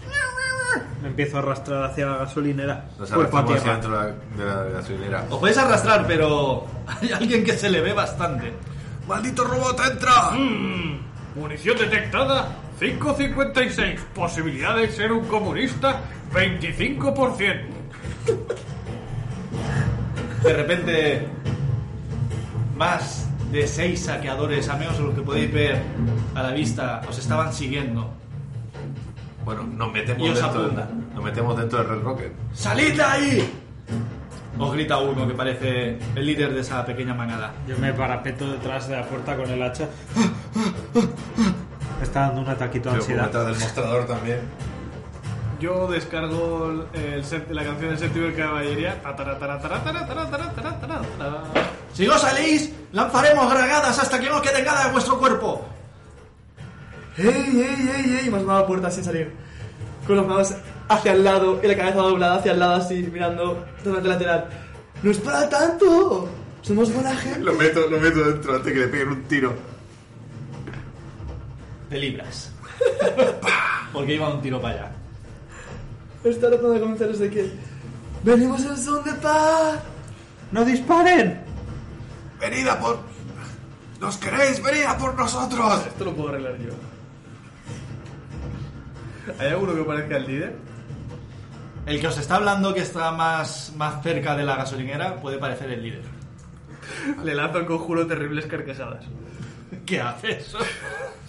S4: Me empiezo a arrastrar hacia la gasolinera.
S2: Nos
S4: Cuerpo a
S2: arrastramos hacia
S4: tierra.
S2: dentro de la, de la gasolinera.
S1: Os podéis arrastrar, pero hay alguien que se le ve bastante.
S8: ¡Maldito robot, entra!
S2: Mm.
S3: Munición detectada 556. Posibilidad de ser un comunista 25%.
S1: De repente, más de seis saqueadores, a menos de lo que podéis ver a la vista, os estaban siguiendo.
S2: Bueno, nos metemos,
S1: Y os
S2: dentro
S1: apunta.
S2: del- nos metemos dentro del Red Rocket.
S1: ¡Salid de ahí! Os grita uno que parece el líder de esa pequeña manada.
S4: Yo me parapeto detrás de la puerta con el hacha. Está dando un ataquito de ansiedad.
S2: Documenta del mostrador también.
S3: Yo descargo el, el set- la canción del séptimo de caballería. Ta, tara, tara, tara, tara, tara, tara, tara, tara, tara.
S1: Si no salís, lanzaremos granadas hasta que no quede nada de vuestro cuerpo.
S6: ¡Ey, ey, ey, ey! Y me asomaba a la puerta sin salir. Con las manos hacia el lado y la cabeza doblada hacia el lado así, mirando totalmente lateral. ¡No es para tanto! ¡Somos buena gente!
S2: Lo meto, lo meto dentro antes que le peguen un tiro.
S1: Te libras. Porque iba un tiro para allá.
S6: Está tratando de comenzar desde que... ¡Venimos en son de paz!
S4: ¡No disparen!
S35: Venid a por... ¿Nos queréis? Venid a por nosotros.
S3: Esto lo puedo arreglar yo. ¿Hay alguno que parezca el líder?
S1: El que os está hablando, que está más, más cerca de la gasolinera, puede parecer el líder.
S3: Le lanzo el conjuro terribles carcajadas.
S1: ¿Qué haces?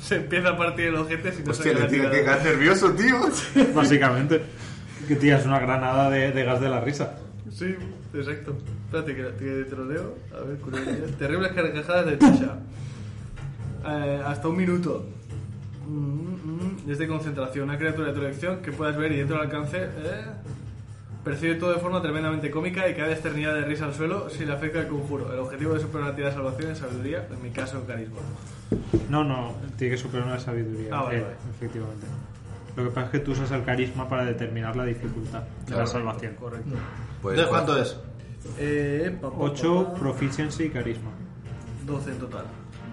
S3: Se empieza a partir el ojete si no
S2: Hostia,
S3: saca
S2: le
S3: la
S2: tiene que
S3: tirada.
S2: quedar nervioso, tío.
S4: Básicamente. Que tiras una granada de, de gas de la risa.
S3: Sí, exacto. Espérate que, que te lo leo. A ver, curiosidad. Terribles carcajadas de Tisha. Eh, hasta un minuto. Mm, mm, Es de concentración. Una criatura de tu elección que puedas ver y dentro del alcance. eh, percibe todo de forma tremendamente cómica y cae externidad de risa al suelo si le afecta el conjuro. El objetivo de superar una tirada de salvación es sabiduría, en mi caso, carisma.
S4: No, no, tiene que superar una sabiduría.
S3: Ah, vale,
S4: eh,
S3: vale.
S4: Efectivamente. Lo que pasa es que tú usas el carisma para determinar la dificultad de la salvación.
S3: Correcto.
S2: Pues,
S1: ¿De cuánto es?
S3: Eh, pa, pa, pa,
S4: 8
S3: pa.
S4: proficiency y carisma.
S3: 12 en total.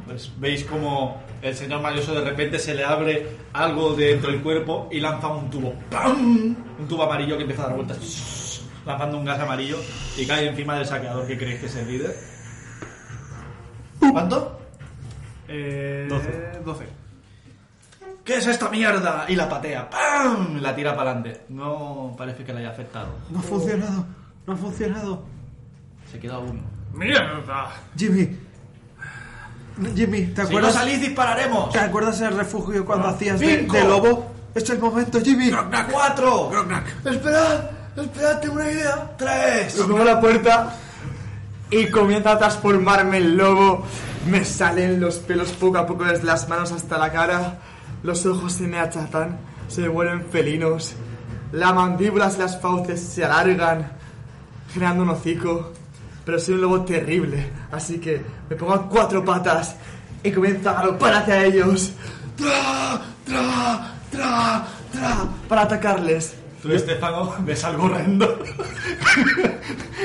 S1: Pues veis como el señor Malioso de repente se le abre algo de dentro del cuerpo y lanza un tubo. ¡Pam! Un tubo amarillo que empieza a dar vueltas. ¡Shh! Lanzando un gas amarillo y cae encima del saqueador que creéis que es el líder. ¿Cuánto?
S3: Eh,
S4: 12.
S3: 12.
S1: ¿Qué es esta mierda? Y la patea. ¡Pam! La tira para adelante. No parece que la haya afectado.
S36: No ha funcionado, no ha funcionado.
S1: Se queda uno.
S3: ¡Mierda!
S36: Jimmy, Jimmy, ¿te
S1: Si no
S36: acuerdas?
S1: salís, dispararemos.
S36: ¿Te acuerdas el refugio cuando
S3: Ah.
S36: hacías de,
S1: cinco.
S36: de lobo? Es el momento, Jimmy.
S35: Grognak.
S1: ¡Cuatro!
S35: Grognak.
S6: ¡Esperad! ¡Esperad! ¡Tengo una idea!
S1: ¡Tres!
S6: Subo la puerta y comienza a transformarme en lobo. Me salen los pelos poco a poco desde las manos hasta la cara. Los ojos se me achatan, se me vuelven felinos. Las mandíbulas y las fauces se alargan, generando un hocico. Pero soy un lobo terrible, así que me pongo a cuatro patas y comienzo a galopar hacia ellos. ¡Tra! ¡Tra! ¡Tra! ¡Tra! Para atacarles.
S1: Tú, Estefano, ves algo horrendo.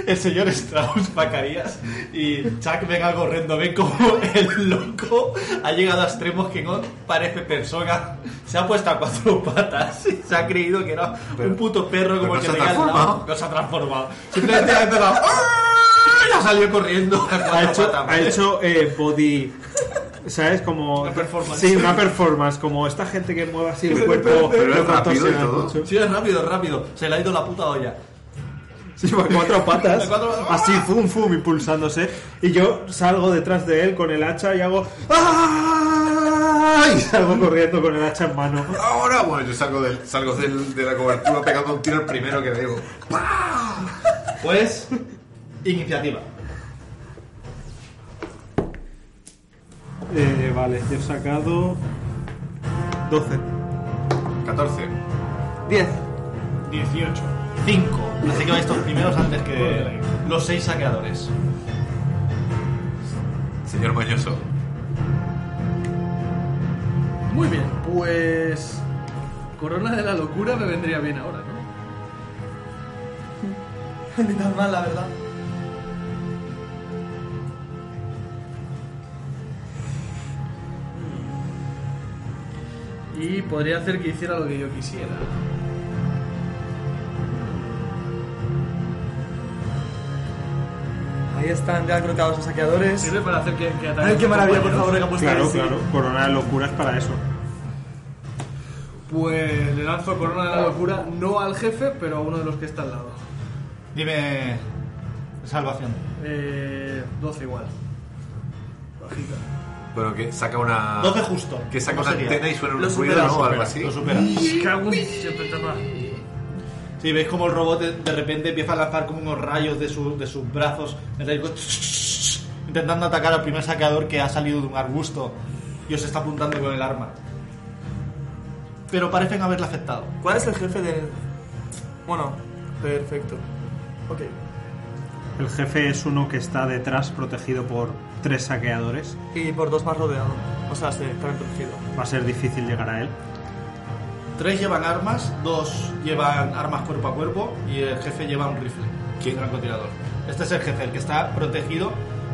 S1: El señor Strauss, Bacarías y Chuck ven algo horrendo. Ven como el loco ha llegado a extremos que no parece persona. Se ha puesto a cuatro patas y se ha creído que era un puto perro como
S2: pero
S1: el que
S2: no se ha
S1: tenía al lado.
S2: transformado.
S1: No se ha transformado. Simplemente ha empezado. "¡Ah!" Y ha salido corriendo.
S4: Ha hecho, ha hecho eh, body. ¿Sabes? Como.
S1: Una performance.
S4: Sí, una performance. Como esta gente que mueve así el cuerpo.
S2: Pero es
S4: lo
S2: rápido y
S4: contorsiona
S2: todo.
S4: mucho.
S1: Sí, es rápido, es rápido. Se le ha ido la puta olla.
S4: Sí, va cuatro patas.
S1: De cuatro patas.
S4: Así, fum, fum, impulsándose. Y yo salgo detrás de él con el hacha y hago. ¡Ah! Y salgo corriendo con el hacha en mano.
S2: Ahora, bueno, yo salgo, del, salgo del- de la cobertura pegando un tiro el primero que veo.
S1: Pues, iniciativa.
S4: Eh, vale, yo he sacado. 12.
S2: 14.
S6: 10.
S1: 18. 5. Así que vais todos primeros antes que los 6 saqueadores.
S2: Señor Mañoso.
S3: Muy bien, pues. Corona de la locura me vendría bien ahora, ¿no?
S6: Ni tan mal, la verdad.
S3: Y podría hacer que hiciera lo que yo quisiera.
S6: Ahí están ya colocados los saqueadores.
S3: Sirve para hacer que, que ataque.
S6: Ay, qué maravilla, por favor, que ha puesto
S4: Claro,
S6: ahí, sí.
S4: claro. Corona de locura es para eso.
S3: Pues le lanzo corona de la locura, no al jefe, pero a uno de los que está al lado.
S1: Dime salvación.
S3: Eh, 12 igual. Bajita.
S2: Bueno, que saca una.
S1: 12 justo.
S2: Ah, Que saca
S1: ¿Cómo
S2: una
S1: sería?
S2: antena y suena
S1: Lo
S2: un
S1: supera,
S2: ruido,
S1: lo
S2: ¿no?
S1: supera,
S2: Algo así.
S1: Lo supera.
S3: Cago en- siempre está mal.
S1: Sí, veis como el robot de, de repente empieza a lanzar como unos rayos de, su- de sus brazos. en el- Intentando atacar al primer saqueador que ha salido de un arbusto y os está apuntando con el arma. pero parecen haberla aceptado.
S6: ¿Cuál es el jefe del...? Bueno, perfecto. Ok.
S4: El jefe es uno que está detrás protegido por tres saqueadores.
S6: Y por dos más rodeado. O sea, se está protegido.
S4: Va a ser difícil llegar a él.
S1: Tres llevan armas, dos llevan armas cuerpo a cuerpo y el jefe lleva un rifle. ¿Quién? Francotirador. Este es el jefe, el que está protegido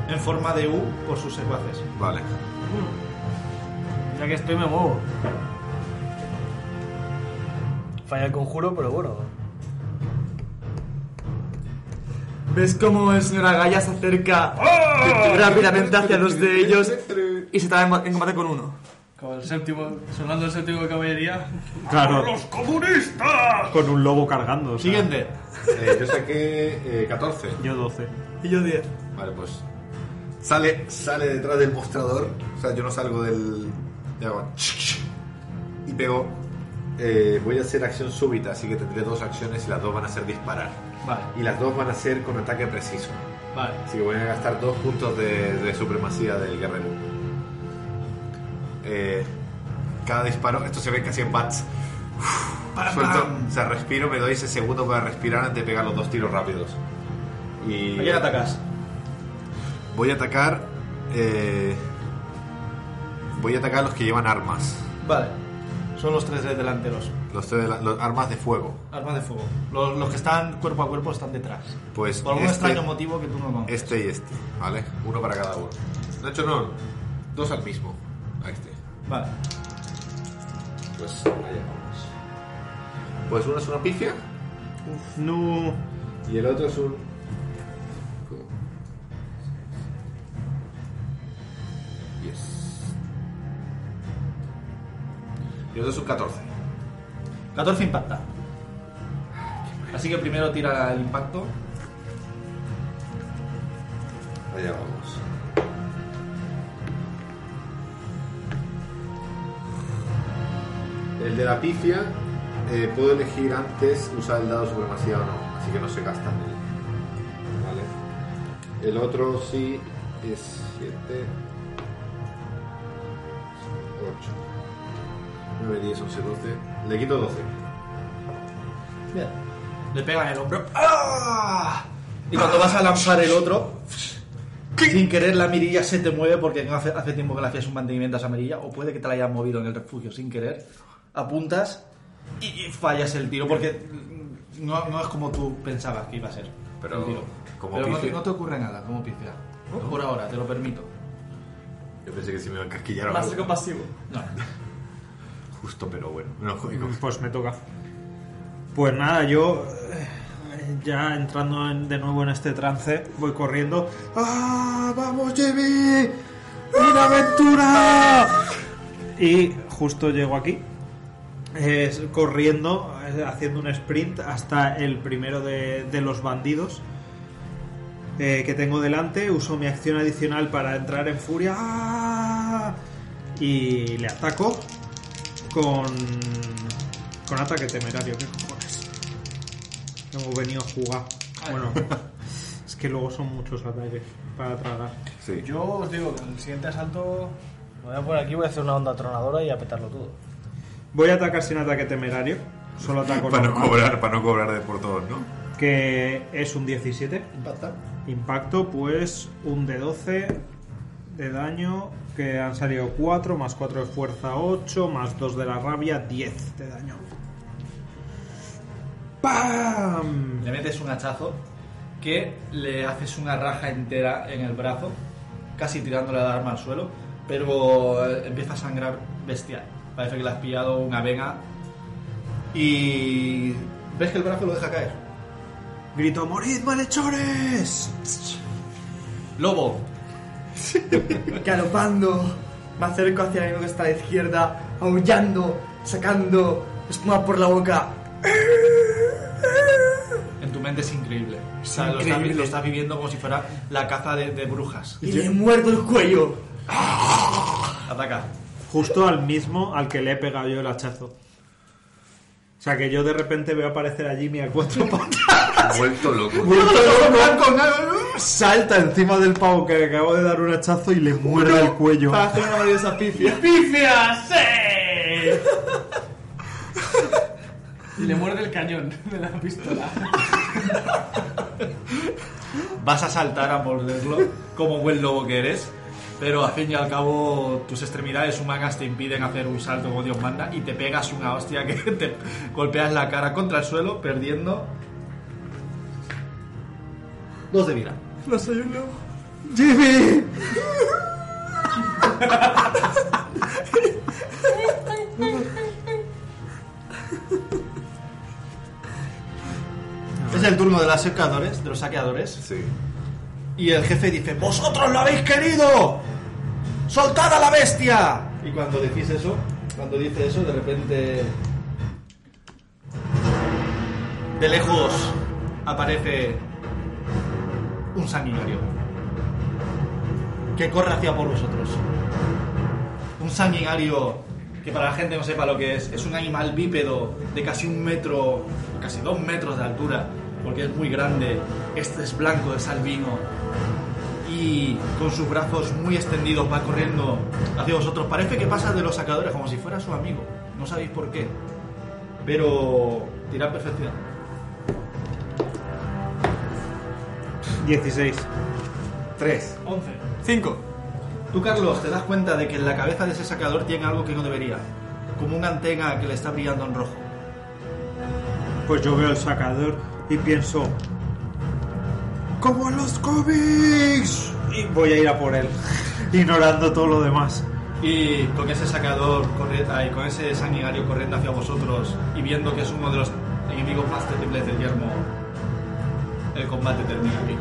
S1: en forma de U por sus secuaces.
S2: Vale.
S3: Ya que estoy, me muevo. Falla el conjuro, pero bueno.
S6: ¿Ves cómo el señor Agaya se acerca rápidamente hacia los de ellos y se está en en combate con uno?
S3: Con el séptimo, sonando el séptimo de caballería.
S4: Claro,
S8: ¡Los comunistas!
S4: con un lobo cargando. o sea,
S1: Siguiente.
S2: Eh, yo saqué eh, 14.
S4: Yo 12.
S6: Y yo 10.
S2: Vale, pues. Sale, sale detrás del mostrador. O sea, yo no salgo del. de agua. Y pego. Eh, voy a hacer acción súbita, así que tendré dos acciones y las dos van a ser disparar.
S1: Vale,
S2: Y las dos van a ser con ataque preciso.
S1: vale.
S2: Así que voy a gastar dos puntos de, de supremacía del guerrero. Eh, cada disparo, esto se ve casi en bats.
S8: Para
S2: Suelto, o sea, respiro, me doy ese segundo para respirar antes de pegar los dos tiros rápidos. Y
S1: ¿A quién atacas?
S2: voy a atacar. eh, voy a atacar a los que llevan armas.
S1: Vale. Son los tres de delanteros.
S2: Los, tres de la- los- armas de fuego.
S1: Armas de fuego. Los, los que están cuerpo a cuerpo están detrás.
S2: Pues
S1: Por algún
S2: este-
S1: extraño motivo que tú no conoces.
S2: Este y este, ¿vale? Uno para cada uno. Nacho, no, dos al mismo. A este.
S1: Vale.
S2: Pues allá vamos. Pues uno es una pifia
S4: No.
S2: y el otro es un. Yes. Y el otro es un 14.
S1: 14 impacta. Así que primero tira el impacto.
S2: Allá vamos. El de la pifia, eh, puedo elegir antes usar el dado supremacía o no, así que no se gasta en él. Vale. El otro sí es 7, 8, 9, 10, 11, 12. Le quito 12.
S1: Bien. Le pega en el hombro. ¡Ah! Y cuando vas a lanzar el otro, sin querer la mirilla se te mueve porque no hace, hace tiempo que le hacías un mantenimiento a esa mirilla, o puede que te la hayas movido en el refugio sin querer. Apuntas y y fallas el tiro porque no, no es como tú pensabas que iba a ser.
S2: Pero
S1: el tiro.
S2: como
S1: Pero no, te-
S2: pifia.
S1: no te ocurre nada, como pifia. Por ahora, te lo permito.
S2: Yo pensé que si me iba a encasquillar o
S6: Va a ser
S2: algo.
S6: compasivo.
S1: No.
S2: Justo, pero bueno. No, juego.
S4: Pues me toca. Pues nada, yo eh, ya entrando en- de nuevo en este trance, voy corriendo. ¡Ah! ¡Vamos, Jimmy! ¡Una aventura! Y justo llego aquí, eh, corriendo, eh, haciendo un sprint hasta el primero de, de los bandidos eh, que tengo delante. Uso mi acción adicional para entrar en furia. ¡Ah! Y le ataco con con ataque temerario qué cojones hemos venido a jugar bueno es que luego son muchos ataques para tragar
S2: Sí.
S3: Yo os digo que en el siguiente asalto me voy a poner aquí, voy a hacer una onda tronadora y a petarlo todo.
S4: voy a atacar sin ataque temerario solo ataco
S2: Para no
S4: normal,
S2: cobrar, para no cobrar de por todos, ¿no?
S4: que es un 17
S1: Impacta.
S4: impacto pues un de 12 de daño que han salido 4 más 4 de fuerza 8 más 2 de la rabia 10 de daño ¡Pam!
S1: Le metes un hachazo que le haces una raja entera en el brazo, casi tirándole la arma al suelo, pero eh, empieza a sangrar bestial. Parece que le has pillado una vena y ves que el brazo lo deja caer.
S4: grito morid malhechores
S1: Lobo,
S6: Galopando, me acerco hacia el amigo que está a la izquierda, aullando, sacando espuma por la boca.
S1: en tu mente es increíble. O sea, lo
S6: Increíble.
S1: estás vi- Lo, estás, viviendo como si fuera la caza de, de brujas.
S6: Y le muerdo el cuello.
S1: Ataca.
S4: Justo al mismo al que le he pegado yo el hachazo. O sea que yo de repente veo aparecer a Jimmy a cuatro patas.
S2: Vuelto loco.
S4: Salta encima del pavo que le acabo de dar un hachazo y le
S1: Ah.
S4: muerde el cuello.
S6: Para hacer una maravillosa pifia.
S3: ¡Pifia 6! Y le muerde el cañón de la pistola.
S37: Vas a saltar a morderlo como buen lobo que eres, pero al fin y al cabo tus extremidades humanas te impiden hacer un salto como Dios manda y te pegas una hostia que te golpeas la cara contra el suelo perdiendo dos de vida.
S6: No soy un lobo.
S37: ¡Jimmy!
S1: Es el turno de los saqueadores, de los saqueadores.
S2: Sí.
S1: Y el jefe dice, ¡Vosotros lo habéis querido! ¡Soltad a la bestia! Y cuando decís eso, cuando dice eso, de repente... De lejos aparece un sanguinario que corre hacia por vosotros. Un sanguinario que para la gente no sepa lo que es, es un animal bípedo de casi un metro, casi dos metros de altura, porque es muy grande, este es blanco, es albino, y con sus brazos muy extendidos va corriendo hacia vosotros. Parece que pasa de los sacadores como si fuera su amigo, no sabéis por qué, pero tirad perfección.
S4: 16.
S2: 3.
S1: 11.
S6: 5.
S1: Tú, Carlos, te das cuenta de que en la cabeza de ese sacador tiene algo que no debería, como una antena que le está brillando en rojo.
S4: Pues yo veo el sacador y pienso. ¡Como en los cómics! Y voy a ir a por él, ignorando todo lo demás.
S1: Y con ese sacador corriendo, y con ese sanguinario corriendo hacia vosotros y viendo que es uno de los enemigos más terribles del yermo, el combate termina aquí.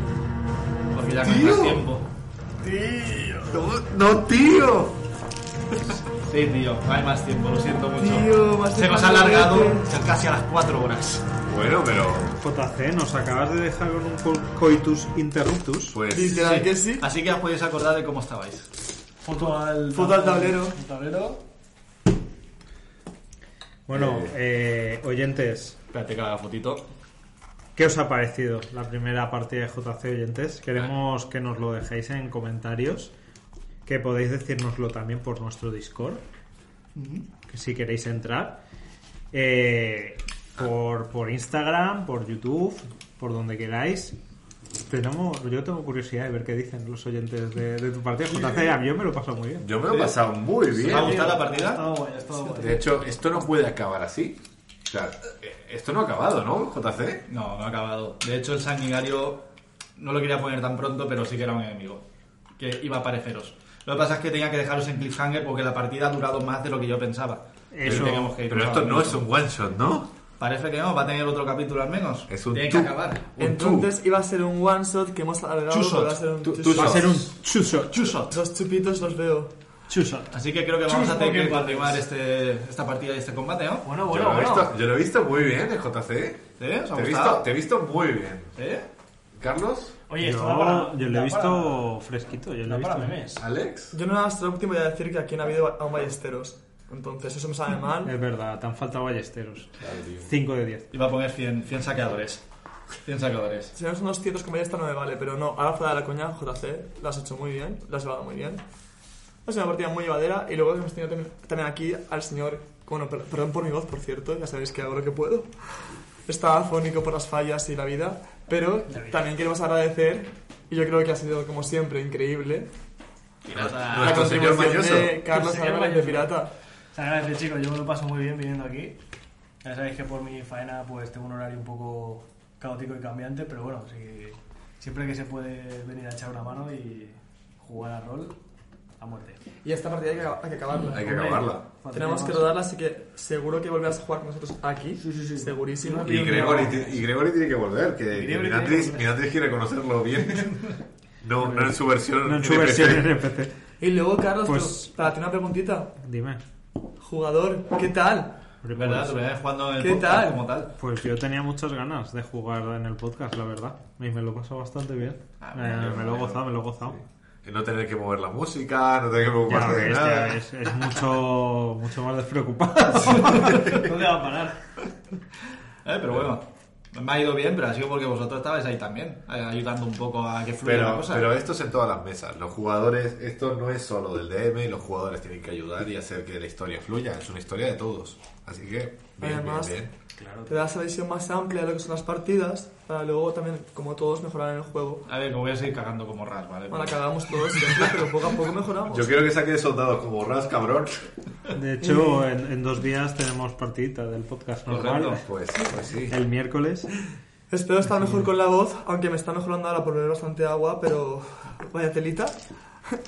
S1: Porque ya no hay más
S2: Tío.
S1: tiempo.
S2: ¡Tío! ¡No, no, tío!
S1: Sí, tío, no hay más tiempo, lo siento mucho.
S6: Tío, más
S1: Se nos ha alargado casi a las 4 horas.
S2: Bueno, pero.
S4: JC, nos acabas de dejar con un co- coitus interruptus.
S2: Pues.
S6: Literal
S1: Sí.
S6: que sí.
S1: Así que os podéis acordar de cómo estabais.
S3: Foto al,
S6: Foto al tablero.
S3: tablero.
S4: Bueno, eh, oyentes,
S1: Espérate que haga la fotito.
S4: ¿Qué os ha parecido la primera partida de JC Oyentes? Queremos que nos lo dejéis en comentarios, que podéis decírnoslo también por nuestro Discord, que si queréis entrar, eh, por, por Instagram, por YouTube, por donde queráis. Tenemos, yo tengo curiosidad de ver qué dicen los oyentes de, de tu partida JC, a mí yo me lo paso muy bien.
S2: Yo me lo he pasado muy
S1: ¿Os
S2: bien.
S1: ha gustado la partida?
S3: Está guay, está guay.
S2: De hecho, esto no puede acabar así. O sea, eh, esto no ha acabado, ¿no, JC?
S1: No, no ha acabado. De hecho, el sanguinario no lo quería poner tan pronto, pero sí que era un enemigo. Que iba a apareceros. Lo que pasa es que tenía que dejaros en cliffhanger porque la partida ha durado más de lo que yo pensaba.
S4: Eso-
S1: Y teníamos que ir
S2: Pero esto
S1: grabando.
S2: no es un one shot, ¿no?
S1: Parece que no, va a tener otro capítulo al menos.
S2: Es un
S1: Tiene
S2: tú.
S1: que acabar.
S2: Un
S6: Entonces iba a ser un one shot que hemos alargado.
S1: Two
S6: pero
S1: shot.
S6: Va a ser un
S2: Tú-
S6: two
S2: tú
S6: shot.
S2: shot.
S1: Chusot. Chusot.
S6: Los chupitos los veo.
S1: Así que creo que vamos a tener que
S3: Chusot.
S1: continuar este, esta partida y este combate, ¿no?
S3: Bueno,
S2: Yo,
S3: bueno,
S2: lo he
S3: bueno.
S2: visto, yo lo he visto muy bien, el JC.
S1: ¿Eh? ¿Os ha
S2: Te he visto,
S1: gustado?
S2: te he visto muy bien.
S1: ¿Eh?
S2: ¿Carlos?
S3: Oye, esto da para.
S4: Yo, yo lo he
S3: da
S4: visto fresquito, yo
S3: para-
S4: lo he
S3: da para
S4: visto.
S3: memes.
S2: ¿Alex?
S6: Yo en el Astro Optim voy a decir que aquí no ha habido a un ballesteros. Entonces, eso me sabe mal.
S4: Es verdad, te han faltado ballesteros. 5 de 10.
S1: Iba a poner 100, 100 saqueadores. 100 saqueadores.
S6: Si no son los ciertos con ballesta no me vale, pero no. Ahora fuera de la coña, JC, lo has hecho muy bien, lo has llevado muy bien. Ha sido una partida muy llevadera y luego hemos tenido también- también aquí al señor... Bueno, per- perdón por mi voz, por cierto, ya sabéis que hago lo que puedo. Estaba afónico por las fallas y la vida, pero también queremos agradecer, y yo creo que ha sido, como siempre, increíble, la
S2: Nuestro señor
S6: contribución
S2: Mañoso.
S6: de Carlos
S3: Señor
S6: Álvarez de
S3: Mañoso.
S6: Pirata.
S3: Se agradece, chicos. Yo me lo paso muy bien viniendo aquí. Ya sabéis que por mi faena pues tengo un horario un poco caótico y cambiante, pero bueno, sí, siempre que se puede venir a echar una mano y jugar a rol, a muerte.
S6: Y esta partida hay que, hay que acabarla.
S2: Hay que acabarla.
S6: Tenemos que rodarla, así que seguro que volverás a jugar con nosotros aquí. Segurísimo.
S2: Y Gregory, ti- y Gregory tiene que volver, que, que Minatris, Minatris quiere conocerlo bien. No, no en su versión.
S4: No en su
S2: NPC.
S4: versión NPC.
S6: Y luego, Carlos,
S4: Pues-
S6: tú- para ti una preguntita.
S4: Dime.
S6: Jugador, ¿qué tal?
S1: ¿Verdad? Tú ves jugando en el
S6: ¿Qué
S1: podcast
S6: tal?
S1: como tal.
S4: Pues yo tenía muchas ganas de jugar en el podcast, la verdad. Y me lo he pasado bastante bien. Eh, me lo he gozado, me lo he gozado.
S2: En No tener que mover la música, no tener que
S4: Ya
S2: mover
S4: ves,
S2: nada.
S4: ya ves, es mucho, mucho más despreocupado.
S3: ¿Dónde va a parar?
S1: Eh, pero bueno, me ha ido bien, pero ha sido porque vosotros estabais ahí también, eh, ayudando un poco a que fluya la
S2: Pero,
S1: cosa.
S2: pero esto es en todas las mesas. Los jugadores, esto no es solo del DM, los jugadores tienen que ayudar y hacer que la historia fluya. Es una historia de todos. Así que Bien,
S6: Además,
S2: bien,
S3: Claro.
S6: te da esa visión más amplia de lo que son las partidas para luego también, como todos, mejorar en el juego.
S7: A ver, que voy a seguir cagando como Ras, ¿vale?
S6: Bueno, la cagamos todos, siempre, pero poco a poco mejoramos.
S2: bien. Yo quiero que saque esos dados como ras, cabrón.
S4: De hecho, eh, en, en dos días tenemos partidita del podcast normal.
S2: Correcto, Pues, pues sí.
S4: El miércoles.
S6: Espero estar mejor con la voz, aunque me está mejorando ahora por beber bastante agua, pero vaya telita.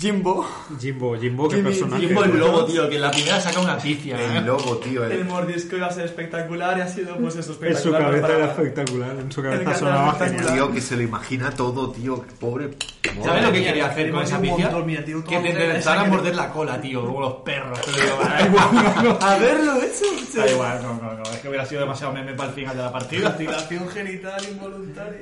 S6: Jimbo,
S4: Jimbo, Jimbo, qué
S6: Jimmy-
S4: personaje.
S1: Jimbo el lobo, tío, que en la primera saca una ¿eh? ticia.
S2: El lobo, tío.
S6: el
S2: El...
S6: mordisco iba a ser espectacular y ha sido pues eso,
S4: En su
S6: espectacular.
S4: cabeza
S6: para-
S4: era espectacular, en su cabeza
S6: cabeza
S4: sonaba
S6: era
S4: genial.
S2: Tío que se lo imagina todo, tío. Qué pobre.
S1: ¿Sabes lo que
S2: Madre
S1: quería hacer con esa picia? Que te intentara morder la cola, tío, como los perros. Pero digo, da igual, no, no.
S6: Haberlo hecho, sí.
S1: Da igual, no, no, no. Es que hubiera sido demasiado meme para el final de la partida.
S3: Mutilación genital involuntaria.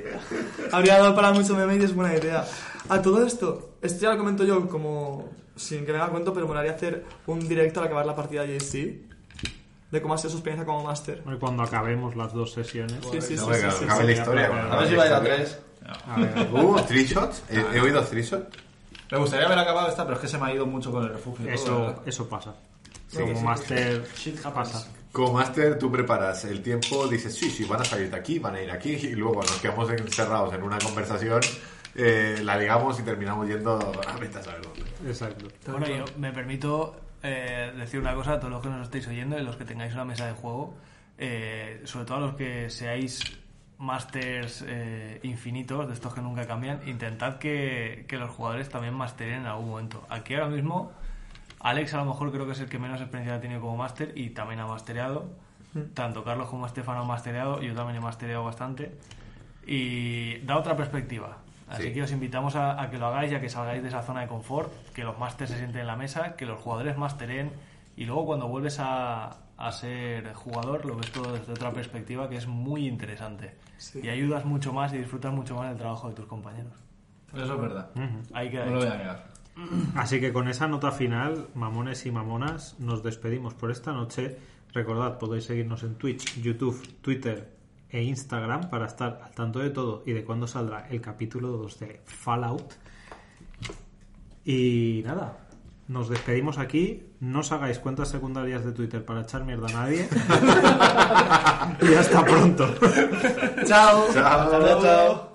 S6: Habría dado para mucho meme y es buena idea. A todo esto, esto ya lo comento yo como sin que me haga cuento, pero molaría hacer un directo al acabar la partida de JC de cómo ha sido su experiencia como máster.
S4: Hombre, Cuando acabemos las dos sesiones.
S6: Sí, sí, sí,
S2: No,
S6: sí,
S2: venga,
S6: sí,
S2: acabe
S6: sí.
S2: la historia. bueno,
S1: A ver si va a ir a tres.
S4: A ver,
S2: Uh, three shots. He, he oído three shots.
S1: Me gustaría haber acabado esta, pero es que se me ha ido mucho con el refugio. y todo, ¿verdad?
S4: eso, eso pasa. Como máster pasa.
S2: Como máster, tú preparas el tiempo, dices, sí, sí, van a salir de aquí, van a ir aquí, y luego nos quedamos encerrados en una conversación, eh, la ligamos y terminamos yendo "Ah, a vete a saber dónde.
S4: Exacto.
S3: Bueno, yo me permito eh, decir una cosa a todos los que nos estáis oyendo y los que tengáis una mesa de juego, eh, sobre todo a los que seáis masters eh, infinitos, de estos que nunca cambian, intentad que, que los jugadores también masteren en algún momento. Aquí ahora mismo, Alex a lo mejor creo que es el que menos experiencia ha tenido como máster y también ha mastereado. Tanto Carlos como Estefano han mastereado, yo también he mastereado bastante. Y da otra perspectiva. Así
S2: Sí.
S3: que os invitamos a, a que lo hagáis, ya que salgáis de esa zona de confort, que los másters se sienten en la mesa, que los jugadores masteren y luego cuando vuelves a, a ser jugador lo ves todo desde otra perspectiva que es muy interesante.
S6: Sí.
S3: Y ayudas mucho más y disfrutas mucho más del trabajo de tus compañeros.
S7: Eso es verdad.
S3: Ahí queda
S7: No lo voy
S3: dicho.
S7: a negar.
S4: Así que con esa nota final, mamones y mamonas, nos despedimos por esta noche. Recordad, podéis seguirnos en Twitch, YouTube, Twitter e Instagram para estar al tanto de todo y de cuándo saldrá el capítulo 2 de Fallout. Y nada, nos despedimos aquí. No os hagáis cuentas secundarias de Twitter para echar mierda a nadie. y hasta pronto.
S6: Chao.
S2: Chao.
S1: Chao.